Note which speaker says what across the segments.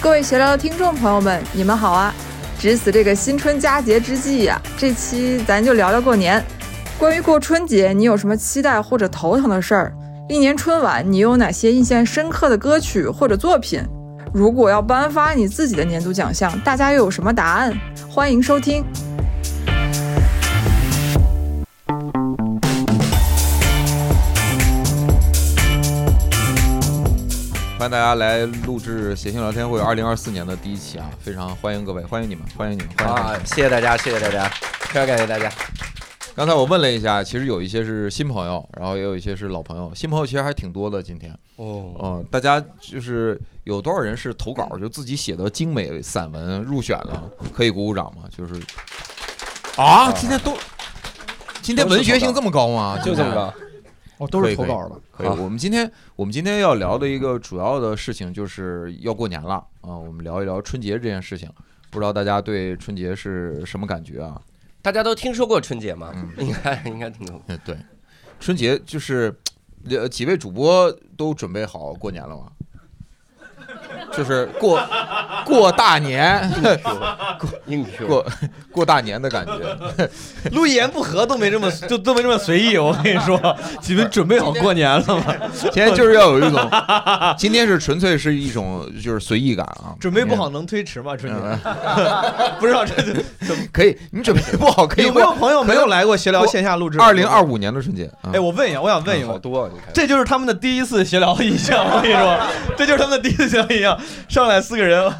Speaker 1: 各位闲聊的听众朋友们，你们好啊！值此这个新春佳节之际呀、这期咱就聊聊过年。关于过春节，你有什么期待或者头疼的事儿？历年春晚，你有哪些印象深刻的歌曲或者作品？如果要颁发你自己的年度奖项，大家又有什么答案？欢迎收听。
Speaker 2: 欢迎大家来录制谐星聊天会二零二四年的第一期啊，非常欢迎各位，欢迎你们，欢迎你们，欢迎你们。
Speaker 3: 啊，谢谢大家，谢谢大家，非常感谢大家。
Speaker 2: 刚才我问了一下，其实有一些是新朋友，然后也有一些是老朋友，新朋友其实还挺多的。今天，
Speaker 3: 哦，
Speaker 2: 嗯、大家就是有多少人是投稿，就自己写的精美散文入选了，可以鼓鼓掌吗？就是啊，今天都，今天文学性这么高吗？
Speaker 3: 就这么高。
Speaker 4: 哦，都
Speaker 2: 可以
Speaker 4: 是投稿了。
Speaker 2: 可以，
Speaker 3: 好
Speaker 2: 我们今天我们今天要聊的一个主要的事情就是要过年了啊，我们聊一聊春节这件事情。不知道大家对春节是什么感觉啊？
Speaker 3: 大家都听说过春节吗
Speaker 2: 嗯？
Speaker 3: 应该应该听说过。
Speaker 2: 嗯，对，春节就是，呃，几位主播都准备好过年了吗？ 就是过过大年，
Speaker 3: 硬 Q
Speaker 2: 过过大年的感觉。
Speaker 5: 录一言不合都没这么就都没这么随意，我跟你说， 你们准备好过年了吗？
Speaker 2: 今天就是要有一种，今天是纯粹是一种就是随意感啊。
Speaker 5: 准备不好能推迟吗？春
Speaker 2: 嗯，
Speaker 5: 节 不知道这
Speaker 2: 可以，你准备不好可以
Speaker 5: 有没有
Speaker 2: 过。
Speaker 5: 朋友没有来过闲聊线下录制？
Speaker 2: 二零二，五年的春节，嗯
Speaker 5: 哎，我问一下，我想问一
Speaker 3: 好
Speaker 5: 问，
Speaker 3: 多啊，你看
Speaker 5: 这就是他们的第一次闲聊印象，我跟你 说，这就是他们的第一次闲聊印象。上来四个人，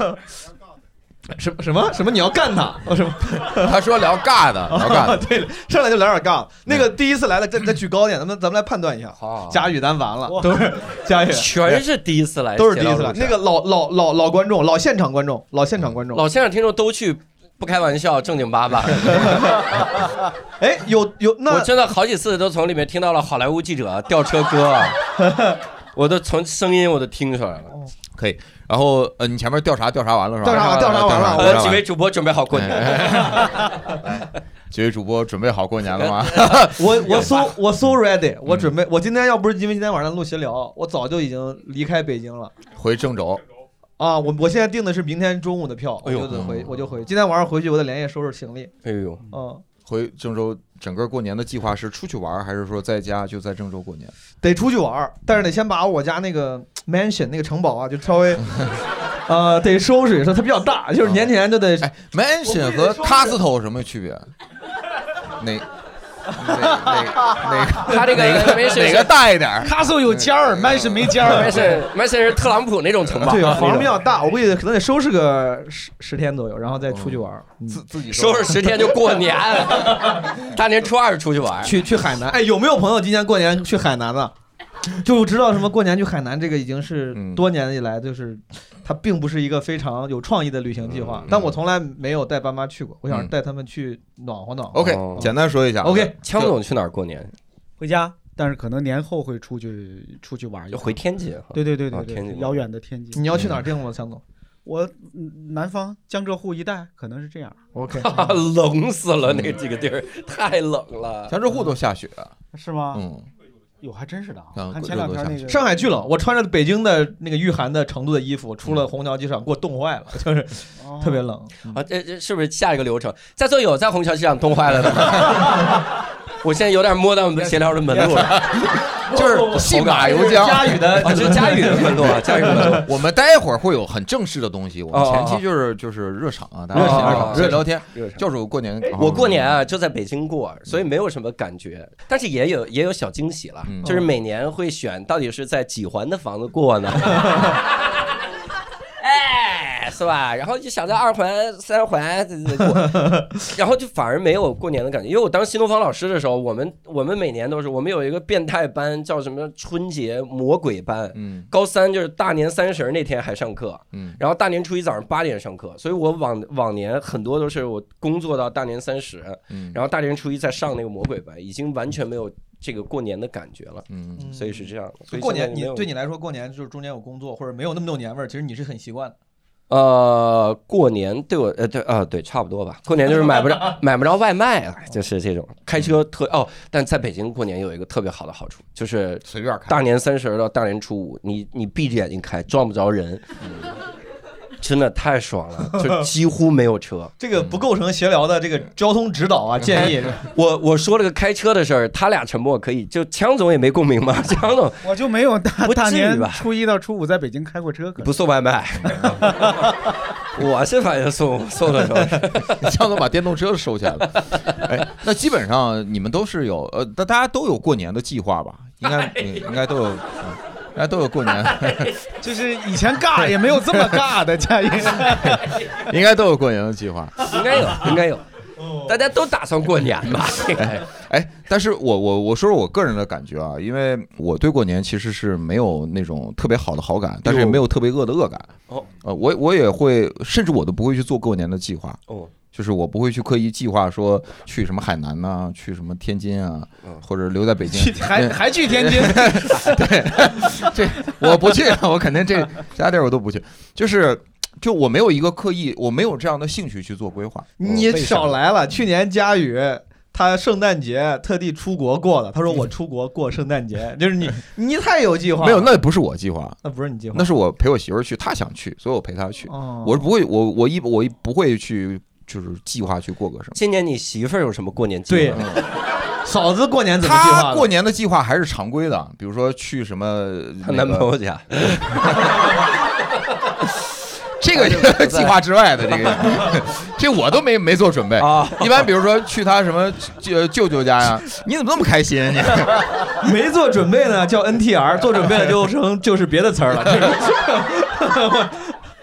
Speaker 5: 什么什么什么？你要干他？ 哦什么？，
Speaker 2: 他说聊尬的，聊尬 的嗯
Speaker 5: 对，上来就聊点杠。那个第一次来的，再再举高点，咱们咱们来判断一下。
Speaker 3: 好，
Speaker 5: 佳宇，咱完了，都是佳宇。
Speaker 3: 全是第一次来，
Speaker 5: 都是第一次
Speaker 3: 来
Speaker 5: 来。。那个老老老老观众，老现场观众，老现场观众。
Speaker 3: 老先生听众都去。不开玩笑，正经八百。
Speaker 5: 哎，有有
Speaker 3: 我
Speaker 5: 那
Speaker 3: 真的好几次都从里面听到了好莱坞记者吊车歌，我都从声音我都听出来了。
Speaker 2: 可以。然后呃，你前面调查调查完了是吧？
Speaker 5: 调查完调查完了
Speaker 2: 调
Speaker 5: 我
Speaker 2: 完哎
Speaker 3: 呃，几位主播准备好过年，
Speaker 2: 几位主播准备好过 年 了吗？ 哎
Speaker 5: 我我 so 我 so ready，我准备我今天要不是因为今天晚上录闲聊，我早就已经离开北京了
Speaker 2: 回郑州，
Speaker 5: 啊！我我现在订的是明天中午的票，我
Speaker 3: 哎呦
Speaker 5: 就得回
Speaker 2: 嗯
Speaker 5: 我就回。今天晚上回去我得连夜收拾行李。
Speaker 3: 哎呦，
Speaker 5: 嗯，
Speaker 2: 回郑州，整个过年的计划是出去玩儿，还是说在家就在郑州过年？
Speaker 5: 得出去玩儿，但是得先把我家那个 mansion 那个城堡啊，就稍微呃得收拾一收，它比较大，就是年前就得
Speaker 2: 啊哎，Mansion 和 Costco 有什么区别？哪哪哪哪个
Speaker 3: 他这个没事
Speaker 2: 哪个大一点儿？
Speaker 4: 卡索有尖儿，曼是没尖儿。
Speaker 3: 没事没事是特朗普那种城堡，
Speaker 5: 对，房子比较大，我估计可能得收拾个十十天左右，然后再出去玩儿。嗯
Speaker 2: 自自己
Speaker 3: 收拾十天就过年， 大年初二出去玩。
Speaker 5: 去去海南。哎，有没有朋友今年过年去海南的？就知道什么过年去海南，这个已经是
Speaker 2: 嗯
Speaker 5: 多年以来，就是它并不是一个非常有创意的旅行计划
Speaker 2: 嗯。
Speaker 5: 但我从来没有带爸妈去过，我想
Speaker 2: 嗯
Speaker 5: 带他们去暖和暖和。
Speaker 2: OK，
Speaker 3: 哦
Speaker 2: 简单说一下。
Speaker 5: OK，
Speaker 3: 枪总去哪儿过年？
Speaker 4: 回家，但是可能年后会出去出去玩一
Speaker 3: 就
Speaker 4: 下。
Speaker 3: 回天津。
Speaker 4: 对对对
Speaker 3: 啊
Speaker 4: 对
Speaker 3: 天
Speaker 4: 对，
Speaker 3: 津
Speaker 4: 遥远的天津，
Speaker 5: 你要去哪
Speaker 2: 嗯
Speaker 5: 儿定吗，强总
Speaker 4: 我嗯南方江浙沪一带可能是这样。
Speaker 5: ？OK，
Speaker 3: 冷死了，那几个地儿太冷了。
Speaker 2: 江浙沪都下雪，
Speaker 4: 嗯是吗？
Speaker 2: 嗯，
Speaker 4: 有还真是的啊！
Speaker 2: 啊
Speaker 5: 嗯
Speaker 4: 我看前两天那个
Speaker 5: 啊上海巨冷，我穿着北京的那个御寒的程度的衣服，出
Speaker 2: 嗯
Speaker 5: 了虹桥机场给我冻坏了，就是
Speaker 4: 哦
Speaker 5: 特别冷。
Speaker 3: 啊，这这是不是下一个流程？在座有在虹桥机场冻坏了的吗？ 我现在有点摸到我们闲聊的门路 了，
Speaker 2: 哦就是戏马由缰。
Speaker 5: 佳宇的
Speaker 3: 啊，这是佳宇的门路啊，佳宇的门路。
Speaker 2: 我们待会儿会有很正式的东西，我们前期就是就是热场 啊，大家
Speaker 3: 哦热场
Speaker 2: 闲
Speaker 3: 哦
Speaker 2: 聊聊天，
Speaker 3: 热场
Speaker 2: 就是过年，嗯
Speaker 3: 我过年啊就在北京过，所以没有什么感觉，但是也有也有小惊喜了，
Speaker 2: 嗯
Speaker 3: 就是每年会选到底是在几环的房子过 呢？哎，是吧？然后就想在二环、三环这这过， 然后就反而没有过年的感觉。因为我当新东方老师的时候，我们我们每年都是，我们有一个变态班叫什么春节魔鬼班，
Speaker 2: 嗯
Speaker 3: 高三就是大年三十儿那天还上课，
Speaker 2: 嗯
Speaker 3: 然后大年初一早上八点上课，所以我往往年很多都是我工作到大年三十，
Speaker 2: 嗯，
Speaker 3: 然后大年初一再上那个魔鬼班，已经完全没有这个过年的感觉了，
Speaker 2: 嗯嗯
Speaker 5: 嗯
Speaker 3: 所以是这样的。所以
Speaker 5: 过年
Speaker 3: 现在
Speaker 5: 你
Speaker 3: 没有
Speaker 5: 对你来说，过年就是中间有工作或者没有那么重年味儿，其实你是很习惯的。
Speaker 3: 呃，过年对我呃对啊、对差不多吧。过年就是买 不着买不着外卖啊，就是这种开车特
Speaker 5: 嗯
Speaker 3: 哦。但在北京过年有一个特别好的好处，就是
Speaker 2: 随便看。
Speaker 5: 嗯
Speaker 3: 大年三十到大年初五，你你闭着眼睛开，撞不着人。真的太爽了，就几乎没有车。
Speaker 5: 这个不构成闲聊的这个交通指导 啊建议。
Speaker 3: 我我说了个开车的事儿，他俩沉默可以，就枪总也没共鸣嘛，枪总
Speaker 4: 我就没有大
Speaker 3: 不
Speaker 4: 大
Speaker 3: 至于
Speaker 4: 年
Speaker 3: 吧
Speaker 4: 初一到初五在北京开过 车，可能
Speaker 3: 不送外卖，我是反正送送的时候，
Speaker 2: 向总把电动车收起来了。哎，那基本上你们都是有呃，大大家都有过年的计划吧？应
Speaker 3: 哎
Speaker 2: 该嗯应该都有，嗯应该都有过年，
Speaker 4: 就是以前尬也没有这么尬的，佳音。
Speaker 2: 应该都有过年的计划。
Speaker 3: 应该有，应该有，大家都打算过年吧？应该
Speaker 2: 哦哎，但是我我我说说我个人的感觉啊，因为我对过年其实是没有那种特别好的好感，但是也没有特别恶的恶感。
Speaker 3: 哦，
Speaker 2: 呃，我我也会，甚至我都不会去做过年的计划，
Speaker 3: 哦，
Speaker 2: 就是我不会去刻意计划说去什么海南呐、去什么天津啊
Speaker 3: 嗯，
Speaker 2: 或者留在北京。
Speaker 4: 还还去天 津，
Speaker 2: 这我不去，我肯定这 其他地儿我都不去。就是，就我没有一个刻意，我没有这样的兴趣去做规划。
Speaker 5: 你少来了，去年佳宇。他圣诞节特地出国过了，他说我出国过圣诞节，就是 你，你太嗯有计划了。
Speaker 2: 没有，那不是我计划，
Speaker 4: 嗯
Speaker 5: 那不是你计划，
Speaker 2: 那是我陪我媳妇儿去，她想去，所以我陪她去。
Speaker 4: 哦
Speaker 2: 我是不会，我我一我一不会去，就是计划去过个什么。嗯
Speaker 3: 今年你媳妇儿有什么过年计
Speaker 5: 对
Speaker 3: 划？
Speaker 5: 嫂子过年怎么计划
Speaker 2: 她
Speaker 5: 的？
Speaker 2: 过年的计划还是常规的，比如说去什么
Speaker 3: 她
Speaker 2: 那
Speaker 3: 男朋
Speaker 2: 个
Speaker 3: 友家，
Speaker 2: 这个这个计划之外的这个，这我都没没做准备
Speaker 3: 啊。
Speaker 2: 一般比如说去她什么舅舅舅 家呀，你怎么那么开心啊你？
Speaker 5: 没做准备呢，叫 NTR；做准备了 就成就是别的词儿 了。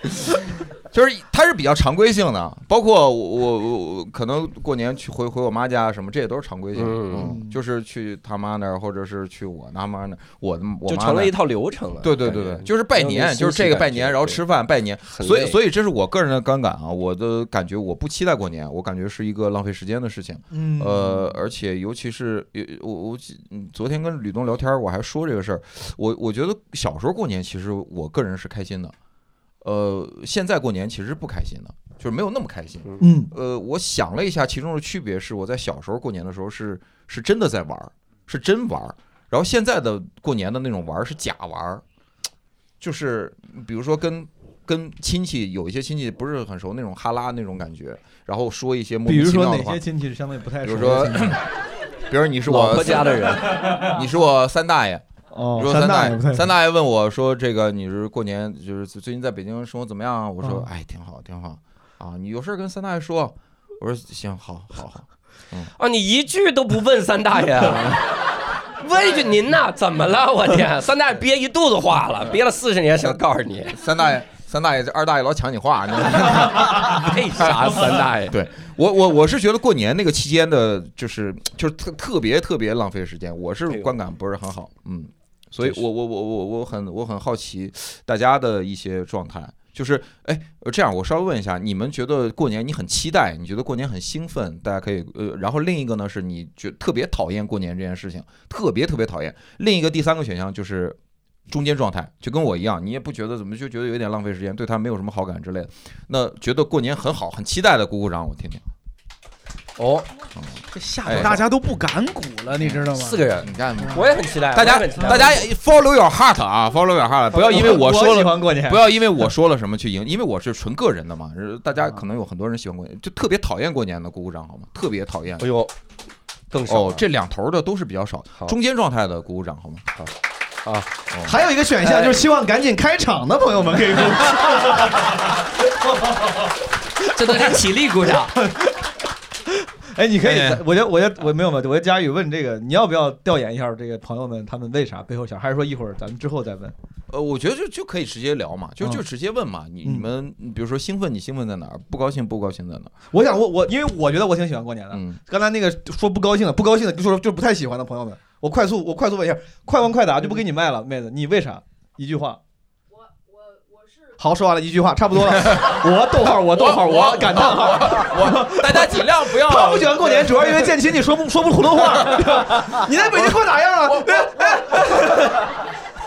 Speaker 2: 就是它是比较常规性的，包括我我我我可能过年去回回我妈家什么，这也都是常规性的，
Speaker 3: 嗯
Speaker 2: 嗯，就是去他妈那儿，或者是去我他妈那儿，我的我
Speaker 3: 就
Speaker 2: 妈
Speaker 3: 成了
Speaker 2: 那儿
Speaker 3: 一。套流程了。
Speaker 2: 对对对
Speaker 3: 感
Speaker 2: 对，
Speaker 3: 觉
Speaker 2: 就是拜
Speaker 3: 没有那
Speaker 2: 年，
Speaker 3: 新
Speaker 2: 就是这个
Speaker 3: 奇
Speaker 2: 拜
Speaker 3: 感
Speaker 2: 年，
Speaker 3: 觉
Speaker 2: 然后
Speaker 3: 对
Speaker 2: 吃饭拜年，
Speaker 3: 很
Speaker 2: 所以
Speaker 3: 累
Speaker 2: 所以这是我个人的观感啊，我的感觉我不期待过年，我感觉是一个浪费时间的事情。
Speaker 5: 嗯
Speaker 2: 呃，而且尤其是呃我我嗯昨天跟吕东聊天儿，我还说这个事儿，我我觉得小时候过年其实我个人是开心的，呃，现在过年其实不开心的，就是没有那么开心。
Speaker 5: 嗯，
Speaker 2: 呃，我想了一下，其中的区别是我在小时候过年的时候是是真的在玩儿，是真玩儿，然后现在的过年的那种玩儿是假玩儿，就是比如说跟。跟亲戚有一些亲戚不是很熟，那种哈拉那种感觉，然后说一些莫
Speaker 5: 比
Speaker 2: 名
Speaker 5: 如
Speaker 2: 其
Speaker 5: 说
Speaker 2: 妙的
Speaker 5: 哪
Speaker 2: 话
Speaker 5: 些，亲戚是相对不太
Speaker 2: 比
Speaker 5: 熟
Speaker 2: 如
Speaker 5: 的
Speaker 2: 说
Speaker 5: 亲戚？
Speaker 2: 比如你是
Speaker 3: 老
Speaker 2: 我
Speaker 3: 婆家的人，
Speaker 2: 你是我三大爷，
Speaker 5: 哦
Speaker 2: 你说
Speaker 5: 三
Speaker 2: 大
Speaker 5: 也不太熟
Speaker 2: 三大爷问我说：“这个你是过年就是最近在北京生活怎么样啊？”我说：“
Speaker 5: 嗯
Speaker 2: 哎，挺好，挺好啊。你有事儿跟三大爷说。”我说：“行，好，好，好。
Speaker 3: 啊，你一句都不问三大爷啊， 问一句您呐，怎么了？我天，三大爷憋一肚子话了，憋了四十年，想告诉你，”
Speaker 2: 三大爷，三大爷，这二大爷老抢你话， 你知道吗
Speaker 3: 为啥三大爷？
Speaker 2: 对我，我我是觉得过年那个期间的，就是就是特特别特别浪费时间，我是
Speaker 3: 哎呦
Speaker 2: 观感不是很好，嗯，所以
Speaker 3: 真是
Speaker 2: 我我我我我很我很好奇大家的一些状态，就是哎，呃这样我稍微问一下，你们觉得过年你很期待，你觉得过年很兴奋，大家可以呃，然后另一个呢是你觉特别讨厌过年这件事情，特别特别讨厌，另一个第三个选项就是。中间状态就跟我一样，你也不觉得怎么就觉得有点浪费时间，对他没有什么好感之类的。那觉得过年很好，很期待的，鼓鼓掌，我听听。
Speaker 3: 哦，
Speaker 4: 这吓
Speaker 2: 哎
Speaker 4: 得大家都不敢鼓了，你知道吗？
Speaker 3: 四个人，
Speaker 2: 你看，
Speaker 3: 我也很期待，
Speaker 2: 大家
Speaker 3: 我也很期待
Speaker 2: 大家 follow your heart 啊，follow your heart，不要因为我说
Speaker 5: 喜
Speaker 2: 了。
Speaker 5: 欢过年
Speaker 2: 不，要因为我说了什么去赢，因为我是纯个人的嘛。呃大家可能有很多人喜欢过年，就特别讨厌过年的，鼓鼓掌好吗？特别讨厌
Speaker 3: 哎。呦，更少
Speaker 2: 哦
Speaker 3: 了，
Speaker 2: 这两头的都是比较少
Speaker 3: 好，
Speaker 2: 中间状态的鼓鼓掌好吗？哦哎
Speaker 5: 还有一个选项就是希望赶紧开场的朋友们可以说，
Speaker 3: 这都是起立鼓掌，
Speaker 5: 哎，你可以
Speaker 2: 哎，
Speaker 5: 我觉得我觉得我没有嘛，我觉得佳宇问这个，你要不要调研一下这个朋友们他们为啥背后想，还是说一会儿咱们之后再问？
Speaker 2: 呃，我觉得就就可以直接聊嘛，就就直接问嘛。你
Speaker 5: 嗯
Speaker 2: 你们比如说兴奋，你兴奋在哪儿？不高兴不高兴在哪儿？
Speaker 5: 我想我我因为我觉得我挺喜欢过年的，
Speaker 2: 嗯，
Speaker 5: 刚才那个说不高兴的，不高兴的就说就不太喜欢的朋友们，我快速我快速问一下，快问快答就不给你卖
Speaker 2: 嗯
Speaker 5: 了，妹子，你为啥？一句话。好，说完了一句话，差不 多了。我逗号，我逗号，我感叹号。
Speaker 2: 大家尽量不要
Speaker 5: 他 不喜欢过年，主要因为见亲戚说不说不 普通话。对 吧你在北京过咋样啊？哎哎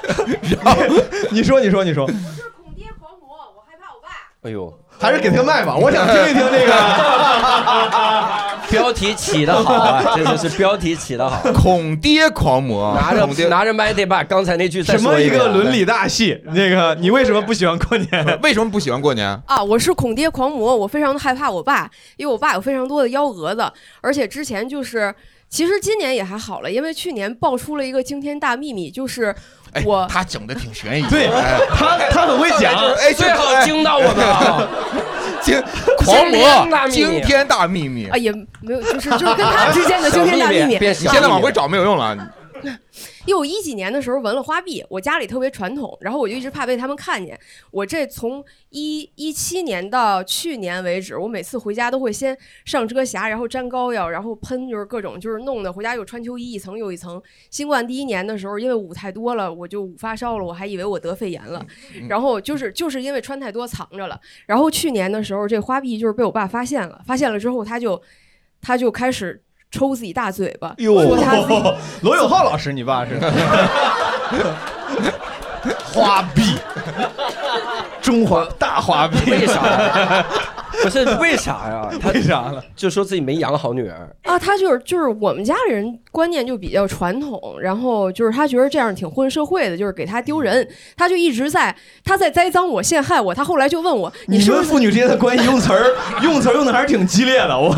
Speaker 5: 你说，你说，你说，
Speaker 6: 我是恐爹狂魔，我害怕我爸。
Speaker 3: 哎呦，
Speaker 5: 还是给他个麦吧，我想听一听这个。
Speaker 3: 标题起的好啊，这就是标题起的好。啊
Speaker 2: 恐爹狂魔，啊
Speaker 3: 拿
Speaker 2: 恐
Speaker 3: 着
Speaker 2: 爹
Speaker 3: 拿着麦得把刚才那句再
Speaker 5: 什
Speaker 3: 说
Speaker 5: 么一
Speaker 3: 遍啊
Speaker 5: 个伦理大戏？那个你为什么不喜欢过 年？
Speaker 2: 为什么不喜欢过年？
Speaker 6: 啊，我是恐爹狂魔，我非常的害怕我爸，因为我爸有非常多的幺蛾子，而且之前就是，其实今年也还好了，因为去年爆出了一个惊天大秘密，就是
Speaker 2: 哎，
Speaker 6: 我
Speaker 2: 他整的挺悬疑，
Speaker 5: 对
Speaker 2: 哎
Speaker 5: 他他很会讲，
Speaker 2: 哎，
Speaker 3: 最
Speaker 2: 就
Speaker 3: 好惊到我们啊！
Speaker 2: 惊狂
Speaker 3: 天大
Speaker 2: 魔
Speaker 3: 秘密
Speaker 2: 惊天大秘密
Speaker 6: 啊，也没有，就是就是跟他之间的惊天大秘密。
Speaker 3: 变
Speaker 2: 你现在往回找没有 用了，啊
Speaker 6: 因为我一几年的时候纹了花臂，我家里特别传统，然后我就一直怕被他们看见。我这从一一七年到去年为止，我每次回家都会先上遮瑕，然后粘膏药，然后喷就是各种就是弄的，回家又穿秋衣一层又一层。新冠第一年的时候，因为捂太多了，我就捂发烧了，我还以为我得肺炎了，然后就是就是因为穿太多藏着了。然后去年的时候，这花臂就是被我爸发现了，发现了之后他就他就开始抽自己大嘴巴，
Speaker 5: 哟
Speaker 6: 说他自己。，
Speaker 5: 罗永浩老师，你爸是花臂，中华大花臂，
Speaker 3: 为啥呀？不 是为啥呀？他
Speaker 5: 为啥了？
Speaker 3: 就说自己没养好女儿，
Speaker 6: 啊，他就是就是我们家里人观念就比较传统，然后就是他觉得这样挺混社会的，就是给他丢人，他就一直在他在栽赃我、陷害我。他后来就问我，
Speaker 5: 你
Speaker 6: 是不
Speaker 5: 们
Speaker 6: 是
Speaker 5: 父女之间的关系用词 儿用词儿用的还是挺激烈的，我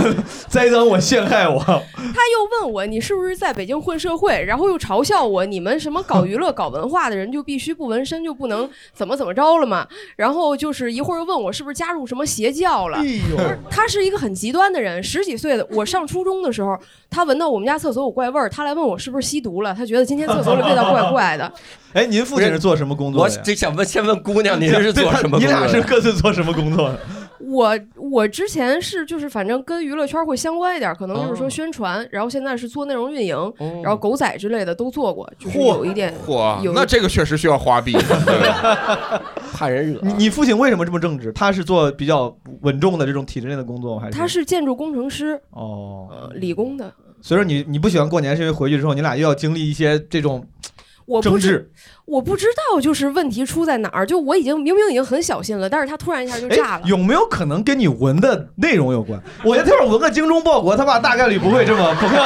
Speaker 5: 栽赃我陷害我，
Speaker 6: 他又问我你是不是在北京混社会，然后又嘲笑我，你们什么搞娱乐、搞文化的人就必须不纹身，就不能怎么怎么着了嘛？然后就是一会儿又问我是不是加入什么邪教了。就是他是一个很极端的人，十几岁的我上初中的时候，他闻到我们家厕所有怪味儿，他来问我是不是吸毒了，他觉得今天厕所里味道怪怪的。
Speaker 5: 哎，您父亲是做什么工
Speaker 3: 我
Speaker 5: 作的呀？
Speaker 3: 这想问，先问姑娘，您是做什么工
Speaker 5: 你
Speaker 3: 作的？
Speaker 5: 俩 是 各自做什么工作的？
Speaker 6: 我我之前是就是反正跟娱乐圈会相关一点，可能就是
Speaker 2: 哦
Speaker 6: 说宣传，然后现在是做内容运营，然后狗仔之类的都做过，就是有一点
Speaker 2: 嚯
Speaker 6: 有，
Speaker 2: 那 这个确实需要花臂，对
Speaker 3: 怕人惹
Speaker 5: 你你父亲为什么这么正直？他是做比较稳重的这种体制内的工作吗？还是
Speaker 6: 他是建筑工程师，
Speaker 5: 哦，
Speaker 6: 呃，理工的。
Speaker 5: 所以说你你不喜欢过年，是因为回去之后你俩又要经历一些这种
Speaker 6: 我不
Speaker 5: 争
Speaker 6: 知
Speaker 5: 执。
Speaker 6: 我不知道，就是问题出在哪儿。就我已经明明已经很小心了，但是他突然一下就炸
Speaker 5: 哎
Speaker 6: 了，。
Speaker 5: 有没有可能跟你纹的内容有 关？我觉得他要是纹个精忠报国，他爸大概率不会这么 不会。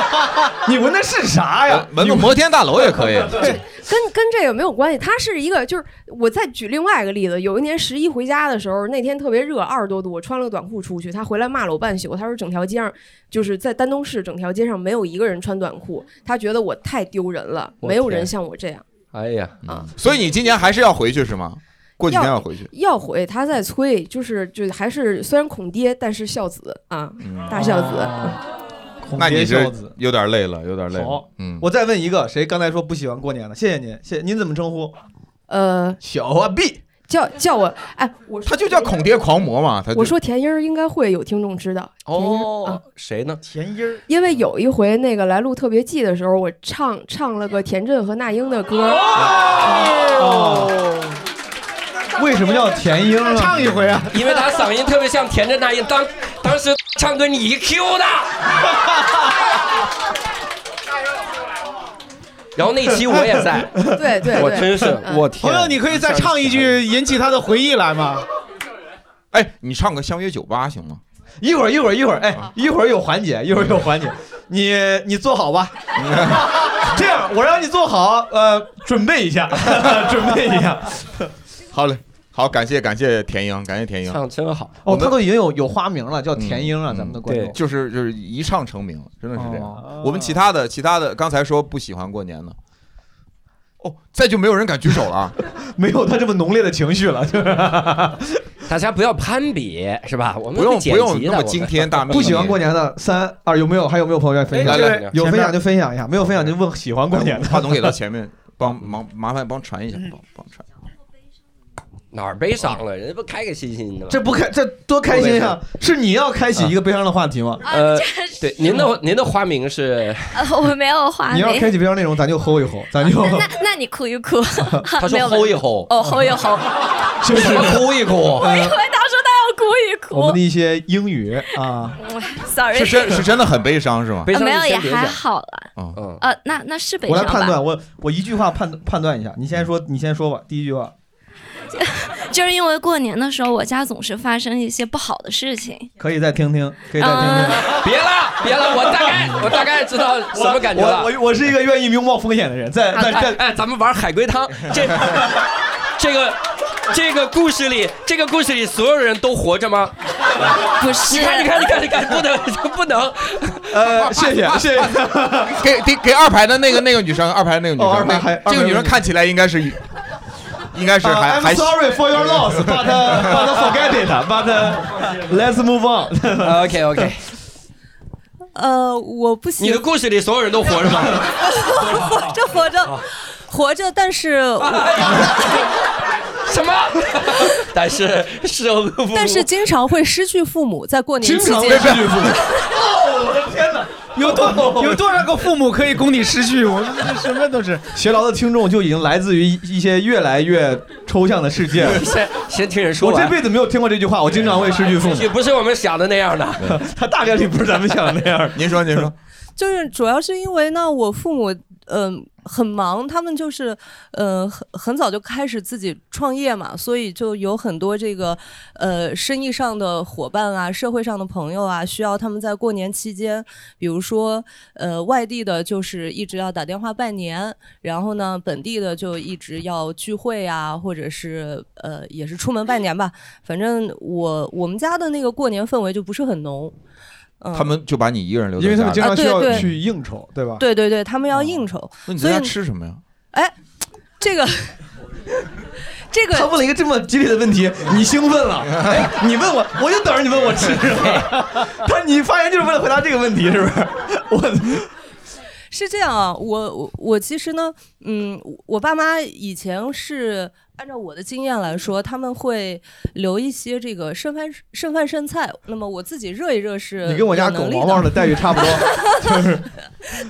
Speaker 5: 你纹的是啥呀？
Speaker 2: 门个摩天大楼也 可以。
Speaker 6: 跟跟这个没有关系。他是一个，就是我再举另外一个例子。有一年十一回家的时候，那天特别热，二十多度，我穿了个短裤出去，他回来骂了我半宿。他说整条街上就是在丹东市整条街上没有一个人穿短裤，他觉得我太丢人了，
Speaker 3: 我
Speaker 6: 没有
Speaker 3: 天
Speaker 6: 人像我这样。
Speaker 3: 哎呀，
Speaker 2: 啊
Speaker 6: 嗯
Speaker 2: 所以你今年还是要回去是吗？过几天要回去。
Speaker 6: 要回他在催，就是就还是虽然恐爹，但是孝子啊，
Speaker 2: 嗯，
Speaker 6: 大孝子。
Speaker 5: 孔
Speaker 2: 那
Speaker 5: 爹
Speaker 2: 你
Speaker 5: 孝
Speaker 2: 这
Speaker 5: 子。
Speaker 2: 有点累了，有点累了
Speaker 5: 好。
Speaker 2: 嗯，
Speaker 5: 我再问一个，谁刚才说不喜欢过年的？谢谢您，谢谢您怎么称呼？
Speaker 6: 呃，
Speaker 5: 小阿 B，
Speaker 6: 叫叫我哎，我说
Speaker 2: 他就叫恐爹狂魔嘛，他就
Speaker 6: 我说田英儿应该会有听众知道田英儿啊
Speaker 3: 哦， 谁呢？
Speaker 5: 田英儿。
Speaker 6: 因为有一回那个来录特别季的时候，我唱唱了个田震和那英的歌，
Speaker 5: 哦， 为什么叫田英啊？
Speaker 4: 唱一回啊！
Speaker 3: 因为他嗓音特别像田震那英，当当时唱歌你一 Q 的。然后那期我也 在，
Speaker 6: 对对
Speaker 3: 我
Speaker 6: 对，
Speaker 3: 真是
Speaker 6: 嗯
Speaker 3: 我天！
Speaker 4: 朋友，你可以再唱一句引起他的回忆来吗？
Speaker 2: 哎，你唱个《相约酒吧》行吗？
Speaker 5: 一会儿一会儿一会儿，
Speaker 6: 啊
Speaker 5: 哎，一会儿有环节，一会儿有环节，你你坐好吧。 这样，我让你坐好，呃，准备一下， 准备一下。
Speaker 2: 好嘞，好，感谢感谢田英，感谢田英，
Speaker 3: 唱真好，
Speaker 2: 我
Speaker 5: 哦，
Speaker 2: 们
Speaker 5: 他都已经有有花名了，叫田英了，
Speaker 2: 嗯
Speaker 5: 咱们的观众
Speaker 3: 对。
Speaker 2: 就是就是一唱成名，真的是这样。
Speaker 5: 哦
Speaker 2: 我们其他的其他的，刚才说不喜欢过年呢，哦，再就没有人敢举手了啊。
Speaker 5: 没有他这么浓烈的情绪了，就是
Speaker 3: 大家不要攀比，是吧？我们
Speaker 2: 不用
Speaker 3: 会剪
Speaker 2: 不用
Speaker 3: 辑的
Speaker 2: 那么
Speaker 3: 我们
Speaker 2: 惊 天大秘密。
Speaker 5: 不喜欢过年的三二有没有？还有没有朋友愿意分
Speaker 2: 来
Speaker 5: 享？
Speaker 2: 来
Speaker 3: 来
Speaker 5: 有分享就分享一下，没有分享就问喜欢过年的。嗯
Speaker 2: 话筒给到前面，帮忙麻烦帮传一下，帮帮传。
Speaker 3: 哪儿悲伤了？人家不开开心心的吗？
Speaker 5: 这不开这多开心啊！是你要开启一个悲伤的话题吗？
Speaker 7: 啊
Speaker 8: 啊
Speaker 3: 呃，对，您的您的花名是？
Speaker 8: 呃， 我没有花
Speaker 5: 你要
Speaker 8: 名。
Speaker 5: 开启悲伤内容，咱就吼
Speaker 3: 啊
Speaker 5: 一吼，咱就
Speaker 8: 那那你哭一哭，
Speaker 3: 他
Speaker 8: 没
Speaker 3: 说
Speaker 8: 有
Speaker 3: 吼一吼，
Speaker 8: 哦，吼一吼，
Speaker 5: 就是
Speaker 3: 哭一 哭。
Speaker 8: 我以为他说他要哭一
Speaker 5: 呃我们
Speaker 8: 哭
Speaker 5: 的一些英语啊。
Speaker 2: 是
Speaker 8: ，sorry，
Speaker 2: 真是真的很悲伤是吗？
Speaker 3: 悲
Speaker 8: 呃
Speaker 3: 伤
Speaker 8: 没
Speaker 3: 就
Speaker 8: 有也
Speaker 3: 先别
Speaker 8: 还
Speaker 3: 讲。
Speaker 8: 好了。
Speaker 3: 嗯，
Speaker 8: 呃，那那是悲
Speaker 5: 我来
Speaker 8: 伤
Speaker 5: 判
Speaker 8: 吧？
Speaker 5: 断，我我一句话判判断一下。你先说，你先说吧。第一句话，
Speaker 8: 就是因为过年的时候，我家总是发生一些不好的事情。
Speaker 5: 可以再听听，可以再听
Speaker 8: 嗯
Speaker 4: 啊
Speaker 5: 听。
Speaker 3: 别了，别了，我大概我大概知道什么感觉了
Speaker 5: 我。我我是一个愿意拥抱风险的人，在
Speaker 4: 啊
Speaker 5: 在
Speaker 3: 哎
Speaker 5: 在，
Speaker 3: 哎，咱们玩海龟 汤，这这个这个故事里，这个故事里所有人都活着吗？
Speaker 8: 不是
Speaker 3: 你看，你看，你看，你看，不能不能，
Speaker 5: 呃，谢谢谢谢。
Speaker 2: 给给给二排的那个那个女生，二排那个女生，
Speaker 5: 哦二排还
Speaker 2: 那这个女生
Speaker 5: 二排
Speaker 2: 看起来应 该是，应该是还、
Speaker 5: 啊
Speaker 2: 还
Speaker 5: I'm sorry for your loss, but but forget it, but let's move on。
Speaker 3: OK OK，
Speaker 7: 呃，我不
Speaker 3: 你
Speaker 7: 行
Speaker 3: 的，故事里所有人都活着吗？
Speaker 7: 活着活着活着，但是
Speaker 3: 什么？但是是
Speaker 5: 啊
Speaker 3: 有个
Speaker 7: 但是经常会失去父母，在过年期间，
Speaker 5: 失去父母。哦，我的天哪！有
Speaker 3: 哦
Speaker 5: 多 哦
Speaker 4: 有多少个父母可以供你失去？我们这什么都是。
Speaker 5: 学劳的听众就已经来自于一一些越来越抽象的世界了。
Speaker 3: 先先听人说
Speaker 5: 我这
Speaker 3: 完。
Speaker 5: 辈子没有听过这句话，我经常会失去父母。
Speaker 3: 也不是我们想的那样的，
Speaker 5: 他大概率不是咱们想的那样的。
Speaker 2: 您说您说，
Speaker 7: 就是主要是因为呢，我父母嗯、很忙，他们就是呃很很早就开始自己创业嘛，所以就有很多这个呃生意上的伙伴啊，社会上的朋友啊，需要他们在过年期间，比如说呃外地的，就是一直要打电话拜年，然后呢本地的就一直要聚会啊，或者是呃也是出门拜年吧，反正我我们家的那个过年氛围就不是很浓。嗯、
Speaker 2: 他们就把你一个人留在
Speaker 5: 因
Speaker 2: 家
Speaker 5: 为
Speaker 2: 里，
Speaker 5: 他们经常需
Speaker 7: 啊对
Speaker 5: 要
Speaker 7: 对
Speaker 5: 去应酬，对吧？哦
Speaker 7: 对对对，他们要应酬，
Speaker 2: 那你
Speaker 7: 所
Speaker 2: 在
Speaker 7: 以哎
Speaker 2: 家吃什么呀？
Speaker 7: 这个，这
Speaker 5: 他
Speaker 7: 个
Speaker 5: 问了一个这么激烈的问 题，你兴奋了？哎，你问我，我就等着你问我吃什
Speaker 7: 哎
Speaker 5: 么。他你发言就是为了回答这个问题，是不是？我
Speaker 7: 是这样啊，我我我其实呢，嗯，我我爸妈以前是按照我的经验来说，他们会留一些这个剩饭剩饭剩菜，那么我自己热一热是
Speaker 5: 你跟我家
Speaker 7: 有
Speaker 5: 狗
Speaker 7: 能力
Speaker 5: 毛毛的
Speaker 7: 的，
Speaker 5: 待遇 差不多。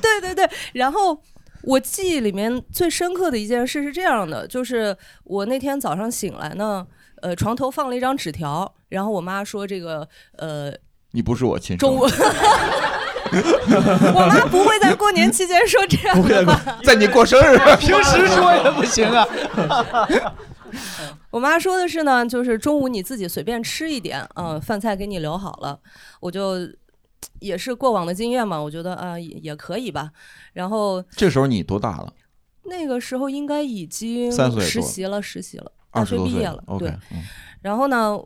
Speaker 7: 对对对，然后。我记忆里面最深刻的一件事是这样的，就是我那天早上醒来呢，呃，床头放了一张纸条，然后我妈说这个，呃，
Speaker 2: 你不是我亲生
Speaker 7: 中午，
Speaker 2: 的，
Speaker 7: 我妈不会在过年期间说这样
Speaker 5: 不会再
Speaker 7: 的
Speaker 5: 过
Speaker 7: 话。
Speaker 2: 在你过 生日，
Speaker 5: 平时说也不行啊。
Speaker 7: 我妈说的是呢，就是中午你自己随便吃一点，嗯、饭菜给你留好了。我就也是过往的经验嘛，我觉得啊、也也可以吧。然后
Speaker 2: 这时候你多大了？
Speaker 7: 那个时候应该已经
Speaker 2: 三岁多
Speaker 7: 实习了，实习了，大
Speaker 2: 二十
Speaker 7: 学
Speaker 2: 多
Speaker 7: 毕
Speaker 2: 岁
Speaker 7: 业了，
Speaker 2: OK，
Speaker 7: 对。
Speaker 2: 嗯
Speaker 7: 然后呢，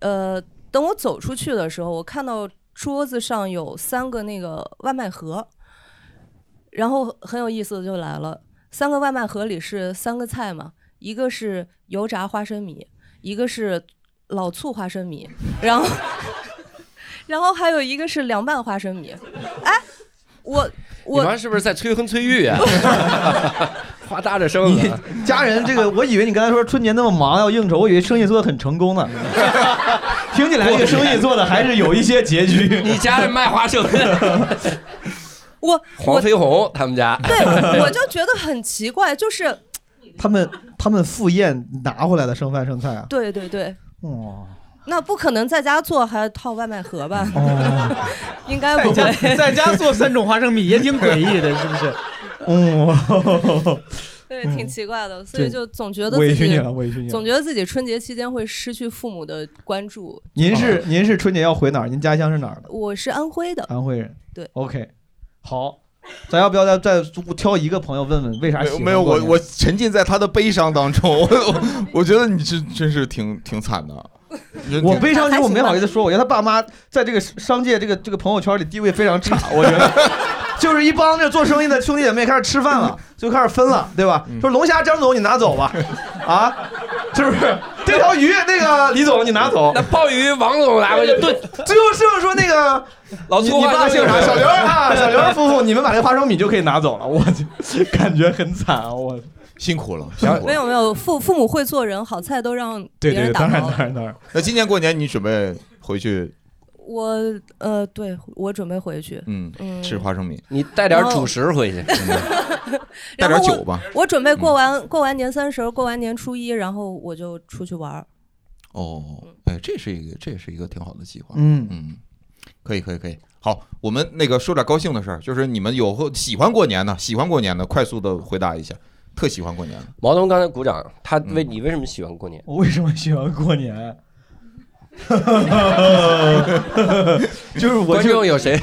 Speaker 7: 呃，等我走出去的时候，我看到桌子上有三个那个外卖盒，然后很有意思的就来了，三个外卖盒里是三个菜嘛，一个是油炸花生米，一个是老醋花生米，然后 然后还有一个是凉拌花生米，哎， 我
Speaker 3: 你
Speaker 7: 我
Speaker 3: 妈是不是在催婚催 育啊？花大的声啊
Speaker 5: 你
Speaker 3: 子，
Speaker 5: 家人这个，我以为你刚才说春节那么忙要应酬，我以为生意做的很成功呢。 听起来这个生意做的还是有一些拮据。
Speaker 3: 你家 人卖花生，
Speaker 7: 我
Speaker 3: 黄飞鸿他们家
Speaker 7: 对我就觉得很奇怪，就是
Speaker 5: 他们他们赴宴拿回来的剩饭剩菜啊，
Speaker 7: 对对对。
Speaker 5: 哇！
Speaker 7: 那不可能在家做，还套外卖盒吧？
Speaker 5: 哦，
Speaker 7: 应该
Speaker 4: 在
Speaker 7: 不
Speaker 4: 家
Speaker 7: 会。
Speaker 4: 在 家做三种花生米也挺诡异的，是不 是？
Speaker 5: 嗯，
Speaker 7: 对，
Speaker 5: 嗯
Speaker 7: 挺奇怪的，所以
Speaker 5: 对
Speaker 7: 就总觉得
Speaker 5: 委
Speaker 7: 自
Speaker 5: 屈你
Speaker 7: 己
Speaker 5: 了，委屈你
Speaker 7: 总
Speaker 5: 了。
Speaker 7: 觉得自己春节期间会失去父母的关注。
Speaker 5: 您是您是春节要回哪儿？您家乡是哪儿的？
Speaker 7: 我是安徽的，
Speaker 5: 安徽人。
Speaker 7: 对
Speaker 5: ，OK，好，咱要不要再再挑一个朋友问问为啥
Speaker 2: 没
Speaker 5: 喜
Speaker 2: 有
Speaker 5: 欢
Speaker 2: 没有，
Speaker 5: 过
Speaker 2: 我
Speaker 5: 年
Speaker 2: 我沉浸在他的悲伤当中， 我我我觉得你是真是挺挺惨的，人
Speaker 5: 我
Speaker 2: 挺
Speaker 5: 悲伤，因为我没好意思说，我觉得他爸妈在这个商界、这个这个朋友圈里地位非常差，我觉得。 就是一帮这做生意的兄弟姐妹开始吃饭了，就开始分了，对吧？
Speaker 2: 嗯
Speaker 5: 说龙虾张总你拿 走吧，啊，是不是？这条鱼那个李总你拿走
Speaker 3: 那，鲍鱼王总来我就 炖
Speaker 5: 最后剩下说那个
Speaker 3: 老
Speaker 5: 你
Speaker 3: 粗
Speaker 5: 你
Speaker 3: 话
Speaker 5: 爸
Speaker 3: 说
Speaker 5: 姓啥？
Speaker 3: 的
Speaker 5: 小刘儿啊，小刘儿夫妇，你们把这个花生米就可以拿走了，我就 感觉很惨啊，我。
Speaker 2: 辛 苦了，
Speaker 5: 啊
Speaker 2: 辛苦
Speaker 7: 没
Speaker 2: 了。
Speaker 7: 有没有，父父母会做人，好菜都让别人打包了。
Speaker 5: 然当然，
Speaker 2: 那今年过年你准备回去
Speaker 7: 我呃，对我准备回去，
Speaker 2: 嗯
Speaker 7: 嗯，
Speaker 2: 吃花生米，嗯
Speaker 3: 你带点主食回去。
Speaker 2: 带
Speaker 7: 然后
Speaker 2: 点
Speaker 7: 我
Speaker 2: 酒吧？嗯
Speaker 7: 我准备过完过完年三十儿，过完年初一，然后我就出去玩儿。
Speaker 2: 哦，
Speaker 3: 嗯
Speaker 2: 哎，这是一个这是一个挺好的计划。
Speaker 5: 嗯，
Speaker 2: 嗯，可以可以可以。好，我们那个说点高兴的事儿，就是你们有后喜欢过年的，喜欢过年的，快速的回答一下，特喜欢过年的。
Speaker 3: 毛东刚才鼓掌，他为
Speaker 2: 嗯
Speaker 3: 你为什么喜欢过年？
Speaker 5: 我为什么喜欢过年？ 就是我
Speaker 3: 观众有谁？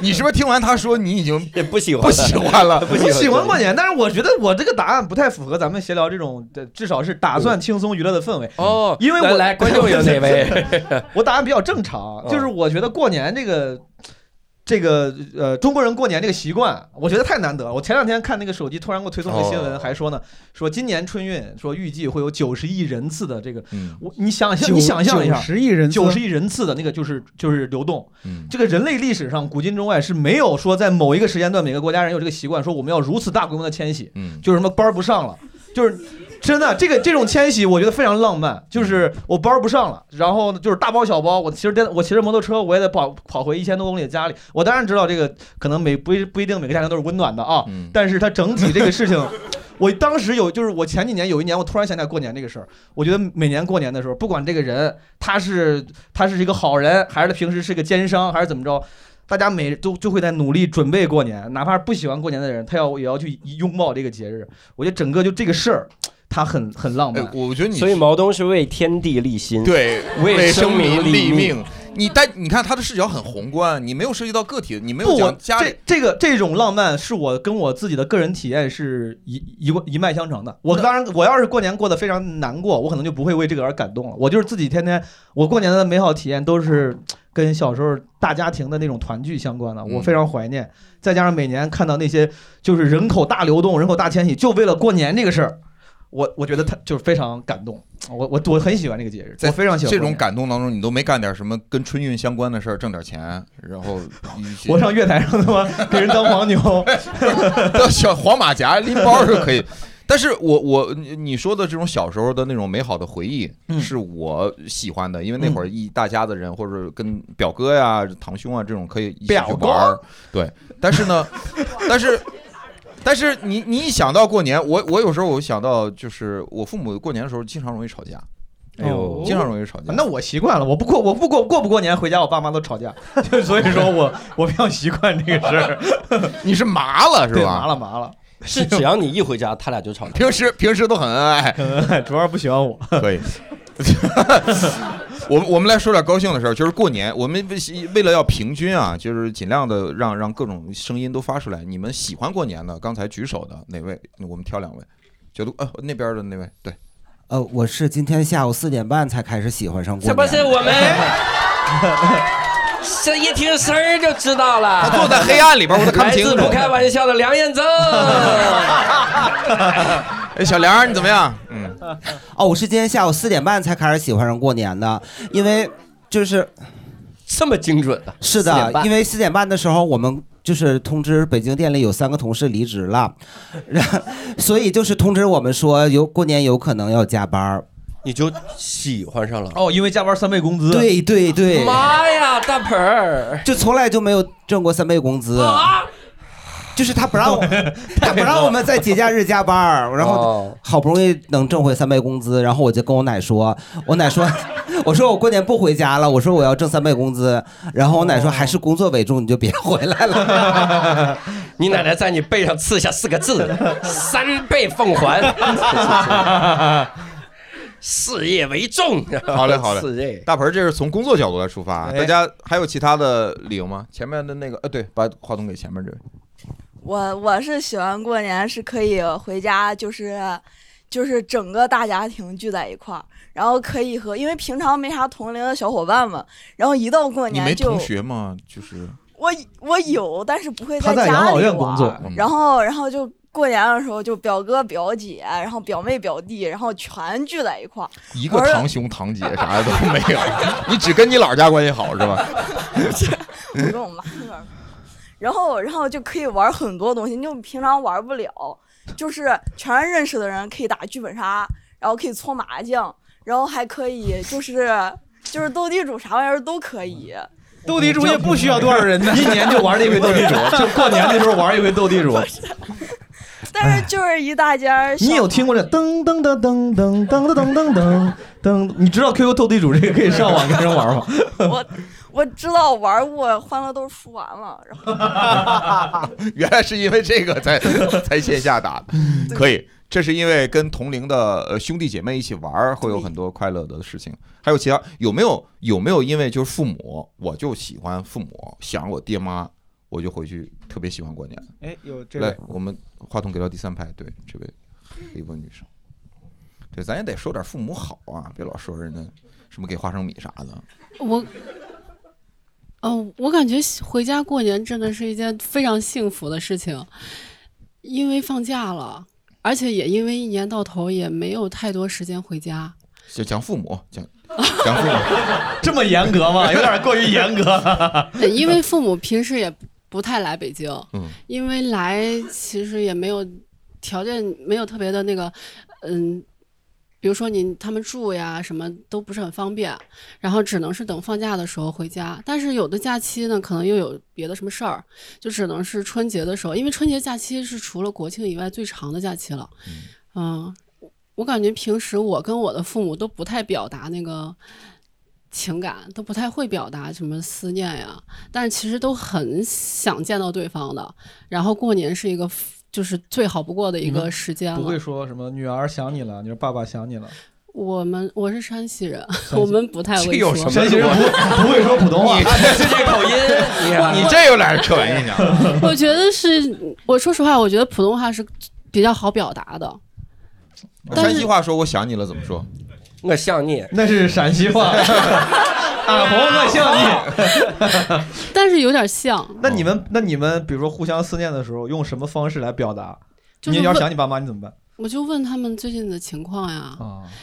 Speaker 2: 你是不是听完他说你已经
Speaker 3: 不喜欢
Speaker 2: 不喜 欢了？
Speaker 5: 不喜欢过年，但是我觉得我这个答案不太符合咱们闲聊这种，呃至少是打算轻松娱乐的氛围。
Speaker 3: 嗯哦，
Speaker 5: 因为我
Speaker 3: 来来观众有哪 位？
Speaker 5: 我答案比较正常，
Speaker 2: 嗯
Speaker 5: 就是我觉得过年这个。这个呃，中国人过年这个习惯，我觉得太难得了。我前两天看那个手机突然给我推送一个新闻，
Speaker 2: 哦
Speaker 5: 还说呢，说今年春运说预计会有九十亿人次的这个，
Speaker 2: 嗯
Speaker 5: 我你想象你想象一下，
Speaker 4: 十亿人次，
Speaker 5: 九十亿人次的那个就是就是流动，
Speaker 2: 嗯，
Speaker 5: 这个人类历史上古今中外是没有说在某一个时间段每个国家人有这个习惯，说我们要如此大规模的迁徙，
Speaker 2: 嗯
Speaker 5: 就是什么班儿不上了，就是真的这个这种迁徙，我觉得非常浪漫，就是我班儿不上了，然后呢就是大包小包，我骑着电我骑着摩托车我也得跑跑回一千多公里的家里，我当然知道这个可能每不一不一定每个家庭都是温暖的啊，
Speaker 2: 嗯
Speaker 5: 但是它整体这个事情。我当时有，就是我前几年有一年，我突然想起来过年这个事儿。我觉得每年过年的时候，不管这个人他是他是一个好人，还是他平时是个奸商，还是怎么着，大家每都就会在努力准备过年，哪怕是不喜欢过年的人，他要也要去拥抱这个节日。我觉得整个就这个事儿，它很很浪
Speaker 2: 哎
Speaker 5: 漫。，
Speaker 2: 我觉得你
Speaker 3: 所以毛东是为天地立心，，
Speaker 2: 对
Speaker 3: 为生
Speaker 2: 生
Speaker 3: 民立
Speaker 2: 立
Speaker 3: 命。
Speaker 2: 你但你看他的视角很宏观，你没有涉及到个体，你没有
Speaker 5: 不，我
Speaker 2: 讲家里
Speaker 5: 这这个这种浪漫是我跟我自己的个人体验是一一过一脉相承的。我当然，我要是过年过得非常难过，我可能就不会为这个而感动了。我就是自己天天，我过年的美好体验都是跟小时候大家庭的那种团聚相关的，
Speaker 2: 嗯
Speaker 5: 我非常怀念。再加上每年看到那些就是人口大流动、人口大迁徙，就为了过年这个事儿，我我觉得他就是非常感动。我我我很喜欢这个节日，
Speaker 2: 在
Speaker 5: 我非常喜欢
Speaker 2: 这
Speaker 5: 过
Speaker 2: 种
Speaker 5: 年。
Speaker 2: 感动当中，你都没干点什么跟春运相关的事儿，挣点钱，然 后一些
Speaker 5: 我上月台 上他妈给人当黄 牛，
Speaker 2: 到小黄马甲拎包就可以。但是我我你你说的这种小时候的那种美好的回忆，
Speaker 5: 嗯
Speaker 2: 是我喜欢的，因为那会儿一大家子人或者跟表哥呀、堂兄啊这种可以一起去
Speaker 5: 表哥
Speaker 2: 玩儿，对。但是呢， 但是但是你你一想到过年，我我有时候我想到就是我父母过年的时候经常容易吵架，
Speaker 3: 哎呦
Speaker 5: 哦
Speaker 2: 经常容易吵架。
Speaker 5: 那我习惯了，我不过我不过过不过年回家，我爸妈都吵架， 就所以说我我比较习惯这个事儿，
Speaker 2: 你是麻了是
Speaker 5: 对，麻
Speaker 2: 吧？
Speaker 5: 了麻了，
Speaker 3: 是只要你一回家，他俩就吵架。
Speaker 2: 平时平时都很恩爱，
Speaker 5: 主要是不喜欢我。
Speaker 2: 可以。 我们我们来说点高兴的事儿，就是过年，我们为为了要平均啊，就是尽量的让让各种声音都发出来。你们喜欢过年的，刚才举手的哪位？我们挑两位，觉得呃那边的那位， 对，
Speaker 9: 呃，我是今天下午四点半才开始喜欢上过
Speaker 3: 这不是
Speaker 9: 年。
Speaker 3: 我们，
Speaker 5: 哎
Speaker 3: 这一听声儿就知道了。
Speaker 2: 他坐在黑暗里边，我都看
Speaker 3: 来
Speaker 2: 不清
Speaker 3: 自
Speaker 2: 楚
Speaker 3: 不。开玩笑的梁彦 增，
Speaker 2: 哎，小梁，你怎么样？嗯，
Speaker 9: 哦，我是今天下午四点半才开始喜欢上过年的，因为就是
Speaker 3: 这么精准的，啊
Speaker 9: 是
Speaker 3: 四点
Speaker 9: 的，
Speaker 3: 半
Speaker 9: 因为四点半的时候我们。就是通知北京店里有三个同事离职了， 然后所以就是通知我们说有过年有可能要加班儿。
Speaker 3: 你就喜欢上了。
Speaker 5: 哦，因为加班三倍工资，，
Speaker 9: 对对对，
Speaker 3: 妈呀，大盆儿
Speaker 9: 就从来就没有挣过三倍工资，
Speaker 3: 啊！
Speaker 9: 就是他不让我，他不让我们在节假日加班儿，然后
Speaker 3: 后
Speaker 9: 好不容易能挣回三倍工资，然后我就跟我奶说，我奶说， 我说我过年不回家了，我说我要挣三倍工资，然后我奶说还是工作为重，你就别回来了。
Speaker 3: 你奶奶在你背上刺下四个字：三倍奉 还，事业为重。
Speaker 2: 好嘞好嘞
Speaker 3: 事业。
Speaker 2: 大盆儿，这是从工作角度来出发啊。
Speaker 5: 哎
Speaker 2: 大家还有其他的理由吗？前面的那个，呃，对，把话筒给前面这位。
Speaker 10: 我我是喜欢过年，是可以回家，就是就是整个大家庭聚在一块儿，然后可以和因为平常没啥同龄的小伙伴嘛，然后一到过
Speaker 2: 你没
Speaker 10: 年就
Speaker 2: 同学吗？就是
Speaker 10: 我我有，但是不会
Speaker 5: 他在
Speaker 10: 家里
Speaker 5: 养老院工
Speaker 10: 玩
Speaker 5: 作，
Speaker 2: 嗯
Speaker 10: 然后然后就过年的时候就表哥表姐，然后表妹表弟，然后全聚在一块儿。
Speaker 2: 一个堂兄堂姐啥的都没有，你只跟你姥儿家关系好是吧？
Speaker 10: 我跟我妈那边儿，然后然后就可以玩很多东西，你就平常玩不了，就是全是认识的人，可以打剧本杀，然后可以搓麻将，然后还可以就是就是斗地主啥玩意儿都可以。
Speaker 4: 斗地主也不需要多少人呢，
Speaker 5: 一年就玩一回斗 地主，就过年的时候玩一回斗地主。
Speaker 10: 但是就是一大家儿小，
Speaker 5: 你有听过这噔噔噔噔噔噔噔噔噔噔？你知道 QQ 斗地主这个可以上网跟人玩吗？
Speaker 10: 我我知道玩过，欢乐豆输完了，然后
Speaker 4: 嗯
Speaker 2: 原来是因为这个才才线下打的，可以。这是因为跟同龄的呃兄弟姐妹一起玩儿会有很多快乐的事情。还有其他有没有有没有因为就是父母，我就喜欢父母，想我爹妈，我就回去特别喜欢过年。
Speaker 4: 哎有这位
Speaker 2: 来，我们话筒给到第三排，对这位黑波女生，对，咱也得说点父母好啊，别老说人家什么给花生米啥的。
Speaker 11: 我，哦，我感觉回家过年真的是一件非常幸福的事情，因为放假了，而且也因为一年到头也没有太多时间回家。
Speaker 2: 就讲父母，讲
Speaker 5: 这么严格 吗？有点过于严格。
Speaker 11: 对，因为父母平时也不太来北京，
Speaker 2: 嗯
Speaker 11: 因为来其实也没有条件，没有特别的那个，嗯，比如说你他们住呀什么都不是很方便，然后只能是等放假的时候回家。但是有的假期呢，可能又有别的什么事儿，就只能是春节的时候，因为春节假期是除了国庆以外最长的假期了，嗯。我我感觉平时我跟我的父母都不太表达那个情感都不太会表达什么思念呀，但是其实都很想见到对方的。然后过年是一个 f- 就是最好不过的一个时间
Speaker 5: 嗯不会
Speaker 11: 了。
Speaker 5: 说什么女儿想你了，你说爸爸想你了，
Speaker 11: 我们我是山西人， 我们不太会说。
Speaker 5: 山西人不不会说普通话，
Speaker 3: 这口音，
Speaker 2: 你这有点刻板印象。
Speaker 11: 我觉得是，我说实话，我觉得普通话是比较好表达的。
Speaker 2: 山西话说我想你了怎么说？
Speaker 3: 我想你，
Speaker 5: 那是陕西话。俺红，我想哦你。
Speaker 11: 但是有点像，
Speaker 5: 那你们，那你们，比如说互相思念的时候，用什么方式来表达？
Speaker 11: 就是
Speaker 5: 你要
Speaker 11: 问
Speaker 5: 想你爸妈，你怎么办？
Speaker 11: 我就问他们最近的情况呀，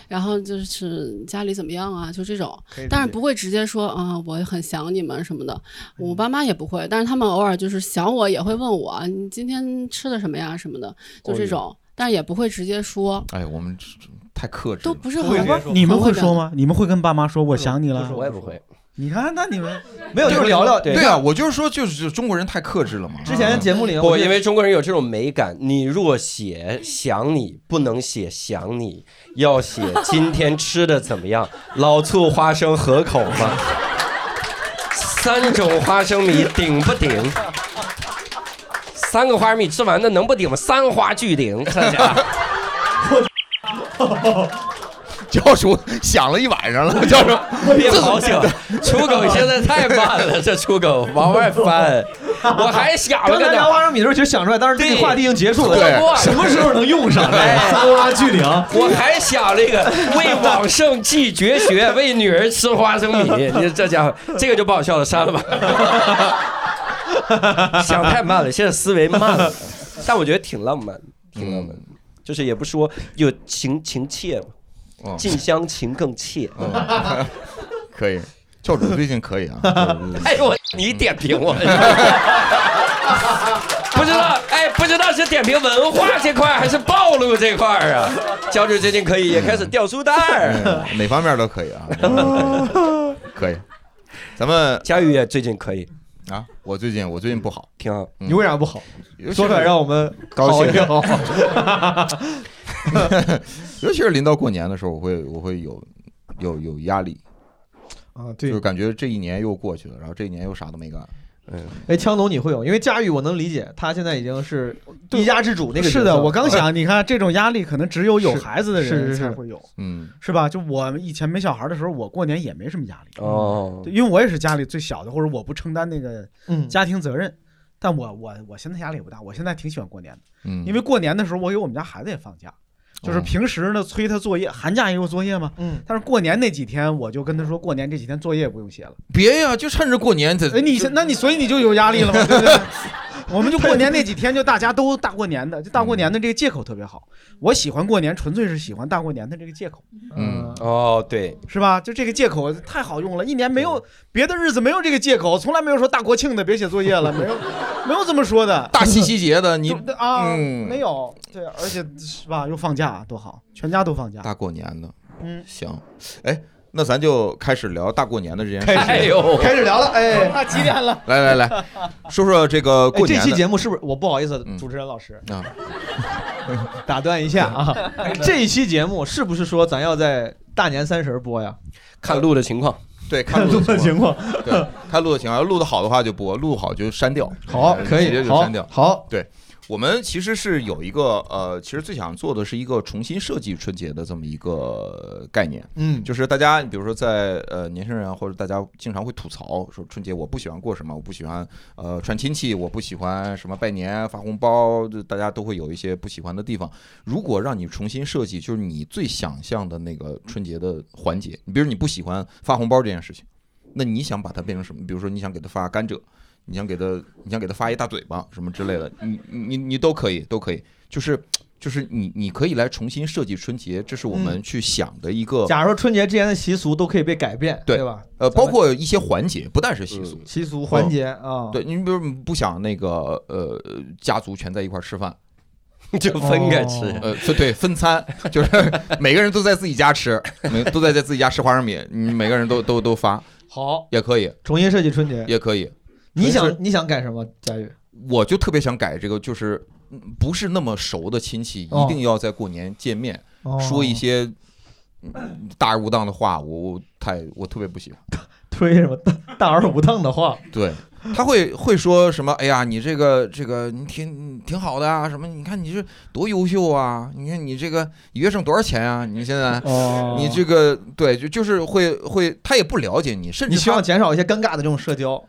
Speaker 11: 然后就是家里怎么样啊，就这种
Speaker 5: 可以理，
Speaker 11: 但是不会直接说啊、我很想你们什么的。
Speaker 5: 嗯
Speaker 11: 我爸妈也不会，但是他们偶尔就是想我，也会问我你今天吃的什么呀什么的，就这
Speaker 5: 哦
Speaker 11: 种，但是也不会直接说，
Speaker 2: 哎， 我们这这太克制，
Speaker 11: 都不是很
Speaker 4: 你们
Speaker 11: 很
Speaker 4: 会
Speaker 11: 表
Speaker 4: 说吗？你们会跟爸妈说我想你了？
Speaker 2: 我也不会。
Speaker 4: 你看，那你们
Speaker 5: 没有就是聊聊对
Speaker 2: 对啊，我就是说，就是中国人太克制了嘛。嗯
Speaker 5: 之前节目里
Speaker 3: 不，因为中国人有这种美感，你若写想你，不能写想你，要写今天吃的怎么样，老醋花生合口 吗？三种花生米顶不顶？三个花生米吃完的能不顶吗？三花聚顶，看见啊
Speaker 2: 教主想了一晚上了，教主
Speaker 3: 别跑醒，出狗现在太慢了，这出狗往外翻，我还想了
Speaker 5: 哦刚
Speaker 3: 个
Speaker 5: 才
Speaker 3: 呢
Speaker 5: 聊。花生米的时候就想出来，但是这
Speaker 3: 对
Speaker 5: 个话题已经结束了。
Speaker 3: 错过了
Speaker 5: 什么时候能用上？
Speaker 3: 哎
Speaker 5: 三挖巨灵，
Speaker 3: 我还想这个为往圣继绝学，为女儿吃花生 米，你这家伙这个就不好笑了，删了吧。 想太慢了，现在思维慢了，但我觉得挺浪漫，挺浪漫的，
Speaker 5: 嗯
Speaker 3: 就是也不说有情情切
Speaker 5: 哦
Speaker 3: 嘛，近乡情更切。
Speaker 5: 嗯
Speaker 2: 可以，教主最近可以啊。对
Speaker 3: 哎呦我，你点评我，不知道哎，不知道是点评文化这块儿还是暴露这块儿啊？教主最近可以也开始掉书袋儿。
Speaker 2: 嗯哪方面都可以啊，可以。咱们
Speaker 3: 佳宇也最近可以
Speaker 2: 啊，我最近我最近不好，嗯
Speaker 3: 挺好。
Speaker 5: 你为啥不好？说出来让我们
Speaker 2: 高兴
Speaker 5: 好一好。
Speaker 2: 尤其是临到过年的时候，我会我会有有有压力
Speaker 5: 啊，对，
Speaker 2: 就是感觉这一年又过去了，然后这一年又啥都没干。嗯，
Speaker 5: 哎，枪总你会有，因为佳玉我能理解，他现在已经是一家之主那个角色。哎
Speaker 4: 是的，我刚想，你看这种压力可能只有有孩子的
Speaker 5: 是是
Speaker 4: 人
Speaker 5: 是
Speaker 4: 才会有，
Speaker 2: 嗯，
Speaker 4: 是吧？就我以前没小孩的时候，我过年也没什么压力，
Speaker 3: 哦
Speaker 2: 嗯
Speaker 4: 对，因为我也是家里最小的，或者我不承担那个
Speaker 5: 嗯
Speaker 4: 家庭责任。但我我我现在压力也不大，我现在挺喜欢过年的，
Speaker 2: 嗯哦
Speaker 4: 因为过年的时候我给我们家孩子也放假，就是平时呢催他作业，寒假也有作业嘛，
Speaker 5: 嗯，
Speaker 4: 但是过年那几天我就跟他说，过年这几天作业也不用写了。
Speaker 2: 别呀，就趁着过年这
Speaker 4: 哎，你现那你所以你就有压力了吗？对 不对？我们就过年那几天，就大家都大过年的，就大过年的这个借口特别好。我喜欢过年，纯粹是喜欢大过年的这个借口，
Speaker 2: 嗯，
Speaker 3: 哦，对，
Speaker 4: 是吧？就这个借口太好用了，一年没有别的日子没有这个借口，从来没有说大国庆的别写作业了，没有，没有这么说的。
Speaker 2: 大七夕节 的你
Speaker 4: 就啊，
Speaker 2: 嗯
Speaker 4: 没有，对，而且是吧，又放假，多好，全家都放假。
Speaker 2: 大过年的，
Speaker 4: 嗯，
Speaker 2: 行，哎，那咱就开始聊大过年的这件事情。
Speaker 5: 开始开始聊了， 哎，
Speaker 4: 那几点了？
Speaker 2: 来来来，说说这个
Speaker 5: 哎
Speaker 2: 过
Speaker 5: 这
Speaker 2: 年的。
Speaker 5: 期节目是不是我不好意思，主持人老师
Speaker 2: 啊，
Speaker 5: 打断一下啊，这一期节目是不是说咱要在大年三十儿播呀？
Speaker 3: 看录的情况，
Speaker 2: 对，看录的情况， 对，看录的情况，要录的好的话就播，录不好就删掉。
Speaker 5: 好
Speaker 2: 嗯
Speaker 5: 可以
Speaker 2: 直接就
Speaker 5: 好
Speaker 2: 删掉。
Speaker 5: 好，
Speaker 2: 对我们其实是有一个呃，其实最想做的是一个重新设计春节的这么一个概念。
Speaker 5: 嗯
Speaker 2: 就是大家比如说在呃年轻人啊，或者大家经常会吐槽说春节我不喜欢过什么，我不喜欢呃串亲戚，我不喜欢什么拜年发红包，就大家都会有一些不喜欢的地方。如果让你重新设计，就是你最想象的那个春节的环节，你比如你不喜欢发红包这件事情，那你想把它变成什么？比如说你想给他发甘蔗。你想给他，你想给他发一大嘴巴什么之类的，你你你都可以，都可以，就是就是你你可以来重新设计春节，这是我们
Speaker 5: 嗯
Speaker 2: 去想的一个，
Speaker 5: 假如说春节之前的习俗都可以被改变，
Speaker 2: 对
Speaker 5: 对吧？嗯
Speaker 2: 呃，包括一些环节，不但是习俗，
Speaker 5: 习俗环节啊，
Speaker 2: 对，你比如不想那个呃家族全在一块儿吃 饭。
Speaker 3: 就分开吃哦
Speaker 2: 呃，分对分餐， 就是每个人都在自己家吃，每都在在自己家吃花生米，你每个人都都都发，
Speaker 5: 好，
Speaker 2: 也可以，
Speaker 5: 重新设计春节，
Speaker 2: 也可以。
Speaker 5: 你
Speaker 2: 纯
Speaker 5: 想
Speaker 2: 是
Speaker 5: 你想改什么？佳宇，
Speaker 2: 我就特别想改这个，就是嗯不是那么熟的亲戚，
Speaker 5: 哦
Speaker 2: 一定要在过年见面，
Speaker 5: 哦
Speaker 2: 说一些嗯大而无当的话，我我太我特别不喜欢。
Speaker 5: 推什么大大而无当的话？
Speaker 2: 对，他会会说什么？哎呀，你这个这个你挺挺好的啊，什么？你看你这多优秀啊！你看你这个一月挣多少钱啊？你现在，
Speaker 5: 哦
Speaker 2: 你这个对，就就是会会，他也不了解你，甚至
Speaker 5: 你希
Speaker 2: 他
Speaker 5: 望减少一些尴尬的这种社交，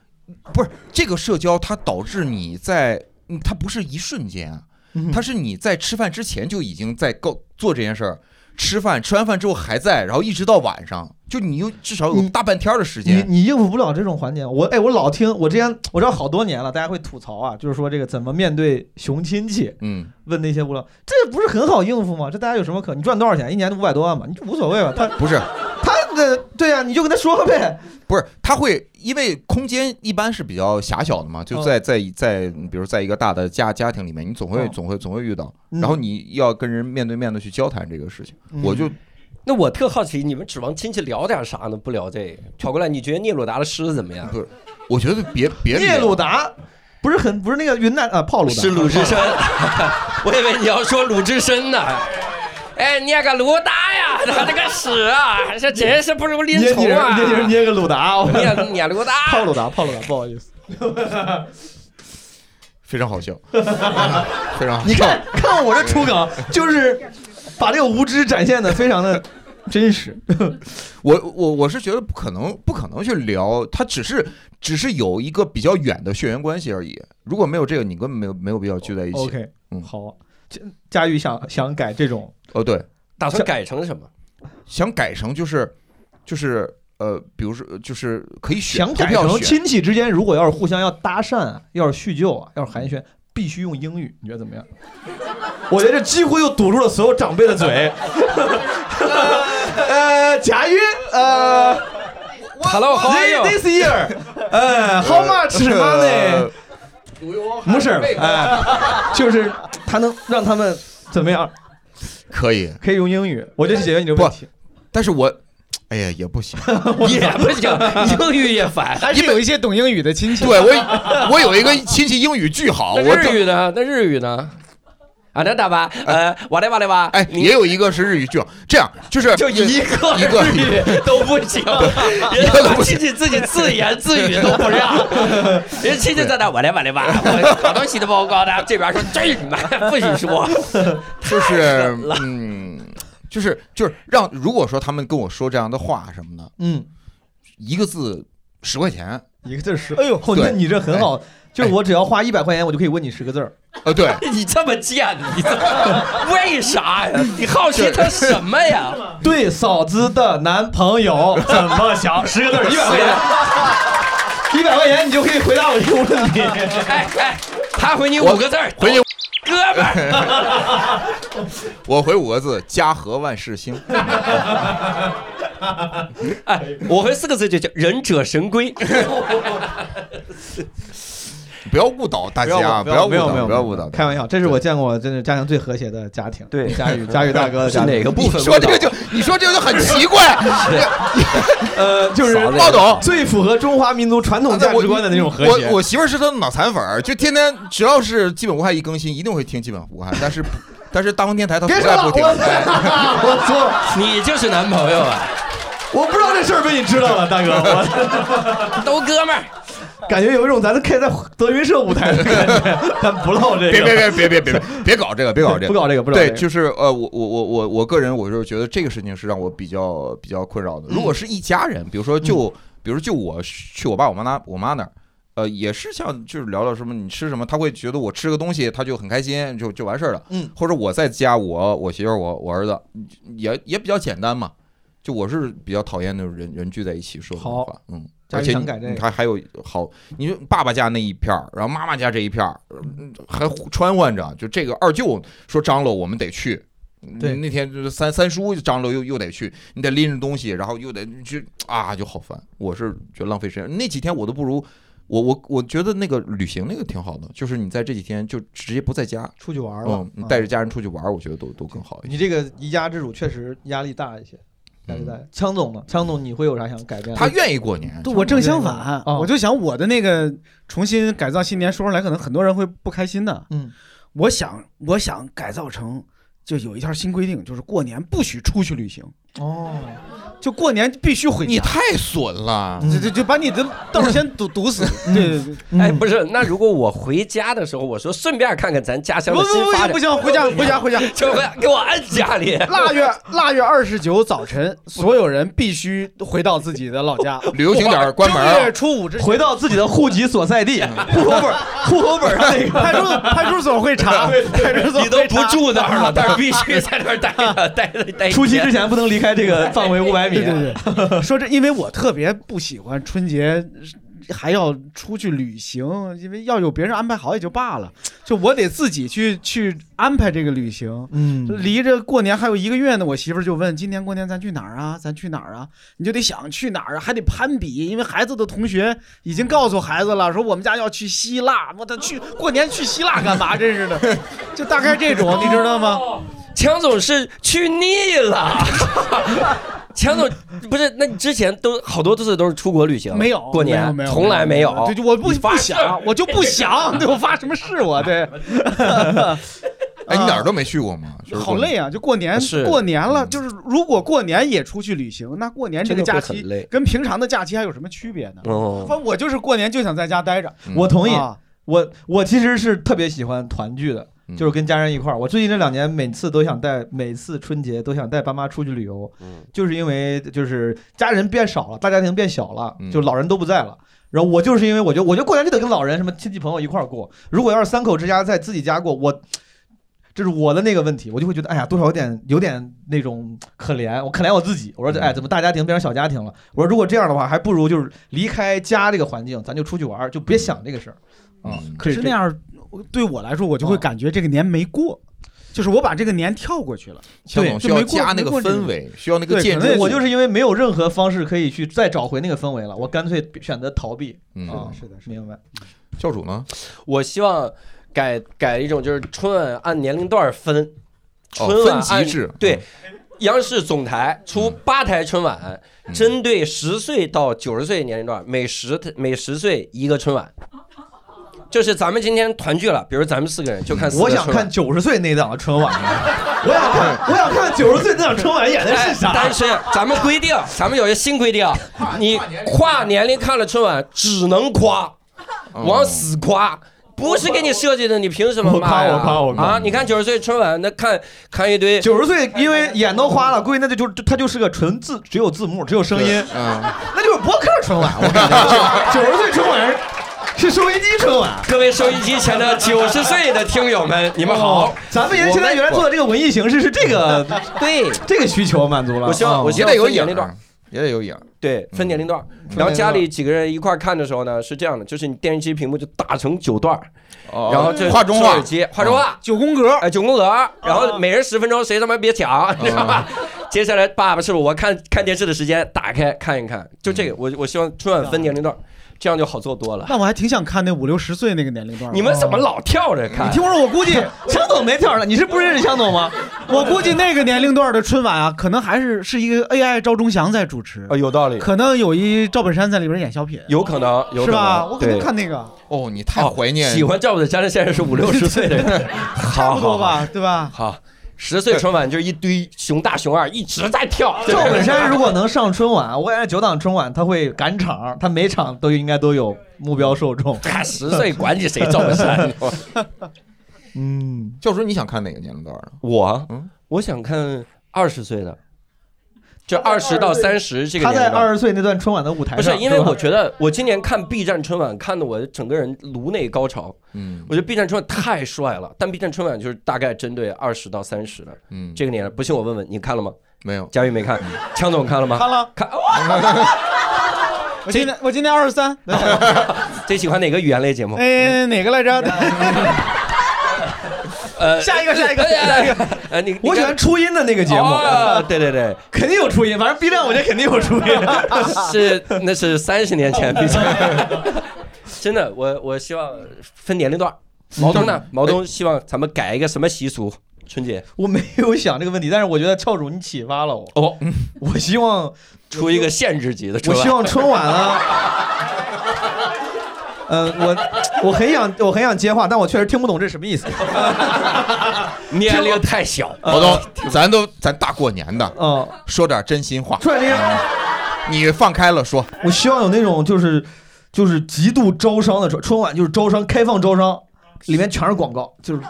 Speaker 2: 不是这个社交，它导致你在，嗯它不是一瞬间啊，
Speaker 5: 嗯
Speaker 2: 它是你在吃饭之前就已经在告做这件事儿，吃饭吃完饭之后还在，然后一直到晚上，就你又至少有大半天儿的时
Speaker 5: 你
Speaker 2: 间。
Speaker 5: 你应付不了这种环节。我哎，我老听我之前我知道好多年了，大家会吐槽啊，就是说这个怎么面对熊亲戚，
Speaker 2: 嗯，
Speaker 5: 问那些无聊，这不是很好应付吗？这大家有什么可？你赚多少钱？一年五百多万嘛，你就无所谓吧。他
Speaker 2: 不是
Speaker 5: 他的对呀、你就跟他说 呗。
Speaker 2: 不是，他会因为空间一般是比较狭小的嘛，就
Speaker 5: 嗯
Speaker 2: 在在在，比如在一个大的家家庭里面，你总会
Speaker 3: 嗯
Speaker 2: 总会总会遇到，
Speaker 3: 嗯
Speaker 2: 然后你要跟人面对面的去交谈这个事情，
Speaker 5: 嗯
Speaker 2: 我就
Speaker 3: 那我特好奇，你们指望亲戚聊点啥呢？不聊这个，跑过来，你觉得聂鲁达的诗怎么样？
Speaker 2: 不是，我觉得别别
Speaker 5: 聂鲁达不是很不是那个云南啊，炮鲁达
Speaker 3: 是鲁智深， 我以为你要说鲁智深呢。哎，聂个鲁达呀，他这个屎啊，这真是不如
Speaker 5: 捏
Speaker 3: 拎
Speaker 5: 捏
Speaker 3: 虫 啊！
Speaker 5: 捏捏捏个鲁达，我
Speaker 3: 捏捏 鲁达
Speaker 5: 炮鲁达，炮鲁达，不好意思。
Speaker 2: 非常好笑，非
Speaker 12: 啊
Speaker 2: 常好笑。
Speaker 5: 你看看我这出梗，就是把这个无知展现的非常的真实。
Speaker 2: 我我我是觉得不可能，不可能去聊，它只是只是有一个比较远的血缘关系而已。如果没有这个，你根本没有没有必要聚在一起。
Speaker 5: OK，
Speaker 2: 嗯，
Speaker 5: 好，啊佳宇想想改这种，
Speaker 2: 哦对，
Speaker 3: 打算改成什么？
Speaker 2: 想改成就是就是呃，比如说就是可以选，
Speaker 5: 想改
Speaker 2: 投票
Speaker 5: 成
Speaker 2: 选
Speaker 5: 亲戚之间，如果要是互相要搭讪啊，要是叙旧啊，要是寒暄，必须用英语，你觉得怎么样？ 我觉得这几乎又堵住了所有长辈 的嘴。呃，贾云，呃
Speaker 3: Hello, how
Speaker 2: 哎
Speaker 3: are you?
Speaker 5: This year，呃，How much money？没事儿，哎，就是他能让他们怎么样？
Speaker 2: 可以，
Speaker 5: 可以用英语，我就解决你的问题。
Speaker 2: 但是我，哎呀，也不行，
Speaker 3: 也不行，英语也烦，
Speaker 4: 还是有一些懂英语的亲戚。
Speaker 2: 对我，我有一 个亲戚英语巨好，
Speaker 3: 那
Speaker 2: 我
Speaker 3: 日语呢？那日语呢？啊，那大巴，呃，哇嘞哇嘞哇，
Speaker 2: 哎，也有一个是日语巨好。这样就是
Speaker 3: 就一个
Speaker 2: 一个
Speaker 3: 日语都不行，人家把亲戚自己自言自语都不 让，人家亲戚在那哇嘞哇嘞哇，我好东西都报告的，这边说这你妈 不许 说，
Speaker 2: 就是嗯，就是就是让如果说他们跟我说这样的话什么的，
Speaker 5: 嗯，
Speaker 2: 一个字十块钱，
Speaker 5: 一个字十，哎呦，那
Speaker 2: 对
Speaker 5: 你这很好，就是我只要花一百块钱，我就可以问你十个字儿。
Speaker 2: 呃，对，
Speaker 3: 你这么贱，你这为啥呀？你好奇他什么呀？
Speaker 5: 对嫂子的男朋 友怎么想？十个字儿，一百块钱，一百块钱你就可以回答我这个问题。
Speaker 3: 哎哎，他回你五个字儿，
Speaker 2: 回你
Speaker 3: 哥们儿，
Speaker 2: 我回五个字：家和万事兴。
Speaker 3: 哎， 我回四个字就叫忍者神龟。
Speaker 2: 不要误导大家，
Speaker 5: 啊不
Speaker 2: 要误
Speaker 5: 没有没
Speaker 2: 导，
Speaker 5: 有
Speaker 2: 不要误导。
Speaker 5: 开玩笑，这是我见过真的家庭最和谐的家庭。
Speaker 3: 对
Speaker 5: 佳宇，佳宇大哥的
Speaker 3: 是
Speaker 5: 家庭
Speaker 3: 哪个部分
Speaker 2: 说这个就你说这个就很奇怪，
Speaker 5: 呃，就是
Speaker 3: 嫂子
Speaker 2: 暴走
Speaker 5: 最符合中华民族传统价值观的那种和谐。
Speaker 2: 我我媳妇儿是他的脑残粉儿，就天天只要是基本无害一更新，一定会听基本无害。但是 但是大风电台他从
Speaker 5: 别说
Speaker 2: 来
Speaker 5: 了，
Speaker 2: 不
Speaker 5: 我
Speaker 2: 听。
Speaker 5: 我 错了，
Speaker 3: 你就是男朋友啊，
Speaker 5: 我不知道这事儿被你知道了，大哥。我
Speaker 3: 都哥们儿。
Speaker 5: 感觉有一种咱可以在德云社舞台的感觉，咱不唠这个。
Speaker 2: 别别别别别别别搞这个，别搞这
Speaker 5: 不
Speaker 2: 个，
Speaker 5: 搞这个，不搞这
Speaker 2: 对，
Speaker 5: 个
Speaker 2: 就是呃，我我我我我个人，我就是觉得这个事情是让我比较比较困扰的。如
Speaker 5: 嗯
Speaker 2: 果是一家人，比如说就比如说就我去我爸我妈那我妈那儿。呃，也是像就是聊聊什么你吃什么，他会觉得我吃个东西他就很开心，就就完事儿了。
Speaker 5: 嗯，
Speaker 2: 或者我在家，我我媳妇儿我我儿子也也比较简单嘛。就我是比较讨厌那种人人聚在一起说的话，嗯，
Speaker 5: 家
Speaker 2: 而
Speaker 5: 里
Speaker 2: 且
Speaker 5: 想
Speaker 2: 你
Speaker 5: 改这
Speaker 2: 你
Speaker 5: 个
Speaker 2: 还还有好，你说爸爸家那一片儿，然后妈妈家这一片儿，还穿换着，就这个二舅说张罗我们得去。
Speaker 13: 嗯
Speaker 5: 对
Speaker 2: 那天就是三三叔张罗又又得去，你得拎着东西，然后又得去啊，就好烦。我是觉得浪费时间，那几天我都不如我我我觉得那个旅行那个挺好的，就是你在这几天就直接不在家，
Speaker 5: 出去玩儿了
Speaker 2: 嗯，你
Speaker 5: 啊
Speaker 2: 带着家人出去玩儿，我觉得都都更好一些。
Speaker 5: 你这个宜家之主确实压力大一些，压力大。枪总呢？枪总，你会有啥想改变的？
Speaker 2: 他愿意过年
Speaker 5: 对
Speaker 4: 我正相反，
Speaker 5: 哦
Speaker 4: 我就想我的那个重新改造新年说出来，可能很多人会不开心的。
Speaker 5: 嗯，
Speaker 4: 我想，我想改造成就有一条新规定，就是过年不许出去旅行，
Speaker 5: 哦，
Speaker 4: 就过年必须回家。
Speaker 2: 你太损了，
Speaker 3: 嗯
Speaker 4: 就就就把你的道儿先堵堵 死。对对对，
Speaker 3: 哎，不是，那如果我回家的时候，我说顺便看看咱家乡的
Speaker 4: 不不
Speaker 3: 新
Speaker 4: 不
Speaker 3: 发
Speaker 4: 行
Speaker 3: 展，
Speaker 4: 不行回 家回家回家
Speaker 3: 就回给我按家里。
Speaker 4: 腊月腊月二十九早晨，所有人必须回到自己的老 家。
Speaker 2: 旅游景点儿关门啊儿
Speaker 4: 正月初五之前
Speaker 5: 回到自己的户籍 所在地，户口本儿，户口本儿上那个
Speaker 4: 派出派出所 会查，派出所
Speaker 3: 你都不住那 儿了，但 是必须在那儿待着，待着待一天。
Speaker 5: 除夕之前不能离开 这个范围五百
Speaker 4: 哎
Speaker 5: 米。
Speaker 4: 对对 对，说这因为我特别不喜欢春节。还要出去旅行，因为要有别人安排好也就罢了，就我得自己去去安排这个旅行。
Speaker 5: 嗯
Speaker 4: 离着过年还有一个月呢，我媳妇儿就问：“今年过年咱去哪儿啊？咱去哪儿啊？”你就得想去哪儿啊，还得攀比，因为孩子的同学已经告诉孩子了，说我们家要去希腊。我他去过年去希腊干嘛？ 啊真是的，就大概这种，你知道吗？
Speaker 3: 哦强总是去腻了。强总不是，那你之前都好多次都是出国旅行，
Speaker 4: 没有
Speaker 3: 过
Speaker 4: 没有
Speaker 3: 年
Speaker 4: 没有
Speaker 3: 从来没有。
Speaker 4: 对，就我不
Speaker 3: 你发
Speaker 4: 不想，我就不想， 对我发什么誓我对，
Speaker 2: 哎，你哪儿都没去过吗？就是
Speaker 4: 好累啊！就过年
Speaker 2: 是
Speaker 4: 过年了，就是如果过年也出去旅行，那过年这个
Speaker 3: 真的
Speaker 4: 假
Speaker 3: 会
Speaker 4: 期
Speaker 3: 很累
Speaker 4: 跟平常的假期还有什么区别呢？
Speaker 3: 哦
Speaker 5: 嗯
Speaker 4: 反正我就是过年就想在家待着，
Speaker 5: 我同意
Speaker 4: 啊。
Speaker 5: 我我其实是特别喜欢团聚的，就是跟家人一块儿。我最近这两年每次都想带，每次春节都想带爸妈出去旅游，就是因为就是家人变少了，大家庭变小了，就老人都不在了。然后我就是因为我觉得，我觉得过年就得跟老人、什么亲戚朋友一块儿过。如果要是三口之家在自己家过，我这是我的那个问题，我就会觉得，哎呀，多少有点有点那种可怜，我可怜我自己。我说，哎，怎么大家庭变成小家庭了？我说，如果这样的话，还不如就是离开家这个环境，咱就出去玩儿，就别想这个事儿啊。
Speaker 4: 可是那样对我来说，我就会感觉这个年没过，就是我把这个年跳过去了。
Speaker 2: 强
Speaker 4: 对，
Speaker 2: 总需
Speaker 4: 就
Speaker 2: 要
Speaker 4: 没过
Speaker 2: 加那个氛。
Speaker 4: 没过这
Speaker 2: 围，需要那个
Speaker 4: 对
Speaker 2: 建
Speaker 4: 可能
Speaker 2: 筑。
Speaker 4: 也
Speaker 5: 我就是因为没有任何方式可以去再找回那个氛围了，我干脆选择逃避。
Speaker 2: 嗯
Speaker 5: 啊，
Speaker 4: 是的，
Speaker 5: 明白。
Speaker 2: 教主呢？
Speaker 3: 我希望改改一种，就是春晚按年龄段分，
Speaker 2: 哦
Speaker 3: 春晚
Speaker 2: 分级
Speaker 3: 按
Speaker 2: 制
Speaker 3: 对。
Speaker 5: 嗯
Speaker 3: 央视总台出八台春晚，针对十岁到九十岁年龄段，每十每十岁一个春晚。就是咱们今天团聚了，比如咱们四个人就看四个
Speaker 5: 嗯我
Speaker 3: 春
Speaker 5: 想
Speaker 3: 晚。
Speaker 5: 看九十岁那档春晚，啊 我想看， 我想看九十岁那档春晚演的是啥？
Speaker 3: 哎但是咱们规 定，咱们有一个新规定，啊你跨年龄看了春晚只能夸，
Speaker 5: 嗯
Speaker 3: 往死夸。不是给你设计的，你凭什么骂呀？
Speaker 5: 我夸我夸我夸
Speaker 3: 啊！你看九十岁春晚，那看看一堆
Speaker 5: 九十岁因为眼都花了，估计那就就他就是个纯字，只有字幕，只有声音，
Speaker 2: 嗯，
Speaker 5: 那就是播客春晚。我感觉九十岁 春晚是收音机春晚。
Speaker 3: 各位收音机前的九十岁的听友们，你们好
Speaker 5: 哦，咱们人现在原来做的这个文艺形式是这个
Speaker 3: 对，
Speaker 5: 这个需求满足了。
Speaker 3: 我希望
Speaker 5: 嗯
Speaker 3: 我希
Speaker 2: 也
Speaker 3: 望
Speaker 2: 得有
Speaker 3: 分
Speaker 2: 影
Speaker 3: 年龄段
Speaker 2: 儿，，也得有影儿。
Speaker 3: 对，分年龄段。然后家里几个人一块儿看的时候呢，是这样的，就是你电视机屏幕就打成九段儿，
Speaker 2: 哦
Speaker 3: 然后这
Speaker 2: 画中
Speaker 3: 收
Speaker 2: 画
Speaker 3: 耳机，画中画，
Speaker 4: 九宫格，
Speaker 3: 哎，九宫格，然后每人十分钟，谁他妈别抢，你知道吧？ 接下来，爸爸是不是我看看电视的时间，打开看一看，就这个，我我希望春晚分年龄段，这样就好做多了。
Speaker 4: 那我还挺想看那五六十岁那个年龄段的。啊
Speaker 3: 你们怎么老跳嗯着看
Speaker 4: 你？听我说，我估计
Speaker 5: 强总没跳了，你是不认识强总吗？
Speaker 4: 我估计那个年龄段的春晚啊，可能还是是一个 AI 赵忠祥在主持，
Speaker 3: 啊，有道理，
Speaker 4: 可能有一赵本山在里边演小品，
Speaker 3: 有可能，有
Speaker 4: 是
Speaker 3: 可
Speaker 4: 吧？
Speaker 3: 能，
Speaker 4: 我可能
Speaker 3: 对
Speaker 4: 看那个
Speaker 2: 哦，你太怀念
Speaker 3: 喜欢赵本山的现在是五六十岁的人，
Speaker 4: 差
Speaker 3: 好
Speaker 4: 不多
Speaker 3: 好好
Speaker 4: 吧，对吧？
Speaker 3: 好。十岁春晚就是一堆熊大熊二一直在跳。
Speaker 5: 赵本山如果能上春晚，我感觉九档春晚他会赶场，他每场都应该都有目标受众。
Speaker 3: 他 十岁管你谁赵本山
Speaker 2: 嗯，教主，你想看哪个年龄段啊？
Speaker 3: 我，我想看二十岁的，就二十到三十这个
Speaker 5: 他
Speaker 3: 年龄
Speaker 5: 在
Speaker 3: 段。
Speaker 5: 二十岁那段春晚的舞台
Speaker 3: 不
Speaker 5: 上，
Speaker 3: 是因为
Speaker 5: 吧
Speaker 3: 我觉得我今年看 B 站春晚看的我整个人颅内高潮。
Speaker 2: 嗯，
Speaker 3: 我觉得 B 站春晚太帅了，但 B 站春晚就是大概针对二十到三十的，
Speaker 2: 嗯
Speaker 3: 这个年龄。不信我问问，你看了吗？
Speaker 2: 没有，
Speaker 3: 佳玉没 看，强总看了吗？
Speaker 4: 看了，
Speaker 3: 看。
Speaker 4: 我今天我今天二十三，
Speaker 3: 最喜欢哪个语言类节目？
Speaker 4: 哎，哪个来着？
Speaker 3: 呃，
Speaker 4: 下一个下一个
Speaker 3: 哎哎
Speaker 4: 下一
Speaker 3: 哎哎你
Speaker 5: 我喜欢初音的那个节目
Speaker 3: 哦对对对，
Speaker 5: 肯定有初音，反正 B 站我觉得肯定有初音。
Speaker 3: 是那是三十年前 B 站，真的，我我希望分年龄段。毛东
Speaker 5: 嗯
Speaker 3: 呢？毛东希望咱们改一个什么习俗？春节
Speaker 5: 我没有想这个问题，但是我觉得教主你启发了我。
Speaker 3: 哦，
Speaker 5: 我希望
Speaker 3: 出一个限制级的
Speaker 5: 我
Speaker 3: 春晚。
Speaker 5: 希望春晚 啊，呃，我我很想我很想接话，但我确实听不懂这什么意思。
Speaker 3: 年龄太小，
Speaker 2: 毛东，咱都咱大过年的，
Speaker 5: 嗯，
Speaker 2: 说点真心话。
Speaker 5: 突然间，
Speaker 2: 你放开了说，
Speaker 5: 我希望有那种就是就是极度招商的春春晚，就是招商开放招商，里面全是广告，就是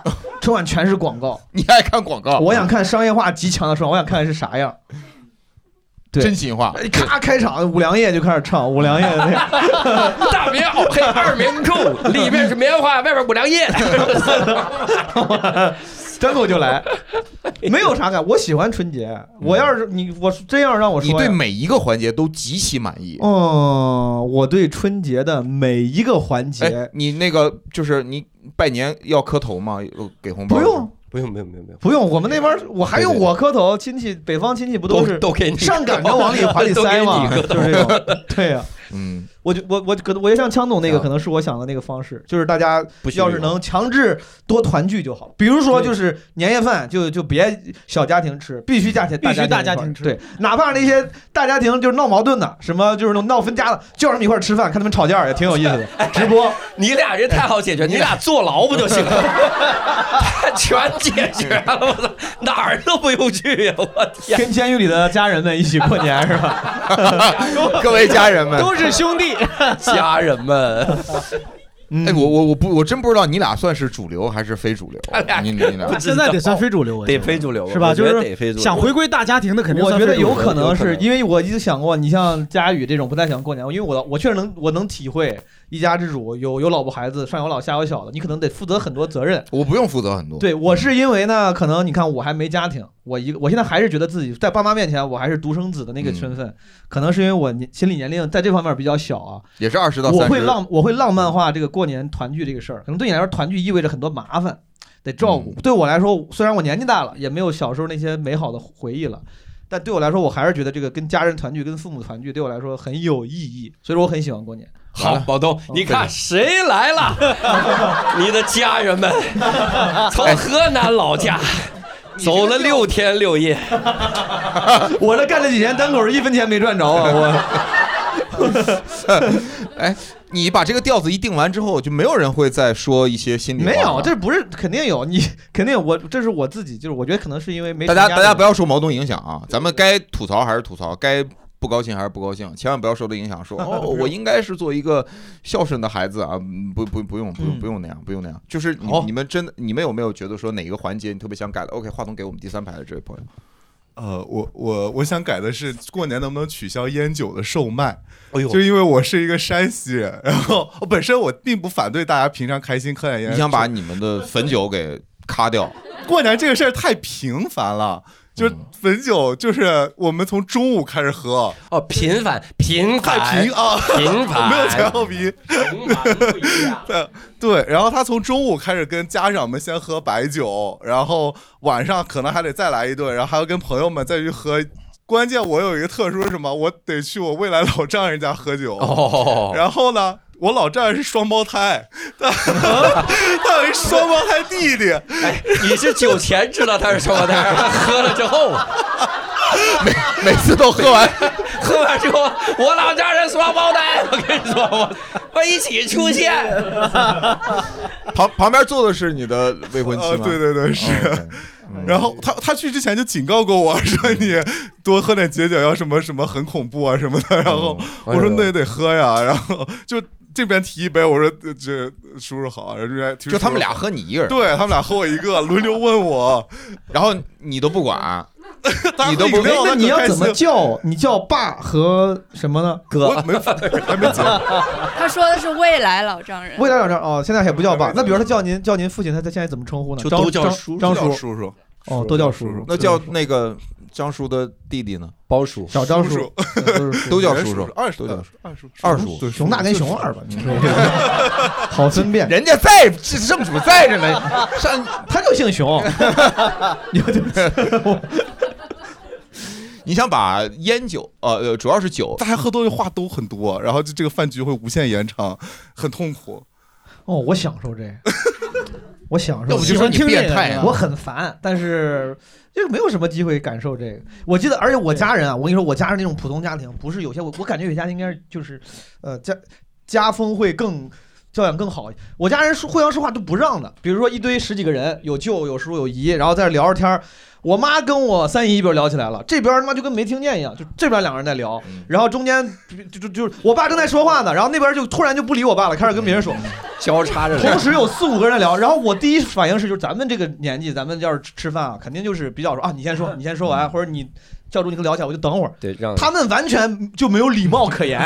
Speaker 5: 春晚全是广告。
Speaker 2: 你爱看广告？
Speaker 5: 我想看商业化极强的春晚，我想看是啥样。对哎
Speaker 2: 真心话。
Speaker 5: 咔开场，五粮液就开始唱五粮液的那 个。
Speaker 3: 大棉袄配二棉 裤，里面是棉花，外面五粮液。
Speaker 5: 张口就来，没有啥感。我喜欢春节，我要是你，我真要让我说
Speaker 2: 嗯你
Speaker 5: 呀，
Speaker 2: 对每一个环节都极其满意。
Speaker 5: 嗯，我对春节的每一个环
Speaker 2: 哎
Speaker 5: 节，，
Speaker 2: 你那个就是你拜年要磕头吗？有给红包？
Speaker 5: 不用，
Speaker 3: 不用，不用，不用，不用。
Speaker 5: 不用，我们那边儿我还用
Speaker 2: 对对对
Speaker 5: 我磕头，亲戚北方亲戚不是
Speaker 3: 都都给你
Speaker 5: 上赶着往里怀里塞 吗？
Speaker 3: 都给
Speaker 5: 就
Speaker 3: 你
Speaker 5: 是这种，对呀。
Speaker 2: 嗯，
Speaker 5: 我就我我可能我就像
Speaker 3: 啊
Speaker 5: 枪总那个，可能是我想的那个方式，就是大家要是能强制多团聚就好。比如说，就是年夜饭就就别小家庭吃，必须家庭
Speaker 4: 必须大家
Speaker 5: 一块儿
Speaker 4: 庭吃
Speaker 5: 对，哪怕那些大家庭就是闹矛盾的，什么就是闹分家的，叫他们一块儿吃饭，看他们吵架也挺有 意思的。直播，
Speaker 3: 你俩人太好解决，你俩坐牢不就行 了？全解决了，我操， 哪儿都不用去呀！我天，
Speaker 5: 跟监狱里的家人们一起过年是吧？
Speaker 2: 各位家人们，
Speaker 4: 都是兄弟，
Speaker 3: 家人们，
Speaker 5: 嗯
Speaker 2: 哎，我我我不我真不知道你俩算是主流还是非主流
Speaker 3: 他俩，
Speaker 2: 你你俩
Speaker 3: 不知道
Speaker 4: 现在得算非主流，我觉
Speaker 3: 得
Speaker 4: 得
Speaker 3: 非主流
Speaker 4: 是吧？
Speaker 3: 我觉
Speaker 4: 就
Speaker 3: 得得非
Speaker 4: 是
Speaker 3: 主流
Speaker 4: 想回归大家庭的，肯定
Speaker 5: 我
Speaker 4: 算
Speaker 5: 觉得
Speaker 4: 非主流
Speaker 5: 有可
Speaker 3: 有
Speaker 5: 能
Speaker 3: 可
Speaker 5: 是
Speaker 3: 能
Speaker 5: 因为我一直想过，你像佳宇这种不太想过年，因为我我确实能我能体会一家之主有有老婆孩子上有老下有小的，你可能得负责很多责任。
Speaker 2: 我不用负责很多。
Speaker 5: 对我是因为呢，可能你看我还没家庭，我一我现在还是觉得自己在爸妈面前我还是独生子的那
Speaker 3: 嗯
Speaker 5: 个身份，可能是因为我年心理年龄在这方面比较小啊，
Speaker 2: 也是二十到
Speaker 5: 我
Speaker 2: 三
Speaker 5: 会
Speaker 2: 十。
Speaker 5: 浪我会浪
Speaker 2: 嗯
Speaker 5: 漫化这个过年团聚这个事儿，可能对你来说团聚意味着很多麻烦，得照
Speaker 2: 嗯
Speaker 5: 顾。对我来说，虽然我年纪大了，也没有小时候那些美好的回忆了，但对我来说，我还是觉得这个跟家人团聚、跟父母团聚对我来说很有意义，所以说我很喜欢过年。嗯
Speaker 3: 好，宝东，你看谁来了？你的家人们 从
Speaker 2: 哎
Speaker 3: 河南老家
Speaker 4: 哎
Speaker 3: 走了六天六 夜，
Speaker 5: 我这干了几年单口，一分钱没赚着啊！我
Speaker 2: 哎，你把这个调子一定完之后，就没有人会再说一些心里话
Speaker 5: 没
Speaker 2: 了
Speaker 5: 有，这不是肯定有，你肯定有我这是我自己，就是我觉得可能是因为没
Speaker 2: 大家大家不
Speaker 5: 要
Speaker 2: 要受毛东影响啊，咱们该吐槽还是吐槽，该不高兴还是不高兴，千万不要受他影响，说哦，我应该是做一个孝顺的孩子啊，嗯不不不用不用
Speaker 5: 嗯
Speaker 2: 不用那样，不用那样。就是你
Speaker 5: 好
Speaker 2: 你们真的，你们有没有觉得说哪个环节你特别想改的？OK，话筒给我们第三排的这位朋友，
Speaker 13: 呃，我我我想改的是过年能不能取消烟酒的售卖？
Speaker 3: 哎呦
Speaker 13: 就因为我是一个山西人，然后我本身我并不反对大家平常开心喝点烟。
Speaker 2: 你想把你们的汾酒给咔掉？嗯
Speaker 13: 过年这个事儿太频繁了，就是汾酒，就是我们从中午开始喝，
Speaker 3: 哦，频繁频繁
Speaker 13: 太频啊，
Speaker 3: 频 繁
Speaker 13: 没有前后鼻。
Speaker 3: 频繁不一样。
Speaker 13: 对对，然后他从中午开始跟家长们先喝白酒，然后晚上可能还得再来一顿，然后还要跟朋友们再去喝。关键我有一个特殊是什么，我得去我未来老丈人家喝酒。
Speaker 3: 哦
Speaker 13: 然后呢，我老丈人是双胞胎，他 他有一双胞胎弟弟，
Speaker 3: 哎，你是酒前知道他是双胞胎，喝了之后，
Speaker 2: 每次都喝完，
Speaker 3: 喝完之后，我老 丈人双胞胎，我跟你说，我我一起出现。
Speaker 2: 旁旁边坐的是你的未婚妻
Speaker 13: 呃，啊
Speaker 2: 吗？
Speaker 13: 对对对，是。
Speaker 5: 嗯
Speaker 2: 哦，OK 嗯
Speaker 13: 然后他他去之前就警告过我说你多喝点解酒要什么什么很恐怖啊什么的，然
Speaker 2: 哦
Speaker 13: 后我
Speaker 2: 哎
Speaker 13: 说那也得喝呀，然后就这边提一杯，我说呃这叔叔好，啊然后这边提
Speaker 2: 就他们
Speaker 13: 叔叔
Speaker 2: 俩喝你一个人
Speaker 13: 对他们俩喝我一个，轮流问我，
Speaker 2: 然后你都 不管，你都
Speaker 5: 哎
Speaker 2: 不
Speaker 5: 那你要怎么叫？你叫爸和什么呢？
Speaker 2: 哥
Speaker 5: 没 还没讲。
Speaker 14: 他说的是未来老丈人，
Speaker 5: 未来老丈哦，现在还不叫爸。那比如他叫您叫您父亲，他他现在怎么称呼呢？
Speaker 2: 就
Speaker 5: 张
Speaker 2: 都叫
Speaker 5: 张
Speaker 2: 叔
Speaker 5: 张
Speaker 2: 叫
Speaker 5: 叔
Speaker 2: 叔叔
Speaker 5: 哦，都叫叔叔。
Speaker 2: 那叫那个张叔的弟弟呢？
Speaker 3: 包叔，
Speaker 5: 小张 叔
Speaker 2: 都叫
Speaker 5: 叔
Speaker 2: 叔叔，
Speaker 13: 二叔
Speaker 2: 都叫叔
Speaker 13: 二叔
Speaker 2: 二叔，
Speaker 5: 熊大跟熊二吧，你说 好分辨。
Speaker 2: 人家在正主在着呢，上
Speaker 5: 他就姓熊。
Speaker 2: 你想把烟酒呃呃，主要是酒，
Speaker 13: 大家喝多就话都很多，然后就这个饭局会无限延长，很痛苦。
Speaker 5: 哦，我享受这个，我享受。
Speaker 13: 要不就
Speaker 5: 喜
Speaker 13: 说
Speaker 5: 欢
Speaker 13: 你
Speaker 5: 听这
Speaker 13: 变态啊
Speaker 5: 个，我很烦，但是就是没有什么机会感受这个。我记得，而且我家人啊，我跟你说，我家是那种普通家庭，不是有些我我感觉有些家庭应该是就是，呃，家家风会更。教养更好，我家人说互相说话都不让的。比如说一堆十几个人，有舅有叔有姨，然后在这聊着天儿我妈跟我三姨一边聊起来了，这边他妈就跟没听见一样，就这边两个人在聊，
Speaker 3: 嗯
Speaker 5: 然后中间就就就我爸正在说话呢，然后那边就突然就不理我爸了，开始跟别人说，
Speaker 3: 交叉着聊
Speaker 5: 同时有四五个人在聊，然后我第一反应是，就是咱们这个年纪，咱们要是吃吃饭啊，肯定就是比较说啊，你先说，你先说完，或者你教主你跟聊起来，我就等会儿。
Speaker 3: 嗯对，让
Speaker 5: 他们完全就没有礼貌可言，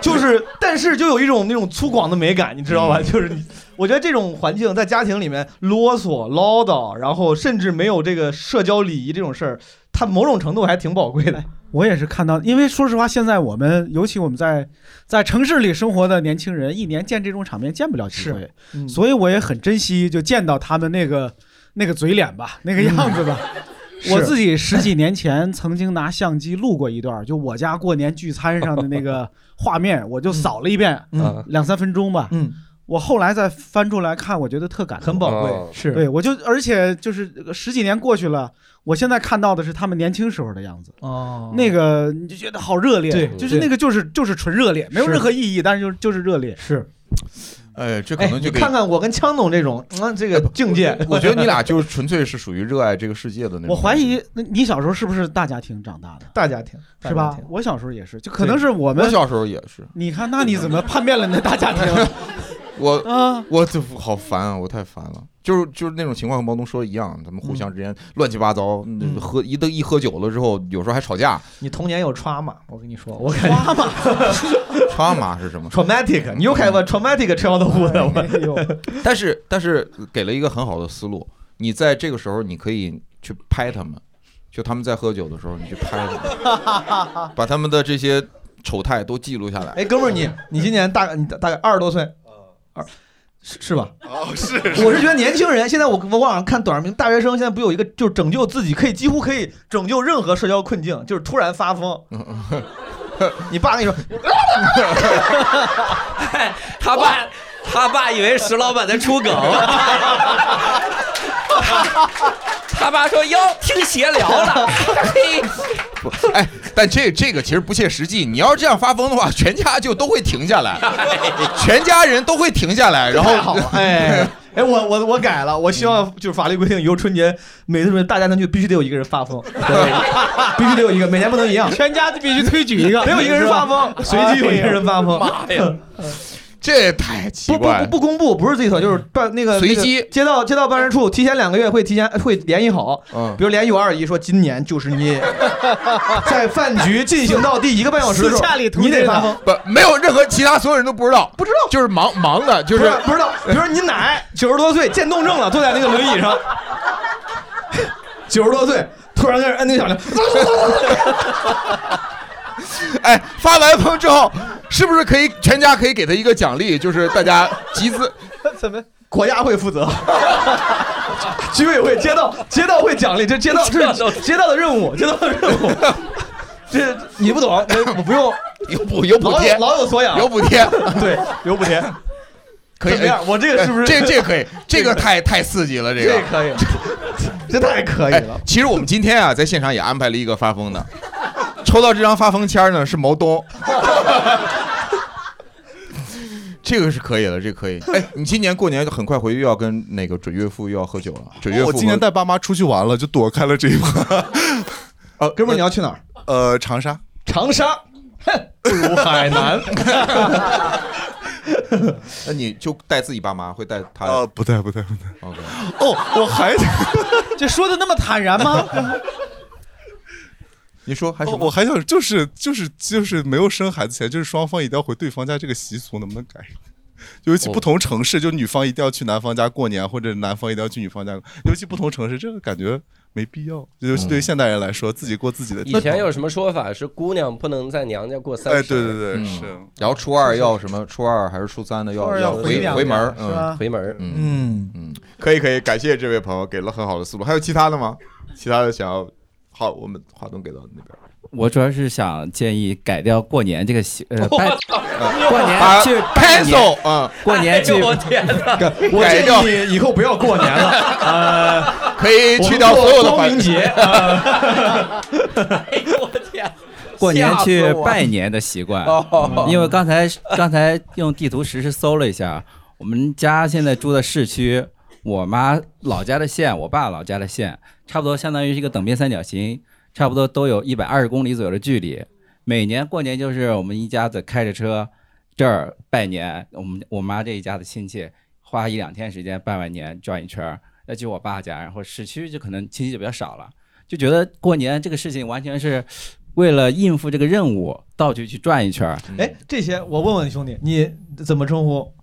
Speaker 5: 就是，但是就有一种那种粗犷的美感，你知道吧？就是你，我觉得这种环境在家庭里面啰嗦、唠叨，然后甚至没有这个社交礼仪这种事儿，它某种程度还挺宝贵的。
Speaker 4: 我也是看到，因为说实话，现在我们尤其我们在在城市里生活的年轻人，一年见这种场面见不了几回，
Speaker 5: 嗯
Speaker 4: 所以我也很珍惜就见到他们那个那个嘴脸吧，那个样子吧。
Speaker 5: 嗯
Speaker 4: 我
Speaker 5: 是
Speaker 4: 自己十几年前曾经拿相机录过一段，就我家过年聚餐上的那 个画面，我就扫了一遍，
Speaker 5: 嗯
Speaker 4: 两三分钟吧。
Speaker 5: 嗯，
Speaker 4: 我后来再翻出来看，我觉得特感动，很
Speaker 5: 宝贵哦是
Speaker 4: 对我就而且就是呃十几年过去了，我现在看到的是他们年轻时候的样子。
Speaker 5: 哦
Speaker 4: 那个你就觉得好热烈，
Speaker 5: 对
Speaker 4: 就是那个就是就是纯热烈，没有
Speaker 5: 是
Speaker 4: 任何意义，但是就是就是热烈。
Speaker 5: 是，
Speaker 2: 哎，这可
Speaker 5: 哎，
Speaker 2: 能
Speaker 5: 你
Speaker 2: 就给哎
Speaker 5: 看看我跟枪总这种，嗯，这个境界，
Speaker 2: 我觉得你 俩就是纯粹是属于热爱这个世界的那种。
Speaker 4: 我怀疑，那你小时候是不是大家庭长大的？
Speaker 5: 大家庭
Speaker 4: 是吧？我小时候也是，就可能是我们。
Speaker 2: 我小时候也是，
Speaker 4: 你看，那你怎么叛变了你的大家 庭？
Speaker 2: 我
Speaker 4: 啊，
Speaker 2: 我这好烦啊，我太烦了。就是就是那种情况，跟毛东说的一样，咱们互相之间乱七八糟，嗯喝一都一喝酒了之后，有时候还吵 架。
Speaker 5: 你童年有 trauma，我跟你说，我感
Speaker 4: 觉
Speaker 2: trauma 是什么
Speaker 5: traumatic，你又开个 traumatic 吃药的户的，我
Speaker 2: 但是但是给了一个很好的思路，你在这个时候你可以去拍他们，就他们在喝酒的时候，你去拍他们，把他们的这些丑态都记录下来。
Speaker 5: 哎，哥们儿，你你今年大你大大概二十多岁，二是是吧？
Speaker 13: 哦，是
Speaker 5: 我是觉得年轻人现在我我网上看短视频，大学生现在不有一个就是拯救自己，可以几乎可以拯救任何社交困境，就是突然发疯。
Speaker 13: 嗯
Speaker 5: 你爸跟你说，
Speaker 3: 他爸，他爸以为石老板在出梗，他爸说哟，听闲聊了，嘿，
Speaker 2: 不，哎， 但这这个其实不切实际。你要是这样发疯的话，全家就都会停下 来，全家人都会停下来，然
Speaker 5: 太好
Speaker 2: 后
Speaker 5: 了， 哎。哎，我我我改了，我希望就是法律规定，以后春节每次春节大家庭聚必须得有一个人发 疯，对必须得有一个，每年不能一样，
Speaker 4: 全家必须推举一个
Speaker 5: 得有一个人发
Speaker 4: 是吧
Speaker 5: 疯，随机有一个人发疯，
Speaker 2: 哎
Speaker 5: 嗯
Speaker 2: 妈呀，这也太奇怪了
Speaker 5: 不不不公布，不是自己投，就是办那个
Speaker 2: 随机
Speaker 5: 那个街道街道办事处提前两个月会提前会联系好，
Speaker 2: 嗯
Speaker 5: 比如联系我二姨说今年就是 你，在饭局进行到第一个半小时的时候
Speaker 2: 私下里，
Speaker 5: 你得发疯，
Speaker 2: 不 没有任何其他所有人都不知道，
Speaker 5: 不知道
Speaker 2: 就是忙忙的，就是
Speaker 5: 不知道，比如说你奶九十多岁渐冻症了，坐在那个轮椅 上，九十多岁突然开始摁那个响铃，
Speaker 2: 哎，发完疯之后，是不是可以全家可以给他一个奖励，就是大家集资？
Speaker 5: 怎么？国家会负责，居委会、街道、街道会奖励，这街道这是街道的任务，街道的任务。这你不 懂，这我不用，
Speaker 2: 有补有补贴
Speaker 5: 老有老有所养，
Speaker 2: 有补贴
Speaker 5: 对，有补贴。
Speaker 2: 可以哎
Speaker 5: 怎么样？我这个是不是？
Speaker 2: 这这可以，这个太太刺激了，这个
Speaker 5: 这可以， 这太可以了。
Speaker 2: 哎其实我们今天啊，在现场也安排了一个发疯的，抽到这张发疯签儿呢是毛东， 这个是可以的，这个 可以。哎，你今年过年很快回去又要跟那个准岳父又要喝酒
Speaker 5: 哦
Speaker 2: 了，准岳父
Speaker 13: 我
Speaker 2: 和、
Speaker 13: 今年哦带爸妈出去玩了，就躲开了这一趴。
Speaker 2: 呃，
Speaker 13: 哥们
Speaker 5: 你要去哪儿？
Speaker 13: 呃，长沙。
Speaker 5: 长沙，不如 海南。
Speaker 2: 那你就带自己爸妈，会带他？
Speaker 13: 呃，不带不带不带。
Speaker 2: OK。
Speaker 13: 哦，我还
Speaker 4: 这说的那么坦然吗？
Speaker 2: 你说还
Speaker 13: 是、哦我还想就是就是就是没有生孩子前，就是双方一定要回对方家这个习俗能不能改？尤其不同城市，就女方一定要去男方家过年，或者男方一定要去女方家。尤其不同城市，这个感觉没必要。尤其对于现代人来说，自己过自己的。
Speaker 3: 以前有什么说法是姑娘不能在娘家过三十？嗯
Speaker 13: 哎，对对对，是。
Speaker 2: 然后初二要什么？初二还是初三的
Speaker 3: 初
Speaker 2: 要
Speaker 3: 二要回
Speaker 2: 回
Speaker 3: 娘家
Speaker 2: 回门儿，
Speaker 3: 是吧
Speaker 2: 嗯，
Speaker 3: 回门儿
Speaker 2: 嗯嗯，可以可以，感谢这位朋友给了很好的思路。还有其他的吗？其他的想要，好，我们话筒给到那边。
Speaker 15: 我主要是想建议改掉过年这个习，呃，拜
Speaker 2: 呃
Speaker 15: 过年
Speaker 2: 把
Speaker 15: 去拜年
Speaker 2: cancel，嗯
Speaker 15: 过年去，
Speaker 2: 哎呦我天哪
Speaker 15: 我
Speaker 5: 我
Speaker 2: 改
Speaker 5: 建
Speaker 2: 掉
Speaker 5: 议以后不要过年了，呃，
Speaker 2: 可以
Speaker 15: 去掉所有的
Speaker 5: 光明节。呃 哎
Speaker 15: 过年
Speaker 5: 吓
Speaker 15: 去
Speaker 5: 死我
Speaker 15: 拜年的习惯
Speaker 5: 哦，
Speaker 15: 因为刚才刚才用地图实时搜了一下，我们家现在住的市区，我妈老家的县，我爸老家的县，差不多相当于是一个等边三角形，差不多都有一百二十公里左右的距离。每年过年就是我们一家子开着车这儿拜年，我们我妈这一家子亲戚花一两天时间拜完年转一圈儿，再去我爸家，然后市区就可能亲戚就比较少了，就觉得过年这个事情完全是为了应付这个任务，到处去转一圈儿。
Speaker 5: 哎，这些我问问兄弟，你怎么称呼？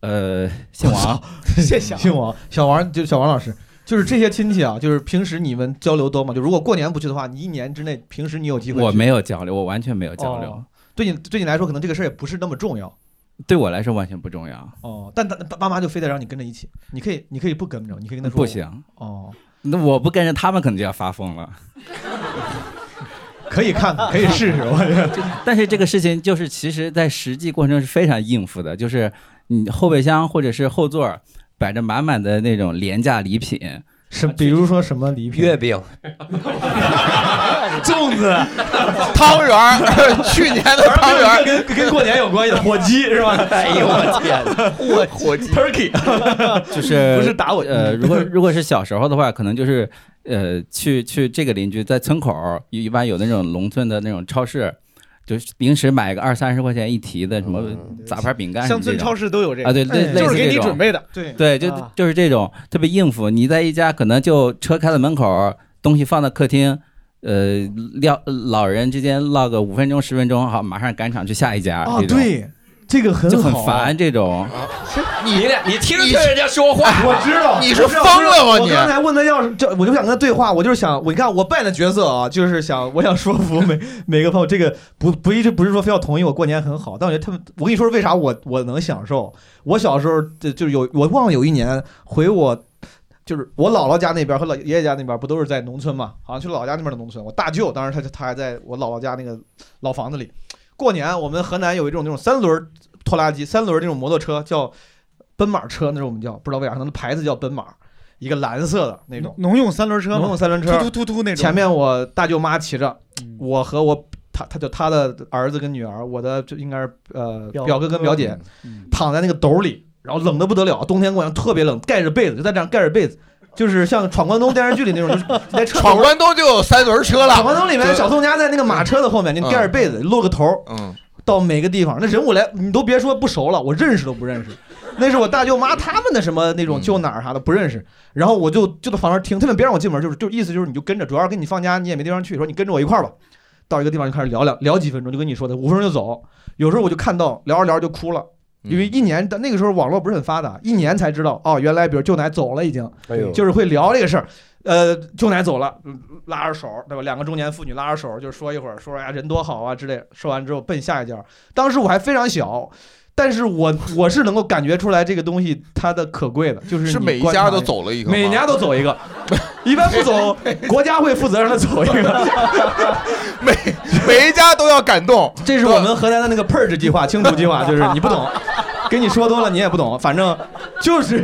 Speaker 15: 呃，姓王，
Speaker 5: 谢谢姓王，小王就小王老师，就是这些亲戚啊，就是平时你们交流多吗？就如果过年不去的话，你一年之内平时你有机会去？
Speaker 15: 我没有交流，我完全没有交流，
Speaker 5: 哦对你对你来说，可能这个事儿也不是那么重要
Speaker 15: 对我来说完全不重要。
Speaker 5: 哦，但他爸爸妈就非得让你跟着一起，你可以你可以不跟着，你可以跟他说
Speaker 15: 不行啊
Speaker 5: 哦，
Speaker 15: 那我不跟着他们，可能就要发疯了。
Speaker 5: 可以看看，可以试试，我觉得。
Speaker 15: 但是这个事情就是，其实在实际过程中是非常应付的，就是你后备箱或者是后座儿摆着满满的那种廉价礼品，
Speaker 5: 是比如说什么礼品？月
Speaker 3: 饼、
Speaker 5: 粽子、
Speaker 2: 汤圆儿， 去年的汤圆儿
Speaker 5: 跟跟跟过年有关系的火鸡是吧？
Speaker 3: 哎呦我天，
Speaker 2: 火火鸡
Speaker 5: turkey，
Speaker 15: 就是
Speaker 5: 不是打我？
Speaker 4: 嗯
Speaker 15: 呃，如果如果是小时候的话，可能就是呃，去去这个邻居在村口儿，一般有那种农村的那种超市，就是零食买个二三十块钱一提的什
Speaker 5: 嗯
Speaker 15: 么杂牌饼干什么
Speaker 4: 乡村
Speaker 15: 这种
Speaker 4: 超市都有这个
Speaker 15: 啊，对，类
Speaker 4: 哎
Speaker 15: 类
Speaker 4: 就是
Speaker 15: 似
Speaker 4: 给
Speaker 15: 这
Speaker 4: 你
Speaker 15: 种
Speaker 4: 准备的对
Speaker 15: 对，就
Speaker 4: 啊
Speaker 15: 就是这种特别应付。你在一家可能就车开到门口儿，东西放到客厅。呃，撂老人之间唠个五分钟十分钟，好，马上赶场去下一家。
Speaker 5: 啊
Speaker 15: 这，种
Speaker 5: 对，这个很
Speaker 15: 就很
Speaker 5: 好。啊
Speaker 15: 烦这种。
Speaker 3: 你你听着人家说话，
Speaker 5: 哎我知道，
Speaker 2: 是
Speaker 5: 我知道
Speaker 2: 疯了吗
Speaker 5: 我知道我
Speaker 2: 你
Speaker 5: 刚才问他要是这，我就想跟他对话，我就是想，我你看我扮的角色啊，就是想我想说服每每个朋友，这个不不一直不是说非要同意我过年很好，但我觉得他们，我跟你说为啥我我能享受？我小时候就就是有我忘了有一年回我。就是我姥姥家那边和老爷爷家那边不都是在农村嘛？好像去老家那边的农村。我大舅当时他他还在我姥姥家那个老房子里。过年我们河南有一种那种三轮拖拉机、三轮那种摩托车，叫奔马车，那是我们叫，不知道为啥，可能牌子叫奔马，一个蓝色的那种
Speaker 4: 农用三轮车嘛，
Speaker 5: 农用三轮车，
Speaker 4: 突突突突那种。嗯
Speaker 5: 前面我大舅妈骑着，我和我他他就他的儿子跟女儿，我的就应该是呃
Speaker 4: 表 嗯
Speaker 5: 表哥跟表姐，躺在那个斗里，然后冷的不得了，冬天过年特别冷，盖着被子就在这样盖着被子。就是像《闯关东》电视剧里那种，就是 在车头
Speaker 2: 闯关东就有三轮车了
Speaker 5: 闯关东里面
Speaker 2: 对
Speaker 5: 小宋佳在那个马车的后面，你
Speaker 2: 嗯
Speaker 5: 盖着被子露个头，
Speaker 2: 嗯，
Speaker 5: 到每个地方，那人我来，你都别说不熟了，我认识都不 认识。那是我大舅妈他们的什么那
Speaker 2: 嗯
Speaker 5: 种舅哪儿啥的不认识，然后我就就在旁边听，他们别让我进门，就是就意思就是你就跟着，主要是跟你放假你也没地方去，说你跟着我一块儿吧。到一个地方就开始聊聊聊几分钟，就跟你说的五分钟就走。有时候我就看到聊着聊着就哭了，
Speaker 2: 嗯
Speaker 5: 因为一年的那个时候网络不是很发达，一年才知道哦，原来比如舅奶走了已经，
Speaker 3: 哎呦
Speaker 5: 就是会聊这个事儿。呃，舅奶走了，嗯拉着手，对吧？两个中年妇女拉着手，就说一会儿，说哎呀人多好啊之类。说完之后奔下一家，当时我还非常小。但是我我是能够感觉出来这个东西它的可贵的，就是
Speaker 2: 是
Speaker 5: 你
Speaker 2: 每一
Speaker 5: 观察
Speaker 2: 家都走了一个吗
Speaker 5: 每家都走一个，一般不 走，国家会负责让他走一个，
Speaker 2: 每每一家都要感动。
Speaker 5: 这是我们河南的那个 purge 计划、清除计划， 就是你不懂，跟你说多了你也不懂，反正就是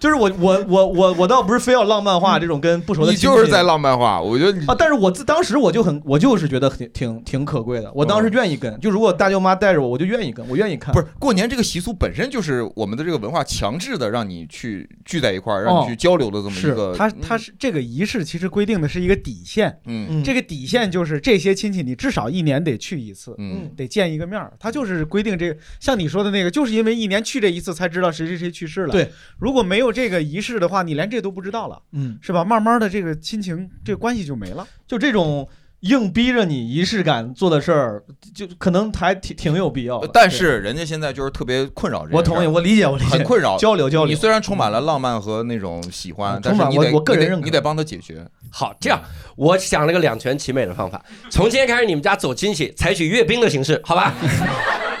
Speaker 5: 就是我我我我我倒不是非要浪漫化这种跟不熟的
Speaker 2: 嗯你
Speaker 5: 亲戚，
Speaker 2: 就是在浪漫化，我觉得
Speaker 5: 啊，但是我自当时我就很，我就是觉得挺挺挺可贵的。我当时愿意跟，就如果大舅妈带着我，我就愿意跟，我愿意看。
Speaker 2: 嗯不是过年这个习俗本身就是我们的这个文化强制的，让你去聚在一块儿，让你去交流的这么一个。
Speaker 4: 是它它是这个仪式其实规定的是一个底线，
Speaker 2: 嗯
Speaker 4: 这个底线就是这些亲戚你至少一年得去一次，
Speaker 2: 嗯，
Speaker 4: 得见一个面儿。它就是规定这个，像你说的那个，就是因为一年去这一次才知道谁谁谁去世了。
Speaker 5: 对，
Speaker 4: 如果没有这个仪式的话，你连这都不知道了，
Speaker 5: 嗯，
Speaker 4: 是吧？慢慢的这个亲情这个关系就没了。
Speaker 5: 就这种硬逼着你仪式感做的事儿，就可能还挺挺有必要的。
Speaker 2: 呃但是人家现在就是特别困扰这件事儿，
Speaker 5: 我同意我理解我理解
Speaker 2: 很困扰。
Speaker 5: 交流 交流
Speaker 2: 你虽然充满了浪漫和那种喜欢，但
Speaker 3: 嗯充
Speaker 2: 是
Speaker 3: 满
Speaker 2: 你得
Speaker 3: 我我个人
Speaker 2: 你得
Speaker 3: 认可
Speaker 2: 你得帮他解决。
Speaker 3: 好，这样我想了个两全其美的方法，从今天开始你们家走亲戚采取阅兵的形式，好吧？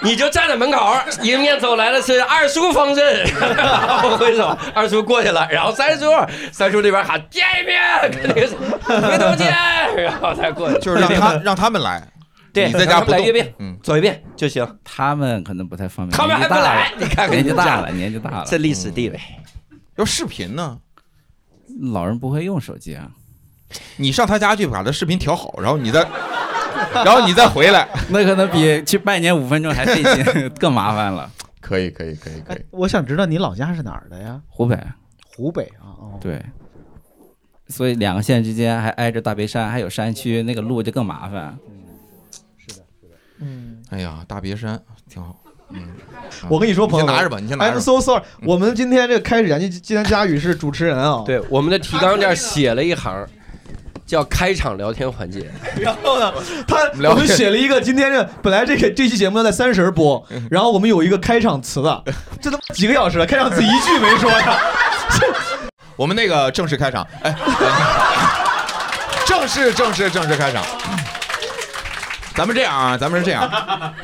Speaker 3: 你就站在门口，迎面走来的是二叔方阵， 然后挥手，二叔过去了，然后三叔，三叔那边喊见一面，跟 那 个回头见，然后再过去，
Speaker 2: 就是让他让他们来，
Speaker 3: 对，
Speaker 15: 你在家
Speaker 3: 让他们来
Speaker 15: 不动
Speaker 3: 阅兵，
Speaker 2: 嗯，
Speaker 3: 走一遍就行。
Speaker 15: 他们可能不太方便，
Speaker 3: 他们还
Speaker 15: 年纪
Speaker 3: 不
Speaker 15: 大了
Speaker 3: 来，你看看
Speaker 15: 年纪
Speaker 3: 人家
Speaker 15: 大了，年纪大了，
Speaker 3: 这历史地位。
Speaker 2: 要嗯视频呢？
Speaker 15: 老人不会用手机啊。
Speaker 2: 你上他家去把他视频调好，然后你再， 然后你再回来，
Speaker 15: 那可能比去拜年五分钟还费劲， 更麻烦了。
Speaker 2: 可以，可以，可以，可以。
Speaker 4: 我想知道你老家是哪儿的呀？
Speaker 15: 湖北，
Speaker 4: 湖北啊，哦，
Speaker 15: 对，所以两个县之间还挨着大别山，还有山区，那个路就更麻烦。
Speaker 4: 嗯，
Speaker 2: 哎呀，大别山挺好。嗯，
Speaker 5: 我跟你说，朋友
Speaker 2: 你
Speaker 5: 们，
Speaker 2: 先拿着吧，你先拿着
Speaker 5: I'm
Speaker 2: 吧。嗯
Speaker 5: so sorry，我们今天这个开始啊，今今天佳宇是主持人啊，
Speaker 3: 对，我们的提纲这儿写了一行，叫开场聊天环节。
Speaker 5: 然后呢，他
Speaker 2: 聊
Speaker 5: 我们写了一个今天这本来这个这期节目要在三十播，
Speaker 2: 嗯
Speaker 5: 然后我们有一个开场词 的，这他妈几个小时了，开场词一句没说呀。
Speaker 2: 我们那个正式开场，哎， 正式正式正式开场。咱们这样啊，咱们是这样，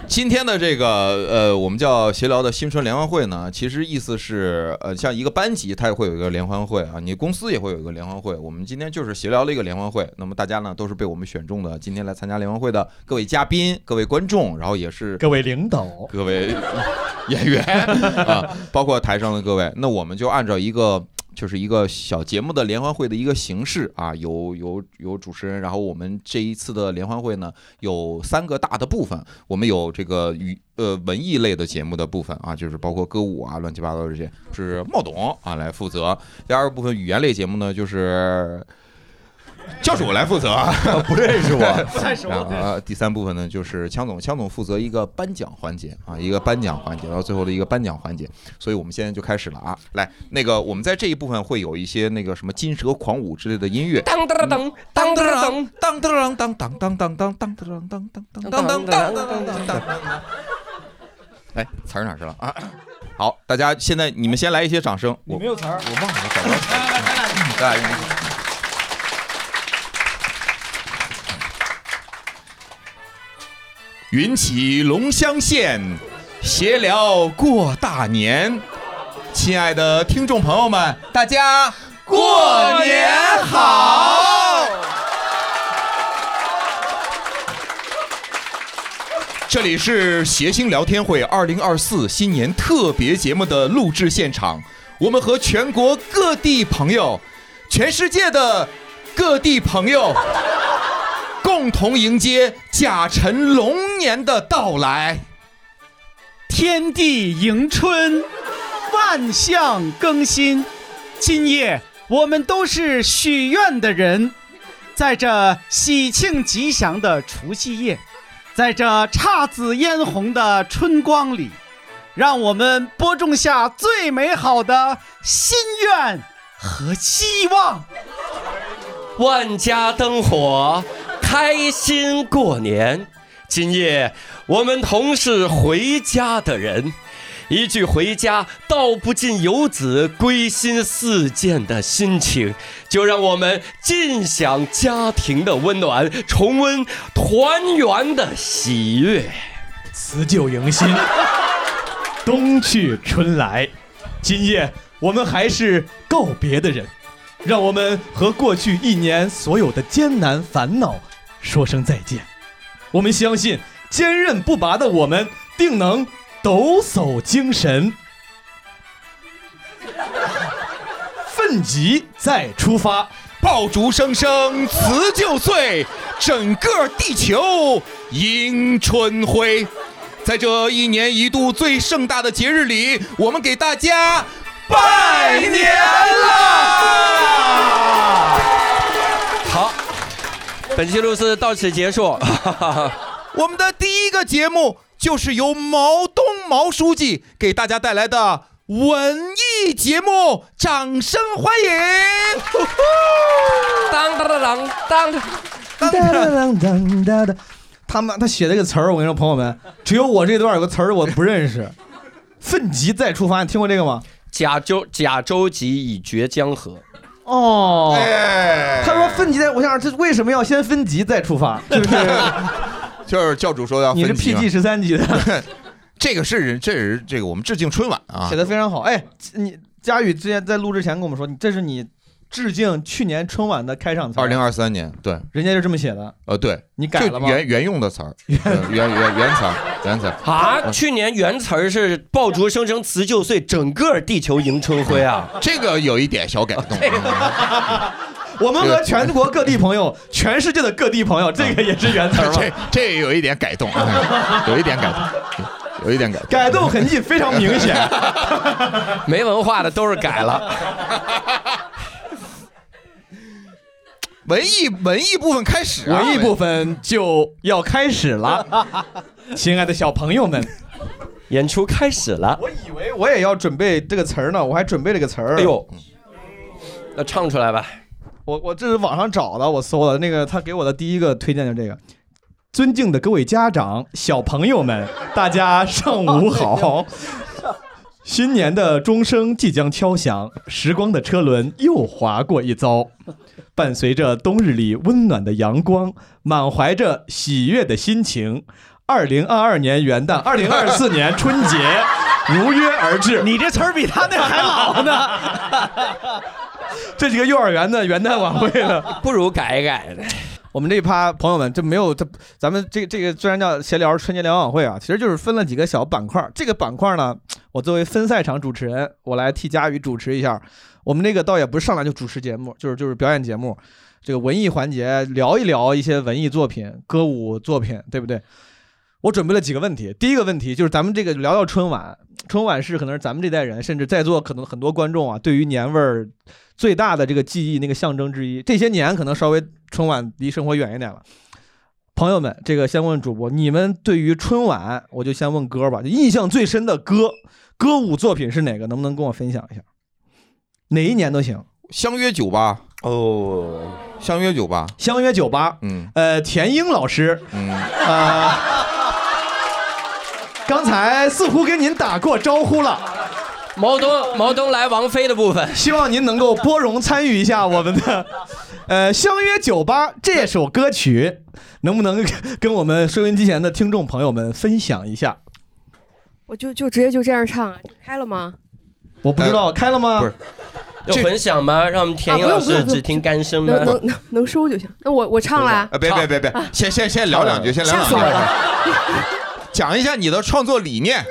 Speaker 2: 今天的这个呃，我们叫协聊的新春联欢会呢，其实意思是呃，像一个班级它也会有一个联欢会啊，你公司也会有一个联欢会。我们今天就是协聊了一个联欢会，那么大家呢都是被我们选中的，今天来参加联欢会的各位嘉宾、各位观众，然后也是
Speaker 5: 各位领导、
Speaker 2: 各位 演员啊，包括台上的各位，那我们就按照一个。就是一个小节目的联欢会的一个形式啊，有有有主持人，然后我们这一次的联欢会呢，有三个大的部分，我们有这个娱呃文艺类的节目的部分啊，就是包括歌舞啊、乱七八糟这些，是茂董啊来负责。第二个部分语言类节目呢，就是教主来负责， 不认识我，
Speaker 4: 不太熟
Speaker 2: 然后呃，第三部分呢，就是枪总，枪总负责一个颁奖环节啊，一个颁奖环节，到最后的一个颁奖环节。所以我们现在就开始了啊，来，那个我们在这一部分会有一些那个什么金蛇狂舞之类的音乐，
Speaker 3: 当当当当当
Speaker 2: 当当当当当当当当当当当当当当当当当当。哎，词儿哪儿去了啊？好，大家现在你们先来一些掌声，我
Speaker 5: 没有词儿，啊
Speaker 2: 我忘了找不着词儿，大家用一下云起龙乡县，闲聊过大年。亲爱的听众朋友们，大家过年好！这里是谐星聊天会二零二四新年特别节目的录制现场，我们和全国各地朋友、全世界的各地朋友，共同迎接甲辰龙年的到来。
Speaker 4: 哎天地迎春，万象更新。今夜我们都是许愿的人，在这喜庆吉祥的除夕夜，在这姹紫嫣红的春光里，让我们播种下最美好的心愿和希望。
Speaker 3: 万家灯火，开心过年。今夜我们同是回家的人，一句“回家”道不尽游子归心似箭的心情。就让我们尽享家庭的温暖，重温团圆的喜悦。
Speaker 5: 辞旧迎新，冬去春来。今夜我们还是告别的人，让我们和过去一年所有的艰难烦恼说声再见。我们相信，坚韧不拔的我们定能抖擞精神，奋楫再出发，
Speaker 2: 爆竹声声辞旧岁，整个地球迎春晖。在这一年一度最盛大的节日里，我们给大家拜年啦！
Speaker 3: 好，本期录制到此结束。
Speaker 2: 我们的第一个节目就是由毛东毛书记给大家带来的文艺节目，掌声欢迎！
Speaker 3: 当当当当当
Speaker 5: 当当当当当。他们他写这个词儿，我跟你说，朋友们，只有我这段有个词儿我不认识，“奋楫再出发”，你听过这个吗？
Speaker 3: 甲州甲州集已绝江河，
Speaker 5: 哦，他说分级再，我想这为什么要先分级再出 发？就是
Speaker 2: 就是教主说要
Speaker 5: 你是
Speaker 2: 分级嘛啊
Speaker 5: PG 十三级的，
Speaker 2: 这个是人，这是这个我们致敬春晚啊
Speaker 5: 写，的非常好。哎，你佳宇之前在录之前跟我们说，你这是你致敬去年春晚的开场词，
Speaker 2: 二零，二三年对，
Speaker 5: 人家就这么写的。
Speaker 2: 呃对，
Speaker 5: 你改了吗
Speaker 2: 就原原用的 词儿，对原原原词儿原词儿
Speaker 3: 啊！
Speaker 2: 嗯
Speaker 3: 去年原词儿是“爆竹声声辞旧岁，整个地球迎春晖”啊。
Speaker 2: 这个有一点小改动，啊
Speaker 5: 我们和全国各地朋友、全世界的各地朋友，这个也是原词儿吗？
Speaker 2: 这这有一点改动，哎有一点改动，有一点改动。
Speaker 5: 改动痕迹非常 明显。
Speaker 3: 没文化的都是改了。
Speaker 2: 文艺文艺部分开始啊，
Speaker 5: 文艺部分就要开始了，亲爱的小朋友们，
Speaker 3: 演出开始了。
Speaker 5: 我以为哎我也要准备这个词儿呢，我还准备了个词儿。
Speaker 3: 哎呦，那唱出来吧。
Speaker 5: 我我这是网上找的，我搜的那个他给我的第一个推荐就是这个。尊敬的各位家长、小朋友们，大家上午 好！新年的钟声即将敲响，时光的车轮又划过一遭。伴随着冬日里温暖的阳光，满怀着喜悦的心情，二零二二年元旦、二零二四年春节如约而至。你这词儿比他那还老呢。这几个幼儿园的元旦晚会了，
Speaker 3: 不如改一改。
Speaker 5: 我们这一趴，朋友们，这没有这，咱们这这个虽然叫闲聊春节联欢晚会啊，其实就是分了几个小板块儿。这个板块呢，我作为分赛场主持人，我来替佳宇主持一下。我们这个倒也不是上来就主持节目，就是就是表演节目，这个文艺环节聊一聊一些文艺作品、歌舞作品，对不对？我准备了几个问题。第一个问题就是咱们这个聊到春晚，春晚是可能是咱们这代人，甚至在座可能很多观众啊，对于年味儿最大的这个记忆那个象征之一。这些年可能稍微春晚离生活远一点了。朋友们，这个先问主播，你们对于春晚，我就先问歌吧，就印象最深的歌歌舞作品是哪个？能不能跟我分享一下？哪一年都行。
Speaker 2: 相约酒吧
Speaker 3: 哦，
Speaker 2: 相约酒吧，
Speaker 5: 相约酒吧，
Speaker 2: 嗯，
Speaker 5: 呃，田英老师，
Speaker 2: 嗯，
Speaker 5: 呃，刚才似乎跟您打过招呼了，
Speaker 3: 毛东毛东来王菲的部分，
Speaker 5: 希望您能够拨冗参与一下我们的，呃，相约酒吧这首歌曲，能不能跟我们收音机前的听众朋友们分享一下？
Speaker 6: 我哦就就直接就这样唱啊，开了吗？
Speaker 5: 我不知道、开了吗？
Speaker 2: 呃
Speaker 5: 啊
Speaker 2: 不是，
Speaker 3: 有混响吗？让我们田英老师只听干声吗
Speaker 6: 能？能能能收就行。那我我唱了啊，
Speaker 2: 哎，别别别别，先先先聊两句，先聊两句， 讲一下你的创作理 念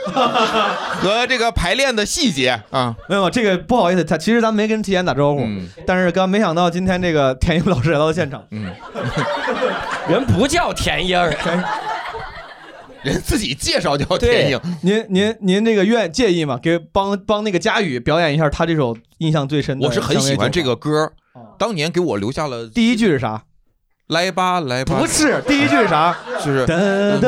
Speaker 2: 和这个排练的细节啊。
Speaker 5: 没有，这个不好意思，他其实咱没跟提前打招呼，但是刚没想到今天这个田英老师来到现场，
Speaker 2: 嗯，
Speaker 3: 人不叫田英儿，
Speaker 2: 人自己介绍叫田英，
Speaker 5: 您您您这个愿介意吗？给帮帮那个佳宇表演一下他这首印象最深的。
Speaker 2: 我是很喜欢这
Speaker 5: 个。
Speaker 2: 个歌，
Speaker 3: 哦
Speaker 2: 当年给我留下了
Speaker 5: 第一句是啥？
Speaker 2: 来吧，来吧，
Speaker 5: 不是，第一句是啥？
Speaker 2: 就是哦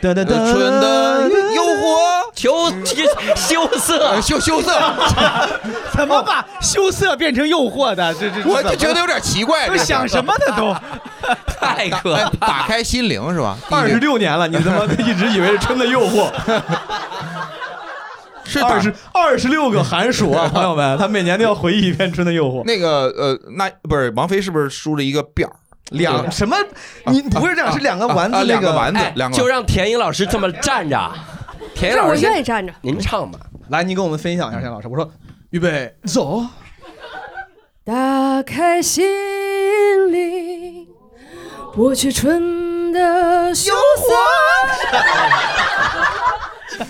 Speaker 5: 哒哒哒哒哒哒。
Speaker 2: 春的诱惑，
Speaker 3: 求羞涩，
Speaker 2: 羞羞涩，
Speaker 4: 怎么把羞涩变成诱惑的？这这，
Speaker 2: 我就觉得有点奇怪。
Speaker 4: 都想什么呢？ 都
Speaker 3: 太可
Speaker 2: 怕！打开心灵是吧？
Speaker 5: 二十六年了，你他妈 的一直以为是春的诱惑。
Speaker 2: 是
Speaker 5: 二十二十六个寒暑 啊，朋友们，他每年都要回忆一遍《春的诱惑》。
Speaker 2: 那个呃，那不是王菲是不是梳了一个辫儿？
Speaker 5: 两什么？你不是这样，是两个丸子
Speaker 2: 啊啊
Speaker 5: 那
Speaker 2: 啊，两个丸子
Speaker 3: 哎，
Speaker 2: 两个
Speaker 3: 就让田英老师这么站着。田英
Speaker 6: 不是
Speaker 3: 老
Speaker 6: 我
Speaker 3: 师先，
Speaker 6: 愿意站着。
Speaker 3: 您唱吧。
Speaker 5: 来，你跟我们分享一下，田老师。我说，预备，
Speaker 3: 哦
Speaker 5: 走。
Speaker 6: 打开心灵，剥去春的羞涩，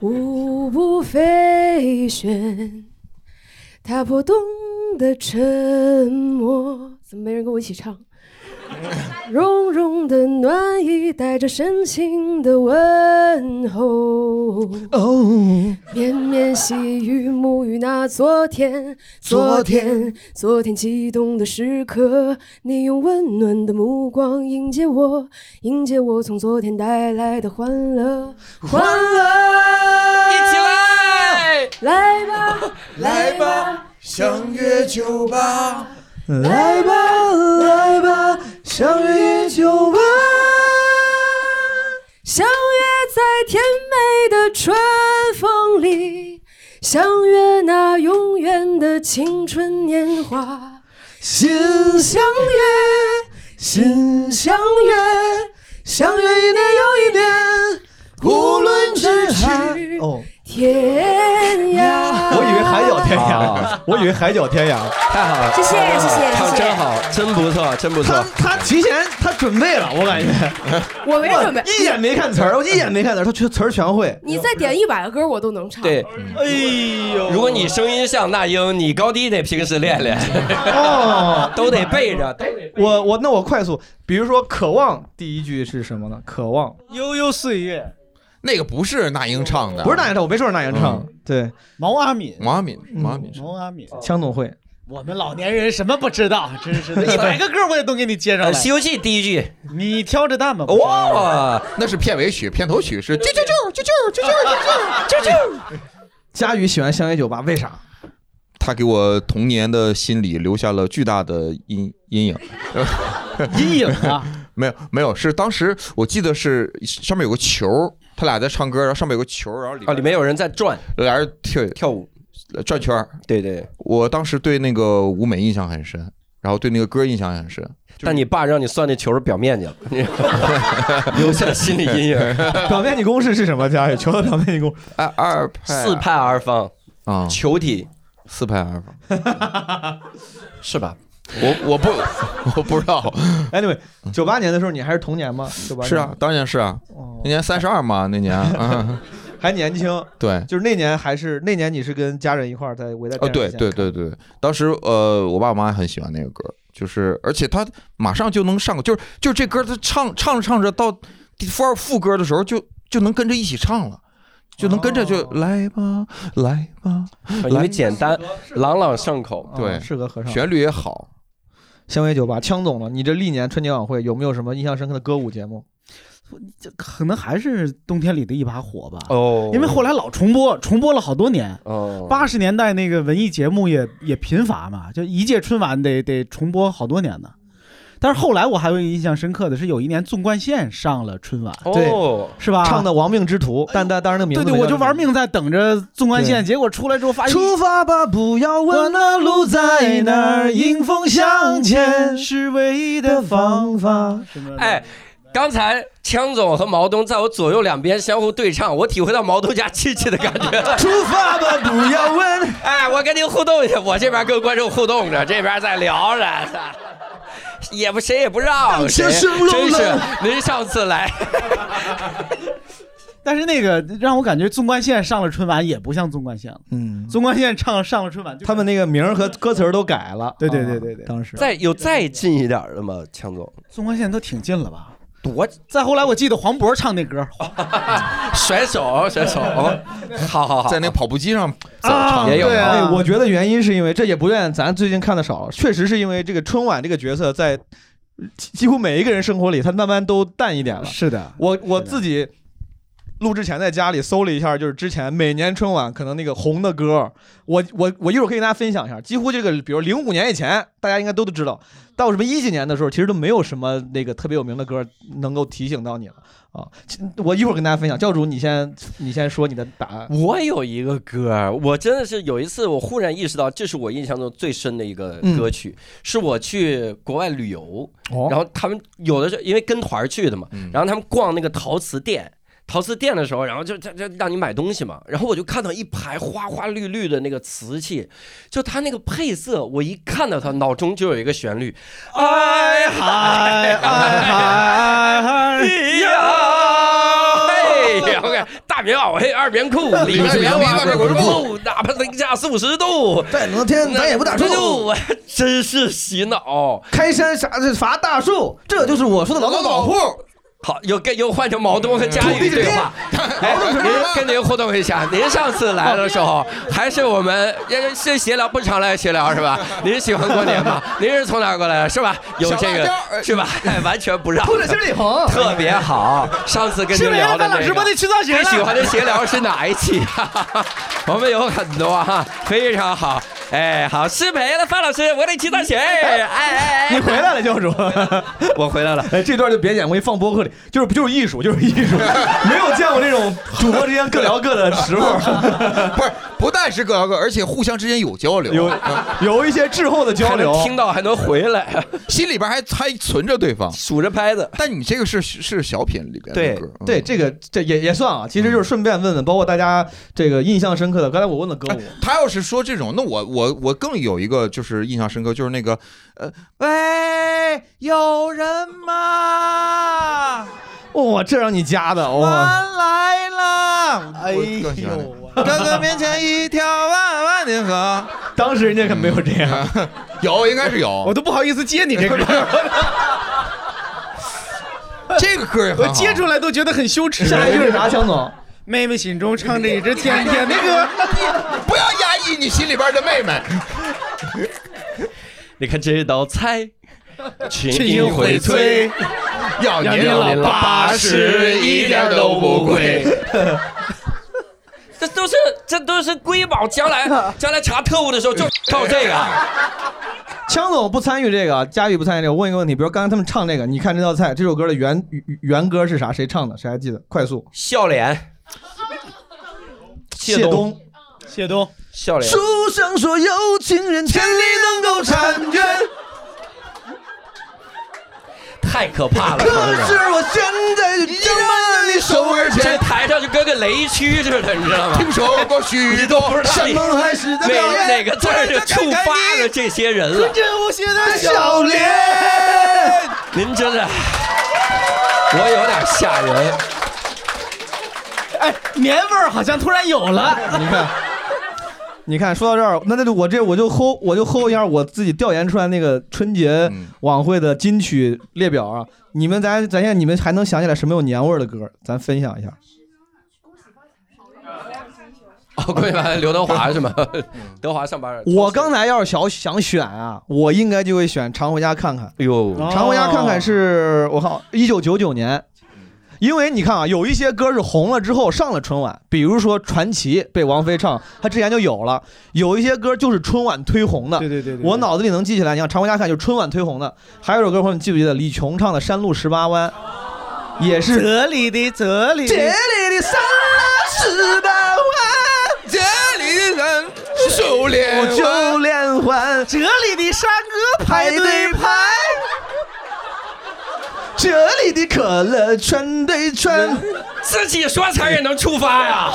Speaker 6: 舞步飞旋，它破洞的沉默，怎么没人跟我一起唱？融融的暖意，带着深情的问候。绵绵细雨沐浴那昨天，昨
Speaker 12: 昨天
Speaker 6: 天，昨天悸动的时刻，你用温暖的目光迎接我，迎接我从昨天带来的欢乐，欢乐，一起来，来吧，来吧，
Speaker 12: 相约酒吧，
Speaker 5: 嗯
Speaker 12: 来吧来吧，相约酒吧。
Speaker 6: 相约在甜美的春风里，相约那永远的青春年华。
Speaker 12: 心相约，心相约，相约一年又一年，无论咫尺
Speaker 5: 哦，
Speaker 6: 天涯。
Speaker 5: 我以为海角天涯，我以为海角天涯，
Speaker 3: 啊 太好了，啊
Speaker 6: 谢谢谢谢
Speaker 3: 唱得
Speaker 6: 谢谢
Speaker 3: 真好，真不错，真不错。
Speaker 5: 他提前他准备了，我感觉，
Speaker 6: 我没准备，
Speaker 5: 一眼没看词儿，我一眼没看词儿，他全词儿全会。
Speaker 6: 你再点一百个歌，我都能唱。
Speaker 3: 对，
Speaker 5: 哎呦，
Speaker 3: 如果你声音像那英，你高低得平时练 练，
Speaker 5: 哦
Speaker 3: 都得背着。都
Speaker 5: 我我那我快速，比如说《渴望》第一句是什么呢？渴望悠悠岁月，
Speaker 2: 那个不是那英唱的，
Speaker 5: 不是那英唱，我没说是那英唱，对，毛阿敏，
Speaker 2: 嗯毛阿敏，毛阿敏，
Speaker 4: 毛阿敏，
Speaker 5: 枪总会，
Speaker 4: 我们老年人什么不知道， 真是的，一百个歌我也都给你接上来。
Speaker 2: 呃西游记
Speaker 3: 第一句，
Speaker 4: 你挑着担吧。不是
Speaker 2: 哇，那是片尾曲，片头曲是啾啾啾啾啾啾啾啾 啾啾。
Speaker 5: 佳宇喜欢相约酒吧，为 啥？
Speaker 2: 他给我童年的心理留下了巨大的阴阴影。
Speaker 5: 阴影啊？
Speaker 2: 没有没有，是当时我记得是上面有个球，他俩在唱歌，然后上面有个球，然后里
Speaker 3: 啊，里面有人在转，
Speaker 2: 俩人跳
Speaker 3: 跳舞
Speaker 2: 转圈儿。
Speaker 3: 对对，
Speaker 2: 我当时对那个舞美印象很深，然后对那个歌印象也很深。
Speaker 3: 但你爸让你算那球表面去了， 留下心理阴影。
Speaker 5: 表面你公式是什么？佳宇， 求的表面你公
Speaker 2: 二二派
Speaker 3: 四派而方
Speaker 2: 啊，
Speaker 3: 球体
Speaker 2: 四派而方，
Speaker 3: 是吧？
Speaker 2: 我我不我不知道。
Speaker 5: Anyway，九八年的时候你还是童年吗？九八
Speaker 2: 是啊，，当然是啊，那年三十二嘛，那年啊，
Speaker 5: 还年轻。
Speaker 2: 对，
Speaker 5: 就是那年还是那年你是跟家人一块儿在围在电
Speaker 2: 哦，
Speaker 5: 视
Speaker 2: 对
Speaker 5: 机前
Speaker 2: 对对对，当时呃，我爸我妈也很喜欢那个歌，就是而且他马上就能上口，就是就是这歌他唱唱着唱着到第副副歌的时候就就能跟着一起唱了，就能跟着
Speaker 5: 哦
Speaker 2: 就、来吧来吧，
Speaker 3: 哦因为简单，朗朗上口。
Speaker 2: 对，
Speaker 5: 是个啊哦合唱
Speaker 2: 旋律也好。
Speaker 5: 相约酒吧，枪总呢？你这历年春节晚会有没有什么印象深刻的歌舞节目？
Speaker 4: 可能还是冬天里的一把火吧。
Speaker 3: 哦
Speaker 4: 因为后
Speaker 5: 啊
Speaker 4: 来老重播，重播了好多年。
Speaker 3: 哦
Speaker 4: 八十年代那个文艺节目也也频繁嘛，就一届春晚得得重播好多年呢。但是后来我还有印象深刻的是，有一年纵贯线上了春晚，
Speaker 3: 哦
Speaker 5: 对，
Speaker 4: 是吧？
Speaker 5: 唱的《亡命之徒》，但但当然那名
Speaker 4: 对
Speaker 5: 字
Speaker 4: 对，
Speaker 5: 没
Speaker 4: 我
Speaker 5: 叫
Speaker 4: 就玩命在等着纵贯线，结果出来之后发现
Speaker 12: 出发吧，不要问那路在哪儿，迎风向前是唯一的方法。
Speaker 3: 哎，刚才枪总和毛东在我左右两边相互对唱，我体会到毛东加气气的感觉了。
Speaker 12: 出发吧，不要问。
Speaker 3: 哎，我跟您互动一下，我这边跟观众互动着，这边在聊着，操也不谁也不让，
Speaker 4: 荡
Speaker 3: 谁
Speaker 4: 下生龙
Speaker 3: 真是
Speaker 4: 了
Speaker 3: 您上次来，
Speaker 4: 但是那个让我感觉纵贯线上了春晚也不像纵贯线了，
Speaker 5: 嗯，
Speaker 4: 纵贯线唱上了春晚就
Speaker 5: 他们那个名儿和歌词儿都改了。啊
Speaker 4: 对对对对对，
Speaker 5: 当时
Speaker 3: 再有再近一点的吗？强总，
Speaker 4: 纵贯线都挺近了吧？
Speaker 3: 多！
Speaker 4: 再后来我记得黄渤唱那歌，
Speaker 3: 甩手甩手，好好好，
Speaker 2: 在那跑步机上
Speaker 5: 啊，
Speaker 2: 也有
Speaker 5: 对
Speaker 2: 啊
Speaker 5: 啊，我觉得原因是因为这也不怨咱最近看的少了，确实是因为这个春晚这个角色在几几乎每一个人生活里，他慢慢都淡一点了。
Speaker 4: 是的，
Speaker 5: 我我自己录之前在家里搜了一下，就是之前每年春晚可能那个红的歌，我我我一会儿可以跟大家分享一下。几乎这个，比如零五年以前，大家应该都都知道，到什么一几年的时候，其实都没有什么那个特别有名的歌能够提醒到你了啊。其我一会儿跟大家分享，教主你先你先说你的答案。
Speaker 3: 我有一个歌儿，我真的是有一次，我忽然意识到，这是我印象中最深的一个
Speaker 5: 嗯
Speaker 3: 歌曲，是我去国外旅游，
Speaker 5: 哦
Speaker 3: 然后他们有的是因为跟团儿去的嘛，然后他们逛那个陶瓷店。陶瓷店的时候，然后就就就让你买东西嘛，然后我就看到一排花花绿绿的那个瓷器，就它那个配色，我一看到它，脑中就有一个旋律，哎 嗨哎嗨哎嗨呀！哎呀，我感大大棉袄、黑二棉裤，里面凉皮，外面滚肉，哪怕零下四五十度，
Speaker 12: 再冷的天咱也不打怵
Speaker 3: 这就我 真是洗脑。
Speaker 12: 开山啥子伐大树，这就是我说的劳动保护。
Speaker 3: 好，又跟又换成毛东和佳宇对 话。哎，您跟您互动一下，您上次来的时候还是我们也是闲聊不常来闲聊是 吧？您喜欢过年吗？您是从哪儿过来的是吧？有这个是吧？哎，完全不让，
Speaker 12: 扑着心里红
Speaker 3: 特别 好。上次跟您聊的那个，
Speaker 12: 是不是范老师帮你去造型了
Speaker 3: 最喜欢的闲聊是哪一期啊？ 我们有很多哈，非常好。哎，好，失陪了，范老师，我得去造型。哎哎哎，
Speaker 5: 你回来了，教主，
Speaker 3: 我回来了。
Speaker 5: 哎，这段就别剪，我给你放播客里，就是就是艺术，就是艺 术，没有见过这种主播之间各聊各的时候，
Speaker 2: 不是，不但是各聊各，而且互相之间有交流，啊
Speaker 5: 有有一些滞后的交流，
Speaker 3: 还能听到还能回来，
Speaker 2: 心里边还还存着对方，
Speaker 3: 数着拍子。
Speaker 2: 但你这个是是小品里边的
Speaker 5: 对
Speaker 2: 歌，嗯
Speaker 5: 对，这个这也也算啊，其实就是顺便问问，包括大家这个印象深刻的，刚才我问的歌舞，
Speaker 2: 哎他要是说这种，那我我我更有一个就是印象深刻，就是那个呃，喂，有人吗？
Speaker 5: 哇、这让你加的，哇、
Speaker 2: 饭来了！
Speaker 5: 哎
Speaker 2: 呦，哥哥面前一条万万的河。
Speaker 5: 当时人家可没有这样，
Speaker 2: 有应该是有，
Speaker 5: 我都不好意思接你这歌，
Speaker 2: 这个歌也
Speaker 4: 我接出来都觉得很羞耻。
Speaker 5: 下一句是啥强总？
Speaker 4: 妹妹心中唱着一支甜甜的歌。
Speaker 2: 不要压抑你心里边的妹妹。
Speaker 3: 你看这道菜，群
Speaker 12: 群英荟萃，
Speaker 2: 要
Speaker 12: 您老八十一点都不贵。
Speaker 3: 这都是这都是瑰宝，将 来将来查特务的时候就靠这个。
Speaker 5: 强总不参与这个，佳宇不参与这个。我问一个问题，比如刚才他们唱这个，你看这道菜，这首歌的原原歌是啥？谁唱的？谁还记得？快速，
Speaker 3: 笑脸，
Speaker 5: 谢东，
Speaker 4: 谢东，
Speaker 3: 笑脸。
Speaker 12: 书上说有情人千里能够婵娟，
Speaker 3: 太可怕了！
Speaker 12: 可是我现在就将满了你手儿
Speaker 3: 这
Speaker 12: 牵。
Speaker 3: 台上就跟个雷区似的，你知道吗？
Speaker 12: 听说过许
Speaker 3: 多不知道
Speaker 12: 山盟海誓的
Speaker 3: 哪
Speaker 12: 表演
Speaker 3: 哪个字儿就触发了这些人了
Speaker 12: 纯。真无邪的笑脸。
Speaker 3: 您真的，我有点吓人。
Speaker 4: 哎，年味儿好像突然有了。
Speaker 5: 你看，你看，说到这儿，那那就我这我就吼我就吼一下我自己调研出来那个春节晚会的金曲列表啊！你们咱咱现在你们还能想起来什么有年味儿的歌？咱分享一下。
Speaker 3: 哦，桂 凡，刘德华是吗？德华上班了。
Speaker 5: 我刚才要是想想选啊，我应该就会选《常回家看看》。
Speaker 3: 哎呦，
Speaker 4: 哦
Speaker 5: 《常回家看看》是我看一九九九年，因为你看啊，有一些歌是红了之后上了春晚，比如说《传奇》被王菲唱，她之前就有了；有一些歌就是春晚推红的。对
Speaker 4: 对对
Speaker 5: 我脑子里能记起来，你看《常回家看》就是春晚推红的。还有一首歌，朋友们记不记得李琼唱的《山路十八弯》，也是
Speaker 4: 这里的这里
Speaker 12: 这里的山十八弯，
Speaker 2: 这里的人手连环
Speaker 12: 手连环，
Speaker 4: 这里的山歌
Speaker 12: 排对排。这里的可乐串对串，
Speaker 3: 自己说词儿也能触发呀！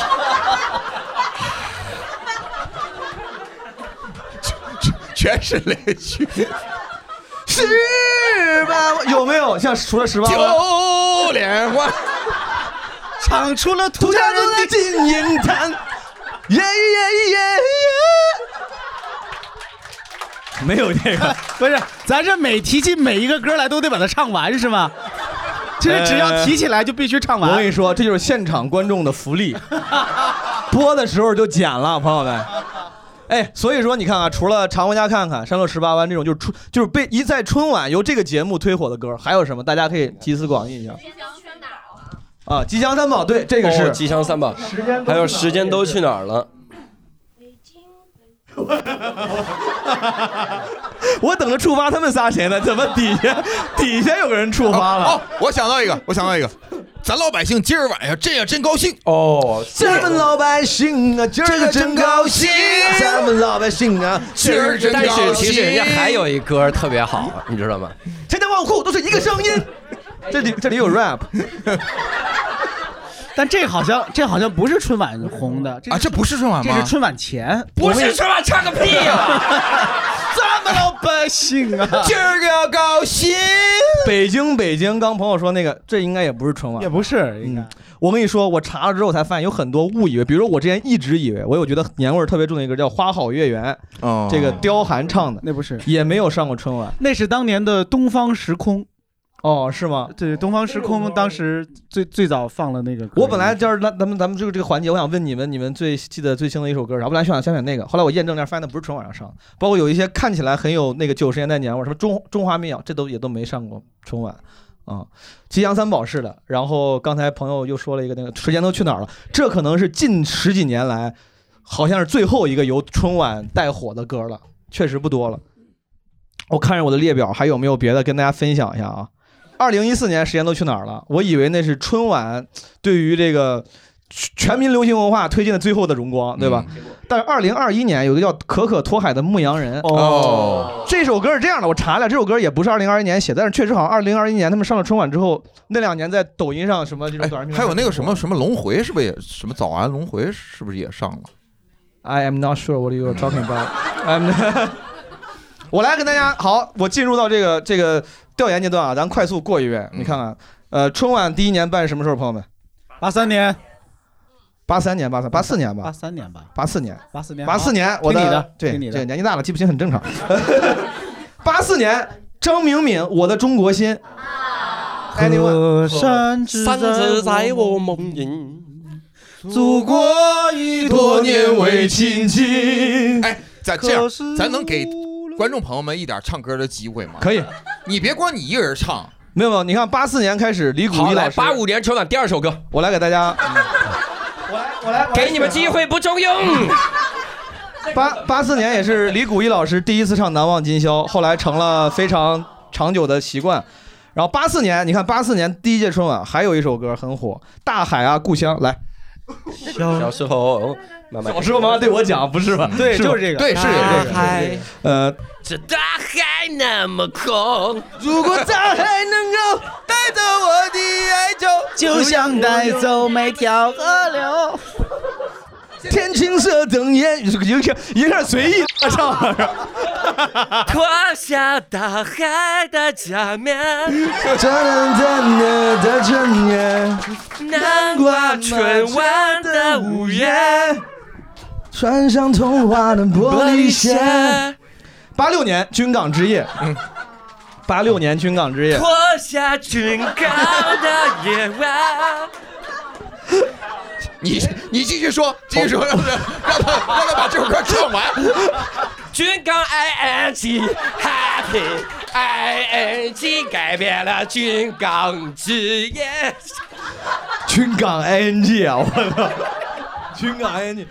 Speaker 2: 全是雷区。
Speaker 12: 十八弯
Speaker 5: 有没有像除了十八弯？
Speaker 2: 九连环，
Speaker 4: 唱出了
Speaker 12: 土
Speaker 4: 土
Speaker 12: 家
Speaker 4: 家
Speaker 12: 族
Speaker 4: 人
Speaker 12: 的
Speaker 4: 的
Speaker 12: 金银滩，耶耶耶
Speaker 5: 没有这个，
Speaker 4: 不是，咱这每提起每一个歌来都得把它唱完是吗？就是只要提起来就必须唱完。
Speaker 5: 呃我跟你说，这就是现场观众的福利， 播的时候就剪了，朋友们。哎，所以说你看啊，除了《常回家看看》《山路十八弯》这种，就是春就是被一在春晚由这个节目推火的歌，还有什么？大家可以集思广益一下。啊，吉祥三宝，对，这个是、
Speaker 3: 哦吉祥三宝，还有时间都去哪儿 了？
Speaker 5: 我等着触发他们仨谁呢？怎么底下底下有个人触发了？
Speaker 2: 哦，我想到一个，我想到一个，咱老百姓今儿晚上这样真高兴
Speaker 3: 哦，
Speaker 12: 咱们老百姓啊，今儿个真高兴，咱们老百姓啊，今儿真
Speaker 3: 但
Speaker 12: 高
Speaker 3: 是其实人
Speaker 12: 兴
Speaker 3: 家。还有一歌特别好，你知道吗？
Speaker 12: 千家万户都是一个声音。
Speaker 5: 这里这里有 rap，
Speaker 4: 但这好像这好像不是春晚红的啊，
Speaker 2: 这不是春晚
Speaker 4: 这是春晚前，
Speaker 3: 不是春晚唱个屁呀、
Speaker 12: 啊
Speaker 4: 咱们老百姓啊，
Speaker 5: 今儿个高兴。北京，北京，刚朋友说那个，这应该也不是春晚，嗯也
Speaker 4: 不是，应该。
Speaker 5: 我跟你说，我查了之后才发现有很多误以为，比如说我之前一直以为，我有觉得年味儿特别重的一个叫《花好月圆》，
Speaker 2: 哦
Speaker 5: 这个刁寒唱的，
Speaker 4: 那不是，
Speaker 5: 也没有上过春晚。
Speaker 4: 那是当年的东方时空。
Speaker 5: 哦，是吗？哦
Speaker 4: 对，东方时空当时最最早放了那个歌。
Speaker 5: 我本来就是那咱们咱们这个这个环节，我想问你们，你们最记得最清的一首歌是啥？本来想想选那个，后来我验证了一下，发现那不是春晚上上的，包括有一些看起来很有那个九十年代年味儿，什么中中华民谣，这都也都没上过春晚啊。吉祥三宝似的，然后刚才朋友又说了一个那个时间都去哪儿了，这可能是近十几年来好像是最后一个由春晚带火的歌了，确实不多了。我看着我的列表，还有没有别的跟大家分享一下啊？二零一四年时间都去哪儿了？我以为那是春晚对于这个全全民流行文化推进的最后的荣光，对吧？
Speaker 2: 嗯
Speaker 5: 但是二零二一年有个叫可可托海的牧羊人
Speaker 2: 哦，
Speaker 5: 这首歌是这样的，我查了，这首歌也不是二零二一年写的，但是确实好像二零二一年他们上了春晚之后，那两年在抖音上什么这种短视频上
Speaker 2: 哎还有那个什么什么龙回是不是也什么早安龙回是不是也上了？
Speaker 5: I am not sure what you are talking about. I'm 我来跟大家好，我进入到这个这个调研阶段啊，咱快速过一遍，
Speaker 3: 嗯
Speaker 5: 你看看，呃，春晚第一年办什么时候，朋友们？
Speaker 4: 八三年，
Speaker 5: 八三年，八三八四年吧
Speaker 4: 八，三年吧，
Speaker 5: 八四年，
Speaker 4: 八四年，
Speaker 5: 八四年，我
Speaker 4: 听你的，
Speaker 5: 对
Speaker 4: 听你
Speaker 5: 对，
Speaker 4: 的，
Speaker 5: 年纪大了记不清很正常。 八四年，张明敏，《我的中国心》。
Speaker 4: 河山只
Speaker 3: 山只在我梦
Speaker 4: 萦，
Speaker 12: 祖国已多年未亲近。
Speaker 2: 哎，咱这样，咱能给观众朋友们一点唱歌的机会吗？
Speaker 5: 可以，
Speaker 2: 你别光你一个人唱。
Speaker 5: 没有没有，你看八四年开始，李谷
Speaker 3: 好
Speaker 5: 一
Speaker 3: 来，
Speaker 5: 老师，
Speaker 3: 八五年春晚第二首歌，
Speaker 5: 我来给大家，
Speaker 4: 我来，
Speaker 3: 给你们机会不中用。
Speaker 5: 八八四年也是李谷一老师第一次唱《难忘今宵》，后来成了非常长久的习惯。然后八四年，你看八四年第一届春晚还有一首歌很火，《大海啊故乡》来。
Speaker 3: 小时候，妈妈
Speaker 5: 小时候妈妈对我讲，不是吧？
Speaker 3: 对
Speaker 5: 吧
Speaker 3: 就是这个哎
Speaker 5: 对，是有这
Speaker 3: 大海
Speaker 5: 个。呃，
Speaker 3: 这大海那么空，
Speaker 12: 如果大海能够带走我的哀愁，
Speaker 4: 就像带走每条河流。
Speaker 5: 天青色等烟雨，有点有点随意的唱
Speaker 12: 哎
Speaker 5: 了。
Speaker 3: 脱下大海的假面，
Speaker 12: 的春夜，
Speaker 3: 南瓜春晚的午夜，
Speaker 5: 穿上童话的玻璃鞋
Speaker 3: 玻璃鞋。
Speaker 5: 八六年军港之夜，八六年军港之夜。
Speaker 3: 脱下军港的夜晚。
Speaker 2: 你你继续说，继续说，让他让他让他把这首歌唱完。
Speaker 3: 军港 I N G Happy I N G 改变了军港之夜。
Speaker 5: 军港 ing 啊，我操！军港 ing。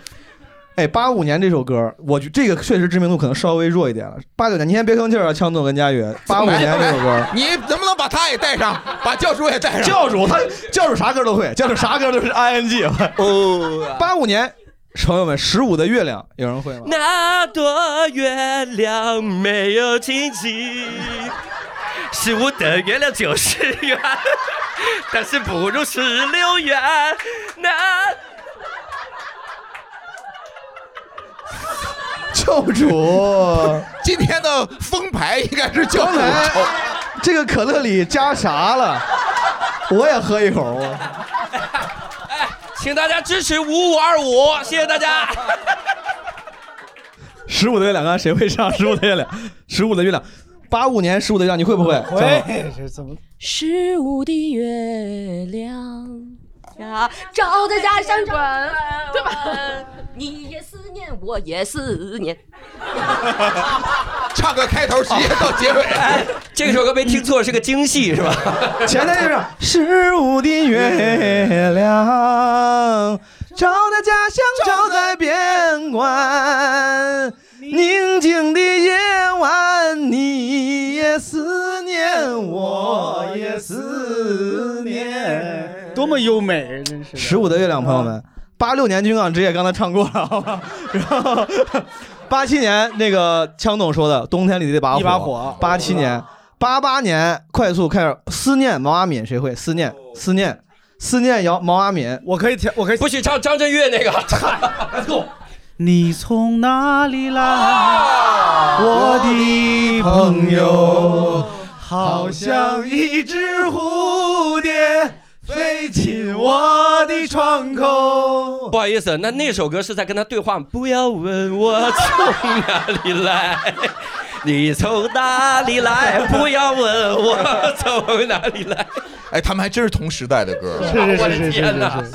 Speaker 5: 哎，八五年这首歌，我觉这个确实知名度可能稍微弱一点了。八九年，你先别吭气儿啊，枪总跟佳宇。八五年这首歌，
Speaker 2: 你能不能把他也带上，把教主也带 上？
Speaker 5: 教主 他教主啥歌都会，教主啥歌都是 ing。哦，八五年，朋友们，十五的月亮有人会吗？
Speaker 3: 那朵月亮没有亲戚，十五的月亮九十圆， 但是不如十六圆。那
Speaker 5: 教主，
Speaker 2: 今天的封牌应该是教主
Speaker 5: 刚才
Speaker 2: 抽。
Speaker 5: 这个可乐里加啥了？我也喝一口。啊
Speaker 3: 请大家支持五五二五，谢谢大家。
Speaker 5: 十五的月亮，刚才谁会唱？十五的月亮，十五的月亮，八五年十五的月亮，你会不会？
Speaker 4: 会这怎么？
Speaker 16: 十五的月亮
Speaker 14: 呀，
Speaker 16: 照啊在家乡
Speaker 14: 滚，
Speaker 16: 对吧？你也思念，我也思念。
Speaker 2: 唱个开头，直接到结尾。
Speaker 3: 哎这首歌没听错，是个京戏是吧？
Speaker 5: 前台就 是十五的月
Speaker 12: 嗯
Speaker 5: 亮，照在家乡，照在边关，宁静的夜晚，你也思念我也思念。
Speaker 4: 多么优美，真是。啊
Speaker 5: 十五的月亮，朋友们，八六年军港之夜刚才唱过了，好吧？ 然后八七年那个枪总说的《冬天里的一把火》，
Speaker 4: 一把火哦
Speaker 5: 八
Speaker 4: 哦
Speaker 5: 七年，八八年快速开始思念毛阿敏，谁会思念思念？思念姚毛阿敏，
Speaker 4: 我可以调，我可以
Speaker 3: 不许唱张震岳那个，
Speaker 12: 你从哪里来，
Speaker 5: 哦
Speaker 12: 我的朋友？好像一只蝴蝶飞进我的窗口。
Speaker 3: 不好意思，那那首歌是在跟他对话。 不要问我从哪里来，你从哪里 来？不要问我从哪里来。
Speaker 2: 哎，他们还真是同时代的歌，
Speaker 5: 是是是
Speaker 3: 我的
Speaker 5: 是是
Speaker 3: 天哪
Speaker 5: 是！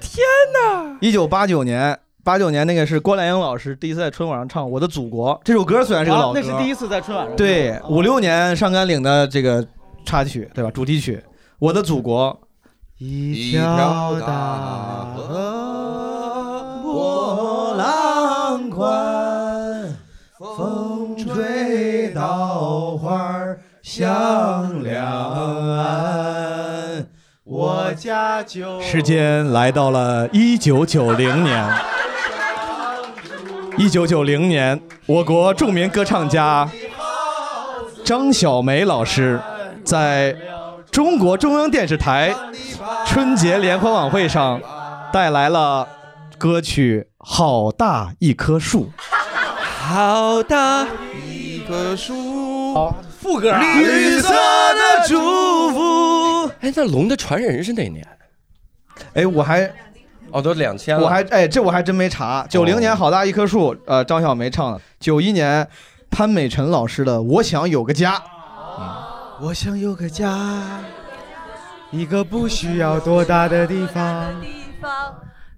Speaker 3: 天哪！
Speaker 5: 一九八九年，八九年那个是郭兰英老师第一次在春晚上唱《我的祖国》这首歌，虽然是个老歌，
Speaker 4: 啊那是第一次在春晚上。
Speaker 5: 对，
Speaker 12: 啊
Speaker 5: 五六年上甘岭的这个插曲，对吧？主题曲《我的祖国》。
Speaker 12: 一
Speaker 5: 条
Speaker 12: 大河波浪宽，风吹稻花香两岸。我家就
Speaker 17: 时间来到了一九九零年。一九九零年，我国著名歌唱家张小梅老师在中国中央电视台春节联欢晚会上带来了歌曲《好大一棵树》。
Speaker 12: 好大一棵树，
Speaker 4: 副
Speaker 3: 啊
Speaker 4: 歌
Speaker 12: 绿色的祝福。
Speaker 3: 哎，那龙的传人是哪年？
Speaker 5: 哎，我还
Speaker 3: 哦，都两千了。
Speaker 5: 我还哎，这我还真没查。九
Speaker 2: 哦
Speaker 5: 零年好大一棵树，呃，张小梅唱的。九一年潘美辰老师的《我想有个家》，
Speaker 12: 我想有个家，一个不需要多大的地方。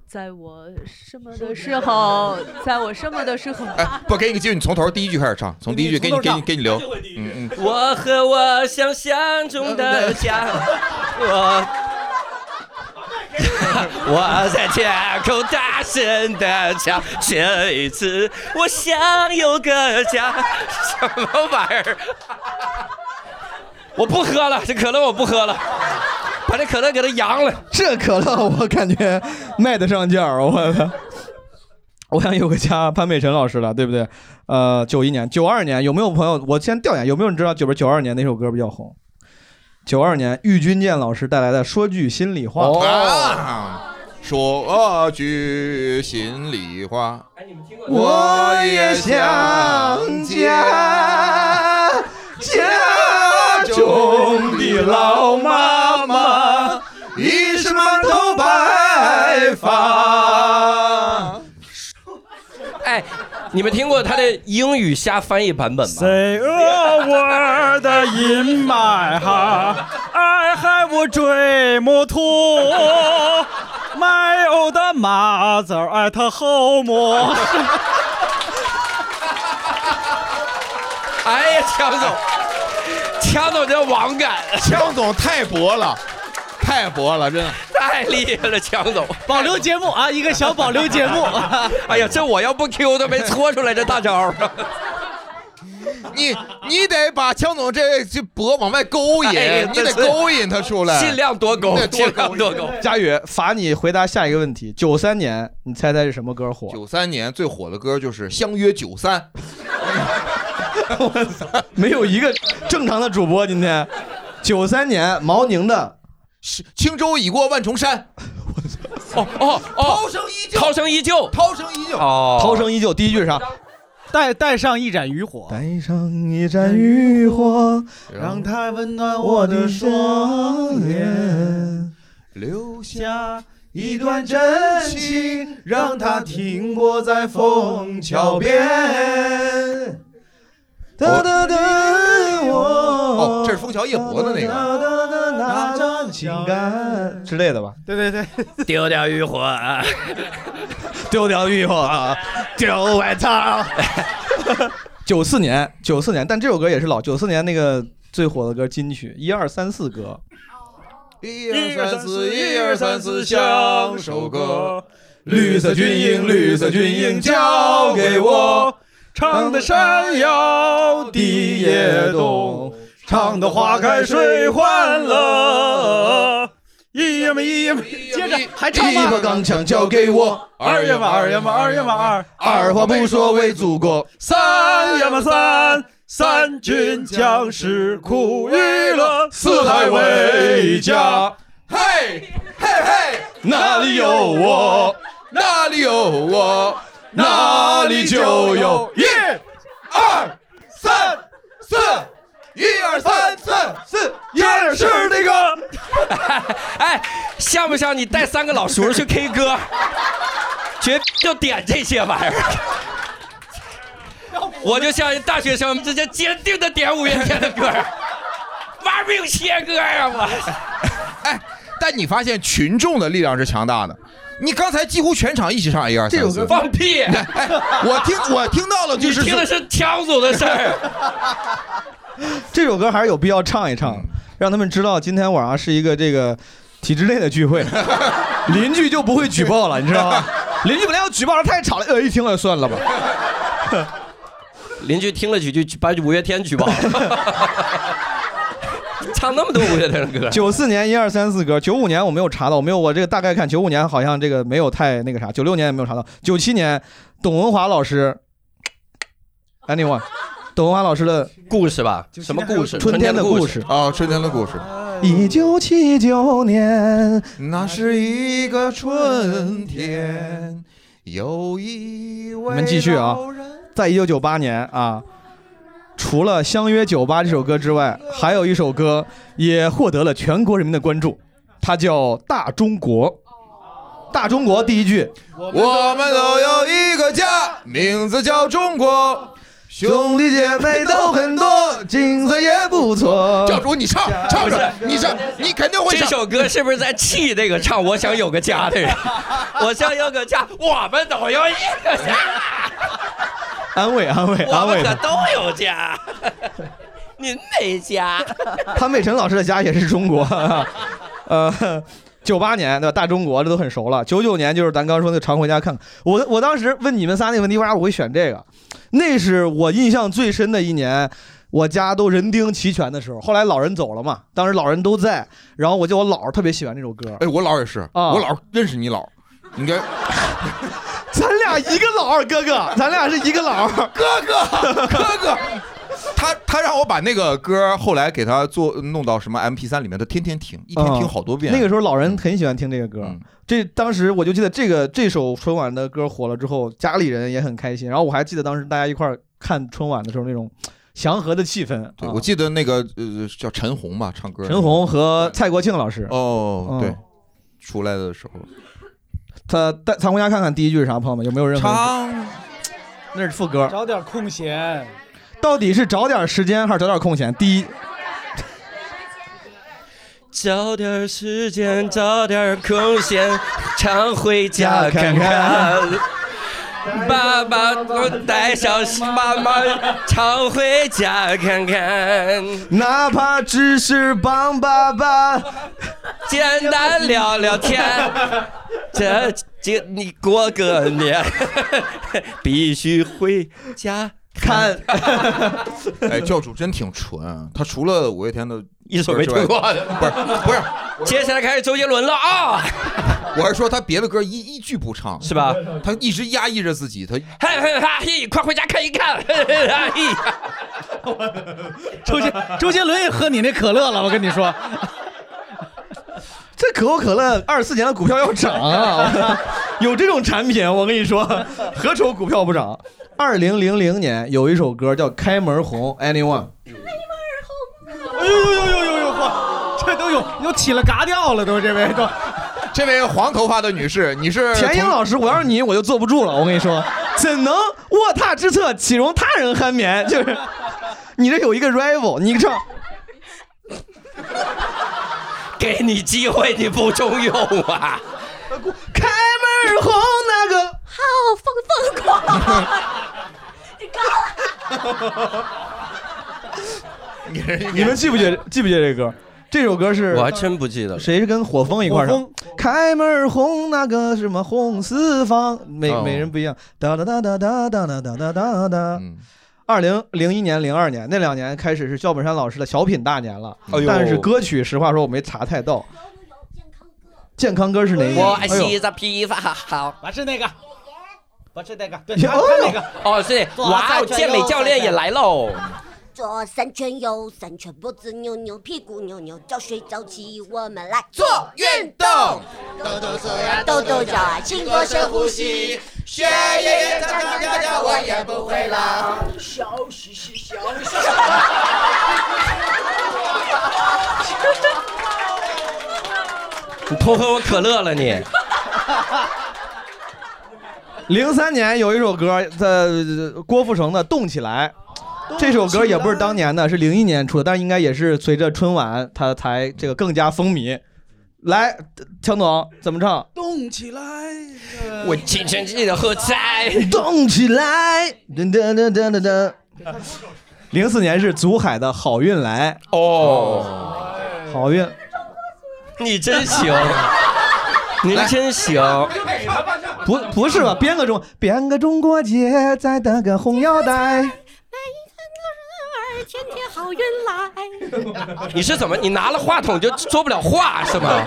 Speaker 18: 在我什么的时候，在我什么的时候，
Speaker 2: 哎，不给你个机会，你从头第一句开始唱，从第一句给你给你给你留。嗯嗯，
Speaker 3: 我和我想象中的家，我 我在天空大声的唱，这一次我想有个家。什么玩意儿？我不喝了，这可乐我不喝了，把这可乐给它扬了。
Speaker 5: 这可乐我感觉卖得上价儿，啊我操！我想有个家，潘美辰老师了，对不对？呃，九一年、九二年有没有朋友？我先调研，有没有人知道九不九二年哪首歌比较红？九二年郁钧剑老师带来的《说句心里
Speaker 2: 哦
Speaker 5: 话》
Speaker 2: 啊，
Speaker 3: 啊
Speaker 2: 说句心里话，
Speaker 12: 我也想家，家中的老妈妈已是满头白发。
Speaker 3: 哎，你们听过他的英语瞎翻译版本吗？
Speaker 12: Say a word in my heart,
Speaker 4: 哎
Speaker 12: I have a dream too. My old mother
Speaker 4: 哎
Speaker 12: at home.
Speaker 3: 哎呀，强总，强总这网感，
Speaker 2: 强总太薄了，太薄了，真的。
Speaker 3: 太厉害了，强总，
Speaker 4: 保留节目啊，一个小保留节目。
Speaker 3: 哎呀，这我要不 Q 都没搓出来这大招儿。
Speaker 2: 你你得把强总这这脖往外勾引，
Speaker 3: 哎呀
Speaker 2: 你得勾引他出来，
Speaker 3: 尽量多勾
Speaker 2: 你得
Speaker 3: 尽量多勾
Speaker 5: 佳宇，罚你回答下一个问题。九三年，你猜猜是什么歌火？
Speaker 2: 九三年最火的歌就是《相约九三》，
Speaker 5: 没有一个正常的主播今天。九三年，毛宁的
Speaker 2: 《轻舟已过万 重山》。
Speaker 3: 哦哦哦，
Speaker 2: 涛声依旧，
Speaker 3: 涛声依旧，
Speaker 2: 涛声依旧。
Speaker 3: 哦
Speaker 5: 涛声依旧，第一句是啥？
Speaker 4: 带带上一盏渔火，
Speaker 12: 带上一盏渔火，
Speaker 4: 让
Speaker 12: 让它温暖我的双脸，留下一段真情，让它停泊在枫桥边。哒哒哒，我
Speaker 2: 哦，这是枫桥夜泊的那个。
Speaker 12: 那张 情感。
Speaker 5: 之类的吧？
Speaker 4: 对对对，
Speaker 3: 丢掉渔火，
Speaker 5: 丢掉渔火，丢外套。 九四年，九四年，但这首歌也是老九四年那个最火的歌金曲，一二三四歌。
Speaker 2: 一二三四，
Speaker 12: 一二三四，相守歌。
Speaker 2: 绿
Speaker 12: 色军营，绿色军 营交给我，唱的山摇，地也动，唱的花开水欢乐。呃一呀嘛一呀嘛，接着还唱吗？
Speaker 5: 钢枪交给我，
Speaker 12: 二呀嘛二呀嘛二呀嘛二，
Speaker 5: 二话不说为祖国。
Speaker 12: 三呀嘛三，三军将士苦与乐，四海为家。
Speaker 2: 嘿，嘿，
Speaker 12: 哪里有我，哪里有我，哪里就有一、二、三、四，一二三四四，一二是那个。
Speaker 3: 哎，像不像你带三个老叔去 K 歌？绝就点这些玩意儿。我就像一大学生，直接坚定的点五月天的歌儿，玩命切歌呀、我。
Speaker 2: 但你发现群众的力量是强大的。你刚才几乎全场一起唱一二三四，
Speaker 3: 放屁！
Speaker 2: 我听我听到了，就是
Speaker 3: 你听的是枪组的事儿。
Speaker 5: 这首歌还是有必要唱一唱，让他们知道今天晚上是一个这个体制内的聚 会，邻居就不会举报了，你知道吗？邻居本来要举报，太吵了，呃，一听了算了吧。
Speaker 3: 邻居听了几句，把五月天举报了，唱那么多五月天的歌。
Speaker 5: 九四年一二三四歌，九五年我没有查到，我没有我这个大概看，九五年好像这个没有太那个啥，九六年也没有查到，九七年董文华老师，anyone，董 文华老师的
Speaker 3: 故事吧，什么故事？
Speaker 5: 春天的故事
Speaker 2: 啊，春天的故事。
Speaker 5: 一九七九年，
Speaker 2: 那是一个春天，有一
Speaker 5: 我
Speaker 2: 位
Speaker 5: 们继续啊，在一九九八年啊，除了《相约九八》这首歌之外，还有一首歌也获得了全国人民的关注，它叫《大中国》。大中国第一句，
Speaker 2: 我们都有一个家，名字叫中国，兄弟姐妹都很多，景色也不错。教主，你唱 唱唱，你唱，你肯定会
Speaker 3: 这
Speaker 2: 唱。
Speaker 3: 首歌是不是在气那个唱《我想有个家》 的人？我想有个家，我们都有一个家，
Speaker 5: 安慰安慰
Speaker 3: 我
Speaker 5: 安
Speaker 3: 们
Speaker 5: 慰
Speaker 3: 可
Speaker 5: 他。
Speaker 3: 都有家，您没 家。
Speaker 5: 潘伟辰老师的家也是中国， 呃，九八年对吧？大中国这都很熟了。九九年就是咱刚说那个常回家看看。我我当时问你们仨那个问题，为啥我会选这个？那是我印象最深的一年，我家都人丁齐全的时候。后来老人走了嘛，当时老人都在，然后我就我姥儿特别喜欢这首歌。
Speaker 2: 哎，我姥也是，
Speaker 5: 啊
Speaker 2: 我姥认识你姥，你该
Speaker 5: 咱俩一个老二哥哥，咱俩是一个老二
Speaker 2: 哥哥哥哥。 他他让我把那个歌后来给他做弄到什么 M P 三里面，他天天听，一天听好多
Speaker 5: 嗯
Speaker 2: 遍。嗯
Speaker 5: 那个时候老人很喜欢听这个歌，这当时我就记得这个这首春晚的歌火了之后，家里人也很开心。然后我还记得当时大家一块儿看春晚的时候那种祥和的气氛。
Speaker 2: 对
Speaker 5: 啊
Speaker 2: 我记得那个呃叫陈红吧，唱歌
Speaker 5: 陈红和蔡国庆老师
Speaker 2: 哦
Speaker 5: 嗯
Speaker 2: 对，出来的时候
Speaker 5: 他带常回家看看第一句是啥？朋友们有没有任何？那是副歌，
Speaker 4: 找点空闲。
Speaker 5: 到底是找点时间还是找点空闲？第一，
Speaker 3: 找点时间，找点空闲，常回家看
Speaker 12: 家
Speaker 3: 看。爸爸我带上妈妈，常回家看看，
Speaker 12: 哪怕只是帮爸爸
Speaker 3: 简单聊聊 天。这这你过个年，必须回家看。
Speaker 2: 哎，教主真挺纯啊，他除了五月天的
Speaker 3: 一首没听过的，
Speaker 2: 不是不是。
Speaker 3: 接下来开始周杰伦了啊！
Speaker 2: 我是说他别的歌一一句不唱，
Speaker 3: 是吧？
Speaker 2: 他一直压抑着自己，他
Speaker 3: 嗨嗨嗨嘿，快回家看一看！嘿嘿哎呀
Speaker 4: 周杰周杰伦也喝你那可乐了，我跟你说，
Speaker 5: 这可口可乐二四年的股票要涨 啊！有这种产品，我跟你说，何愁股票不涨？二零零零年有一首歌叫《开门红》，Anyone。
Speaker 4: 哎呦呦呦呦呦，嚯，这都有又起了嘎调了，都这位都。
Speaker 2: 这位黄头发的女士，你是
Speaker 5: 田英老师，我要是你，我就坐不住了。我跟你说，怎能卧榻之侧岂容他人酣眠？就是你这有一个 rival，你唱
Speaker 3: 给你机会你不中用啊！
Speaker 12: 开门红那个好疯疯狂，
Speaker 2: 你
Speaker 5: 你们记不记得记不记得这歌？这首歌是
Speaker 3: 我还真不记得了。
Speaker 5: 谁是跟火风一块儿
Speaker 3: 火
Speaker 5: 唱
Speaker 3: 风？
Speaker 5: 开门红，那个什么红四方，每
Speaker 2: 哦
Speaker 5: 每人不一样。哒哒哒哒哒哒哒哒哒哒哒。
Speaker 12: 嗯
Speaker 5: 二零零一年、零二年那两年开始是赵本山老师的小品大年了
Speaker 2: 哎呦，
Speaker 5: 但是歌曲实话说我没查太到。健康歌是哪一年？
Speaker 3: 我爱
Speaker 5: 哎呦
Speaker 3: 西藏批发好。
Speaker 4: 不是那个，不是那个，对，
Speaker 5: 看
Speaker 4: 那个。
Speaker 3: 哦，是哇哦，健美教练也来喽。
Speaker 19: 左三圈右三圈，脖子扭扭，屁股扭扭，早睡早起，我们来
Speaker 12: 做运动。
Speaker 19: 都都说抖抖脚啊，请多深呼吸。学爷爷唱唱跳跳，我也不会了。
Speaker 12: 小嘻嘻，小嘻
Speaker 3: 你偷喝我可乐了你？
Speaker 5: 零三年有一首歌，在郭富城的《动起来》，这首歌也不是当年的，是零一年出的，但应该也是随着春晚它才这个更加风靡。来，呃强总怎么唱？
Speaker 12: 动起来！
Speaker 3: 我请全世界的喝彩！
Speaker 5: 动起来！噔噔噔噔噔噔。零四年是祖海的《好运来》哦，好运，
Speaker 3: 你真 行，您真行。
Speaker 5: 不不是吧？编个中编个中国结，再搭个红腰带。
Speaker 19: 儿天天好运来。
Speaker 3: 你是怎么？你拿了话筒就说不了话是吗？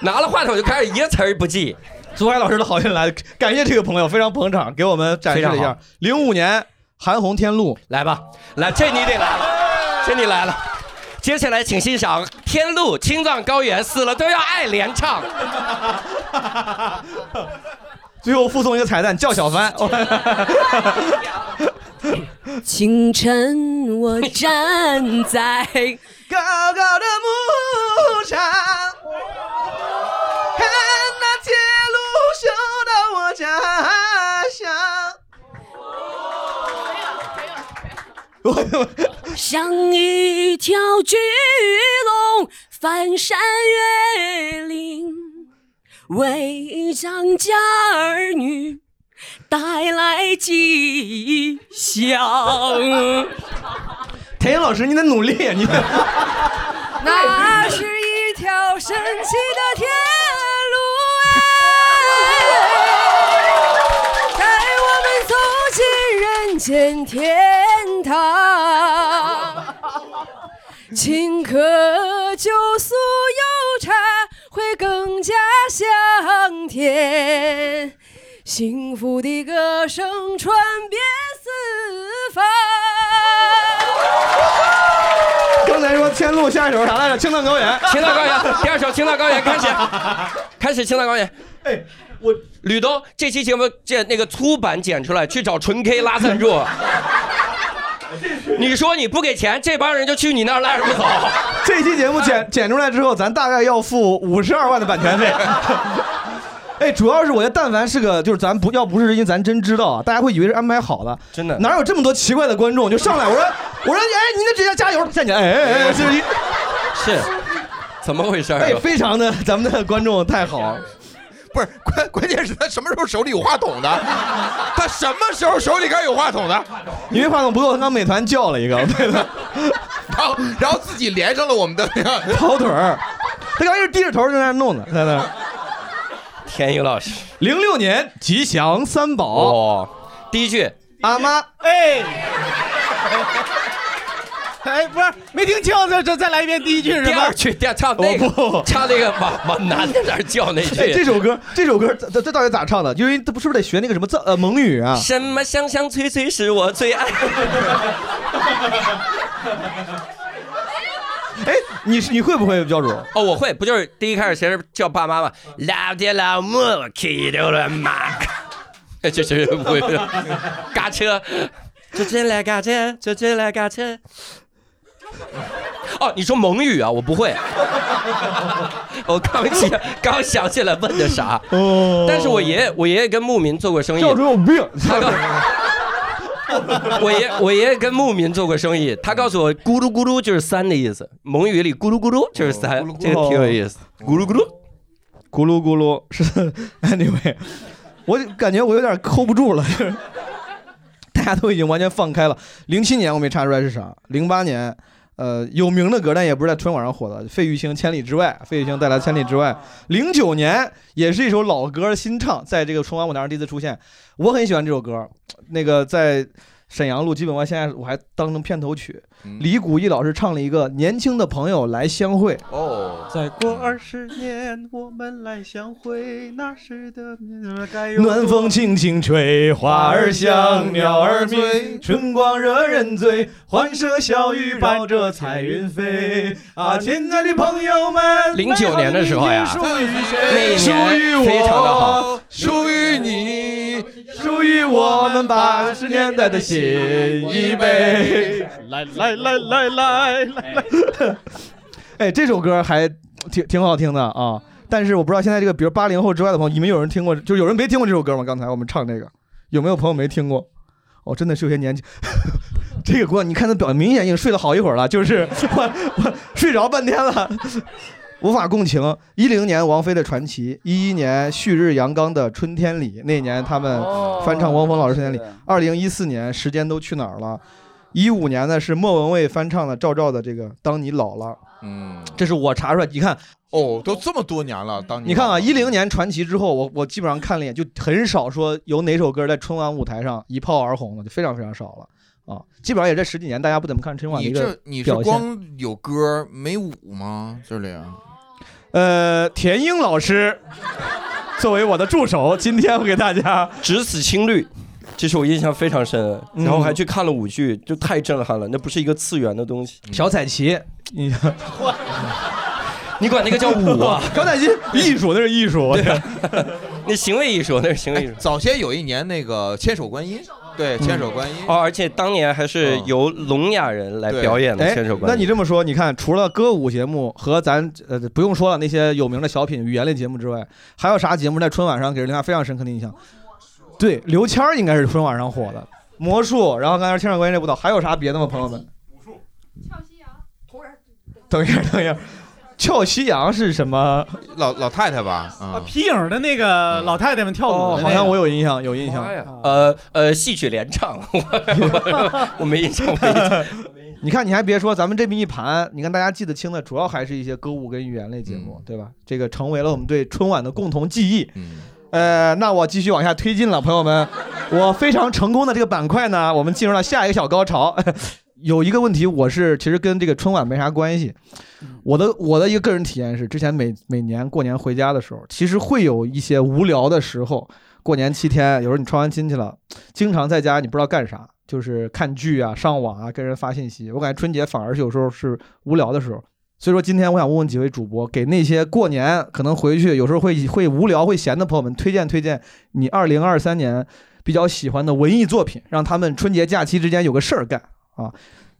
Speaker 3: 拿了话筒就开始一个词儿不记。
Speaker 5: 祖海老师的好运来，感谢这个朋友，非常捧场，给我们展示了一
Speaker 3: 非常
Speaker 5: 下
Speaker 3: 好。
Speaker 5: 零五年韩红天路，
Speaker 3: 来吧，来，这你得来了，这你来了。接下来请欣赏《天路》，青藏高原死了都要爱联唱。
Speaker 5: 最后附送一个彩蛋，叫小 帆。
Speaker 20: 清晨，我站 在高高的牧场，看那铁路修到我家乡。 像一条巨龙翻山越岭，为张家儿女带来吉
Speaker 5: 嗯
Speaker 20: 祥。
Speaker 5: 田英老师，你得努力，
Speaker 12: 啊
Speaker 5: 你得
Speaker 20: 那是一条神奇的啊天路哎，带我们走进人间天堂。青稞酒酥油茶会更加香甜，幸福的歌声传遍四方。
Speaker 5: 刚才说天路，下一首啥来着？青藏高原，
Speaker 3: 青藏高 原，第二首《青藏高原》开始，开始《青藏高原》。哎，
Speaker 5: 我
Speaker 3: 吕东这期节目这那个粗版剪出来，去找纯 K 拉赞助。
Speaker 5: 哎
Speaker 3: 你说你不给钱，这帮人就去你那儿拉什么走？
Speaker 5: 这期节目
Speaker 3: 哎
Speaker 5: 剪剪出来之后，咱大概要付五十二万的版权费。 哎，主要是我觉得，但凡是个，就是咱不要不是因为咱真知道啊，大家会以为是安排好的，
Speaker 3: 真的
Speaker 5: 哪有这么多奇怪的观众就上来？我说，我说，哎，您得直接加油，站起来，哎哎哎，这是一，
Speaker 3: 是，怎么回事儿？啊
Speaker 5: 哎，非常的，咱们的观众太好，
Speaker 2: 不是关 关键是他什么时候手里有话筒的？他什么时候手里该有话筒的？
Speaker 5: 因为话筒不够，他刚美团叫 了一个，对的，
Speaker 2: 然后然后自己连上了我 们的那个
Speaker 5: 跑腿儿，他刚才是低着头在那儿弄的，在那儿。
Speaker 3: 田宇老师，
Speaker 5: 零六年吉祥三宝，
Speaker 3: 哦，第一句
Speaker 5: 阿妈，
Speaker 4: 哎， 哎，不是没听清，再再再来一遍第一句是
Speaker 3: 第
Speaker 4: 吧？
Speaker 3: 二句，第二唱那
Speaker 5: 哦
Speaker 3: 个，唱那个往往男的那儿 叫那
Speaker 5: 哎，
Speaker 3: 句。
Speaker 5: 这首歌，这首歌，这这到底咋唱的？因为这不是不是得学那个什么藏呃蒙语啊？
Speaker 3: 什么香香脆脆是我最爱。
Speaker 5: 哎，你是你会不会教主？
Speaker 3: 哦，我会，不就是第一开始先是叫爸妈吗？老爹老母，我骑着了 马，这绝对不会。 嘎车，就进来嘎车，就进来嘎车。哦，你说蒙语啊？我不会， 我刚想刚想起来问的啥。
Speaker 5: 哦
Speaker 3: 但是我爷爷，我爷爷跟牧民做过生意。
Speaker 5: 教主有病！
Speaker 3: 他告 我爷我爷爷跟牧民做过生意，他告诉我咕噜咕噜就是三的意思，蒙语里咕噜哦咕噜就是三，这个挺有意思。咕噜咕噜，
Speaker 5: 咕噜咕噜 是 anyway，我感觉我有点 hold 不住了， 就是大家都已经完全放开了。零七年我没查出来是啥，零八年。呃，有名的歌，但也不是在春晚上火的。费玉清《千里之外》，费玉清带来《千里之外》。零九年也是一首老歌新唱，在这个春晚舞台上第一次出现。我很喜欢这首歌，那个在沈阳路基本完》，现在我还当成片头曲。李谷一老师唱了一个《年轻的朋友来相会》。
Speaker 2: 哦，
Speaker 5: 再
Speaker 12: 过二十年，我们来相会，那时的面该有
Speaker 17: 暖风轻轻吹，花儿香，鸟儿鸣，春光惹人醉，欢声笑语伴着彩云飞。啊，亲爱的朋友们，
Speaker 3: 09年的时候呀
Speaker 17: 属于
Speaker 3: 那
Speaker 17: 谁？
Speaker 3: 一
Speaker 17: 属于
Speaker 3: 年
Speaker 17: 我，
Speaker 3: 非常的好，
Speaker 17: 属于你，属于我们八十年代的新一辈。
Speaker 4: 来来来来来来来，
Speaker 5: 哎，这首歌还挺挺好听的啊。但是我不知道现在这个，比如八零后之外的朋友，你们有人听过？就有人没听过这首歌吗？刚才我们唱这个，有没有朋友没听过？哦，真的是有些年轻。 这个歌，你看他表，明显已经睡了好一会儿了，就是我我睡着半天了， 无法共情。一零年王菲的《传奇》，一一年旭日阳刚的《春天里》，那年他们翻唱汪峰老师《春天里》。二零一四年《时间都去哪儿了》，一五年呢是莫文蔚翻唱的赵照的这个《当你老了》。
Speaker 2: 嗯，
Speaker 5: 这是我查出来，你看，
Speaker 2: 哦，都这么多年了，当
Speaker 5: 你看啊，一零年传奇之后，我我基本上看了一眼，就很少说有哪首歌在春晚舞台上一炮而红的，就非常非常少了啊。基本上也这十几年，大家不怎么看春晚的
Speaker 2: 你
Speaker 5: 一个
Speaker 2: 这你是
Speaker 5: 表现
Speaker 2: 光有歌没舞吗？这里啊
Speaker 17: 呃，田英老师作为我的助手，今天我给大家嗯
Speaker 3: 只此青绿。这是我印象非常深的，然后还去看了舞剧，就太震撼了，那不是一个次元的东西。
Speaker 5: 小彩旗，你
Speaker 3: 你管那个叫 舞啊？
Speaker 5: 小彩旗
Speaker 17: 艺术那是艺 术，
Speaker 3: 那行为艺术，那是行为艺术。
Speaker 2: 哎早先有一年那个《千手观音》，对，《千手观音》
Speaker 3: 哦，而且当年还是由聋哑人来表演的
Speaker 17: 嗯
Speaker 5: 哎
Speaker 3: 《千手观
Speaker 5: 那
Speaker 3: 音
Speaker 5: 你》。这么说，你看，除了歌舞节目和咱呃不用说了那些有名的小品、语言类节目之外，还有啥节目在春晚上给人留下非常深刻的印象？对，刘谦儿应该是春晚上火的，魔术，然后刚才《千手观音》这舞蹈，还有啥别的吗？朋友们？武术、跳西洋、同人。等一下，等一下，跳西洋是什么？
Speaker 2: 老老太太吧，啊，
Speaker 4: 皮影的那个老太太们跳舞的那个，
Speaker 5: 哦
Speaker 4: 哎
Speaker 5: 好像我有印象，有
Speaker 12: 哎
Speaker 5: 印象。
Speaker 3: 呃呃，戏曲联唱， 我我我没印象，我没印象。
Speaker 5: 你看，你还别说，咱们这么一盘，你看大家记得清的，主要还是一些歌舞跟语言类节目，对吧？这个成为了我们对春晚的共同记忆。呃，那我继续往下推进了，朋友们，我非常成功的这个板块呢，我们进入了下一个小高潮。 有一个问题，我是其实跟这个春晚没啥关系。我的我的一个个人体验是，之前每每年过年回家的时候，其实会有一些无聊的时候。过年七天，有时候你串完亲戚了，经常在家你不知道干啥，就是看剧啊、上网啊、跟人发信息。我感觉春节反而是有时候是无聊的时候。所以说，今天我想问问几位主播，给那些过年可能回去有时候会会无聊、会闲的朋友们，推荐推荐你二零二三年比较喜欢的文艺作品，让他们春节假期之间有个事儿干啊。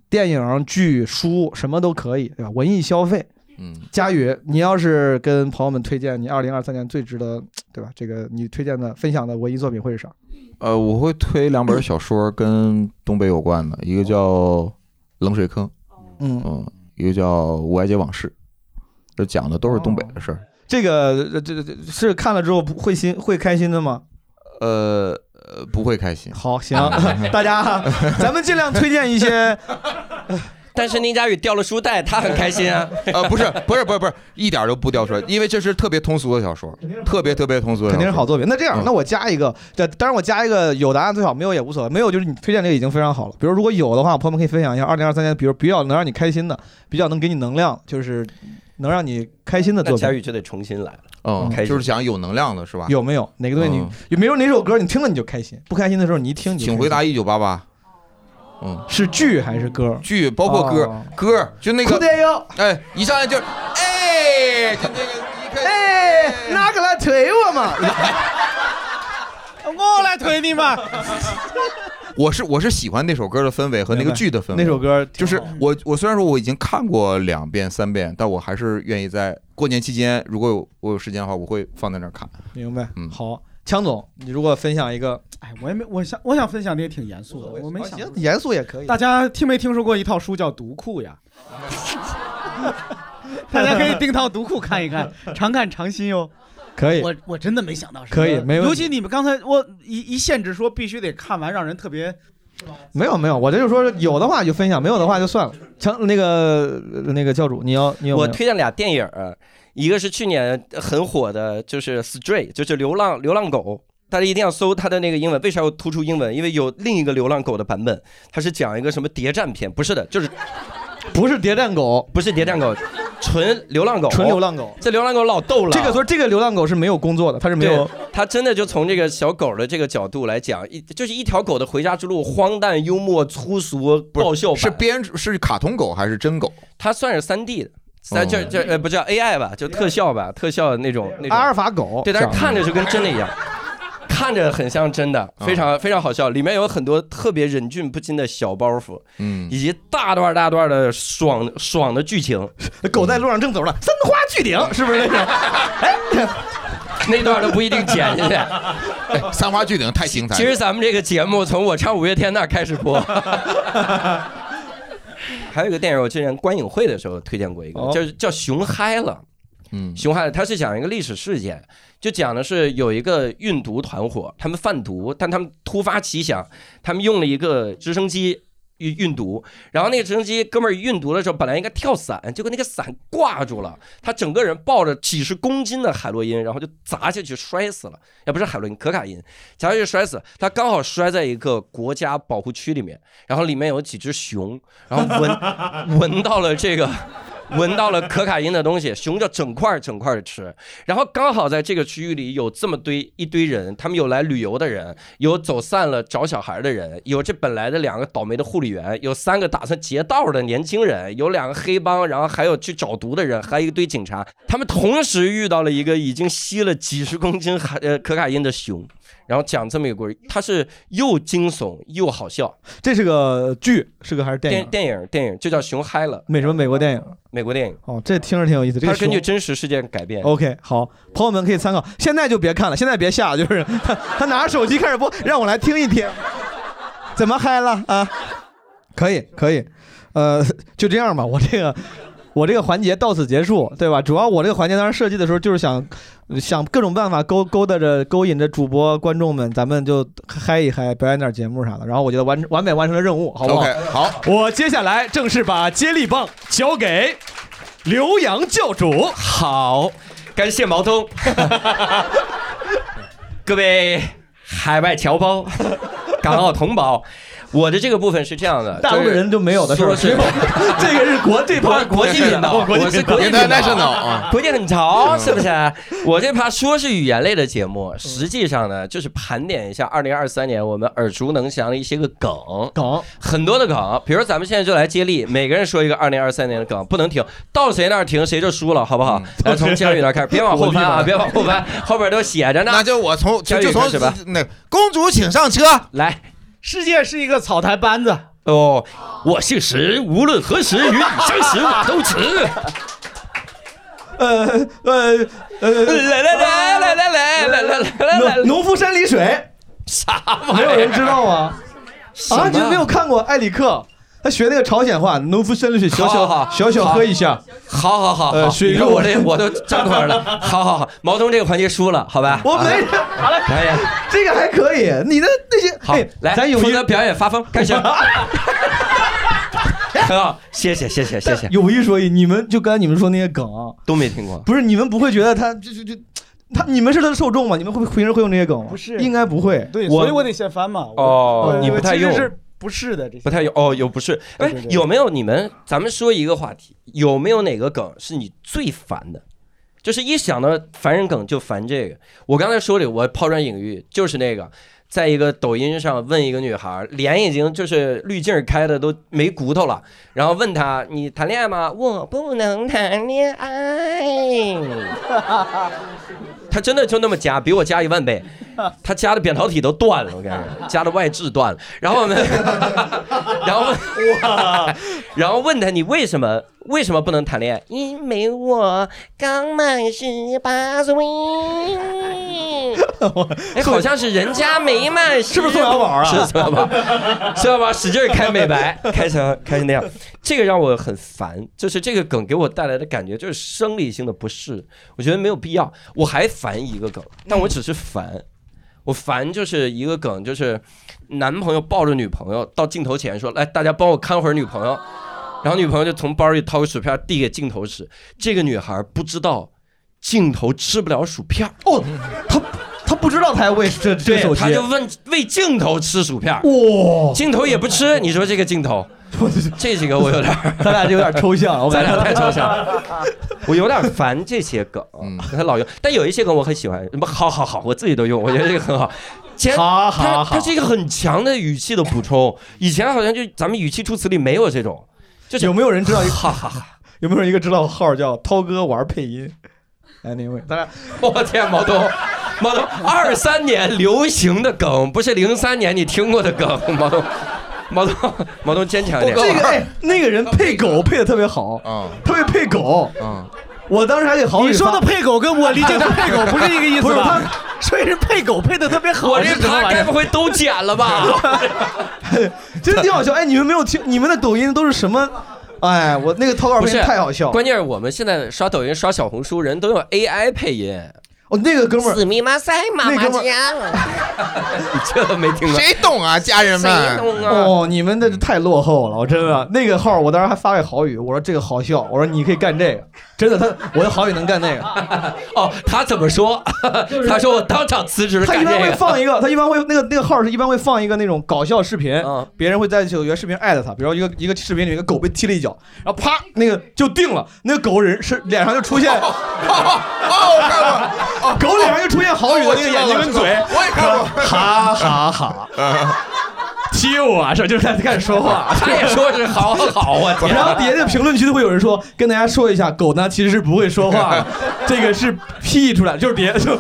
Speaker 5: 电影、剧、书什么都可以，对吧？文艺消费。
Speaker 2: 嗯，
Speaker 5: 佳宇，你要是跟朋友们推荐你二零二三年最值得，对吧？这个你推荐的、分享的文艺作品会是啥？
Speaker 2: 呃，我会推两本小说跟东北有关的，一个叫《冷水坑》，
Speaker 5: 嗯
Speaker 2: 一个叫《无爱街往事》，这讲的都是东北的事儿。
Speaker 5: 这个呃这这这是看了之后不会心会开心的吗？
Speaker 2: 呃，呃不会开心。啊
Speaker 5: 好，行 大 家 咱们尽量推荐一些。
Speaker 3: 但是宁佳宇掉了书袋，他很开 心啊。
Speaker 2: 呃，不是，不是，不是，不是，一点都不掉出来，因为这是特别通俗的小说，特别特别通俗的小
Speaker 5: 肯
Speaker 2: 说，
Speaker 5: 定是好作品。那这
Speaker 2: 嗯
Speaker 5: 样，那我加一个，这当然我加一个有答案最好，没有也无所谓。没有就是你推荐这个已经非常好了。比如如果有的话，朋友们可以分享一下二零二三年，比如比较能让你开心的，比较能给你能量，就是能让你开心的作
Speaker 3: 那
Speaker 5: 品
Speaker 3: 佳。宇就得重新来了。
Speaker 2: 嗯，
Speaker 5: 开心
Speaker 2: 就是讲有能量的是吧？
Speaker 5: 有没有哪个东西你、
Speaker 2: 嗯
Speaker 5: 有没有哪首歌你听了你就开心，不开心的时候你一听你就
Speaker 2: 请
Speaker 5: 开
Speaker 2: 回
Speaker 5: 心
Speaker 2: 答一九八八。嗯，
Speaker 5: 是剧还是歌？
Speaker 2: 剧包括歌、
Speaker 5: 哦
Speaker 2: 歌，就那个
Speaker 5: 裤带腰，
Speaker 2: 哎，一上来就哎，就那个
Speaker 5: 哎，拿过来推我 嘛！
Speaker 4: 我来推你嘛。
Speaker 2: 我是我是喜欢那首歌的氛围和那个剧的氛围。
Speaker 5: 那首歌
Speaker 2: 就是我我虽然说我已经看过两遍三遍，但我还是愿意在过年期间，如果有我有时间的话，我会放在那儿看。
Speaker 5: 明白，
Speaker 2: 嗯，
Speaker 5: 好，强总，你如果分享一个
Speaker 4: 哎，我也没，我想我想分享的也挺严肃的，我没想过。
Speaker 5: 哦严肃也可以，
Speaker 4: 大家听没听说过一套书叫《读库》 呀？大家可以订套《读库》看一看， 常看常新哟。
Speaker 5: 可以
Speaker 4: 我我真的没想到什么。
Speaker 5: 可以没问题
Speaker 4: 尤其你们刚才我一一限制说必须得看完，让人特别
Speaker 5: 没有没有，我这就说有的话就分享，没有的话就算了。强那个呃那个教主，你要你有 没
Speaker 3: 我
Speaker 5: 有
Speaker 3: 推荐俩电影儿，一个是去年很火的，就是《Stray》，就是流浪流浪狗。大家一定要搜它的那个英文，为啥要突出英文？因为有另一个流浪狗的版本，它是讲一个什么谍战片，不是的，就是
Speaker 5: 不是谍战狗，
Speaker 3: 不是谍战狗，纯流浪狗，
Speaker 5: 纯流浪狗。
Speaker 3: 这流浪狗老逗了，
Speaker 5: 这个说这个流浪狗是没有工作的，它是没有
Speaker 3: 对，他真的就从这个小狗的这个角度来讲，一就是一条狗的回家之路，荒诞、幽默、粗俗、爆笑是
Speaker 12: 编是卡通狗还是真狗？哦
Speaker 3: 它算是三 D 的。三就就呃不叫 AI 吧，就特效吧，特效那种那种
Speaker 5: 阿尔法狗
Speaker 3: 对，但是看着就跟真的一样，看着很像真的，
Speaker 5: 啊
Speaker 3: 非常非常好笑。里面有很多特别忍俊不禁的小包袱，
Speaker 12: 嗯，
Speaker 3: 以及大段大段的爽爽的剧情。
Speaker 5: 狗在路上正走呢，三花聚顶是不是 那种？哎
Speaker 3: 那段都不一定剪 进去。
Speaker 12: 三花聚顶太精彩了。
Speaker 3: 其实咱们这个节目从我唱五月天那儿开始 播。还有一个电影，我之前观影会的时候推荐过一个，
Speaker 12: 哦
Speaker 3: 叫叫《熊嗨了》。
Speaker 12: 嗯，
Speaker 3: 熊孩子，他是讲一个历史事件，就讲的是有一个运毒团伙，他们贩毒，但他们突发奇想，他们用了一个直升机运运毒，然后那个直升机哥们儿运毒的时候，本来应该跳伞，结果那个伞挂住了，他整个人抱着几十公斤的海洛因，然后就砸下去摔死了，也不是海洛因，可卡因，砸下去摔死，他刚好摔在一个国家保护区里面，然后里面有几只熊，然后闻 闻到了这个。闻到了可卡因的东西，熊就整块儿整块的吃。然后刚好在这个区域里有这么堆一堆人，他们有来旅游的人，有走散了找小孩的人，有这本来的两个倒霉的护理员，有三个打算劫道的年轻人，有两个黑帮，然后还有去找毒的人，还有一堆警察。他们同时遇到了一个已经吸了几十公斤海呃可卡因的熊。然后讲这么一个故事，它是又惊悚又好笑。
Speaker 5: 这是个剧，是个还是电
Speaker 3: 电
Speaker 5: 影？
Speaker 3: 电影电影就叫《
Speaker 5: 嗯
Speaker 3: 熊嗨了》，
Speaker 5: 美什么美国电影？
Speaker 3: 美国电影。
Speaker 5: 哦，这听着挺有意思。这
Speaker 3: 它
Speaker 5: 个
Speaker 3: 是根
Speaker 5: 熊
Speaker 3: 据真实事件改编。
Speaker 5: OK，好，朋友们可以参考。现在就别看了，现在别下，就是 他他拿着手机开始播，让我来听一听，怎么嗨了啊？可以，可以，呃，就这样吧。我这个我这个环节到此结束，对吧？主要我这个环节当时设计的时候就是想想各种办法勾勾搭着勾引着主播观众们，咱们就嗨一嗨，表演点节目啥的。然后我觉得完完美完成了任务，好不好
Speaker 12: OK，好。
Speaker 5: 我接下来正式把接力棒交给刘洋教主。
Speaker 3: 好，感谢毛东， 各位海外侨胞、港澳同胞，我的这个部分是这样的，
Speaker 5: 大陆的人就没有的是吧
Speaker 3: 说是
Speaker 5: 没有 这个是国这
Speaker 3: 国
Speaker 5: 趴
Speaker 3: 国际频道，
Speaker 5: 哦国际
Speaker 3: 我是
Speaker 5: 频道
Speaker 3: 国际频道
Speaker 5: International 啊
Speaker 3: 国际很潮是不是？我这趴说是语言类的节目，实际上呢就是盘点一下二零二三年我们耳熟能详的一些个梗，
Speaker 5: 梗
Speaker 3: 很多的梗，比如咱们现在就来接力，每个人说一个二零二三年的梗，不能停，到谁那儿停谁就输了，好不好？来从佳宇那儿开始，别往后翻啊，别往后翻，后边都写着呢。那
Speaker 12: 就我从
Speaker 3: 佳
Speaker 12: 就
Speaker 3: 宇
Speaker 12: 就从
Speaker 3: 开始吧。
Speaker 12: 那公主请上车，
Speaker 3: 来，
Speaker 5: 世界是一个草台班子。
Speaker 3: 哦，我姓石，无论何时与你相识，我都值。
Speaker 5: 呃呃呃，
Speaker 3: 来来来来来来来来来来，
Speaker 5: 农农夫山里水，
Speaker 3: 啥
Speaker 5: 没有人知道吗？
Speaker 3: 什么
Speaker 5: 啊，你们没有看过艾里克？他学那个朝鲜话，农夫山里水，小
Speaker 3: 好好
Speaker 5: 小
Speaker 3: 好
Speaker 5: 小小喝一下。
Speaker 3: 好好好
Speaker 5: 呃
Speaker 3: 好，
Speaker 5: 水
Speaker 3: 你说
Speaker 5: 肉
Speaker 3: 我这我都站腿儿 了。好好好，毛东这个环节输了，好吧？
Speaker 5: 我没
Speaker 3: 啊，
Speaker 5: 好嘞，
Speaker 3: 哎呀，
Speaker 5: 这个还可以。你的那些，
Speaker 3: 好
Speaker 5: 嘿，
Speaker 3: 来，
Speaker 5: 咱有
Speaker 3: 负
Speaker 5: 一
Speaker 3: 责表演发 疯，开始。很好，谢谢谢谢谢谢，
Speaker 5: 有一说一，你们就刚才你们说那些梗啊，
Speaker 3: 都没听过。
Speaker 5: 不是你们不会觉得他就就就他你们是他的受众吗？你们会平时会用这些梗吗？不是，应该不会。
Speaker 4: 对，所以我得先翻嘛。我
Speaker 5: 呃
Speaker 3: 哦
Speaker 4: 我
Speaker 3: 你不太用
Speaker 4: 我其实是不是的这些
Speaker 3: 不太有哦，有不是？哎，有没有你们？咱们说一个话题，有没有哪个梗是你最烦的？就是一想到烦人梗就烦这个。我刚才说的，我抛砖引玉，就是那个，在一个抖音上问一个女孩，脸已经就是滤镜开的都没骨头了，然后问她你谈恋爱吗？我不能谈恋爱。她真的就那么加，比我加一万倍。她加的扁桃体都断了，我跟你说，加的外痔断了。然后我们，然后哇， 然后问她你为什么为什么不能谈恋爱？因为我刚满十八岁。哎，好像是人家没卖，是不是宋小宝
Speaker 5: 啊
Speaker 3: 是宋小宝， 宋小宝使劲开美白，开成开成那样，这个让我很烦。就是这个梗给我带来的感觉就是生理性的不适，我觉得没有必要。我还烦一个梗，但我只是烦，我烦就是一个梗，就是男朋友抱着女朋友到镜头前说：“来，大家帮我看会儿女朋友。”然后女朋友就从包里掏个薯片递给镜头使，这个女孩不知道镜头吃不了薯片。
Speaker 5: 哦，他不知道他要为这这
Speaker 3: 对
Speaker 5: 手，机
Speaker 3: 他就问为镜头吃薯片儿，
Speaker 5: 哇
Speaker 3: 镜头也不吃，你说这个镜头，这几个我有点儿，
Speaker 5: 咱俩就有点抽象了我
Speaker 3: 咱
Speaker 5: 感觉
Speaker 3: 俩太抽象 了，我有点烦这些梗，
Speaker 5: 嗯
Speaker 3: 他老用，但有一些梗我很喜欢，什么好好好，我自己都用，我觉得这个很好。前
Speaker 5: 嗯好
Speaker 3: 它
Speaker 5: 好
Speaker 3: 它是一个很强的语气的补充，以前好像就咱们语气助词里没有这种，就是
Speaker 5: 有没有人知道一 个
Speaker 3: 哈哈哈？
Speaker 5: 有没有人一个知道号叫涛哥玩 配音？Anyway，咱俩
Speaker 3: 我天，毛东，毛东，二三年流行的梗，不是零三年你听过的梗，毛东，毛东，毛东坚强一
Speaker 5: 这
Speaker 3: 点。啊
Speaker 5: 个哎，那个人配狗配的特别好，特别配狗，我当时还给郝宇
Speaker 4: 你说的配狗跟我理解的配狗不是一个意思吧
Speaker 5: 不是他，
Speaker 4: 所以是配狗配的特别好。
Speaker 3: 我这他该不会都剪了 吧？
Speaker 5: 真的挺好笑。哎，你们没有听，你们的抖音都是什么？哎，我那个投稿
Speaker 3: 不
Speaker 5: 配
Speaker 3: 是
Speaker 5: 音太好笑。
Speaker 3: 关键是我们现在刷抖音、刷小红书，人都用 AI 配音。
Speaker 5: 哦，那个哥们
Speaker 3: 儿，死密马赛
Speaker 19: 妈
Speaker 3: 那
Speaker 19: 妈
Speaker 3: 哥们
Speaker 19: 家，
Speaker 3: 你这没听过？
Speaker 19: 谁
Speaker 3: 懂啊，家人谁懂啊？
Speaker 5: 哦，你们这太落后了，我真的。那个号我当时还发给郝宇，我说这个好笑，我说你可以干这个，真的，他我的郝宇能干 那个。
Speaker 3: 哦，他怎么说？ 他说我当场辞职
Speaker 5: 他
Speaker 3: 干
Speaker 5: 一
Speaker 3: 这个。
Speaker 5: 般会放一个，他一般会那个那个号是一般会放一个那种搞笑视频，
Speaker 19: 嗯
Speaker 5: 别人会在有些视频艾特他，比如一个一个视频里面一个狗被踢了一脚，然后啪那个就定了，那个狗人是脸上就出 现，狗脸上就出现郝宇的那个眼睛跟嘴，
Speaker 19: 我也看过，
Speaker 5: 哈哈哈。 踢我啊！这就是在开始说话，
Speaker 19: 他也说是好好 啊天
Speaker 5: 然后底下的评论区都会有人说，跟大家说一下，狗呢其实是不会说 话的，这个是 P 出来的，就是 别就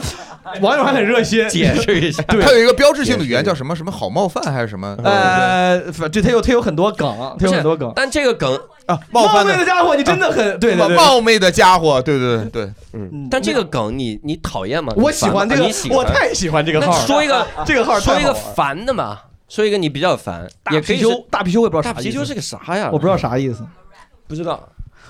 Speaker 5: 网友还很热心
Speaker 2: 解释一下
Speaker 5: 对，
Speaker 2: 它有一个标志性的语言叫什么什么好冒犯还是什么？
Speaker 5: 呃，反这他有他有很多梗，他有很多梗。
Speaker 3: 但这个梗
Speaker 5: 啊，
Speaker 2: 冒
Speaker 5: 冒
Speaker 2: 犯
Speaker 5: 昧的家伙，你真的很对对对，
Speaker 2: 冒昧的家伙，对对对对，
Speaker 3: 嗯。但这个梗你你讨厌吗？
Speaker 2: 我
Speaker 3: 你烦
Speaker 2: 喜欢
Speaker 3: 吗
Speaker 2: 这个
Speaker 3: 啊你喜欢
Speaker 2: 我太喜欢这个号
Speaker 3: 那说一个
Speaker 2: 这个号太好
Speaker 3: 说
Speaker 2: 玩
Speaker 3: 一个烦的嘛，说一个你比较烦，也可以
Speaker 5: 貔
Speaker 3: 是
Speaker 5: 貅，大貔貅我也不知道啥
Speaker 3: 大貔
Speaker 5: 意思
Speaker 3: 貅是个哦啥呀？
Speaker 5: 我不知道啥意思。
Speaker 3: 不知道。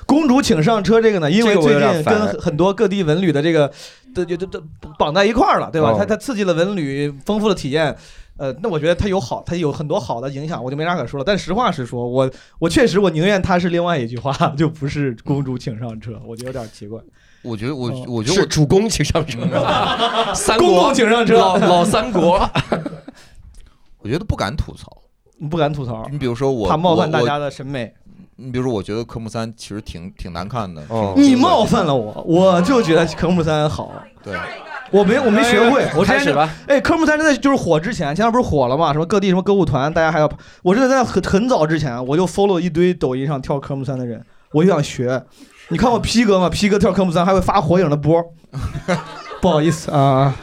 Speaker 5: 公主请上车这个呢，因
Speaker 3: 这
Speaker 5: 为
Speaker 3: 个我
Speaker 5: 最
Speaker 3: 有点
Speaker 5: 近跟
Speaker 3: 烦
Speaker 5: 很多各地文旅的这个，这这这绑在一块儿了，对吧
Speaker 3: 哦？
Speaker 5: 它它刺激了文旅，丰富了体验。呃，那我觉得它有好，它有很多好的影响，我就没啥可说了。但实话实说，我我确实我宁愿它是另外一句话， 就不是公主请上车，我觉得有点奇怪。
Speaker 2: 我觉得我
Speaker 5: 哦
Speaker 2: 我觉得
Speaker 5: 是
Speaker 2: 我
Speaker 3: 主公请 上 车，三
Speaker 5: 公
Speaker 2: 国
Speaker 5: 公请上车，，
Speaker 2: 老老三国 我觉得不敢吐槽，
Speaker 5: 你不敢吐槽，
Speaker 2: 你比如说我
Speaker 5: 怕冒犯
Speaker 2: 我
Speaker 5: 大
Speaker 2: 我
Speaker 5: 家的审美。
Speaker 2: 你比如说，我觉得科目三其实挺挺难看的。
Speaker 5: 嗯你冒犯了我，我就觉得科目三好。
Speaker 2: 对，
Speaker 5: 我
Speaker 2: 哎
Speaker 5: 没我没学会，我之
Speaker 2: 开
Speaker 5: 前
Speaker 2: 始
Speaker 5: 就
Speaker 2: 吧。
Speaker 5: 哎，科目三真的就是火之前，前段不是火了嘛？什么各地什么歌舞团，大家还要，我真的在很很早之前，我就 follow 一堆抖音上跳科目三的人，我就想学。你看过 P 哥吗？P 哥跳科目三还会发火影的波， 不好意思
Speaker 2: 哎
Speaker 5: 啊，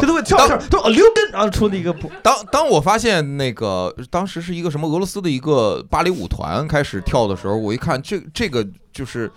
Speaker 5: 这都会跳跳，都溜根啊出的一个波。
Speaker 2: 当当我发现那个当时是一个什么俄罗斯的一个芭蕾舞团开始跳的时候，我一看这这个就是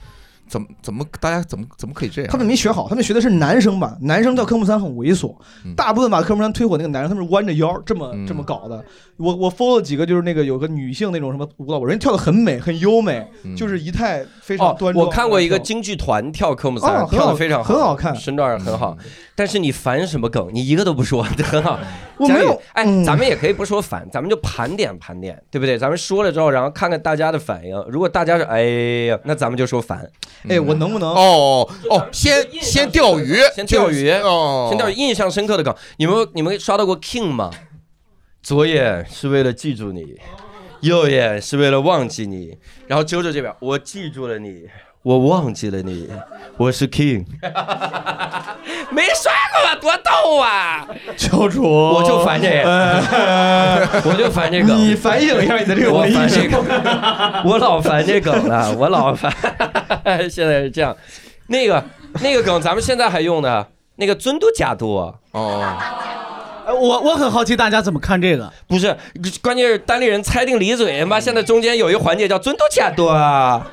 Speaker 2: 怎么怎么大家怎么怎么可以这样？
Speaker 5: 他们没学好，他们学的是男生版，男生跳科目三很猥琐，
Speaker 2: 嗯
Speaker 5: 大部分把科目三推火那个男生，他们是弯着腰这么这么搞的。我我 follow 几个就是那个有个女性那种什么舞蹈，人家跳的很美，很优美，
Speaker 2: 嗯
Speaker 5: 就是仪态非常
Speaker 3: 哦
Speaker 5: 端，庄。
Speaker 3: 我看过一个京剧团跳科目三
Speaker 5: 哦，很好
Speaker 3: 跳的非常好，
Speaker 5: 很好看嗯
Speaker 3: 身段很好。但是你烦什么梗，你一个都不说，很好。
Speaker 5: 我
Speaker 3: 佳宇
Speaker 5: 没有嗯
Speaker 3: 哎，咱们也可以不说烦，咱们就盘点盘点，对不对？咱们说了之后，然后看看大家的反应。如果大家是哎呀，那咱们就说烦。
Speaker 12: 嗯
Speaker 5: 哎，我能不能？
Speaker 2: 哦哦，先先钓鱼，
Speaker 3: 先钓
Speaker 2: 就是
Speaker 3: 鱼
Speaker 2: 哦，
Speaker 3: 先钓鱼。印象深刻的梗，你们你们刷到过 King 吗？左眼是为了记住你，右眼是为了忘记你。然后啾啾这边，我记住了你，我忘记了你，我是 King。没刷过吧？多逗啊！
Speaker 5: 教主，
Speaker 3: 我就烦这个，我就烦这个。
Speaker 5: 哎你反省一下你的这个
Speaker 3: 我
Speaker 5: 文艺
Speaker 3: 烦
Speaker 5: 生
Speaker 3: 这个， 我老烦这梗 了，我老烦。 现在是这样，那个那个梗咱们现在还用呢，那个尊嘟假嘟
Speaker 2: 哦。
Speaker 4: 哎我我很好奇大家怎么看这个？
Speaker 3: 不是，关键是单立人猜定离嘴
Speaker 4: 嗯
Speaker 3: 妈，现在中间有一个环节叫尊嘟假嘟啊，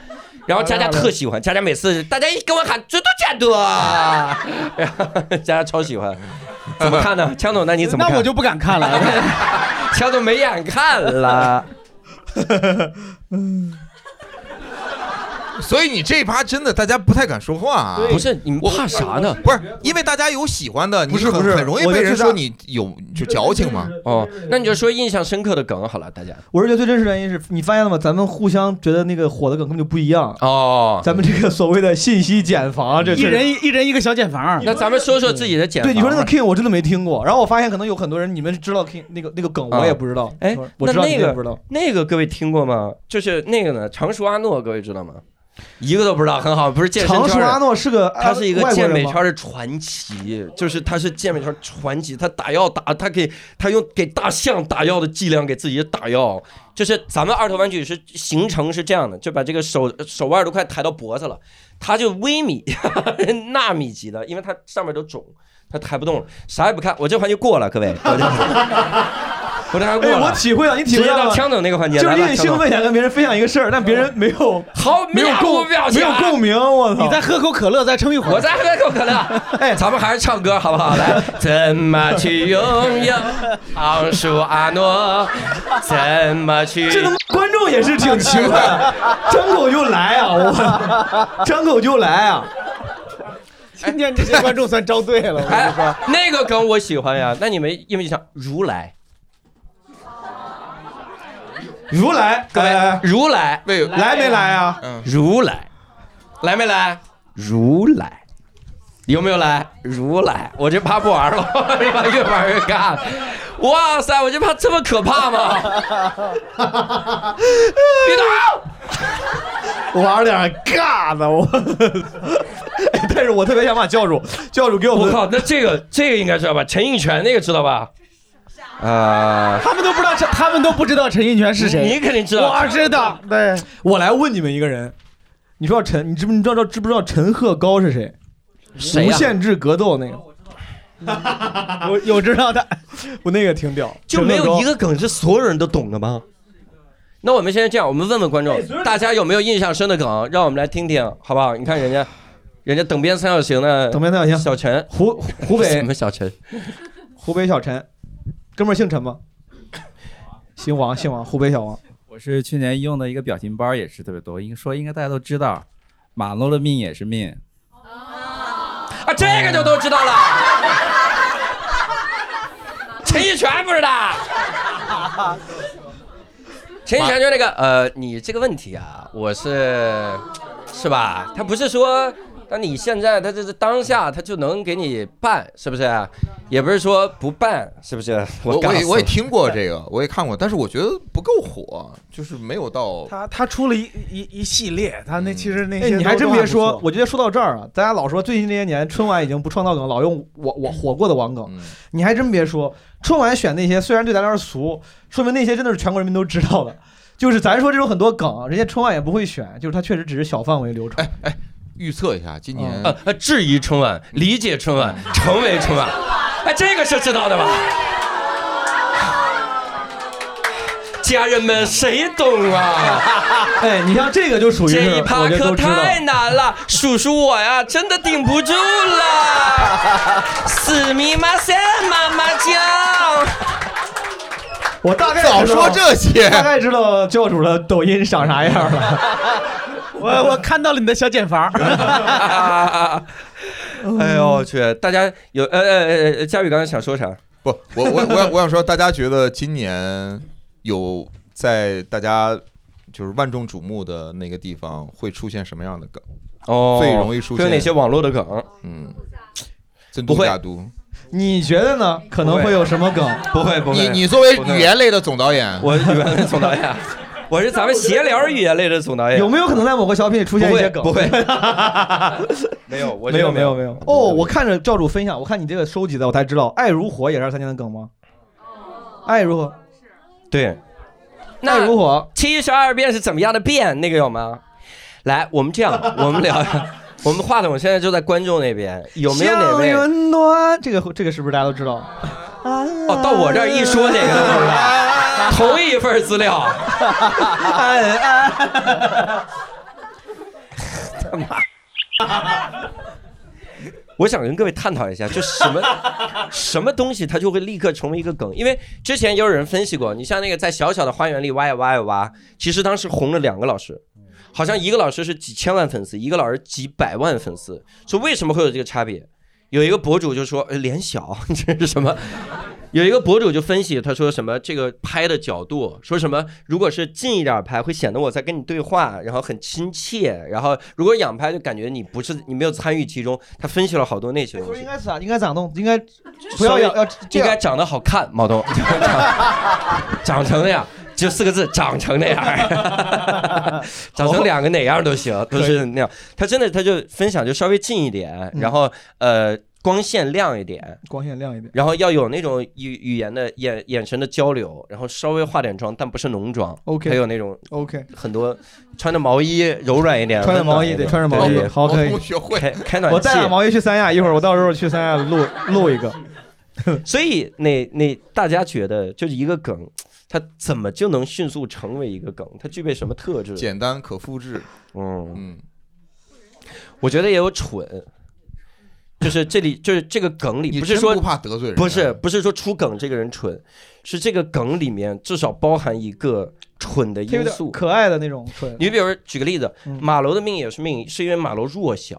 Speaker 3: 然后佳佳特喜欢，佳佳每次 大家一跟我喊尊嘟假嘟啊，然后佳佳超喜欢，怎么看 呢？枪总，那你怎么看？
Speaker 4: 那我就不敢看了。
Speaker 3: 枪总没眼看了。
Speaker 2: 所以你这一趴真的大家不太敢说话、啊，
Speaker 3: 不是你们
Speaker 2: 我
Speaker 3: 怕啥呢？
Speaker 2: 不是因为大家有喜欢的，你
Speaker 3: 不是
Speaker 2: 很
Speaker 3: 不是
Speaker 2: 很容易
Speaker 3: 我
Speaker 2: 被
Speaker 3: 就
Speaker 2: 人
Speaker 3: 知
Speaker 2: 说
Speaker 3: 道
Speaker 2: 你有就矫情嘛。
Speaker 3: 哦，那你就说印象深刻的梗好了，大家。
Speaker 5: 我是觉得最真实的原因是你发现了吗？咱们互相觉得那个火的梗根本就不一样
Speaker 2: 哦。
Speaker 5: 咱们这个所谓的信息茧房，这
Speaker 4: 一人一人一个小茧房。
Speaker 3: 那咱们说说自己的茧
Speaker 5: 对你说那个
Speaker 3: 房吧
Speaker 5: King 我真的没听过，然后我发现可能有很多人你们知道 King 那个那个梗
Speaker 2: 啊
Speaker 5: 我也不知道，
Speaker 3: 哎，
Speaker 5: 我
Speaker 3: 那
Speaker 5: 知道你
Speaker 3: 那
Speaker 5: 们也
Speaker 3: 个
Speaker 5: 不知道。
Speaker 3: 那个各位听过吗？就是那个呢，常熟阿诺，各位知道吗？一个都不知道，很好，不是健身圈
Speaker 5: 常
Speaker 3: 的。
Speaker 5: 熟阿诺是个啊
Speaker 3: 他是一个
Speaker 5: 外国
Speaker 3: 健
Speaker 5: 人
Speaker 3: 美
Speaker 5: 吗
Speaker 3: 圈的传奇，就是他是健美圈传奇，他打药打，他给他用给大象打药的剂量给自己打药，就是咱们二头弯举是形成是这样的，就把这个手手腕都快抬到脖子了，他就微米 纳米级的，因为他上面都肿，他抬不动了，啥也不看，我这环节过了，各位，我这我这还过
Speaker 5: 哎，
Speaker 3: 了，
Speaker 5: 我体会到你体
Speaker 3: 直
Speaker 5: 会
Speaker 3: 接
Speaker 5: 到
Speaker 3: 到
Speaker 5: 了
Speaker 3: 枪总那个环节，
Speaker 5: 就
Speaker 3: 来
Speaker 5: 是因
Speaker 3: 吧
Speaker 5: 为你
Speaker 3: 枪
Speaker 5: 兴
Speaker 3: 总
Speaker 5: 奋 想跟别人分享一个事儿，但别人没有
Speaker 3: 好
Speaker 5: 没有
Speaker 3: 面
Speaker 5: 共
Speaker 3: 无表
Speaker 5: 没
Speaker 3: 情
Speaker 5: 有共鸣，我操！
Speaker 4: 你再喝口可乐，再撑一会儿。
Speaker 3: 我再喝口可乐。哎，咱们还是唱歌好不好？ 来，怎么去拥有昂舒阿诺？怎么去？
Speaker 5: 这他妈观众也是挺奇怪 的，张口就来啊！我 张口就来啊！
Speaker 4: 今天这些观众算招对了，我跟你说。
Speaker 3: 那个梗我喜欢呀。那你们有没有想如来？
Speaker 5: 如来，哎
Speaker 3: 各位，如来，
Speaker 5: 来没来啊？
Speaker 3: 如来，嗯来没来？如来，有没有来？如来，我这怕不玩了， 我这怕越玩越尬了。哇塞，我这怕这么可怕吗？别打！
Speaker 5: 玩点尬的我。 哎但是我特别想把教主，教主给我
Speaker 3: 我
Speaker 5: 们，
Speaker 3: 靠，那这个这个应该知道吧？陈印泉那个知道吧？
Speaker 5: 呃
Speaker 3: 啊、
Speaker 4: 他们都不知道，他们都不知道陈印泉是谁。
Speaker 3: 你肯定知道
Speaker 4: 我知道。对，
Speaker 5: 我来问你们一个人，你知道陈，你知不知道知不知道陈鹤高是谁？
Speaker 4: 谁
Speaker 5: 无
Speaker 4: 呀
Speaker 5: 限制格斗那 个。我有知道的，我那个挺屌，
Speaker 3: 就没有一个梗是所有人都懂的吗？那我们现在这样，我们问问观众，大家有没有印象深的梗？让我们来听听，好不好？你看人家，人家等边三角形的，等
Speaker 5: 边三角形，
Speaker 3: 小陈，
Speaker 5: 湖湖 北
Speaker 3: 什么小陈？
Speaker 5: 湖北小陈，哥们儿姓陈吗？姓王，姓王，湖北小王。
Speaker 15: 我是去年用的一个表情包，也是特别多，应该说应该大家都知道，马路的命也是命。
Speaker 3: 啊，这个就都知道了。 陈奕泉 不知道，
Speaker 5: 啊
Speaker 3: 陈奕泉就那个呃，你这个问题啊，我是是吧？他不是说，那你现在他这是当下他就能给你办，是不是？啊也不是说不办，是不是？
Speaker 2: 我
Speaker 3: 我
Speaker 2: 我也我也听过这 个，我也看过，但是我觉得不够火，就是没有
Speaker 3: 哦
Speaker 2: 到
Speaker 4: 他他出了一一一系列，他
Speaker 3: 嗯
Speaker 4: 那其实那
Speaker 5: 哎，
Speaker 4: 些
Speaker 5: 你还
Speaker 4: 都
Speaker 5: 真
Speaker 4: 都
Speaker 5: 别
Speaker 4: 不
Speaker 5: 说
Speaker 4: 错，
Speaker 5: 我觉得说到这儿啊，大家老说最近这些年春晚已经不创造梗，老用我我火过的网梗。
Speaker 3: 嗯
Speaker 5: 你还真别说，春晚选那些虽然对咱来说俗，说明那些真的是全国人民都知道的。就是咱说这种很多梗，人家春晚也不会选，就是它确实只是小范围流
Speaker 3: 哎
Speaker 5: 传。
Speaker 2: 预测一下今年
Speaker 3: 呃呃质疑春晚，理解春晚，成为春晚，哎，这个是知道的吧？家人们，谁懂 啊？
Speaker 5: 哎，你像这个就属于
Speaker 3: 这
Speaker 5: 是
Speaker 3: 一趴
Speaker 5: 我觉得
Speaker 3: 可
Speaker 5: 都知道。
Speaker 3: 太难了，叔叔我呀真的顶不住了，死密马塞妈妈酱。
Speaker 5: 我大概
Speaker 3: 早
Speaker 5: 知道
Speaker 3: 说这些
Speaker 5: 大概知道教主的抖音长啥样了。
Speaker 4: 我我看到了你的小茧房。
Speaker 3: 哎呦我去，大家有呃呃呃呃，佳宇刚才想说啥？
Speaker 2: 不，我我我想我想说，大家觉得今年有在大家就是万众瞩目的那个地方会出现什么样的梗？
Speaker 3: 哦
Speaker 2: 最容易出
Speaker 3: 会
Speaker 2: 现
Speaker 3: 有哪些网络的梗？
Speaker 2: 嗯，真
Speaker 3: 不
Speaker 2: 都
Speaker 3: 会
Speaker 2: 假都，
Speaker 5: 你觉得呢？可能会有什么梗？
Speaker 3: 不会不会
Speaker 2: 你你作为
Speaker 3: 不会
Speaker 2: 语言类的总导演，
Speaker 3: 我语言类总导演，啊我是咱们闲聊语言类的总导演。
Speaker 5: 有没有可能在某个小品里出现一些梗？
Speaker 3: 哎不会， 不会没有，我
Speaker 5: 没有没有没
Speaker 3: 有。
Speaker 5: 有哦！我看着教主分享，我看你这个收集的，我才知道“爱如火”也是二三年的梗吗？爱如火，
Speaker 3: 对，
Speaker 5: 那如火
Speaker 3: 七十二变是怎么样的变？那个有吗？来，我们这样，我们聊一下。我们话筒现在就在观众那边，有没有哪位？
Speaker 5: 向云端，这个这个是不是大家都知道？
Speaker 3: 哦，到我这儿一说这个都不知 道，同一份资料。他妈！我想跟各位探讨一下，就什么什么东西它就会立刻成为一个梗，因为之前也有人分析过，你像那个在小小的花园里挖呀挖呀挖，其实当时红了两个老师，好像一个老师是几千万粉丝，一个老师几百万粉丝，说为什么会有这个差别？有一个博主就说，呃，脸小， 这是什么？有一个博主就分析，他说什么这个拍的角度，说什么如果是近一点拍，会显得我在跟你对话，然后很亲切；然后如果仰拍，就感觉你不是你没有参与其中。他分析了好多那些 东西，
Speaker 5: 应该啊咋应该咋弄？应该不要要要这
Speaker 3: 应
Speaker 5: 样
Speaker 3: 该长得好看，毛东长长成那样，就四个字，长成那样。 长成两个哪样都行，都是那样。他真的他就分享就稍微近一点，然后呃光线亮一点，
Speaker 5: 光线亮一点。
Speaker 3: 然后要有那种语语言的眼眼神的交流，然后稍微化点妆，但不是浓妆。
Speaker 5: OK
Speaker 3: 还有那种
Speaker 5: OK
Speaker 3: 很多穿着毛衣柔软一点，
Speaker 5: 穿着毛
Speaker 3: 温暖
Speaker 5: 衣
Speaker 3: 一点
Speaker 5: 得穿着毛衣
Speaker 3: 呃对对
Speaker 5: 好可以
Speaker 3: 哦我学会开开暖气。
Speaker 5: 我带俩毛衣去三亚，一会儿我到时候去三亚 录 录一个。
Speaker 3: 所以那那大家觉得就是一个梗，它怎么就能迅速成为一个梗？它具备什么特质？简
Speaker 2: 单可复制。
Speaker 3: 嗯嗯，我觉得也有蠢，就是这里就是这个梗里
Speaker 2: 你
Speaker 3: 不是
Speaker 2: 真
Speaker 3: 说
Speaker 2: 不怕得罪人啊
Speaker 3: 不是不是说出梗这个人蠢，是这个梗里面至少包含一个蠢的
Speaker 5: 它有
Speaker 3: 因
Speaker 5: 点
Speaker 3: 素。
Speaker 5: 可爱的那种蠢。
Speaker 3: 你比如举个例子，
Speaker 5: 嗯
Speaker 3: 马楼的命也是命，是因为马楼弱小。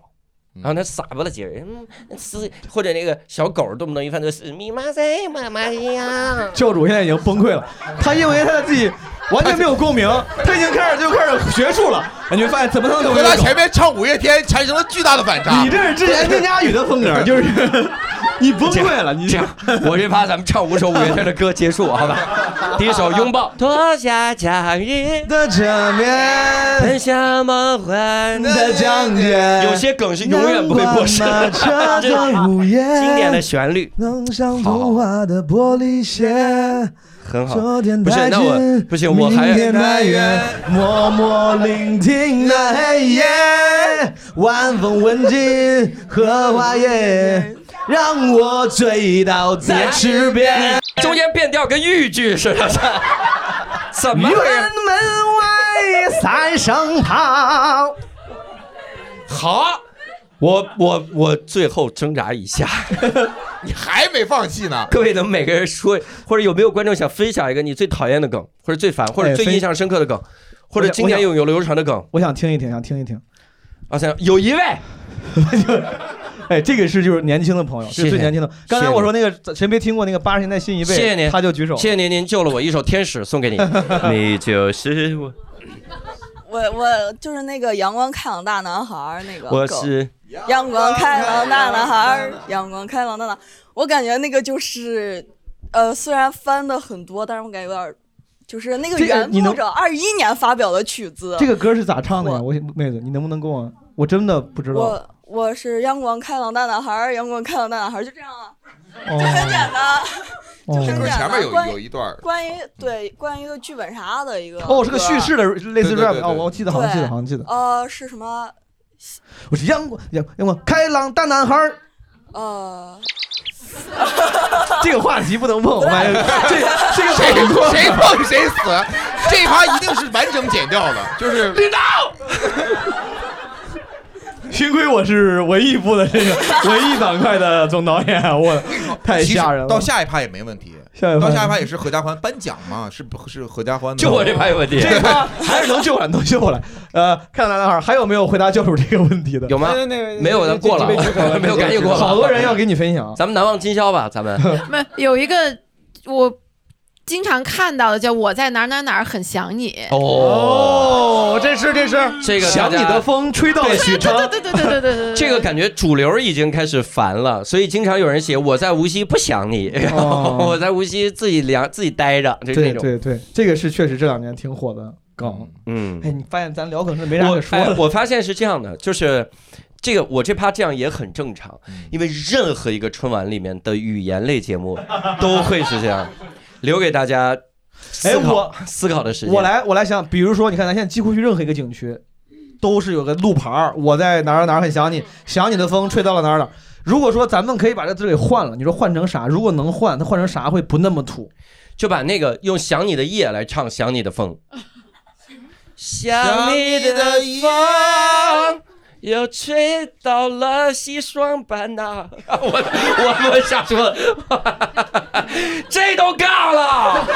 Speaker 3: 然后他傻不了几人，嗯，是或者那个小狗动不动一翻就是咪妈塞妈妈呀，
Speaker 5: 教主现在已经崩溃了，他因为他自己完全没有共鸣，他已经开始就开始学术了。你会发现怎么能
Speaker 2: 和他前面唱五月天产生了巨大的反 差。
Speaker 5: 你这是之前丁佳宇的风格，就是 你崩溃了，你
Speaker 3: 这样，我这趴咱们唱五首五月天的歌结束， 好吧？第一首《拥抱》，脱下假日的
Speaker 5: 正面，
Speaker 3: 奔向梦幻
Speaker 5: 的疆界
Speaker 3: 有些梗是永远不会过时的，
Speaker 12: 啊
Speaker 3: 这是
Speaker 12: 午夜，
Speaker 3: 经典的旋 律。
Speaker 12: 弄上童话的玻璃鞋，
Speaker 3: 很好
Speaker 12: 昨天
Speaker 3: 不是
Speaker 12: 太
Speaker 3: 那我
Speaker 12: 近，
Speaker 3: 不行我还
Speaker 12: 明天太远，默默聆听那黑夜，晚风吻尽荷花叶，让我醉倒在池边。
Speaker 3: 嗯中间变调跟豫剧似的，怎么
Speaker 12: 院
Speaker 3: 回事？
Speaker 12: 门外三声炮，
Speaker 3: 好，我我我最后挣扎一下，
Speaker 2: 你还没放弃呢？
Speaker 3: 各位能每个人说，或者有没有观众想分享一个你最讨厌的梗，或者最烦，或者
Speaker 5: 哎
Speaker 3: 最
Speaker 5: 分
Speaker 3: 印象深刻的梗，或者经典永流传的梗？
Speaker 5: 我想听一听，想听一听。
Speaker 3: 啊，想有一位，
Speaker 5: 哎，这个是就是年轻的朋友，
Speaker 3: 谢
Speaker 5: 这是
Speaker 3: 谢
Speaker 5: 最年轻的。刚
Speaker 3: 谢谢
Speaker 5: 才我说那个谁没听过那个八十年代新一辈，
Speaker 3: 谢谢您，
Speaker 5: 他就举手。
Speaker 3: 谢谢您，您救了我一首《天使》，送给你。你就是我，
Speaker 10: 我我就是那个阳光开朗大男孩儿那个
Speaker 3: 我
Speaker 10: 梗
Speaker 3: 是
Speaker 10: 阳光开朗大男孩儿，阳光开朗大男，我感觉那个就是，呃，虽然翻的很多，但是我感觉有点儿，就是那个
Speaker 5: 这个
Speaker 10: 原
Speaker 5: 你能
Speaker 10: 作者二一年发表的曲子。
Speaker 5: 这个歌是咋唱的呀？我妹子，你能不能跟我？我真的不知道。
Speaker 10: 我我是阳光开朗大男孩儿，阳光开朗大男孩儿，就这样啊，
Speaker 5: 哦
Speaker 10: 就很简单，就很
Speaker 5: 这歌
Speaker 10: 简
Speaker 5: 前
Speaker 10: 单。
Speaker 5: 面有
Speaker 10: 关于
Speaker 5: 有一段儿
Speaker 10: 关于对关于一个剧本杀的一个
Speaker 5: 哦，是个
Speaker 10: 歌
Speaker 5: 叙事的，类似
Speaker 10: 对对
Speaker 5: rap
Speaker 10: 对
Speaker 5: 啊，我记得好像记得，
Speaker 10: 对
Speaker 5: 好像记得。
Speaker 10: 呃，是什么？
Speaker 5: 我是阳光阳阳光开朗大男孩儿，
Speaker 10: 呃，
Speaker 5: 这个话题不能碰，我感觉
Speaker 12: 哎
Speaker 5: 这这个
Speaker 2: 谁
Speaker 5: 好多
Speaker 2: 谁碰谁死，这一趴一定是完整剪掉的，就是领导。
Speaker 17: 幸亏我是文艺部的这 个文艺板块的总导演，我太吓人了。
Speaker 2: 哦到下一趴也没问题，
Speaker 17: 下一趴
Speaker 2: 到下一趴也是何家欢颁奖嘛，是不是何家欢的？
Speaker 5: 这趴还是能救回来，能救回来。呃，看到男孩儿还有没有回答教主这个问题的？
Speaker 3: 有吗
Speaker 5: 那那那
Speaker 3: 没有的
Speaker 5: 那
Speaker 3: 过了
Speaker 5: 那那那那那
Speaker 3: 没有赶紧过了
Speaker 5: 好多人要给你分享。
Speaker 3: 咱们难忘今宵吧，咱们
Speaker 21: 没有一个我经常看到的叫“我在哪儿哪儿哪儿很想你
Speaker 3: 哦
Speaker 5: 哦，这是这是
Speaker 3: 这个
Speaker 5: 想你
Speaker 3: 大家
Speaker 5: 的风吹到了许昌，”，
Speaker 21: 对对对对对对
Speaker 3: 这个感觉主流已经开始烦了，所以经常有人写我在无锡不想你，然后 我在无锡自己凉自己待着，就是那
Speaker 5: 哦对
Speaker 3: 种。
Speaker 5: 对对，这个是确实这两年挺火的梗。
Speaker 3: 嗯，
Speaker 5: 哎，你发现咱聊梗是没啥可说
Speaker 3: 我、哎
Speaker 5: 的。
Speaker 3: 我发现是这样的，就是这个我这趴这样也很正常，
Speaker 5: 嗯
Speaker 3: 因为任何一个春晚里面的语言类节目都会是这样，留给大家思考、思考的时间。
Speaker 5: 哎我来，我来想，比如说，你看，咱现在几乎去任何一个景区，都是有个路牌儿，我在哪儿哪儿很想你，想你的风吹到了哪儿哪儿。如果说咱们可以把这字给换了，你说换成啥？如果能换，它换成啥会不那么土？
Speaker 3: 就把那个用《想你的夜》来唱《想你的风》，想你的风又吹到了西双版 纳。我我我瞎说的，这都尬了，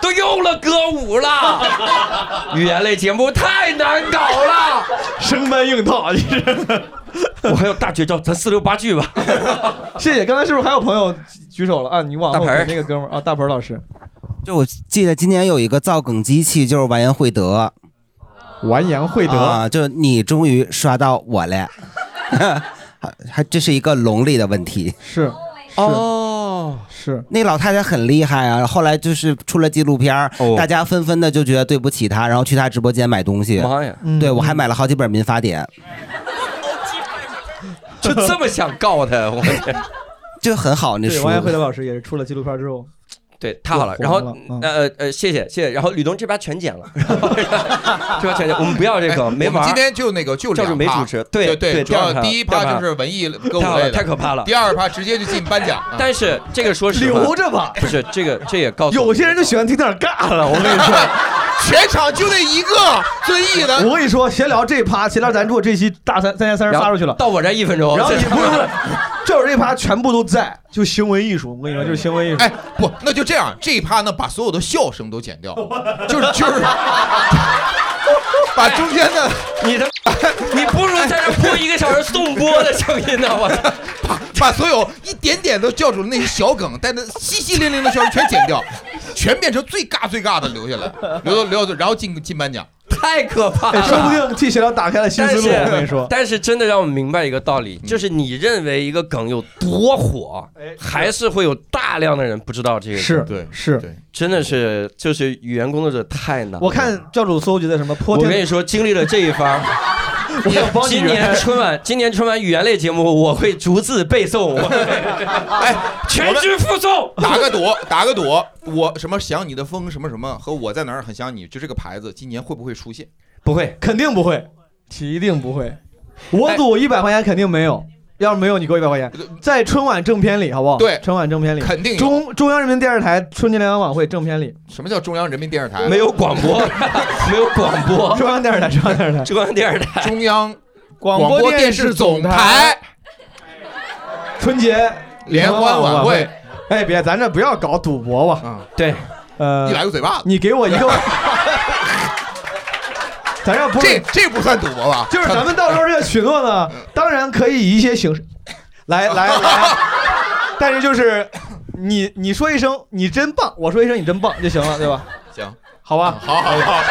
Speaker 3: 都用丢了歌舞了， 语言类节目太难搞了，
Speaker 17: 生搬硬套，你这。
Speaker 3: 我还有大绝招，咱四六八句吧。
Speaker 5: 谢谢，刚才是不是还有朋友举手了啊？你忘了
Speaker 9: 大盆儿
Speaker 5: 我那个哥们儿啊，大盆儿老师，
Speaker 9: 就我记得今年有一个造梗机器，就是完颜慧德，
Speaker 17: 完颜慧
Speaker 9: 德啊，就是你终于刷到我了， 还还这是一个笼里的问题，
Speaker 5: 是
Speaker 9: 哦，
Speaker 5: 是
Speaker 9: 那老太太很厉害啊，后来就是出了纪录片儿，
Speaker 5: 哦
Speaker 9: 大家纷纷的就觉得对不起她，然后去她直播间买东西，
Speaker 3: 妈呀
Speaker 9: 对我还买了好几本民法典，
Speaker 3: 就这么想告他，我天。
Speaker 9: 就很好那
Speaker 5: 对，
Speaker 9: 书
Speaker 5: 王，艳慧德老师也是出了纪录片之后，
Speaker 3: 对，太好了。然后呃呃，谢谢谢谢。然后吕东这把全剪了，
Speaker 2: 哎
Speaker 3: 这把全剪。我们不要这个，没
Speaker 2: 我们
Speaker 3: 玩儿。
Speaker 2: 今天就那个就
Speaker 3: 教
Speaker 2: 两
Speaker 3: 主没主持，
Speaker 2: 对
Speaker 3: 对，
Speaker 2: 主要第一
Speaker 3: 趴
Speaker 2: 趴就是文艺歌舞
Speaker 3: 太好
Speaker 2: 类
Speaker 3: 了，
Speaker 2: 的，
Speaker 3: 太可怕了。
Speaker 2: 第二趴直接就进颁奖，
Speaker 3: 但是这个说实话，
Speaker 2: 留着吧
Speaker 3: 不是这个，这也告诉
Speaker 5: 有些人就喜欢听点儿尬的，我跟你说。
Speaker 2: 全场就那一个 遵义的，
Speaker 5: 我跟你说，闲聊这趴，闲聊咱如果这期大三三月三十发出去了，
Speaker 3: 到我这一分钟，
Speaker 5: 然后 你不是不是，这会儿这趴全部都在，就行为艺术。我跟你说，就是行为艺术。
Speaker 2: 哎，不，那就这样，这一趴呢，把所有的笑声都剪掉，就是 就是， 把中间的
Speaker 3: 你 的，你不如在这播一个小时送播的声音呢，我操，
Speaker 2: 把把所有一点点的教主的那些小梗，带那稀稀零零的笑声全剪掉，全变成最尬最尬的留下来，留到留到最，然后进进颁奖，
Speaker 3: 太可怕
Speaker 5: 哎
Speaker 3: 了。
Speaker 5: 说不定替闲聊打开了新
Speaker 3: 但
Speaker 5: 思
Speaker 3: 是
Speaker 5: 路。我跟你说，嗯
Speaker 3: 但是真的让我明白一个道理，就是你认为一个梗有多火，还是会有大量的人不知道这个梗。
Speaker 5: 是
Speaker 2: 哎对，
Speaker 5: 是
Speaker 3: 真的是就是语言工作者太难了。
Speaker 5: 我看教主搜集的什么泼
Speaker 3: 我
Speaker 5: 天，
Speaker 3: 跟你说，经历了这一番。
Speaker 5: 我要帮你
Speaker 3: 今
Speaker 5: 圆
Speaker 3: 年春晚，今年春晚语言类节目我会逐字背诵，我哎，全军覆宋，
Speaker 2: 打个赌，打个赌，我什么想你的风什么什么和我在哪儿很想你，就这个牌子今年会不会出现？
Speaker 3: 不会，
Speaker 5: 肯定不会，一定不会。我赌一百块钱肯定没
Speaker 3: 哎
Speaker 5: 有，要是没有你给我一百块钱，在春晚正片里好不好？
Speaker 2: 对
Speaker 5: 春晚正片里
Speaker 2: 肯定有
Speaker 5: 中中央人民电视台春节联欢晚会正片里
Speaker 2: 什么叫中央人民电视台？
Speaker 3: 没有广播，没有广播，
Speaker 5: 中央电视台，中央电视台，
Speaker 3: 中央电视台，
Speaker 2: 中央
Speaker 5: 广
Speaker 2: 播
Speaker 5: 播
Speaker 2: 电视总台
Speaker 5: 春节
Speaker 2: 联欢
Speaker 5: 晚
Speaker 2: 晚会。
Speaker 5: 哎，别，咱这不要搞赌博吧？
Speaker 2: 啊，
Speaker 3: 对，
Speaker 5: 呃，
Speaker 2: 你来个嘴巴子
Speaker 5: 你给我一个， 咱这不
Speaker 2: 这这不算赌博吧？嗯
Speaker 5: 就是咱们到时候这个许诺呢， 当然可以以一些形式，来来 来，但是就是你你说一声你真棒，我说一声你真棒就行了，对吧？
Speaker 2: 行，
Speaker 5: 好吧，
Speaker 2: 嗯好好好，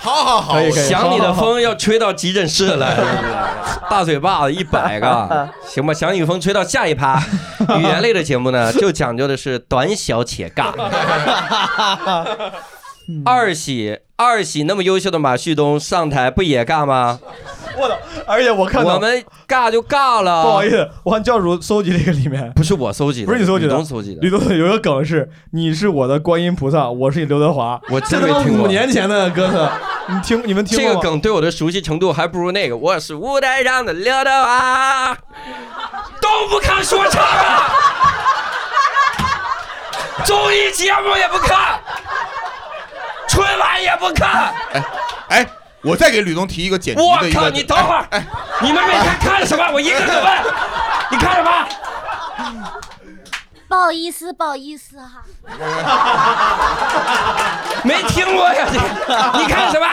Speaker 2: 好好好，
Speaker 5: 可以可以
Speaker 3: 想你的
Speaker 5: 哦好好
Speaker 3: 风要吹到急诊室来 了，大嘴巴子一百个，行吧？想你的风吹到下一 趴，语言类的节目呢，就讲究的是短小且尬。
Speaker 5: 嗯
Speaker 3: 二喜，二喜那么优秀的马旭东上台不也尬吗？
Speaker 5: 我操！而且我看到
Speaker 3: 我们尬就尬了，
Speaker 5: 不好意思，我看教主搜集这个里面
Speaker 3: 不是我搜集的，
Speaker 5: 不是你搜集的，
Speaker 3: 吕东搜集的
Speaker 5: 吕东有一个梗是你是我的观音菩萨，我是你刘德华，
Speaker 3: 我真
Speaker 5: 这他
Speaker 3: 没
Speaker 5: 妈
Speaker 3: 听过
Speaker 5: 五年前的歌词，你听你们听
Speaker 3: 这
Speaker 5: 过
Speaker 3: 个
Speaker 5: 吗？
Speaker 3: 梗对我的熟悉程度还不如那个。我是舞台上的刘德华，都不看说唱啊， 综艺节目也不看，春晚也不看。
Speaker 2: 哎，我再给吕东提一个剪辑
Speaker 3: 我
Speaker 2: 的一个。哎
Speaker 3: 靠，你等会儿，你们每天看什么？我一个个 问，你看什么？
Speaker 1: 不好意思，不好意思啊哈、
Speaker 3: 没听过呀？你你看什么？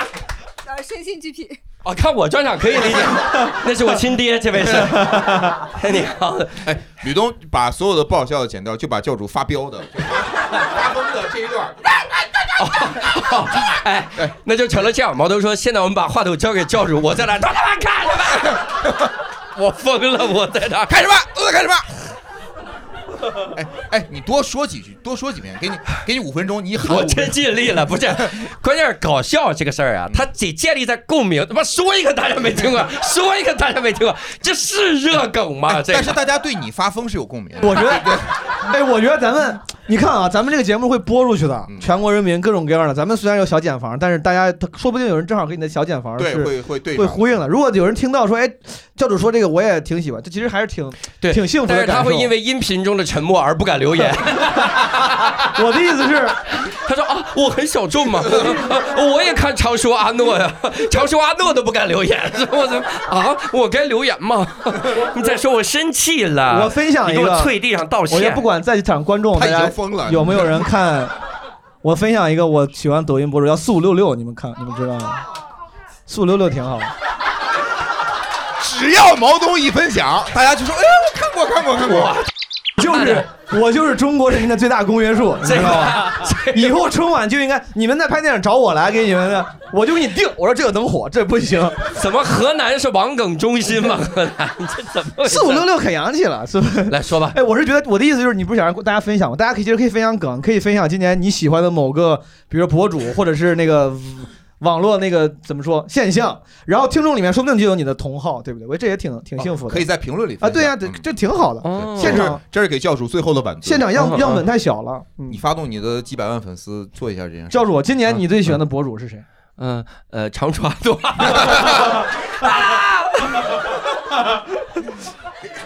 Speaker 1: 有点身心俱疲。
Speaker 3: 哦，看我专场可以理解，那是我亲爹，这位 是。你好，
Speaker 2: 哎，吕东把所有的不好笑的剪掉，就把教主发飙的、就发疯的这一段。
Speaker 3: 哎，那就成了这样。毛头说：“现在我们把话筒交给教主，我在那都他妈看什 么？我疯了，我在那呃
Speaker 2: 看什么？都在看什么？哎哎，你多说几句，多说几遍，给你给你五分钟，你 喊
Speaker 3: 我
Speaker 2: 五
Speaker 3: 真尽力了，不是，关键是搞笑这个事儿啊，它得建立在共鸣。他妈说一个大家没听 过，说一个大家没听过，这是热梗吗？这
Speaker 2: 但是大家对你发疯是有共鸣。
Speaker 5: 我觉得， 哎，我觉得咱们，你看啊，咱们这个节目会播出去
Speaker 3: 嗯
Speaker 5: 的，全国人民各种各样的。咱们虽然有小茧房，但是大家他说不定有人正好跟你的小茧房
Speaker 2: 对
Speaker 5: 是
Speaker 2: 会会对
Speaker 5: 会
Speaker 2: 上
Speaker 5: 呼应的。如果有人听到说，哎，教主说这个我也挺喜欢，这其实还是挺
Speaker 3: 对
Speaker 5: 挺幸福
Speaker 3: 但
Speaker 5: 的
Speaker 3: 是他
Speaker 5: 感受
Speaker 3: 会。因为音频中的沉默而不敢留言。
Speaker 5: 我的意思是，
Speaker 3: 他说啊，我很小众嘛， 啊我也看常说阿诺呀，常说阿诺都不敢留言， 我怎么啊？我该留言吗？ 你再说我生气了，
Speaker 5: 我分享一
Speaker 3: 你给
Speaker 5: 个，
Speaker 3: 我跪地上道
Speaker 5: 我也
Speaker 3: 歉
Speaker 5: 不。管在场观众
Speaker 3: 他
Speaker 5: 大
Speaker 3: 已经
Speaker 5: 家
Speaker 3: 疯了
Speaker 5: 有没有人看我分享一个我喜欢抖音博主叫四五六六，你们看，你们知道吗？四五六六挺好。
Speaker 2: 只要毛东一分享，大家就说：“哎呀，我看过，看过，看过。
Speaker 5: 就是我就是中国人民的最大公约数，你知道吗？ 以后春晚就应该你们在拍电影找我来给你们的，我就给你定。我说这个能火，这不行。
Speaker 3: 怎么河南是网梗中心吗？河南这怎么回事
Speaker 5: 四五六六可洋气了，是不是？
Speaker 3: 来说吧。
Speaker 5: 哎，我是觉得我的意思就是，你不是想让大家分享吗？大家可以其实可以分享梗，可以分享今年你喜欢的某个，比如说博主或者是那个网络那个怎么说现象，然后听众里面说不定就有你的同好，对不对？我觉得这也挺挺幸福的。
Speaker 2: 哦可以在评论里
Speaker 5: 啊，对呀、这这挺好的。现场
Speaker 2: 这是给嗯教主最后的版图。
Speaker 5: 嗯现场样样本太小了。
Speaker 2: 你发动你的几百万粉丝做一下这件事。
Speaker 5: 教主，今年你最喜欢的博主是谁？
Speaker 3: 嗯呃，长爪
Speaker 2: 嗯
Speaker 3: 短。啊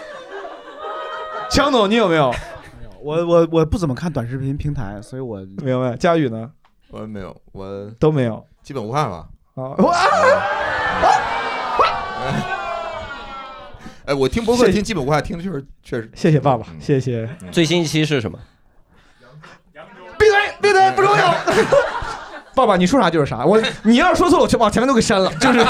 Speaker 5: 枪总，你有没有？
Speaker 4: 我我我不怎么看短视频平台，所以我
Speaker 5: 明白。佳宇呢？
Speaker 2: 我没有，我
Speaker 5: 都没有，
Speaker 2: 基本无害吧。
Speaker 5: 啊，
Speaker 2: 哎，我听博客
Speaker 5: 谢谢
Speaker 2: 听基本无害，听的确实确实。
Speaker 5: 谢谢爸爸，嗯谢谢。
Speaker 3: 最新一期是什么？
Speaker 5: 闭嘴，闭嘴，不重要。爸爸，你说啥就是啥。我你要是说错了，我就把前面都给删了。就是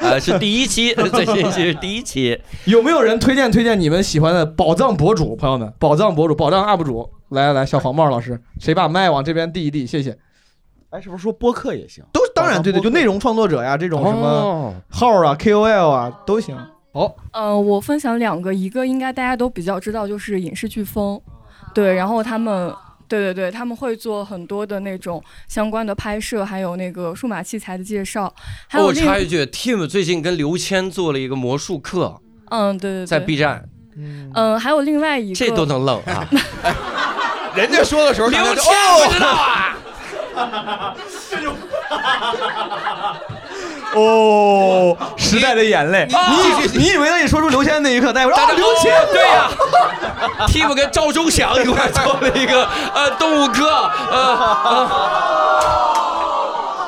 Speaker 3: 呃，是第一期， 最新一期是第一期。
Speaker 5: 有没有人推荐推荐你们喜欢的宝藏博主？朋友们，宝藏博主、宝藏 UP 主，来来来，小黄帽老师，谁把麦往这边递一递？谢谢。
Speaker 4: 哎，是不是说播客也行？
Speaker 5: 都当然对对，就内容创作者呀，这种什么
Speaker 4: 哦
Speaker 5: 号啊、KOL 啊都行。好，
Speaker 8: 呃，我分享两个，一个应该大家都比较知道，就是影视飓风，对，然后他们。对对对，他们会做很多的那种相关的拍摄，还有那个数码器材的介绍，还有
Speaker 3: 我
Speaker 8: 另
Speaker 3: 哦插一句，Team 最近跟刘谦做了一个魔术课，
Speaker 8: 嗯，对对对，
Speaker 3: 在 B 站，
Speaker 8: 嗯、还有另外一个，
Speaker 3: 这都能愣 啊！
Speaker 8: 哎
Speaker 2: 人家说 的时候
Speaker 3: 刘
Speaker 2: 大家就
Speaker 3: 谦
Speaker 2: 哦
Speaker 3: 不知道啊。
Speaker 19: 这就
Speaker 5: 哦，时代的眼泪。啊
Speaker 3: 你
Speaker 5: 你你以为当你说出刘谦那一刻，大家会
Speaker 3: 哦
Speaker 5: 说
Speaker 3: 大
Speaker 5: 啊，
Speaker 3: 家
Speaker 5: 刘谦
Speaker 3: 哦对呀 Team 跟赵忠祥一块儿做了一个呃动物课，呃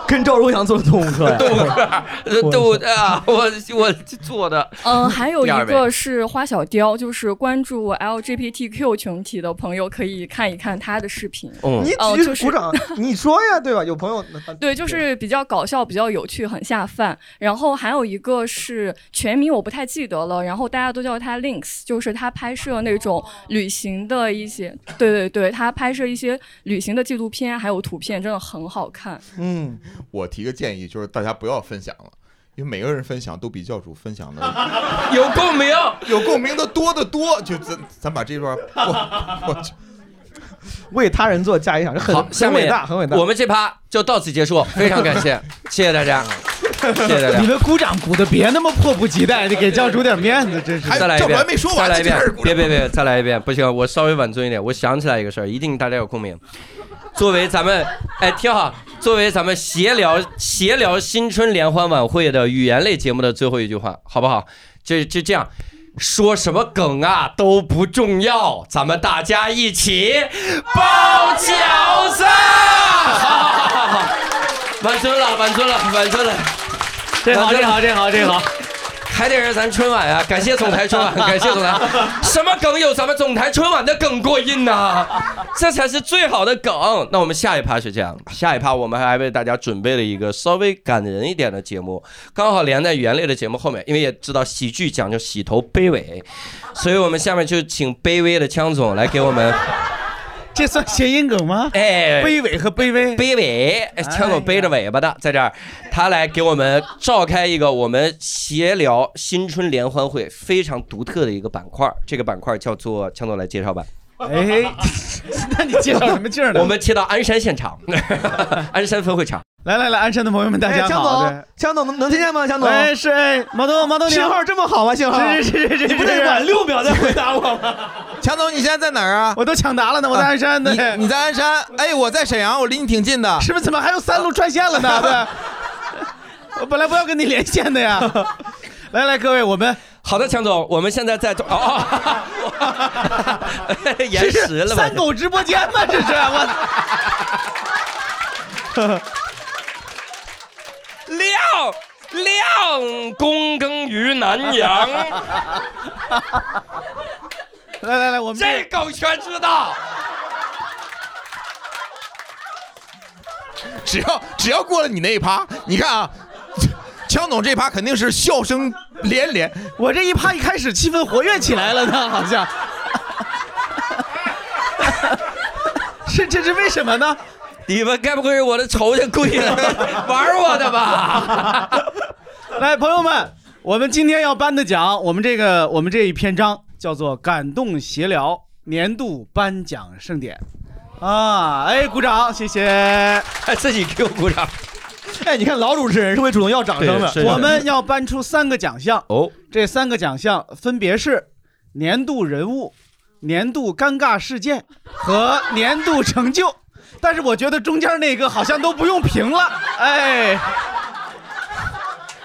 Speaker 5: 跟赵忠祥做的动物课呀
Speaker 3: 呃。动物课，呃动物啊，我我做的。
Speaker 8: 嗯，还有
Speaker 3: 第
Speaker 8: 一
Speaker 3: 二位
Speaker 8: 个是花小雕，就是关注 LGBTQ 群体的朋友可以看一看他的视频。
Speaker 3: 嗯
Speaker 5: 你
Speaker 8: 呃
Speaker 5: 直
Speaker 8: 就
Speaker 5: 接
Speaker 8: 是
Speaker 5: 鼓掌，啊你说呀，对吧？有朋友
Speaker 8: 对，就是比较搞笑，比较有趣，很下饭。然后还有一个是全名我不太记得了，然后大家都叫他 Links，就是他拍摄那种旅行的一些，对对对，他拍摄一些旅行的纪录片还有图片，真的很好看。
Speaker 5: 嗯，
Speaker 2: 我提个建议，就是大家不要分享了。因为每个人分享都比教主分享的
Speaker 3: 有共鸣，
Speaker 2: 有共鸣的多得多。就咱咱把这段 我我去
Speaker 5: 为他人做嫁衣裳，这很
Speaker 3: 好，下
Speaker 5: 很
Speaker 3: 面
Speaker 5: 伟大，很伟大。
Speaker 3: 我们这趴就到此结束，非常感谢，谢谢大家，谢谢大家。
Speaker 4: 你们鼓掌鼓的别那么迫不及待，你给教主点面子，真是。
Speaker 3: 再来一遍，再来一遍，别别别，再来一遍，不行，我稍微晚尊一点。我想起来一个事儿，一定大家有共鸣。作为咱们，哎，听好，作为咱们闲聊闲聊新春联欢晚会的语言类节目的最后一句话，好不好？这这这样，说什么梗啊都不重要，咱们大家一起包饺子。 好好好好好，晚尊了，晚尊了，晚尊了。
Speaker 22: 这好这好这好这好。
Speaker 3: 还得是咱春晚啊！感谢总台春晚，感谢 总台。什么梗有咱们总台春晚的梗过硬呢、 这才是最好的梗。那我们下一趴是这样，下一趴我们还为大家准备了一个稍微感人一点的节目，刚好连在原类的节目后面，因为也知道喜剧讲究洗头卑微，所以我们下面就请卑微的枪总来给我们。
Speaker 4: 这算谐音梗吗？
Speaker 3: 哎，
Speaker 4: 卑微和卑微，
Speaker 3: 卑微，哎枪总背着尾巴的在这儿，他来给我们召开一个我们闲聊新春联欢会非常独特的一个板块儿，这个板块儿叫做枪总来介绍吧。
Speaker 4: 哎，那你介绍什么劲儿呢？
Speaker 3: 我们切到鞍山现 场，鞍山分会场。
Speaker 4: 来来来，鞍山的朋友们，大
Speaker 5: 哎
Speaker 4: 家
Speaker 5: 江
Speaker 4: 好。
Speaker 5: 总，江总能能听见吗？江
Speaker 4: 对
Speaker 5: 总，
Speaker 4: 哎，是哎，毛东，毛东，你
Speaker 5: 信号这么好吗？信号
Speaker 4: 是是是是是，
Speaker 5: 你不得晚六秒再回答我吗？
Speaker 2: 强总，你现在在哪儿啊？
Speaker 4: 我都抢答了呢，我在鞍山呢。
Speaker 2: 你你在鞍山？哎，我在沈阳，我离你挺近的。
Speaker 4: 是不是？怎么还有三路串线了呢？ 对，我本来不要跟你连线 的呀。来来，各位，我们
Speaker 3: 好的，强总，我们现在在哦哦， 延
Speaker 4: 这是
Speaker 3: 时了吧？
Speaker 4: 三狗直播间吗？这是我。
Speaker 3: 哦亮亮躬耕于南阳，
Speaker 4: 来来来，我
Speaker 3: 们这狗全知道。
Speaker 2: 只要只要过了你那一趴，你看啊，枪总这趴肯定是笑声连连。
Speaker 4: 我这一趴一开始气氛活跃起来了呢，好像。 是这是为什么呢？
Speaker 3: 你们该不会是我的仇家故意来玩我的吧？
Speaker 4: 来，朋友们，我们今天要颁的奖，我们这个我们这一篇章叫做《感动协聊年度颁奖盛典》 啊！哎，鼓掌，谢谢，
Speaker 3: 哎自己给我鼓掌。
Speaker 4: 哎，你看老主持人是会主动要掌
Speaker 5: 声的对是
Speaker 4: 我们要颁出三个奖项
Speaker 2: 哦，
Speaker 4: 这三个奖项分别是年度人物、年度尴尬事件和年度成就。但是我觉得中间那个好像都不用评了，哎。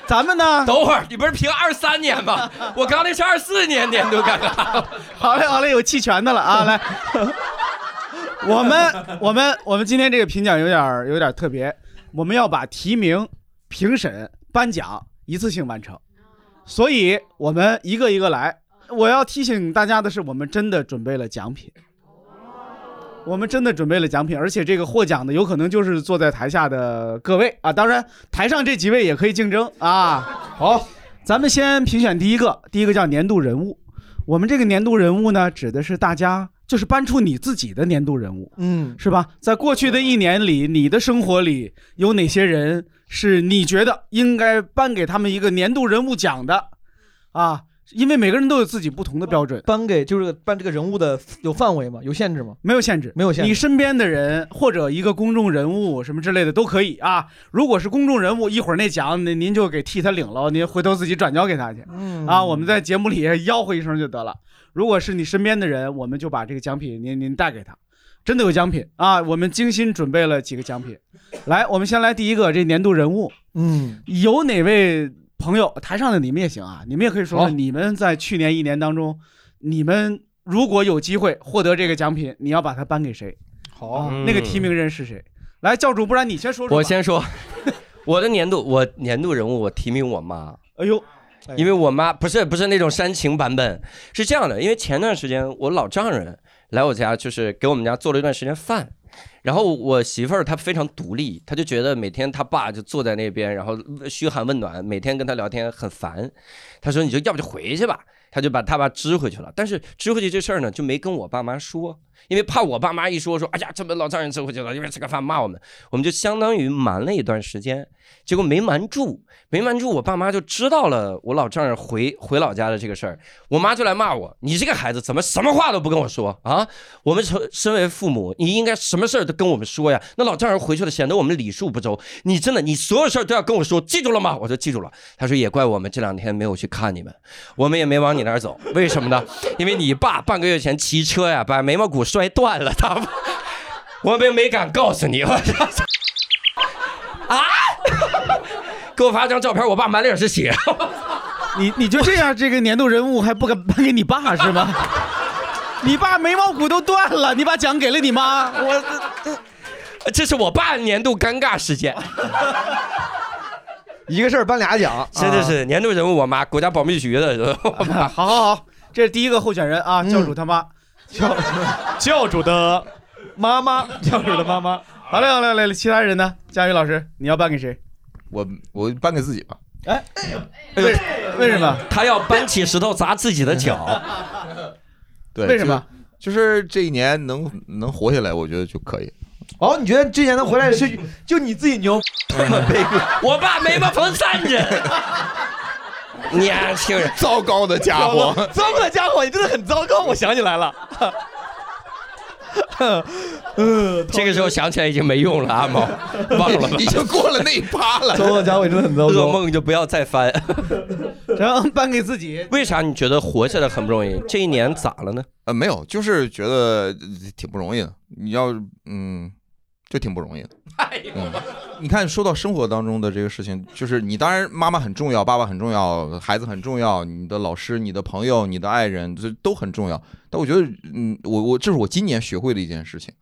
Speaker 4: 咱们呢？
Speaker 3: 等会儿， 你不是评二三年吗？我刚那是二四年年度 尴尬。
Speaker 4: 好嘞，好嘞，有弃权的了啊！来，我们我们我们今天这个评奖有点儿有点儿特别，我们要把提名、评审、颁奖一次性完成，所以我们一个一个来。我要提醒大家的是，我们真的准备了奖品，我们真的准备了奖品，而且这个获奖的有可能就是坐在台下的各位啊，当然台上这几位也可以竞争啊。好，咱们先评选第一个，第一个叫年度人物。我们这个年度人物呢，指的是大家就是搬出你自己的年度人物，
Speaker 5: 嗯，
Speaker 4: 是吧？在过去的一年里，你的生活里有哪些人是你觉得应该颁给他们一个年度人物奖的啊？因为每个人都有自己不同的标准，
Speaker 5: 颁给就是颁这个人物的有范围吗？有限制吗？
Speaker 4: 没有限制，
Speaker 5: 没有限制。
Speaker 4: 你身边的人或者一个公众人物什么之类的都可以啊。如果是公众人物，一会儿那奖您您就给替他领了，您回头自己转交给他去。
Speaker 5: 嗯
Speaker 4: 啊，我们在节目里吆喝一声就得了。如果是你身边的人，我们就把这个奖品您您带给他。真的有奖品啊！我们精心准备了几个奖品，来，我们先来第一个这年度人物。
Speaker 5: 嗯，
Speaker 4: 有哪位朋友，台上的你们也行啊，你们也可以说说
Speaker 5: 好
Speaker 4: 你们在去年一年当中，你们如果有机会获得这个奖品，你要把它颁给谁？啊
Speaker 5: 好
Speaker 4: 那个提名人是谁？来，教主，不然你先说
Speaker 3: 嗯
Speaker 4: 说。
Speaker 3: 我先。说，我的年度我年度人物我提名我妈。
Speaker 4: 哎呦，
Speaker 3: 因为我妈不是不是那种煽情版本，是这样的，因为前段时间我老丈人来我家，就是给我们家做了一段时间饭。然后我媳妇儿她非常独立，她就觉得每天她爸就坐在那边，然后嘘寒问暖，每天跟她聊天很烦。她说：“你就要不就回去吧。”她就把她爸支回去了。但是支回去这事儿呢，就没跟我爸妈说，因为怕我爸妈一说说：“哎呀，这么老丈人支回去了，因为吃个饭骂我们。”我们就相当于瞒了一段时间，结果没瞒住，没瞒住，我爸妈就知道了我老丈人回回老家的这个事儿，我妈就来骂我：“你这个孩子怎么什么话都不跟我说啊？我们成身为父母，你应该什么事儿都跟我们说呀。那老丈人回去了，显得我们礼数不周。你真的，你所有事儿都要跟我说，记住了吗？”我说：“记住了。”他说：“也怪我们这两天没有去看你们，我们也没往你那儿走，为什么呢？因为你爸半个月前骑车呀，把眉毛骨摔断了，他我们没敢告诉你。” 我操！给我发张照片，我爸满脸是血。
Speaker 4: 你你就这样，这个年度人物还不敢颁给你爸是吗？ 你爸眉毛骨都断了，你把奖给了你妈，我
Speaker 3: 这是我爸年度尴尬事件，
Speaker 5: 一个事儿颁俩奖，
Speaker 3: 真的是年度人物，我妈国家保密局的。
Speaker 4: 好好好，这是第一个候选人啊，教主他妈， 教
Speaker 5: 教主的妈妈，教主的妈妈。
Speaker 4: 好嘞，好嘞，来，其他人呢？佳宇老师，你要颁给谁？
Speaker 2: 我我颁给自己吧。
Speaker 4: 哎，为为什么？
Speaker 3: 他要搬起石头砸自己的脚。
Speaker 2: 对，
Speaker 4: 为什么
Speaker 2: 就？就是这一年能能活下来，我觉得就可以。
Speaker 5: 哦，你觉得这年能回来是就你自己 牛？
Speaker 3: 我爸眉毛缝三针。年轻人，
Speaker 2: 糟糕的家伙，
Speaker 5: 糟糕的家伙，你真的很糟糕。我想起来了， 嗯，
Speaker 3: 这个时候想起来已经没用了，阿毛，忘 了吧，
Speaker 2: 已经过了那一趴了。
Speaker 5: 糟糕的家伙真的很糟糕
Speaker 3: 噩梦就不要再翻。
Speaker 4: 然后颁给自己，
Speaker 3: 为啥你觉得活下来很不容易？这一年咋了呢？
Speaker 2: 呃，没有，就是觉得呃挺不容易的。你要嗯，就挺不容易的。嗯，你看，说到生活当中的这个事情，就是你当然妈妈很重要，爸爸很重要，孩子很重要，你的老师、你的朋友、你的爱人，这都很重要。但我觉得，嗯，我我这是我今年学会的一件事情，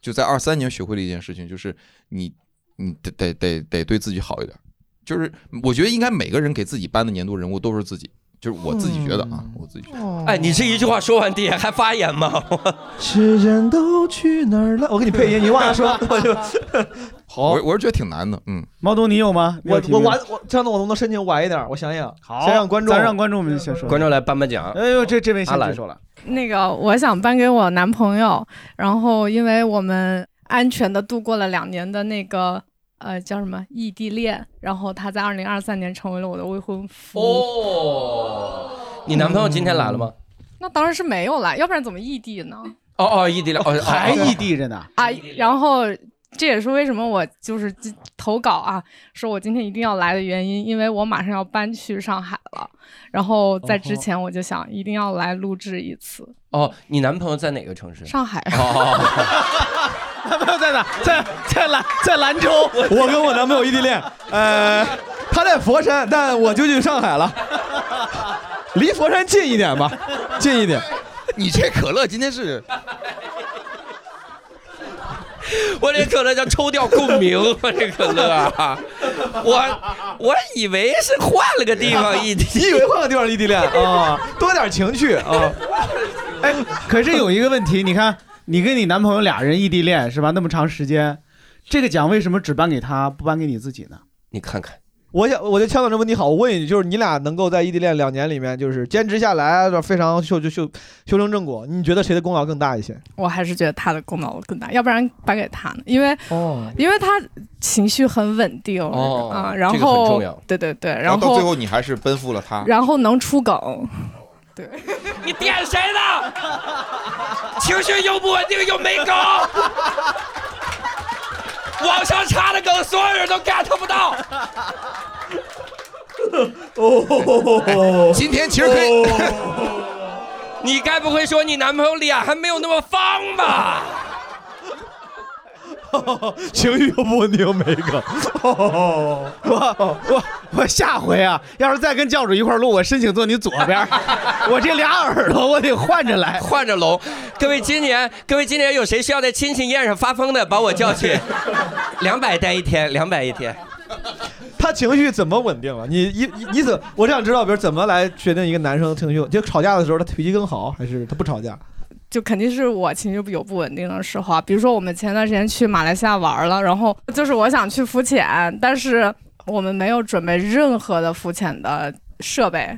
Speaker 2: 就在二三年学会的一件事情，就是你你得得得得对自己好一点。就是我觉得应该每个人给自己颁的年度人物都是自己，就是我自己觉得啊，我自己觉得。
Speaker 3: 哎，你这一句话说完，底下还发言吗？
Speaker 12: 是人都去哪儿了？我给你配音，你往下 说，我就
Speaker 2: 好，我我是觉得挺难的，嗯。
Speaker 4: 毛东，你有吗？
Speaker 2: 有
Speaker 5: 我
Speaker 2: 提
Speaker 5: 我
Speaker 2: 问
Speaker 5: 晚我这样的我能不能申请晚一点？我想想，
Speaker 4: 好
Speaker 5: 先让观众，嗯
Speaker 4: 咱让观众们先说。
Speaker 3: 观众来颁颁奖。
Speaker 4: 哎呦，这这位
Speaker 3: 阿
Speaker 4: 先
Speaker 3: 兰
Speaker 4: 举 手了。
Speaker 23: 那个，我想颁给我男朋友，然后因为我们安全的度过了两年的那个呃叫什么异地恋，然后他在二零二三年成为了我的未婚 夫。
Speaker 3: 哦，你男朋友今天来了吗？
Speaker 23: 那当然是没有啦，要不然怎么异地呢？
Speaker 3: 哦哦，异地了，哦
Speaker 4: 还异
Speaker 3: 地
Speaker 4: 着呢。
Speaker 23: 啊，然后这也是为什么我就是今投稿啊，说我今天一定要来的原因，因为我马上要搬去上海了，然后在之前我就想一定要来录制一次。
Speaker 3: 哦，你男朋友在哪个城市？
Speaker 23: 上海
Speaker 3: 哦，
Speaker 4: 男朋友在哪？在在 兰在兰州。
Speaker 12: 我跟我男朋友异 地恋，呃，他在佛山，但我就去上海了， 离佛山近一点吧，近一点。
Speaker 2: 你这可乐今天是
Speaker 3: 我这可乐叫 抽掉共鸣，我这可乐啊，我我以为是换了个地方异地，
Speaker 12: 你以为换个地方异地 恋
Speaker 5: 啊？
Speaker 12: 多点情趣啊！
Speaker 4: 哎，可是有一个问题，你看，你跟你男朋友俩人异地恋是吧？那么长时间，这个奖为什么只颁给他，不颁给你自己呢？
Speaker 3: 你看看，
Speaker 5: 我想， 我觉得枪总这问题好。我问一句，就是你俩能够在异地恋两年里面，就是坚持下来，非常修就修修成正果，你觉得谁的功劳更大一些？
Speaker 23: 我还是觉得他的功劳更大，要不然颁给他呢，因为、因为他情绪很稳定啊、
Speaker 2: 哦
Speaker 23: 然
Speaker 2: 这个很
Speaker 23: 后
Speaker 2: 重要
Speaker 23: 对对对，
Speaker 2: 然
Speaker 23: 然
Speaker 2: 到最后你啊还是奔赴了他。
Speaker 23: 然后能出梗，
Speaker 3: 你点谁呢？情绪又不稳定又没梗，网上插的梗所有人都 get 不到。
Speaker 2: 哦，今天其实可以。
Speaker 5: 哦
Speaker 3: 你该不会说你男朋友脸还没有那么方吧？
Speaker 5: 情绪又不稳定，没 梗。
Speaker 4: 哦，我我我下回啊，要是再跟教主一块儿录，我申请坐你左边儿， 我这俩耳朵我得换着来，
Speaker 3: 换着聋。各位今年，各位今年有谁需要在亲戚宴上发疯的，把我叫去，两百待一天，两百一天。
Speaker 5: 他情绪怎么稳定了？你一你你怎？我想知道，比如怎么来决定一个男生的情绪？就吵架的时候，他脾气更好，还是他不吵架？
Speaker 23: 就肯定是我情绪有不稳定的时候啊。比如说我们前段时间去马来西亚玩了，然后就是我想去浮潜，但是我们没有准备任何的浮潜的设备，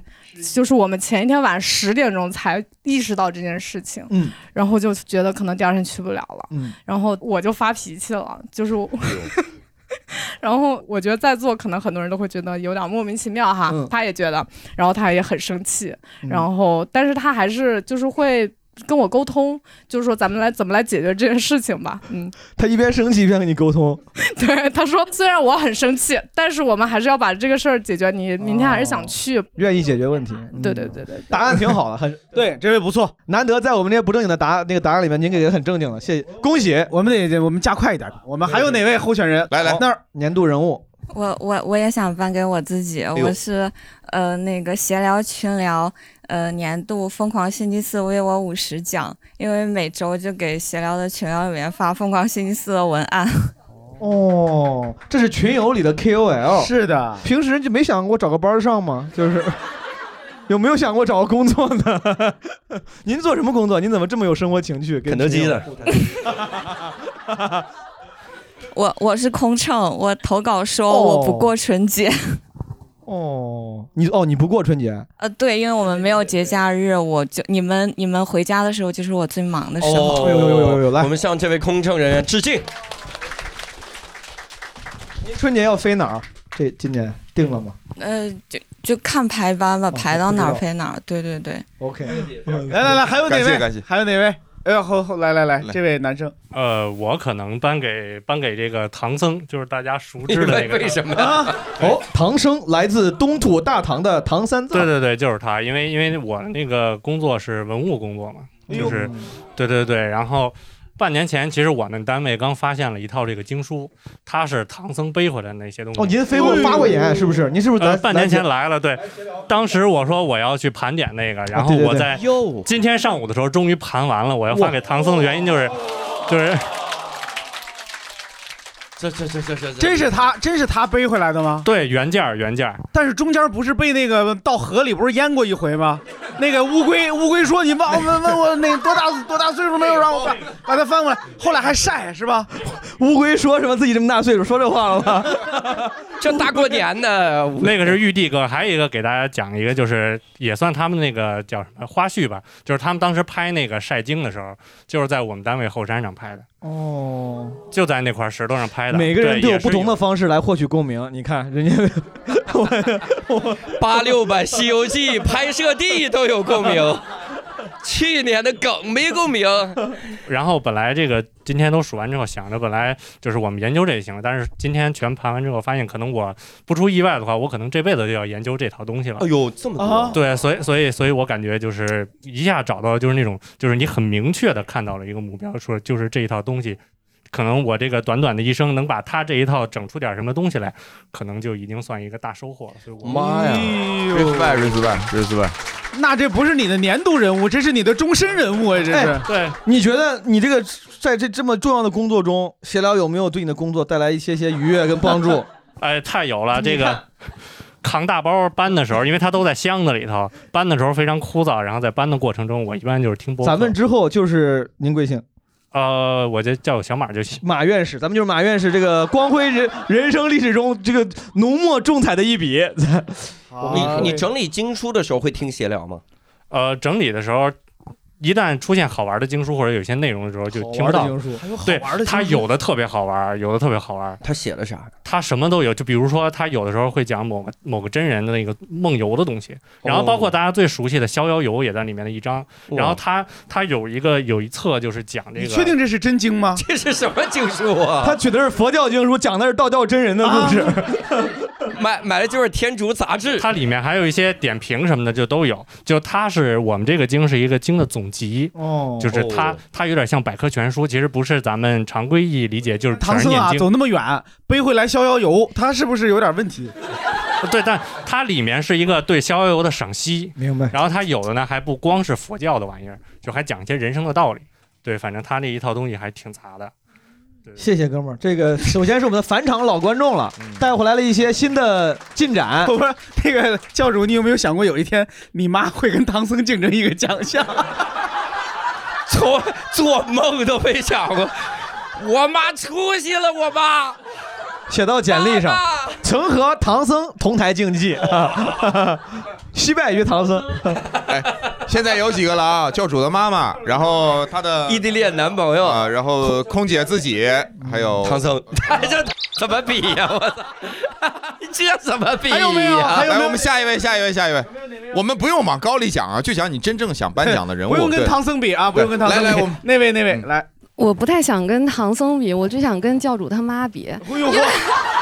Speaker 23: 就是我们前一天晚上十点钟才意识到这件事情，
Speaker 5: 嗯，
Speaker 23: 然后就觉得可能第二天去不了了，
Speaker 5: 嗯，
Speaker 23: 然后我就发脾气了，就是我。然后我觉得在座可能很多人都会觉得有点莫名其妙哈，
Speaker 24: 嗯
Speaker 23: 他也觉得，然后他也很生气，
Speaker 24: 嗯
Speaker 23: 然后但是他还是就是会跟我沟通，就是说咱们来怎么来解决这件事情吧，嗯，
Speaker 5: 他一边生气一边跟你沟通。
Speaker 23: 对，他说虽然我很生气，但是我们还是要把这个事儿解决，你明天还是
Speaker 24: 哦
Speaker 23: 想去，
Speaker 5: 愿意解决问题。
Speaker 23: 对对对对，
Speaker 5: 答案挺好的，很
Speaker 4: 对，这位不错，
Speaker 5: 难得在我们这些不正经的答那个答案里面，您给的很正经了，谢谢，恭喜！
Speaker 4: 我们得我们加快一点，我们还有哪位候选人？
Speaker 5: 来来，
Speaker 4: 那儿
Speaker 5: 年度人物，
Speaker 25: 我我我也想颁给我自己，
Speaker 5: 哎呦
Speaker 25: 我是呃那个闲聊群聊呃年度疯狂星期四为我五十奖，因为每周就给闲聊的群聊里面发疯狂星期四的文案。
Speaker 5: 哦，这是群友里的 KOL，
Speaker 4: 是的，
Speaker 5: 平时就没想过找个班儿上吗？就是 有没有想过找个工作呢？ 您做什么工作？您怎么这么有生活情趣？跟
Speaker 3: 肯德基的
Speaker 5: 群友
Speaker 25: 我我是空乘，我投稿说我不过春节。
Speaker 5: 哦，你哦你不过春节，
Speaker 25: 呃，对，因为我们没有节假日，我就你们你们回家的时候就是我最忙的时候。
Speaker 3: 哦，
Speaker 5: 呦呦呦呦来
Speaker 3: 我们向这位空乘人员致敬。
Speaker 5: 您春节要飞哪儿？这今年定了吗
Speaker 25: 呃，就就看排班吧，排到哪儿
Speaker 5: 哦不知道
Speaker 25: 飞哪儿。对对对。
Speaker 5: ？OK，
Speaker 4: 来来来，还有哪位？
Speaker 5: 感谢感谢
Speaker 4: 还有哪位？哎呦，后后来来来，这位男生，
Speaker 26: 呃，我可能颁给颁给这个唐僧，就是大家熟知的那个。
Speaker 5: 为什么
Speaker 26: 呀？
Speaker 4: 啊
Speaker 5: 哦，唐僧来自东土大唐的唐三藏。
Speaker 26: 对对对，就是他，因为因为我那个工作是文物工作嘛，
Speaker 4: 哎
Speaker 26: 就是，对对对，然后。半年前，其实我们单位刚发现了一套这个经书，它是唐僧背回来的那些东西。
Speaker 5: 哦，您飞过发过研啊是不是？您是不是
Speaker 26: 呃
Speaker 5: 来
Speaker 26: 半年前
Speaker 5: 来
Speaker 26: 来了，对，当时我说我要去盘点那个，然
Speaker 4: 啊
Speaker 26: 后
Speaker 5: 对对
Speaker 26: 我
Speaker 5: 对
Speaker 26: 在今天上午的时候终于盘完了，我要发给唐僧的原因就是，就是。这这这这这
Speaker 4: 真是他，啊真是他背回来的吗？
Speaker 26: 对原件儿原件儿，
Speaker 4: 但是中间不是被那个到河里不是淹过一回吗？那个乌龟，乌龟说你忘问问我那多大多大岁数没有，让我把把它翻过来，后来还晒是吧？
Speaker 5: 乌龟说什么自己这么大岁数说这话了吗？
Speaker 3: 这大过年的，
Speaker 26: 那个是玉帝哥，还有一个给大家讲一个，就是也算他们那个叫什么花絮吧，就是他们当时拍那个晒经的时候，就是在我们单位后山上拍的，
Speaker 5: 哦，
Speaker 26: 就在那块石头上拍的。
Speaker 5: 每个人
Speaker 26: 对
Speaker 5: 都
Speaker 26: 也
Speaker 5: 有
Speaker 26: 是
Speaker 5: 不同的方式来获取共鸣。你看人家，
Speaker 3: 八六版《西游记》拍摄地都有共鸣，去年的梗没共鸣。
Speaker 26: 然后本来这个今天都数完之后，想着本来就是我们研究这也行了，但是今天全盘完之后，发现可能我不出意外的话，我可能这辈子就要研究这套东西了。哎呦这么多啊对，所以所以所以我感觉就是一下找到就是那种就是你很明确的看到了一个目标，说就是这一套东西。可能我这个短短的一生能把他这一套整出点什么东西来，可能就已经算一个大收获了。所以我
Speaker 3: 哎
Speaker 2: 妈呀！respect，respect，respect。
Speaker 4: 啊哎那这不是你的年度人物，这是你的终身人物啊！这是、
Speaker 5: 哎，你觉得你这个在这这么重要的工作中，闲聊有没有对你的工作带来一些些愉悦跟帮 助？
Speaker 26: 哎，太有了！
Speaker 5: 你
Speaker 26: 这个
Speaker 5: 看
Speaker 26: 扛大包搬的时候，因为它都在箱子里头，搬的时候非常枯燥。然后在搬的过程中，我一般就是听播客。
Speaker 5: 咱们之后就是您贵姓？
Speaker 26: 呃，我就叫我小马就行。
Speaker 5: 马院士，咱们就是马院士这个光辉人人生历史中这个浓墨重彩的一笔。
Speaker 3: 你你整理经书的时候会听闲聊吗？
Speaker 26: 呃，整理的时候，一旦出现好玩的经书或者有些内容的时候，就听
Speaker 5: 好玩
Speaker 26: 不
Speaker 5: 的
Speaker 26: 到
Speaker 5: 经书还有好。
Speaker 26: 对
Speaker 5: 玩的，经
Speaker 26: 它
Speaker 5: 书
Speaker 26: 有的特别好玩，有的特别好玩。
Speaker 3: 他写的啥？
Speaker 26: 他什么都有，就比如说他有的时候会讲某个某个真人的那个梦游的东西，然后包
Speaker 3: 哦
Speaker 26: 括大家最熟悉的《逍遥游》也在里面的一章。然后他他有一个有一册就是讲这个。
Speaker 4: 你确定这是真经吗？
Speaker 3: 这是什么经书啊？
Speaker 5: 他取的是佛教经书，讲的是道教真人的故事。
Speaker 26: 买买的就是《天竺杂志》，它里面还有一些点评什么的，就都有。就它是我们这个经是一个经的总集，
Speaker 4: 哦
Speaker 26: 就是它它有点像百科全书，其实不是咱们常规意义理解，就是全
Speaker 4: 唐
Speaker 26: 是
Speaker 4: 僧
Speaker 26: 念
Speaker 4: 啊，
Speaker 26: 经。
Speaker 4: 走那么远背回来逍遥游，他是不是有点问题？
Speaker 26: 对，但它里面是一个对逍遥游的赏析，
Speaker 5: 明白。
Speaker 26: 然后它有的呢还不光是佛教的玩意儿，就还讲一些人生的道理。对，反正它那一套东西还挺杂的。
Speaker 5: 谢谢哥们儿，这个首先是我们的返场老观众了，带回来了一些新的进展。
Speaker 4: 嗯 我不是那个教主，你有没有想过有一天你妈会跟唐僧竞争一个奖 项？
Speaker 3: 做做梦都没想过，我妈出息了，我妈。
Speaker 5: 写到简历上，曾和唐僧同台竞 技，惜败于 唐僧。
Speaker 2: 哎现在有几个了啊？教主的妈妈，然后他的异
Speaker 3: 地恋男朋友
Speaker 2: 啊，然后空姐自己，还有唐
Speaker 3: 僧。这怎么比呀、我操，这怎么比呀、
Speaker 2: 来，我们下一位，下一位，下一位。我们不用往高里讲啊，就讲你真正想 颁奖的人物。
Speaker 4: 不用跟
Speaker 2: 对嗯
Speaker 4: 唐僧比啊，不用跟唐僧比。
Speaker 2: 来来，我们
Speaker 4: 那位那位来，
Speaker 16: 我不太想跟唐僧比，我就想跟教主他妈比，
Speaker 17: 哎
Speaker 4: 不用说，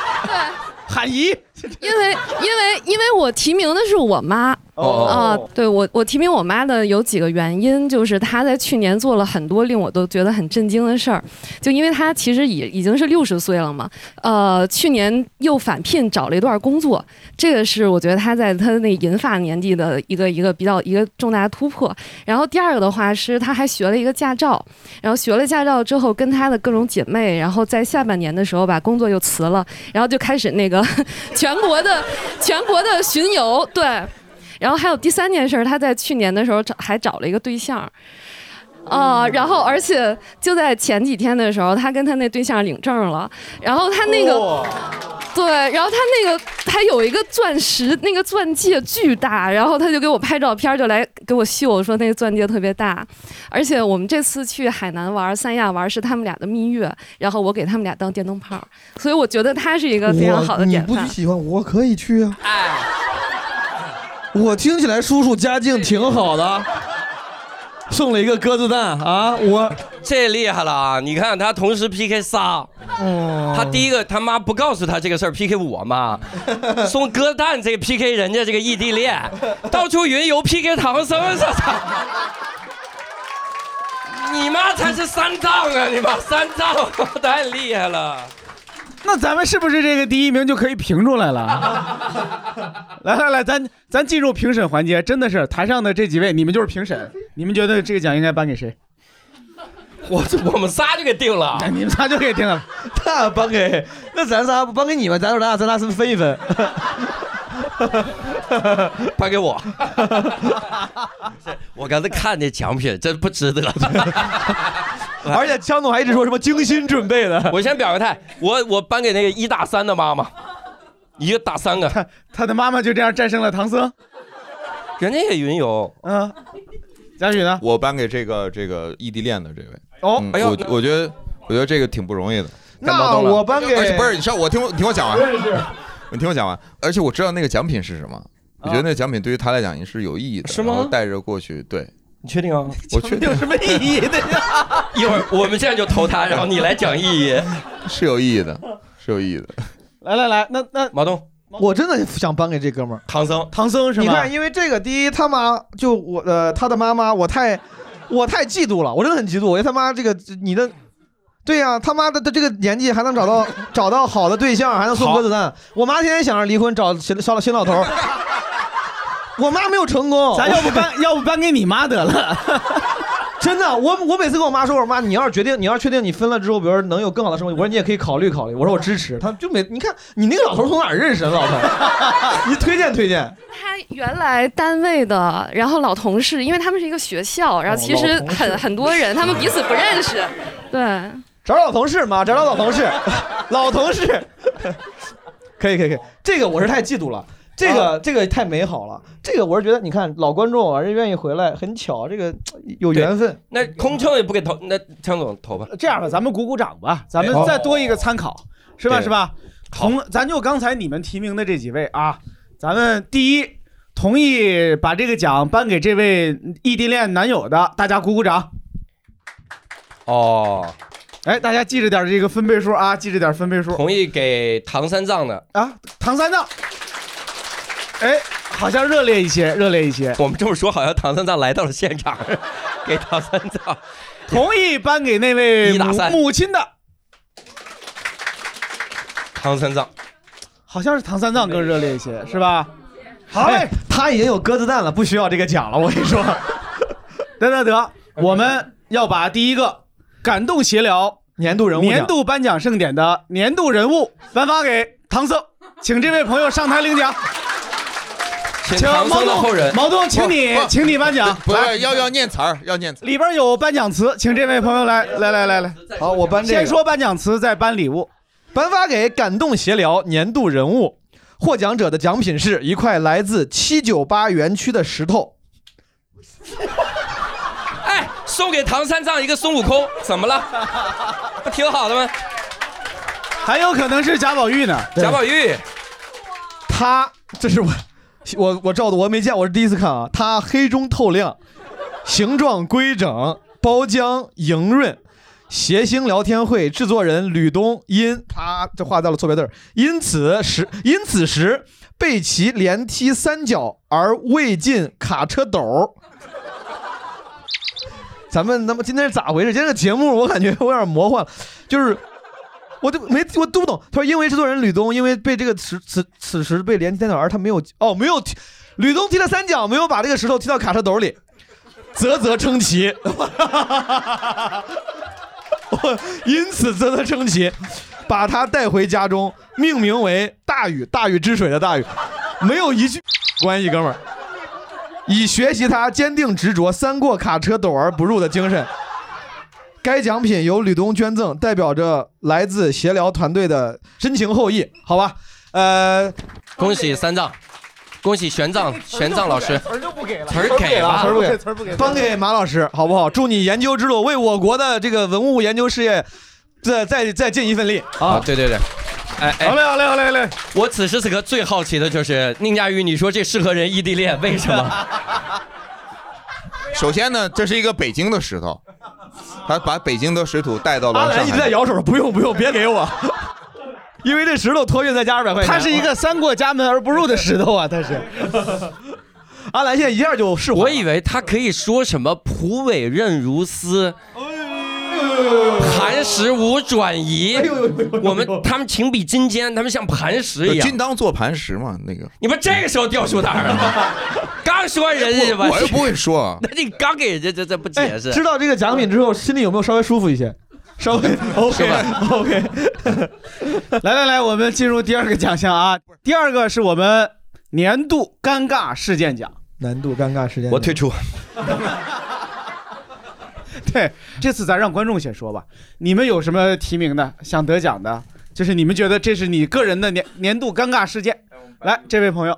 Speaker 4: 喊姨。
Speaker 16: 因为因为因为我提名的是我妈。
Speaker 4: 哦
Speaker 16: 啊、对我我提名我妈的有几个原因，就是她在去年做了很多令我都觉得很震惊的事儿，就因为她其实也已经是六十岁了嘛，呃，去年又返聘找了一段工作，这个是我觉得她在她那银发年纪的一个一个比较一个重大的突破。然后第二个的话是她还学了一个驾照，然后学了驾照之后跟她的各种姐妹，然后在下半年的时候把工作又辞了，然后就开始那个 全国的全国的巡游，对。然后还有第三件事儿，他在去年的时候找还找了一个对象儿，啊、然后而且就在前几天的时候，他跟他那对象领证了，然后哦他那个。
Speaker 5: 哦
Speaker 16: 对，然后他那个他有一个钻石，那个钻戒巨大，然后他就给我拍照片儿，就来给我秀，说那个钻戒特别大。而且我们这次去海南玩、三亚玩是他们俩的蜜月，然后我给他们俩当电灯泡儿，所以我觉得他是一个非常好的典
Speaker 5: 我
Speaker 16: 范
Speaker 5: 你。不喜欢我可以去啊。
Speaker 2: 哎
Speaker 5: 我听起来叔叔家境挺好的，送了一个鸽子蛋啊，我
Speaker 3: 这厉害了啊！你看他同时 PK 仨，他第一个他妈不告诉他这个事儿 PK 我 妈，送鸽蛋这个 PK 人家这个异地恋，到处云游 PK 唐僧，我操！你妈才是三藏啊！你妈三藏 太厉害了。
Speaker 4: 那咱们是不是这个第一名就可以评出来了？ 来来来，咱咱进入评审环 节，真的是台上的这几位，你们就是评审，你们觉得这个奖应该颁给谁？
Speaker 3: 我我们仨就给定了，啊
Speaker 5: 你们仨就给定了，那颁给那咱仨 不颁给你们，咱说咱俩咱俩是不是分一分？
Speaker 3: 颁给 我。我刚才看那奖品真不值得。
Speaker 5: 而且江总还一直说什么精心准备的。
Speaker 3: 我先表个态，我我颁给那个一打三的妈妈，一个打三个，
Speaker 4: 他的妈妈就这样战胜了唐僧。
Speaker 3: 人家也云游，
Speaker 4: 嗯，佳宇呢？
Speaker 2: 我颁给这个这个异地恋的这位。
Speaker 4: 哦
Speaker 2: 嗯
Speaker 4: 哎呦
Speaker 2: 我我觉得我觉得这个挺不容易的。
Speaker 5: 那感冒到了我颁给
Speaker 2: 而且不是，你知道我听我你听我讲完
Speaker 5: 我也是，
Speaker 2: 你听我讲完，而且我知道那个奖品是什么。我觉得那个奖品对于他来讲也是有意义的，是吗？带着过去，对
Speaker 3: 你确 定啊？
Speaker 2: 我确定
Speaker 3: 有什么意义的呀？一会儿我们现 在就投他，然后你 来讲意义。
Speaker 2: 是有意义的，是有意义的。
Speaker 5: 来来来，那那
Speaker 3: 毛东，
Speaker 5: 我真的想颁给这哥们儿
Speaker 3: 唐僧，
Speaker 4: 唐僧
Speaker 5: 你看，因为这个第一，他妈就我呃，他的妈妈，我太我太嫉妒了，我真的很嫉妒，我觉得他妈这个你的。对呀、他妈的，他这个年纪还能找到 找到好的对象，还能送
Speaker 12: 好
Speaker 5: 鸽子蛋。我妈天天想着离婚，找新找新老 头儿，我妈没有成功。
Speaker 4: 咱要不颁， 要不颁给你妈得了。
Speaker 5: 真的，我我每次跟我妈说，我说妈，你要是决定，你要是确定你分了之后，比如说能有更好的生活，我说你也可以考虑考虑，我说我支持。她就每你看你那个老头儿从哪儿认识的老头儿？ 你推荐推荐。
Speaker 6: 他原来单位的，然后老同事，因为他们是一个学校，然后其实
Speaker 5: 哦老同事
Speaker 6: 很很多人，他们彼此不认识。对，
Speaker 5: 找找老同事嘛，找找老同事， 老同事， 可以可以可以，这个我是太嫉妒了，这
Speaker 4: 啊
Speaker 5: 个、这个太美好了，这个我是觉得你看老观众啊，人愿意回来，很巧，这个有缘分。
Speaker 3: 那空乘也不给投，那江总投吧。
Speaker 4: 这样吧，咱们鼓鼓掌吧，咱们
Speaker 3: 哎
Speaker 4: 再多一个参考，是吧？
Speaker 3: 对
Speaker 4: 是吧？同，咱就刚才你们提名的这几位啊，咱们第一同意把这个奖颁给这位异地恋男友的，大家鼓鼓掌。
Speaker 3: 哦，
Speaker 4: 哎，大家记着点这个分贝数啊，记着点分贝数。
Speaker 3: 同意给唐三藏的，
Speaker 4: 啊，唐三藏。哎，好像热烈一些，热烈一些。
Speaker 3: 我们这么说好像唐三藏来到了现场， 给唐三藏。
Speaker 4: 同意颁给那位
Speaker 3: 一打
Speaker 4: 母
Speaker 3: 三
Speaker 4: 母亲的，
Speaker 3: 唐三藏，
Speaker 4: 好像是唐三藏更热烈一些，是吧？哎好嘞，
Speaker 5: 他已经有鸽子蛋了，不需要这个奖了。我跟你 说，
Speaker 4: 得得得，我们要把第一个感动协聊
Speaker 5: 年度人物奖
Speaker 4: 年度颁奖盛典的年度人物颁发给唐僧，请这位朋友上台领奖。
Speaker 3: 请
Speaker 4: 请
Speaker 2: 唐
Speaker 4: 毛
Speaker 2: 僧的后人
Speaker 4: 东，毛东，请你
Speaker 2: 不，不
Speaker 4: 请你颁奖，
Speaker 2: 不
Speaker 4: 来
Speaker 2: 是要要念词儿，要念词儿。
Speaker 4: 里边有颁奖词，请这位朋友来，来来来来，
Speaker 5: 好，我颁这个
Speaker 4: 先说颁奖词，再颁礼物。
Speaker 5: 颁发给感动协聊年度人物，获奖者的奖品是一块来自七九八园区的石头。
Speaker 3: 哎，送给唐三藏一个孙悟空，怎么 了？不挺好的吗？
Speaker 4: 还有可能是贾宝玉呢，
Speaker 3: 贾宝玉，
Speaker 5: 他这是我 我我照的，我没见，我是第一次看啊。它黑中透亮，形状规整，包浆莹润。谐星聊天会制作人吕东因他这画到了错别字儿，因此时因此时被其连踢三脚而未进卡车斗儿。咱们他妈今天是咋回事？今天这节目我感觉有点魔幻了，就是我都没我读不懂。他说因为制作人吕东因为被这个此此此时被连踢三脚，而他没有哦没有踢，吕东踢了三脚，没有把这个石头踢到卡车斗里，啧啧称奇。 我因此啧啧称奇，把他带回家中，命名为大禹，大禹治水的大禹，没有一句关系，哥们儿。以学习他坚定执着、三过卡车斗而不入的精神。该奖品由吕东捐赠，代表着来自协聊团队的深情厚谊，好吧？呃，
Speaker 3: 恭喜三藏，恭喜玄奘，玄奘老师。
Speaker 4: 词儿就不给了，
Speaker 3: 词儿给吧
Speaker 5: 词儿不给，
Speaker 4: 词儿不给，
Speaker 5: 颁给马老师，好不好？祝你研究之路为我国的这个文物研究事业再再再尽一份力啊！
Speaker 3: 对对对。哎，哎
Speaker 5: 好嘞好嘞好嘞好嘞！
Speaker 3: 我此时此刻最好奇的就是宁佳宇，你说这适合人异地恋，为什么？
Speaker 2: 首先呢，这是一个北京的石头，他把北京的水土带到了
Speaker 5: 阿
Speaker 2: 上海。
Speaker 5: 兰一直在摇手说不用不用，别给我，因为这石头托运再加二百块钱。
Speaker 4: 他是一个三过家门而不入的石头啊，他是。
Speaker 5: 阿兰现在一下就是
Speaker 3: 我以为他可以说什么“蒲苇韧如丝”，
Speaker 5: 哎呦哎
Speaker 3: 磐石无转移。我们他们情比金坚，他们像磐石一样。
Speaker 2: 君当呃做磐石嘛，那个
Speaker 3: 你们这个时候掉书袋 了，刚说人家吧，
Speaker 2: 我又不会说啊
Speaker 3: 那你刚给人家这这不解释，
Speaker 5: 哎知道这个奖品之后，心里有没有稍微舒服一些？稍微 OK OK。
Speaker 4: 来来来，我们进入第二个奖项啊，第二个是我们年度尴尬事件奖。
Speaker 5: 难度尴尬事件，
Speaker 4: 我
Speaker 2: 退出。
Speaker 4: 对，这次咱让观众先说吧，你们有什么提名的、想得奖的，就是你们觉得这是你个人的年年度尴尬事件。来，这位朋友，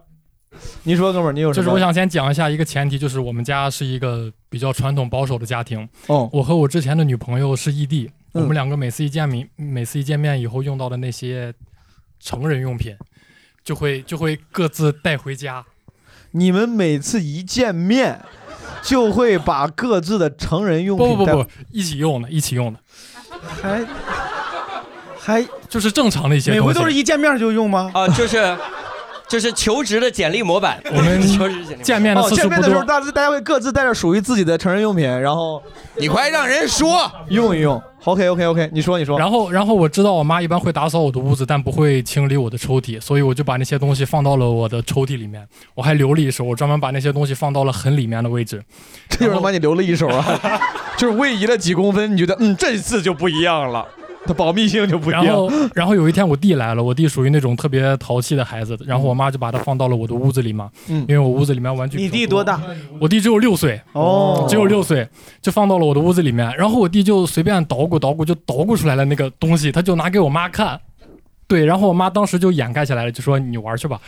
Speaker 5: 你说，哥们儿，你有什
Speaker 27: 就
Speaker 5: 么？
Speaker 27: 是我想先讲一下一个前提，就是我们家是一个比较传统保守的家庭。
Speaker 5: 哦
Speaker 27: 我和我之前的女朋友是异地，
Speaker 5: 嗯
Speaker 27: 我们两个每次一见面，每次一见面以后用到的那些成人用品，就会就会各自带回家。
Speaker 5: 你们每次一见面，就会把各自的成人用
Speaker 27: 不
Speaker 5: 品
Speaker 27: 不不
Speaker 5: 带
Speaker 27: 不，一起用的，一起用的，
Speaker 4: 还还
Speaker 27: 就是正常的一些
Speaker 4: 哎每
Speaker 27: 东
Speaker 4: 回
Speaker 27: 西。
Speaker 4: 都是一见面就用吗？
Speaker 3: 啊，就是就是求职的简历模板，
Speaker 27: 我 们
Speaker 3: 求职简历模板
Speaker 27: 见面
Speaker 5: 哦，见面的时候，大家大家会各自带着属于自己的成人用品，然后
Speaker 2: 你快让人说
Speaker 5: 用一用。OK OK OK，你说你说。
Speaker 27: 然后，然后我知道我妈一般会打扫我的屋子，但不会清理我的抽屉，所以我就把那些东西放到了我的抽屉里面。我还留了一手，我专门把那些东西放到了很里面的位置。
Speaker 5: 这有人把你留了一手啊， 就是位移了几公分，你觉得嗯，这次就不一样了，它保密性就不一样。
Speaker 27: 然后，然后有一天我弟来了，我弟属于那种特别淘气的孩子，然后我妈就把他放到了我的屋子里嘛，
Speaker 5: 嗯
Speaker 27: 因为我屋子里面玩具。
Speaker 4: 你弟多大？
Speaker 27: 我弟只有六岁，
Speaker 4: 哦
Speaker 27: 只有六岁，就放到了我的屋子里面。然后我弟就随便捣鼓捣鼓，就捣鼓出来了那个东西，他就拿给我妈看，对，然后我妈当时就掩盖起来了，就说你玩去吧。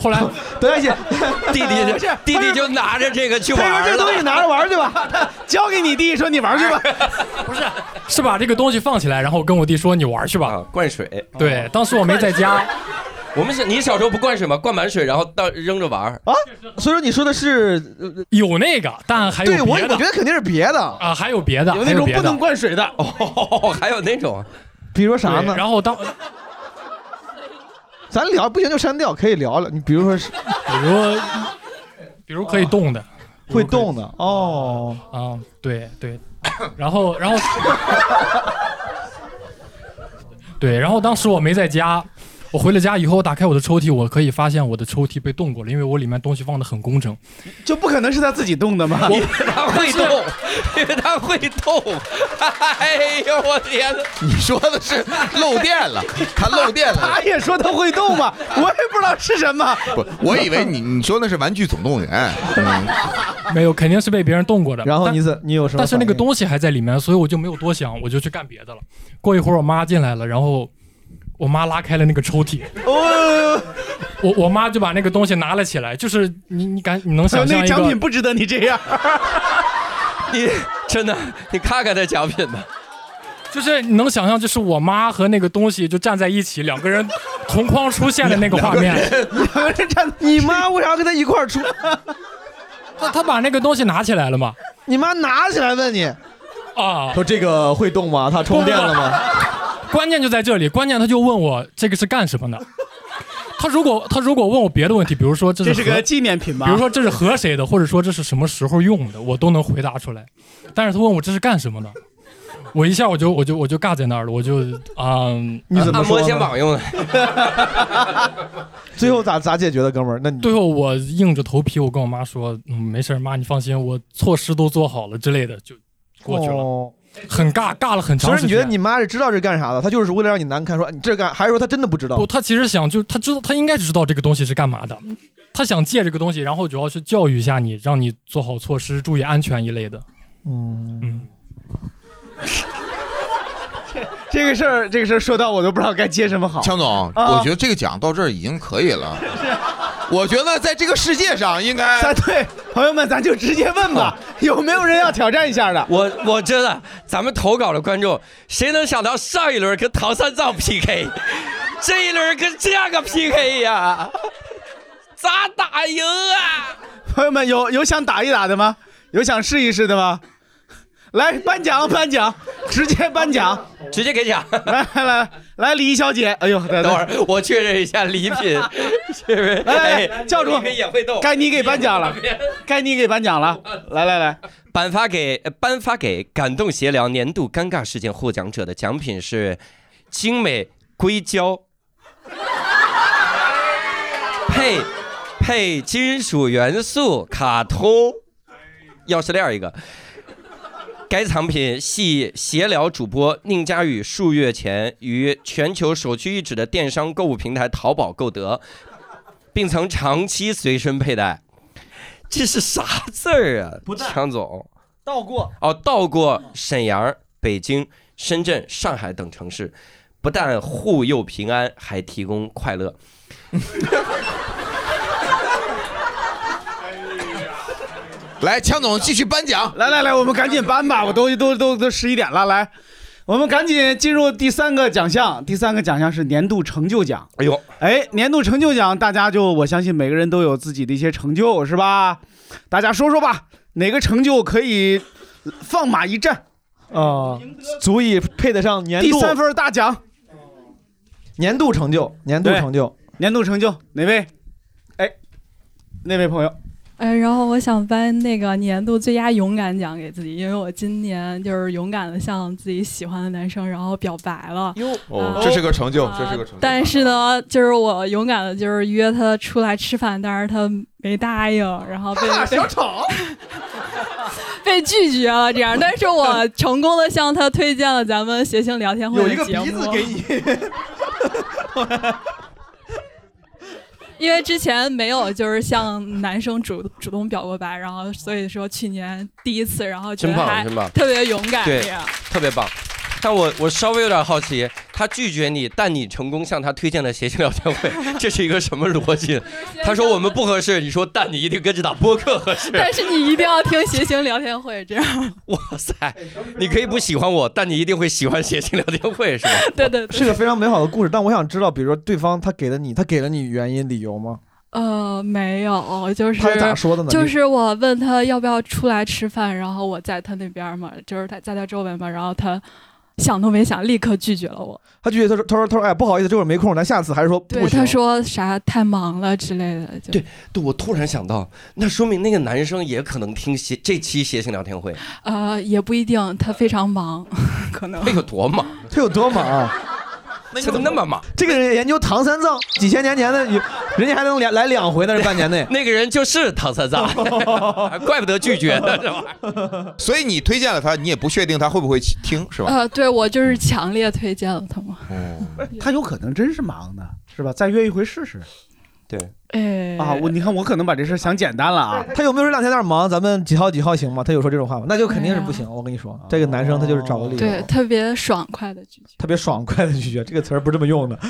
Speaker 27: 后来，
Speaker 5: 等一下，
Speaker 3: 弟弟就弟弟就拿着这个去玩
Speaker 27: 他
Speaker 3: 了，
Speaker 27: 说这东西拿着玩去
Speaker 4: 吧，交给你弟，说你玩去吧。
Speaker 3: 哎
Speaker 27: 是把这个东西放起来，然后跟我弟说你玩去吧，
Speaker 3: 啊灌水。哦
Speaker 27: 对，当时我没在家，
Speaker 3: 我们是你小时候不灌水吗？灌满水然后到扔着玩儿
Speaker 5: 啊？所以说你说的
Speaker 2: 呃
Speaker 5: 是
Speaker 27: 有那个，但还有
Speaker 5: 对我
Speaker 27: 别的
Speaker 5: 我觉得肯定是别的
Speaker 27: 啊，还有别的，
Speaker 5: 有
Speaker 27: 还
Speaker 5: 那种
Speaker 27: 别的
Speaker 5: 不能
Speaker 4: 灌水的，
Speaker 3: 哦，还有那种，
Speaker 5: 比如说啥呢
Speaker 27: 对？然后当
Speaker 5: 咱聊不行就删掉，可以聊聊。你比如说是，比
Speaker 27: 如比如可以动的，
Speaker 5: 会动的哦
Speaker 27: 啊，对对，然后然后 对，然后当时我没在家，我回了家以后打开我的抽屉，我可以发现我的抽屉被动过了，因为我里面东西放的很工整。
Speaker 4: 就不可能是他自己动的嘛？
Speaker 3: 他会动，因为他会动。哎呦我天哪！
Speaker 2: 你说的是漏电了，他漏电了。
Speaker 4: 他也说他会动 嘛，我也不知道是什么。
Speaker 2: 不，我以为你你说那是《玩具总动员》
Speaker 27: 没有，肯定是被别人动过的。
Speaker 5: 然后
Speaker 27: 但
Speaker 5: 你怎你有什么
Speaker 27: 但是那
Speaker 5: 反
Speaker 27: 个东西还在里面，所以我就没有多想，我就去干别的了。过一会儿我妈进来了，然后我妈拉开了那个抽 屉，
Speaker 4: 哦，
Speaker 27: 我我妈就把那个东西拿了起来，就是你你敢你能想象
Speaker 4: 那
Speaker 27: 一
Speaker 4: 个
Speaker 27: 个
Speaker 4: 奖品不值得你这样。
Speaker 3: 你真的，你看看这奖品吧。
Speaker 27: 就是你能想象，就是我妈和那个东西就站在一起，两个人同框出现的那个画面。
Speaker 5: 你妈为啥跟他一块儿出？
Speaker 27: 他他把那个东西拿起来了嘛？
Speaker 5: 你妈拿起来问你
Speaker 27: 啊，
Speaker 5: 说这个会动吗？它充电了吗？
Speaker 27: 关键就在这里，关键他就问我这个是干什么的。他如果他如果问我别的问题，比如说这是
Speaker 4: 这是
Speaker 27: 和
Speaker 4: 个纪念品吗
Speaker 27: 比如说这是和谁的，或者说这是什么时候用的，我都能回答出来。但是他问我这是干什么的，我一下我就我就我就尬在那儿了，我就啊，
Speaker 5: 你怎么说呢按摩肩膀
Speaker 3: 用的？
Speaker 5: 最后咋咋解决的，哥们儿？那你
Speaker 27: 最后我硬着头皮，我跟我妈说，嗯，没事儿，妈你放心，我措施都做好了之类的，就过去了。
Speaker 5: 哦
Speaker 27: 很尬，尬了很
Speaker 5: 所
Speaker 27: 长
Speaker 5: 以
Speaker 27: 时
Speaker 5: 你觉得
Speaker 27: 间。
Speaker 5: 你妈是知道这干啥的？她就是为了让你难看，说你这干，还是说她真的不知道
Speaker 27: 不，？哦他其实想就他知道，他应该知道这个东西是干嘛的，他想借这个东西，然后主要是教育一下你，让你做好措施，注意安全一类的。
Speaker 5: 嗯，
Speaker 4: 这个事儿，这个事儿说到我都不知道该接什么好。
Speaker 2: 强总，
Speaker 4: 啊
Speaker 2: 我觉得这个奖到这儿已经可以了。我觉得在这个世界上应该，
Speaker 4: 咱对朋友们，咱就直接问吧，有没有人要挑战一下的？
Speaker 3: 我我真的，咱们投稿的观众，谁能想到上一轮跟唐三藏 PK，这一轮跟这个
Speaker 2: 哎
Speaker 3: PK 呀、咋打赢啊？
Speaker 4: 朋友们有有想打一打的吗？有想试一试的吗？来颁奖颁奖，直接颁奖，
Speaker 3: 直接给奖。
Speaker 4: 来来来，来李小姐，哎呦，等
Speaker 3: 等会儿我确认一下礼 品是不是？
Speaker 4: 来来
Speaker 3: 哎
Speaker 4: 教主
Speaker 3: 你们也会动，
Speaker 4: 该你给颁奖了，该你给颁奖了，来来来，
Speaker 3: 颁发给呃颁发给感动协聊年度尴尬事件获奖者的奖品是精美硅胶，配配金属元素卡通钥匙链儿一个。该藏品系协聊主播宁佳宇数月前于全球首屈一指的电商购物平台淘宝购得，并曾长期随身佩戴。这是啥字儿啊？强总，
Speaker 4: 到过，
Speaker 3: 哦，到过沈阳、北京、深圳、上海等城市，不但护佑平安，还提供快乐。
Speaker 2: 来，强总继续颁奖。
Speaker 4: 来来来，我们赶紧颁吧，我都都都都十一点了，来，我们赶紧进入第三个奖项，第三个奖项是年度成就奖。
Speaker 3: 哎呦，
Speaker 4: 哎，年度成就奖，大家就我相信每个人都有自己的一些成就，是吧？大家说说吧，哪个成就可以放马一战？
Speaker 5: 啊，足以配得上年
Speaker 4: 第
Speaker 5: 度
Speaker 4: 三份大奖，
Speaker 5: 年度成就，年度
Speaker 4: 对
Speaker 5: 成就，
Speaker 4: 年度成就哪位？哎，那位朋友，
Speaker 1: 嗯、然后我想颁那个年度最佳勇敢奖给自己，因为我今年就是勇敢的向自己喜欢的男生然后表白了。呃
Speaker 2: 哦，这是个成就，这是个成就。
Speaker 1: 但是呢，就是我勇敢的，就是约他出来吃饭，但是他没答应，然后被被
Speaker 4: 丑，
Speaker 1: 被拒绝了。这样，但是我成功的向他推荐了咱们谐星聊天会
Speaker 5: 有一个
Speaker 1: 的节目。
Speaker 5: 鼻子给你，
Speaker 1: 因为之前没有就是向男生主主动表过白，然后所以说去年第一次，然后觉得
Speaker 3: 真棒
Speaker 1: 还
Speaker 3: 真棒
Speaker 1: 特别勇敢
Speaker 3: 对
Speaker 1: 这样。，
Speaker 3: 特别棒。但我我稍微有点好奇，他拒绝你，但你成功向他推荐了谐星聊天 会，这是一个什么逻辑？他说我们不合适，你说但你一定跟这档播客合适。
Speaker 1: 但是你一定要听谐星聊天会，这样
Speaker 3: 哇塞，你可以不喜欢我，但你一定会喜欢谐星聊天会，是吧？
Speaker 1: 对对
Speaker 5: 是个非常美好的故事。但我想知道，比如说对方他给了你，他给了你原因理由吗？
Speaker 1: 呃没有，就是
Speaker 5: 他是咋说的呢
Speaker 1: 就是我问他要不要出来吃饭，然后我在他那边嘛，就是他在他周围嘛，然后他想都没想，立刻拒绝了我。
Speaker 5: 他拒绝，他说他说他说哎不好意思，这会儿没空，咱下次还是说
Speaker 1: 对，
Speaker 5: 不行
Speaker 1: 他。说啥太忙了之类的，就
Speaker 3: 对对，我突然想到，那说明那个男生也可能听谐这期谐星聊天会，
Speaker 1: 呃也不一定，他非常忙，可能。
Speaker 3: 他有多忙？
Speaker 5: 嗯 他有多忙啊？
Speaker 3: 他那么忙？。
Speaker 5: 这个人研究唐三藏几千年前的，有人家还能来来两回呢，这半年 内
Speaker 3: 那个人就是唐三 藏，怪不得拒绝呢，这玩意儿。
Speaker 2: 所以你推荐了他，你也不确定他会不会听，是吧？
Speaker 1: 呃，对我就是强烈推荐了他嘛。
Speaker 4: 他有可能真是忙呢，是吧？再约一回试试。
Speaker 3: 对
Speaker 1: 哎
Speaker 4: 啊，我你看我可能把这事儿想简单了啊。
Speaker 5: 他有没有说两天有点忙，咱们几号几号行吗？他有说这种话吗？那就肯定是不行。我跟你
Speaker 27: 哦
Speaker 5: 说，这个男生他就是找个理由，
Speaker 1: 对，特别爽快的拒绝。
Speaker 5: 特别爽快的拒绝，这个词儿不是这么用的。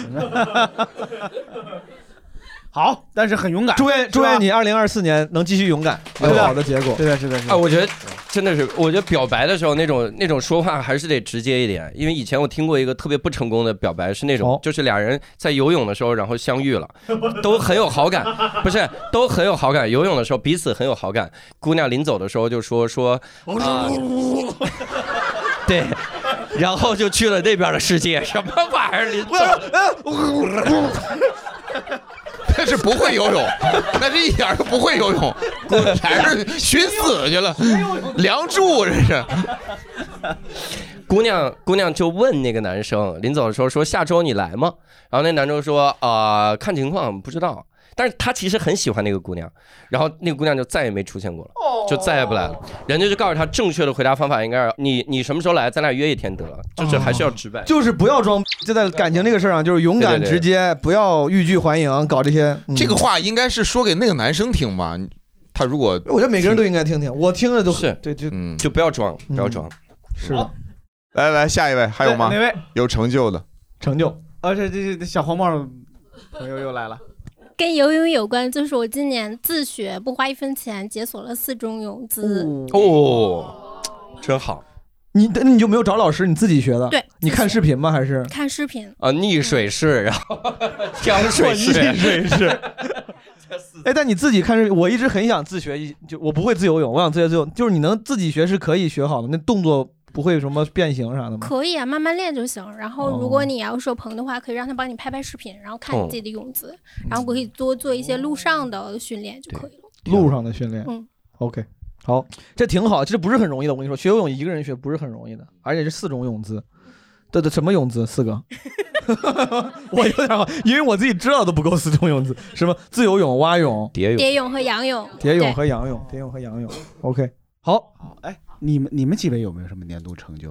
Speaker 4: 好，但是很勇敢。
Speaker 5: 祝愿祝愿你二零二四年能继续勇敢，有好的结果。啊
Speaker 4: 对的，是的，是
Speaker 3: 哎，我觉得真的是，我觉得表白的时候那种那种说话还是得直接一点，因为以前我听过一个特别不成功的表白，是那种、
Speaker 5: 哦
Speaker 3: 就是俩人在游泳的时候，然后相遇了，都很有好感，不是都很有好感，游泳的时候彼此很有好感，姑娘临走的时候就说说
Speaker 5: 哦
Speaker 3: 啊、
Speaker 4: 哦
Speaker 3: 对，然后就去了那边的世界，什么玩意儿？临走。
Speaker 2: 但是不会游泳，但是一点儿都不会游 泳，还是寻死去了。梁祝这是，
Speaker 3: 姑娘，姑娘就问那个男生，临走的时候说：“下周你来吗？”然后那男生说：“啊、看情况，不知道。”但是他其实很喜欢那个姑娘，然后那个姑娘就再也没出现过了，就再也不来了。人家就告诉他，正确的回答方法应该是你你什么时候来，咱俩约一天得了，就是还是要直白。
Speaker 5: 就是不要装，就在感情这个事儿上，就是勇敢
Speaker 3: 对对对
Speaker 5: 直接，不要欲拒还迎，搞这些。嗯
Speaker 2: 这个话应该是说给那个男生听吧？他如果
Speaker 5: 我觉得每个人都应该听听，我听着都
Speaker 3: 是
Speaker 5: 对，就
Speaker 2: 嗯，
Speaker 3: 就不要装，不要装。
Speaker 5: 是
Speaker 2: 来来，下一位还有吗？
Speaker 4: 哪位
Speaker 2: 有成就的？
Speaker 5: 成就？
Speaker 4: 啊，这这这小黄帽朋友又来 了。
Speaker 25: 跟游泳有关，就是我今年自学不花一分钱解锁了四种泳姿。
Speaker 3: 哦，真好
Speaker 5: 你那你就没有找老师，你自己学的？
Speaker 25: 对
Speaker 5: 你看视频吗？还是
Speaker 25: 看视频，
Speaker 3: 啊！溺水式，然后江水式，
Speaker 5: 嗯溺 水式。哎，但你自己看视频，我一直很想自学一，就我不会自由泳，我想自学自由，就是你能自己学是可以学好的，那动作不会什么变形啥的吗？
Speaker 25: 可以啊，慢慢练就行。然后，
Speaker 5: 哦
Speaker 25: 如果你要手疼的话，可以让他帮你拍拍视频，然后看你自己的泳姿，
Speaker 5: 嗯
Speaker 25: 然后可以多做一些路上的训练就可以了。
Speaker 5: 路上的训练。
Speaker 25: 嗯
Speaker 5: OK，好，这挺好，这不是很容易的。我跟你说，学游泳一个人学不是很容易的，而且是四种泳姿。对对，什么泳姿？四个。 我有点好，因为我自己知道都不够四种泳姿，什么自由泳、蛙泳、蝶
Speaker 25: 蝶泳和仰泳，
Speaker 5: 蝶
Speaker 25: 对
Speaker 5: 泳 和仰泳，蝶泳和仰泳。OK，好，哎，
Speaker 4: 你们你们几位有没有什么年度成就？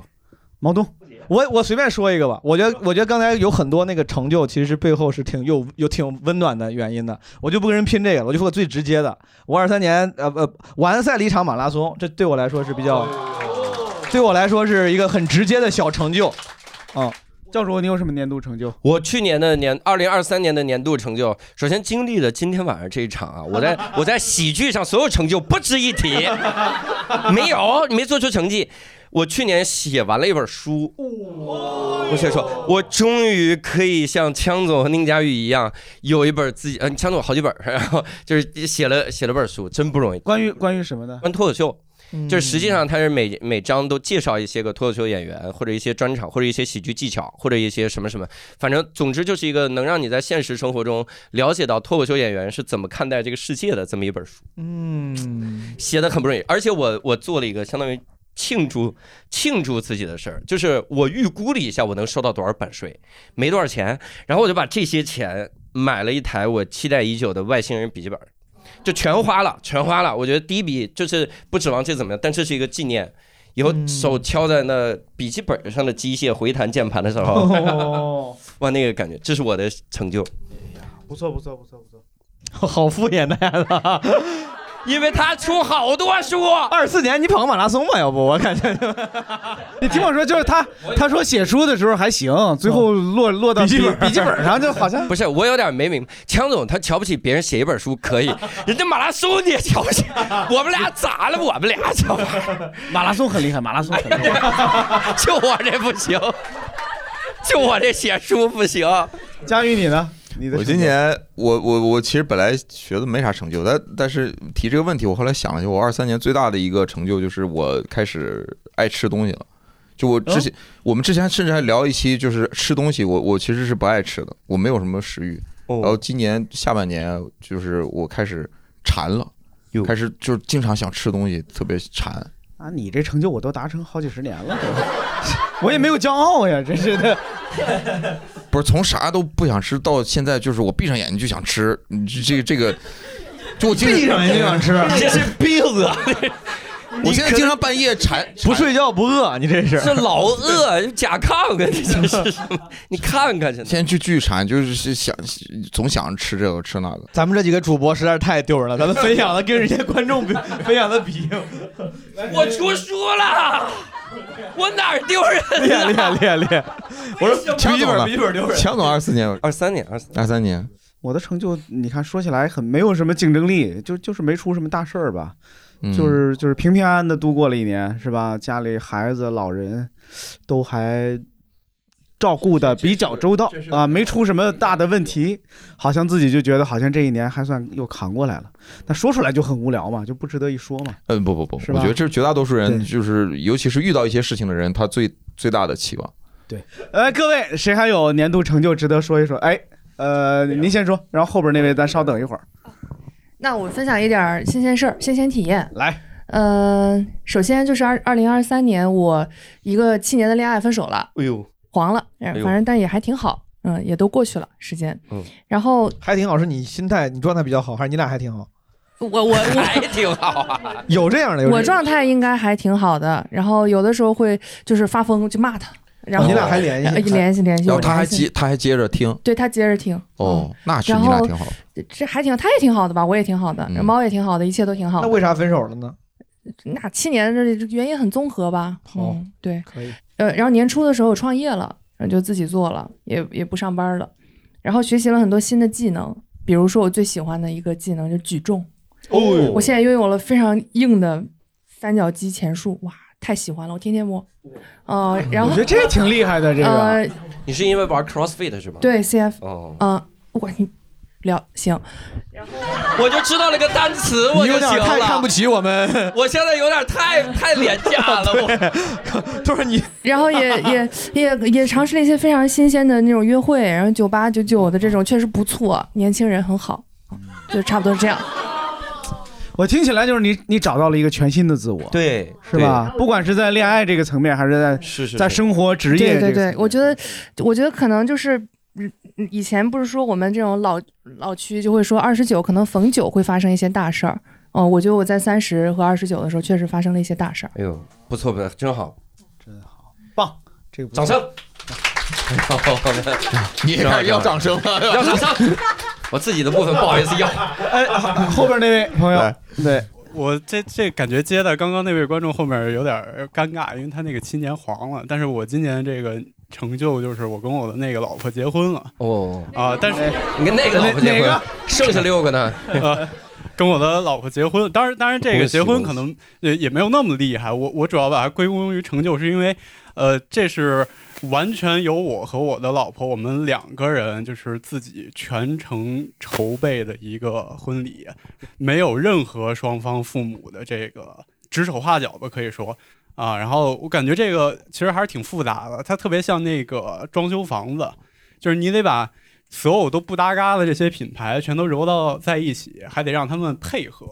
Speaker 4: 毛东，
Speaker 5: 我我随便说一个吧，我觉得我觉得刚才有很多那个成就，其实背后是挺有有挺温暖的原因的，我就不跟人拼这个了，我就说个最直接的，我二三年呃呃完赛了一场马拉松，这对我来说是比较，对我来说是一个很直接的小成就，啊、
Speaker 4: 哦教主你有什么年度成就？
Speaker 3: 我去年的年，二零二三年的年度成就，首先经历了今天晚上这一场啊，我 在我在喜剧上所有成就不值一提，没有，没做出成绩。我去年写完了一本书，
Speaker 5: 哦
Speaker 3: 我写说，我终于可以像枪总和宁佳玉一样，有一本自己，呃，枪总有好几本，然后就是写了写了本书，真不容易。
Speaker 4: 关于关于什么呢？
Speaker 3: 关于脱口秀，
Speaker 4: 嗯
Speaker 3: 就是实际上它是每每章都介绍一些个脱口秀演员，或者一些专场，或者一些喜剧技巧，或者一些什么什么，反正总之就是一个能让你在现实生活中了解到脱口秀演员是怎么看待这个世界的这么一本书，
Speaker 5: 嗯，
Speaker 3: 写的很不容易。而且我我做了一个相当于庆祝庆祝自己的事儿，就是我预估了一下我能收到多少版税，没多少钱，然后我就把这些钱买了一台我期待已久的外星人笔记本。就全花了，全花了。我觉得第一笔就是不指望这怎么样，但这是一个纪 念。以后手敲在那笔记本上的机械回弹键盘的时候，
Speaker 5: 哦
Speaker 3: 哇，那个感觉，这是我的成就。
Speaker 4: 不错不错不错不错。
Speaker 5: 好敷 衍的呀，
Speaker 3: 因为他出好多书。
Speaker 5: 二四年你跑个马拉松吧，要不我感觉。
Speaker 4: 你听我说，就是他，他说写书的时候还行，最后落落到笔笔记本上，就好像
Speaker 3: 不是，我有点没明白，强总他瞧不起别人写一本书可以，人家马拉松你也瞧 不起，我们俩咋了？我们俩瞧不起，
Speaker 4: 马拉松很厉害，马拉松很厉害。
Speaker 3: 就我这不行，就我这写书不行。
Speaker 4: 佳宇，你呢？你的
Speaker 2: 我今
Speaker 4: 成就
Speaker 2: 年我我我其实本来学的没啥成就，但但是提这个问题，我后来想了一下，我二三年最大的一个成就就是我开始爱吃东西了。就我之前，我们之前甚至还聊一期，就是吃东西，我我其实是不爱吃的，我没有什么食欲。
Speaker 4: 哦
Speaker 3: 然
Speaker 2: 后今年下半年，就是我开始馋了，开始就是经常想吃东西，特别馋。
Speaker 4: 啊，你这成就我都达成好几十年了，我也没有骄傲呀，真是的。
Speaker 2: 不是从啥都不想吃到现在，就是我闭上眼睛就想吃，你这这个这个，就我经常
Speaker 5: 闭上眼睛就想吃 你这是
Speaker 3: 病啊！
Speaker 2: 我现在经常半夜馋，
Speaker 5: 不睡觉不饿，你这是
Speaker 3: 这老 饿，甲亢啊！你这是什么？你看看去。
Speaker 2: 现在就巨馋，就是想总想着吃这个吃那个。
Speaker 5: 咱们这几个主播实在是太丢人了，咱们分享的跟人家观 众比分享的比，
Speaker 3: 我出书了，我哪儿丢人啊
Speaker 5: 练
Speaker 3: 了？
Speaker 5: 练练练。我说
Speaker 2: 强
Speaker 5: 笔记
Speaker 2: 总
Speaker 5: 本
Speaker 2: 呢
Speaker 5: 笔记本丢人。
Speaker 2: 强总二四年，
Speaker 3: 二三年，二三
Speaker 2: 二三年，
Speaker 4: 我的成就，你看说起来很没有什么竞争力，就就是没出什么大事儿吧，
Speaker 2: 嗯
Speaker 4: 就是就是平平安安的度过了一年，是吧？家里孩子、老人都还照顾的比较周到啊，没出什么大的问题，好像自己就觉得好像这一年还算又扛过来了。那说出来就很无聊嘛，就不值得一说嘛。
Speaker 2: 嗯，不不不，
Speaker 4: 是吧
Speaker 2: 我觉得这是绝大多数人，
Speaker 4: 对
Speaker 2: 就是尤其是遇到一些事情的人，他最最大的期望。
Speaker 4: 呃，各位谁还有年度成就值得说一说？哎，呃，您先说，然后后边那位咱稍等一会儿。
Speaker 17: 那我分享一点儿新鲜事儿、新鲜体验。
Speaker 4: 来，
Speaker 17: 呃，首先就是二二零二三年，我一个七年的恋爱分手了，
Speaker 3: 哎呦，
Speaker 17: 黄了，
Speaker 5: 哎
Speaker 17: 反
Speaker 5: 呦
Speaker 17: 正但也还挺好，嗯，也都过去了时间。
Speaker 3: 嗯，
Speaker 17: 然后
Speaker 5: 还挺好，是你心态你状态比较好，还是你俩还挺好？
Speaker 17: 我我我
Speaker 3: 还挺好 啊。
Speaker 5: 有这样的，有
Speaker 17: 我
Speaker 5: 这样
Speaker 17: 状态应该还挺好的，然后有的时候会就是发疯就骂他，然
Speaker 5: 哦
Speaker 17: 后
Speaker 2: 你俩还联系
Speaker 17: 呃联系联系，
Speaker 2: 哦然后
Speaker 17: 我
Speaker 2: 他还
Speaker 17: 联系嗯
Speaker 2: 接他还接着听，
Speaker 17: 对他接着听，
Speaker 2: 哦，那是
Speaker 17: 然
Speaker 2: 你俩
Speaker 17: 后
Speaker 2: 挺好。
Speaker 17: 这还挺他也挺好的吧，我也挺好的，猫也挺好的，一切都挺好
Speaker 5: 嗯那
Speaker 17: 的。
Speaker 5: 为啥分手了呢？
Speaker 17: 那七年这原因很综合吧？
Speaker 5: 好
Speaker 17: 嗯，对，
Speaker 5: 可以。
Speaker 17: 呃，然后年初的时候我创业了，然后就自己做了，也也不上班了，然后学习了很多新的技能，比如说我最喜欢的一个技能就是举重。
Speaker 5: 哦哟
Speaker 17: 我现在拥有了非常硬的三角肌前束，哇，太喜欢了，我天天摸。呃，然后
Speaker 4: 我觉得这挺厉害的，这个。
Speaker 17: 呃，
Speaker 3: 你是因为玩 CrossFit 是吗？
Speaker 17: 对 CF，
Speaker 3: 哦，
Speaker 17: 呃嗯，我你
Speaker 6: 了行，
Speaker 3: 我就知道了个单词，我
Speaker 17: 你有
Speaker 3: 就
Speaker 17: 点
Speaker 3: 行
Speaker 17: 太看
Speaker 3: 了
Speaker 17: 不。起我们。
Speaker 3: 我现在有点太太廉价了， 我
Speaker 17: 就是你，
Speaker 6: 然后也也也也尝试了一些非常新鲜的那种约会，然后九八九九的这种确实不错，年轻人很好，就差不多是这样。
Speaker 4: 我听起来就是你，你找到了一个全新的自我，
Speaker 2: 对，
Speaker 4: 是吧？不管是在恋爱这个层面，还是在
Speaker 2: 是
Speaker 4: 在生活、职业这个
Speaker 6: 对
Speaker 4: 层
Speaker 6: 对
Speaker 4: 面
Speaker 6: 对，我觉得，我觉得可能就是。嗯以前不是说我们这种老老区就会说二十九可能逢九会发生一些大事儿，哦，我觉得我在三十和二十九的时候确实发生了一些大事儿。
Speaker 3: 哎呦，不错不错，真好，
Speaker 4: 这个不
Speaker 3: 掌声。
Speaker 2: 你也开始要掌声了，
Speaker 5: 啊
Speaker 3: 要掌声。我自己的部分不好意思要。
Speaker 4: 哎， 后边那位朋友，对
Speaker 10: 我这这感觉接到刚刚那位观众后面有点儿尴尬，因为他那个七年黄了，但是我今年这个成就就是我跟我的那个老婆结婚了。
Speaker 3: 哦
Speaker 10: 啊，但
Speaker 4: 哎
Speaker 10: 是
Speaker 3: 你跟那个老婆结婚，剩下六个呢？
Speaker 10: 呃，跟我的老婆结婚，当然，当然这个结婚可能也也没有那么厉害。我我主要把它归功于成就，是因为，呃，这是完全由我和我的老婆我们两个人就是自己全程筹备的一个婚礼，没有任何双方父母的这个指手画脚吧，可以说。啊，然后我感觉这个其实还是挺复杂的，它特别像那个装修房子，就是你得把所有都不搭嘎的这些品牌全都揉到在一起，还得让他们配合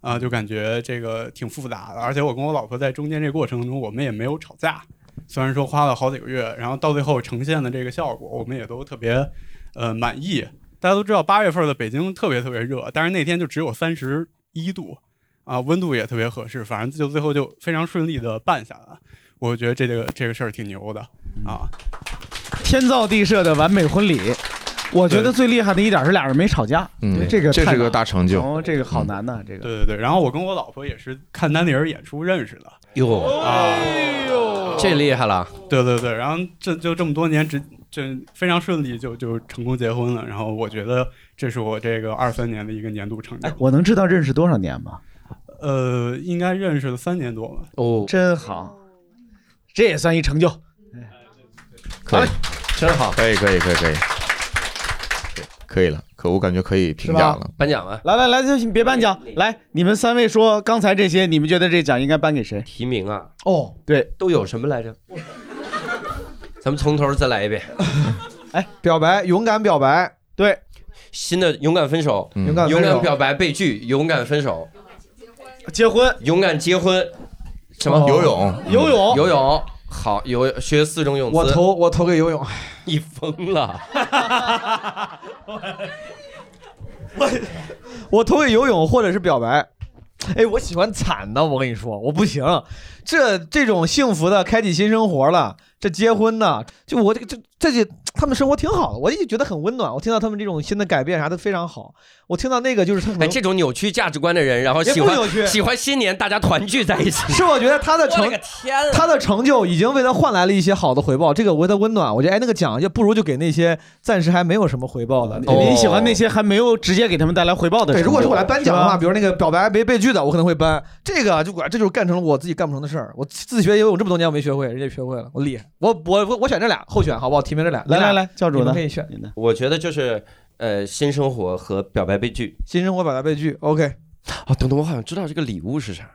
Speaker 10: 啊，就感觉这个挺复杂的。而且我跟我老婆在中间这过程中，我们也没有吵架，虽然说花了好几个月，然后到最后呈现的这个效果，我们也都特别呃满意。大家都知道八月份的北京特别特别热，但是那天就只有三十一度啊，温度也特别合适，反正就最后就非常顺利的办下来了。我觉得这个这个事儿挺牛的啊。
Speaker 4: 天造地设的完美婚礼，我觉得最厉害的一点是俩人没吵架，
Speaker 10: 嗯
Speaker 4: 这个
Speaker 10: 这是
Speaker 4: 太难
Speaker 10: 个大
Speaker 4: 了
Speaker 10: 成就
Speaker 4: 哦，这个好难呐，这个
Speaker 10: 对对对，然后我跟我老婆也是看丹尼尔演出认识的。
Speaker 3: 哟
Speaker 10: 啊，
Speaker 4: 哎
Speaker 3: 这厉害了。
Speaker 10: 对对对，然后这就这么多年，只这非常顺利就就成功结婚了。然后我觉得这是我这个二三年的一个年度成就。
Speaker 4: 我能知道认识多少年吗？
Speaker 10: 呃，应该认识了三年多了。
Speaker 3: 哦，
Speaker 4: 真好，这也算一成就。
Speaker 2: 可以，
Speaker 3: 真好，
Speaker 2: 可以，可以，可以，可以，可以了，可我感觉可以评价了。
Speaker 3: 颁奖啊吧，
Speaker 4: 来来来，就别颁奖，来，你们三位说刚才这些，你们觉得这奖应该颁给谁？
Speaker 3: 提名啊，
Speaker 4: 哦，对，
Speaker 3: 都有什么来着？ 咱们从头 再来一遍。
Speaker 5: 哎，表白，勇敢表白，
Speaker 4: 对，
Speaker 3: 新的勇敢分手，
Speaker 5: 嗯勇敢分
Speaker 3: 勇
Speaker 5: 手
Speaker 3: 敢表白被拒，勇敢分手，
Speaker 4: 结婚，
Speaker 3: 勇敢结婚，什么
Speaker 5: 哦游泳
Speaker 4: 游泳
Speaker 3: 游泳，好，游学四种泳姿。
Speaker 5: 我投我投给游泳，
Speaker 3: 你疯了，
Speaker 5: 嗯我投给游泳或者是表白。哎，我喜欢惨的，我跟你说，我不行，这这种幸福的开启新生活了，这结婚呢，就我这个这这些他们生活挺好的，我也觉得很温暖。我听到他们这种新的改变啥的非常好，我听到那个就是他可
Speaker 3: 哎，
Speaker 5: 能
Speaker 3: 这种扭曲价值观的人，然后
Speaker 5: 也
Speaker 3: 喜
Speaker 5: 不扭曲
Speaker 3: 欢喜欢新年大家团聚在一起，
Speaker 5: 是我觉得他的
Speaker 3: 我
Speaker 5: 成
Speaker 3: 勒个天啊，
Speaker 5: 他的成就已经为他换来了一些好的回报，这个为他温暖。我觉得哎，那个奖也不如就给那些暂时还没有什么回报的。
Speaker 4: 你喜欢那些还没有直接给他们带来回报的成
Speaker 5: 哦对，
Speaker 4: 就？
Speaker 5: 如果是我来颁奖的
Speaker 4: 是吧
Speaker 5: 话，比如那个表白没被拒的，我可能会颁这个啊就管，这就是干成了我自己干不成的事儿。我自学游泳这么多年，我没学会，人家学会了，我厉害。我我我我选这俩候选，好不好？提名这俩，
Speaker 4: 来
Speaker 5: 你俩
Speaker 4: 来来教主呢
Speaker 5: 你们可以选。
Speaker 3: 我觉得就是呃，新生活和表白被拒。
Speaker 5: 新生活表白被拒，OK。
Speaker 3: 啊，等等，我好像知道这个礼物是啥，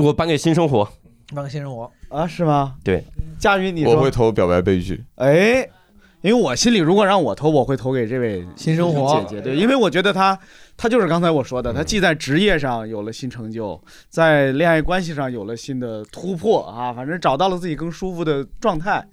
Speaker 3: 我颁给新生活。
Speaker 5: 颁个新生活
Speaker 4: 啊，是吗？
Speaker 3: 对，
Speaker 4: 佳宇，你
Speaker 2: 我会
Speaker 4: 说，
Speaker 2: 投表白被拒。
Speaker 4: 哎，因为我心里如果让我投，我会投给这位
Speaker 5: 新生活嗯
Speaker 4: 姐姐，对，因为我觉得她，她就是刚才我说的，她既在职业上有了新成就，在恋爱关系上有了新的突破啊，反正找到了自己更舒服的状态，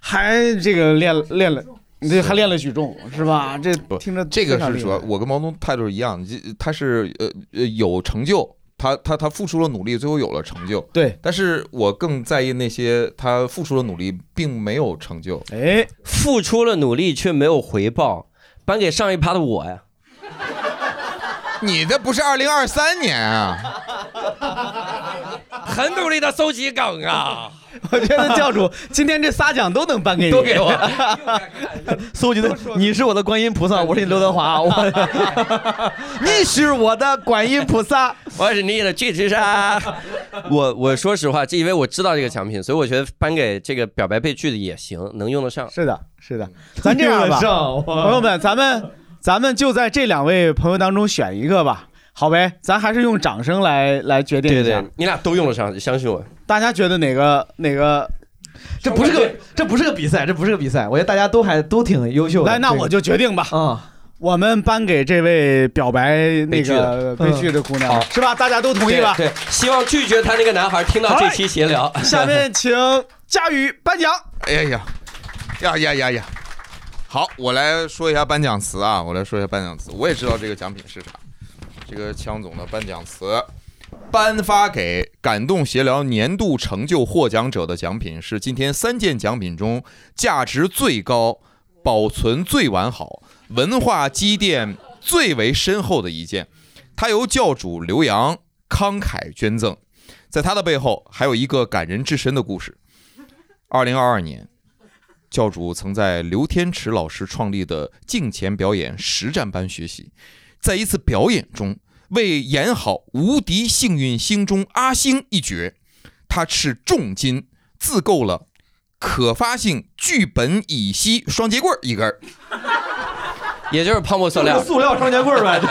Speaker 4: 还这个练了练了，这还练了举重，是吧？这
Speaker 2: 不，
Speaker 4: 听着
Speaker 2: 这个
Speaker 4: 非常
Speaker 2: 是
Speaker 4: 厉
Speaker 2: 说
Speaker 4: 害，
Speaker 2: 我跟毛东态度是一样，这他是呃呃有成就，他他他付出了努力，最后有了成就。
Speaker 4: 对，
Speaker 2: 但是我更在意那些他付出了努力并没有成就。
Speaker 4: 哎，
Speaker 3: 付出了努力却没有回报，颁给上一趴的我呀。
Speaker 2: 你这不是二零二三年啊？
Speaker 3: 很努力的搜集梗啊，
Speaker 4: 我觉得教主今天这仨奖都能颁给你，
Speaker 3: 都给 我
Speaker 5: 搜集的，你是我的观音菩萨，我是你刘德 华，我你是我的观音菩萨，
Speaker 3: 我是你的巨齿鲨。 我我说实话，这因为我知道这个奖品，所以我觉得颁给这个表白被拒的也行，能用得上。
Speaker 4: 是的，是的，咱这样吧，朋友们，咱们咱们就在这两位朋友当中选一个吧，好呗？咱还是用掌声来来决定一下。
Speaker 3: 你俩都用得上，相信我。
Speaker 4: 大家觉得哪个哪个？
Speaker 5: 这不是个这不是个比赛，这不是个比赛，我觉得大家都还都挺优秀的。
Speaker 4: 来，那
Speaker 5: 这个
Speaker 4: 我就决定吧。
Speaker 5: 啊，
Speaker 4: 我们颁给这位表白那个
Speaker 3: 悲
Speaker 4: 悲
Speaker 3: 剧
Speaker 4: 剧
Speaker 3: 的
Speaker 4: 的
Speaker 3: 嗯
Speaker 4: 姑娘，是吧？大家都同意吧？
Speaker 3: 对，对希望拒绝他那个男孩听到这期闲聊。
Speaker 4: 下 面请佳宇颁奖。
Speaker 2: 哎呀呀，呀呀呀呀！好，我来说一下颁奖词啊，我来说一下颁奖词。我也知道这个奖品是啥，这个枪总的颁奖词。颁发给感动协聊年度成就获奖者的奖品是今天三件奖品中价值最高、保存最完好、文化积淀最为深厚的一件。它由教主刘洋慷慨捐赠，在他的背后还有一个感人至深的故事。二零二二年，教主曾在刘天池老师创立的镜前表演实战班学习，在一次表演中，为演好《无敌幸运星》中阿星一角，他斥重金自购了可发性聚苯乙烯双节棍儿一根儿，
Speaker 3: 也就是泡沫塑料
Speaker 5: 塑料双节棍儿呗，就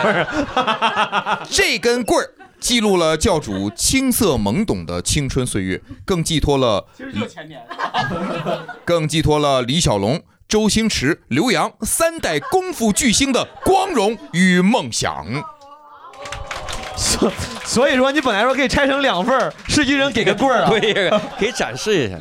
Speaker 5: 是。
Speaker 2: 这根棍儿记录了教主青涩懵懂的青春岁月，更寄托了
Speaker 4: 前年。
Speaker 2: 更寄托了李小龙、周星驰、刘洋三代功夫巨星的光荣与梦想。
Speaker 5: 所所以说，你本来说可以拆成两份儿，是一人给个棍儿啊。
Speaker 3: 对，这个可以展示一下，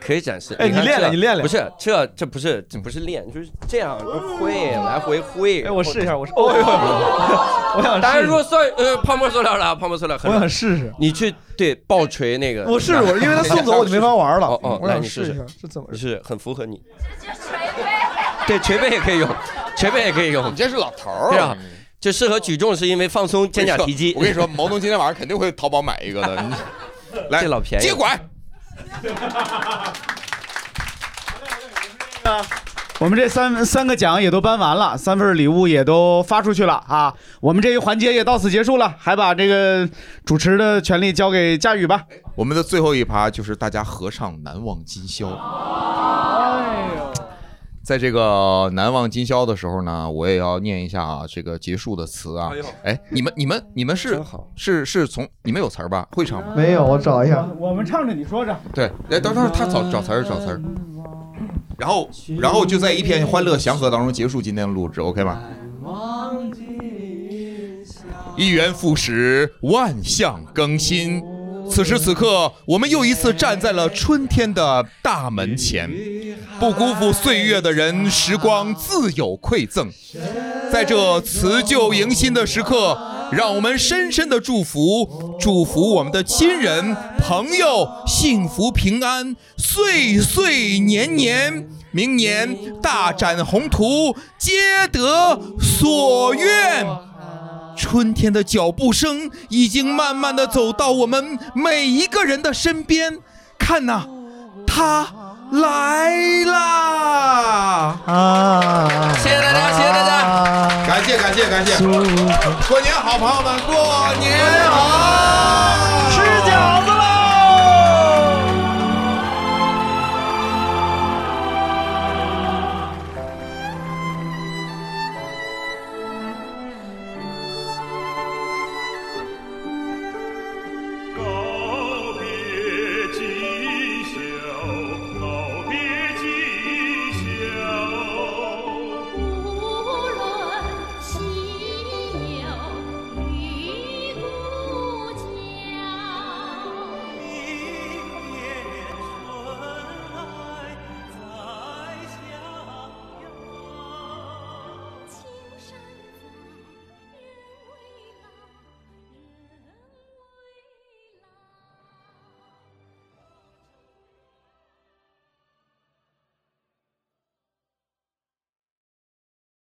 Speaker 3: 可以展示。
Speaker 5: 哎
Speaker 3: 看
Speaker 5: 你练
Speaker 3: 这
Speaker 5: 练你练练
Speaker 3: 不是，这这不是这不是练，就是这样挥来回挥。
Speaker 5: 哎，我试一下，我试。哦
Speaker 3: 哦，
Speaker 5: 我想
Speaker 3: 当然
Speaker 5: 试
Speaker 3: 如果算呃泡沫塑料了，泡沫塑料很。
Speaker 5: 我想试试。
Speaker 3: 你去对爆锤那个。
Speaker 5: 我试试，我因为他送走我就没法玩了。
Speaker 3: 哦哦，
Speaker 5: 我
Speaker 3: 来
Speaker 5: 想
Speaker 3: 你试
Speaker 5: 试一
Speaker 3: 试
Speaker 5: 下，这怎么？
Speaker 3: 是很符合你。对，捶背也可以用，捶背也可以用。你
Speaker 2: 这是老头儿
Speaker 3: 对啊，就适合举重是因为放松肩胛提肌。
Speaker 2: 我跟你说，毛东今天晚上肯定会淘宝买一 个的。你来，
Speaker 3: 这老便宜
Speaker 2: 接管。
Speaker 4: 我们这三三个奖也都颁完了，三份礼物也都发出去了啊！我们这一环节也到此结束了，还把这个主持的权利交给佳宇吧。
Speaker 2: 我们的最后一趴就是大家合唱《难忘今宵》。在这个难忘今宵的时候呢，我也要念一下啊，这个结束的词啊。哎，你们你们你们是是是从你们有词儿吧？会唱吗？
Speaker 5: 没有，我找一下。
Speaker 4: 我们唱着你说着，
Speaker 2: 对，哎，等会儿他找找词儿找词儿，然后然后就在一片欢乐祥和当中结束今天的录制，OK 吗？一元复始，万象更新。此时此刻，我们又一次站在了春天的大门前。不辜负岁月的人，时光自有馈赠。在这辞旧迎新的时刻，让我们深深的祝福，祝福我们的亲人、朋友幸福平安，岁岁年年。明年大展宏图，皆得所愿。春天的脚步声已经慢慢的走到我们每一个人的身边，看呐、 他来啦！
Speaker 5: 啊！
Speaker 2: 谢谢大家，谢谢大家，感谢感谢感谢！过年好，朋友们，过年好！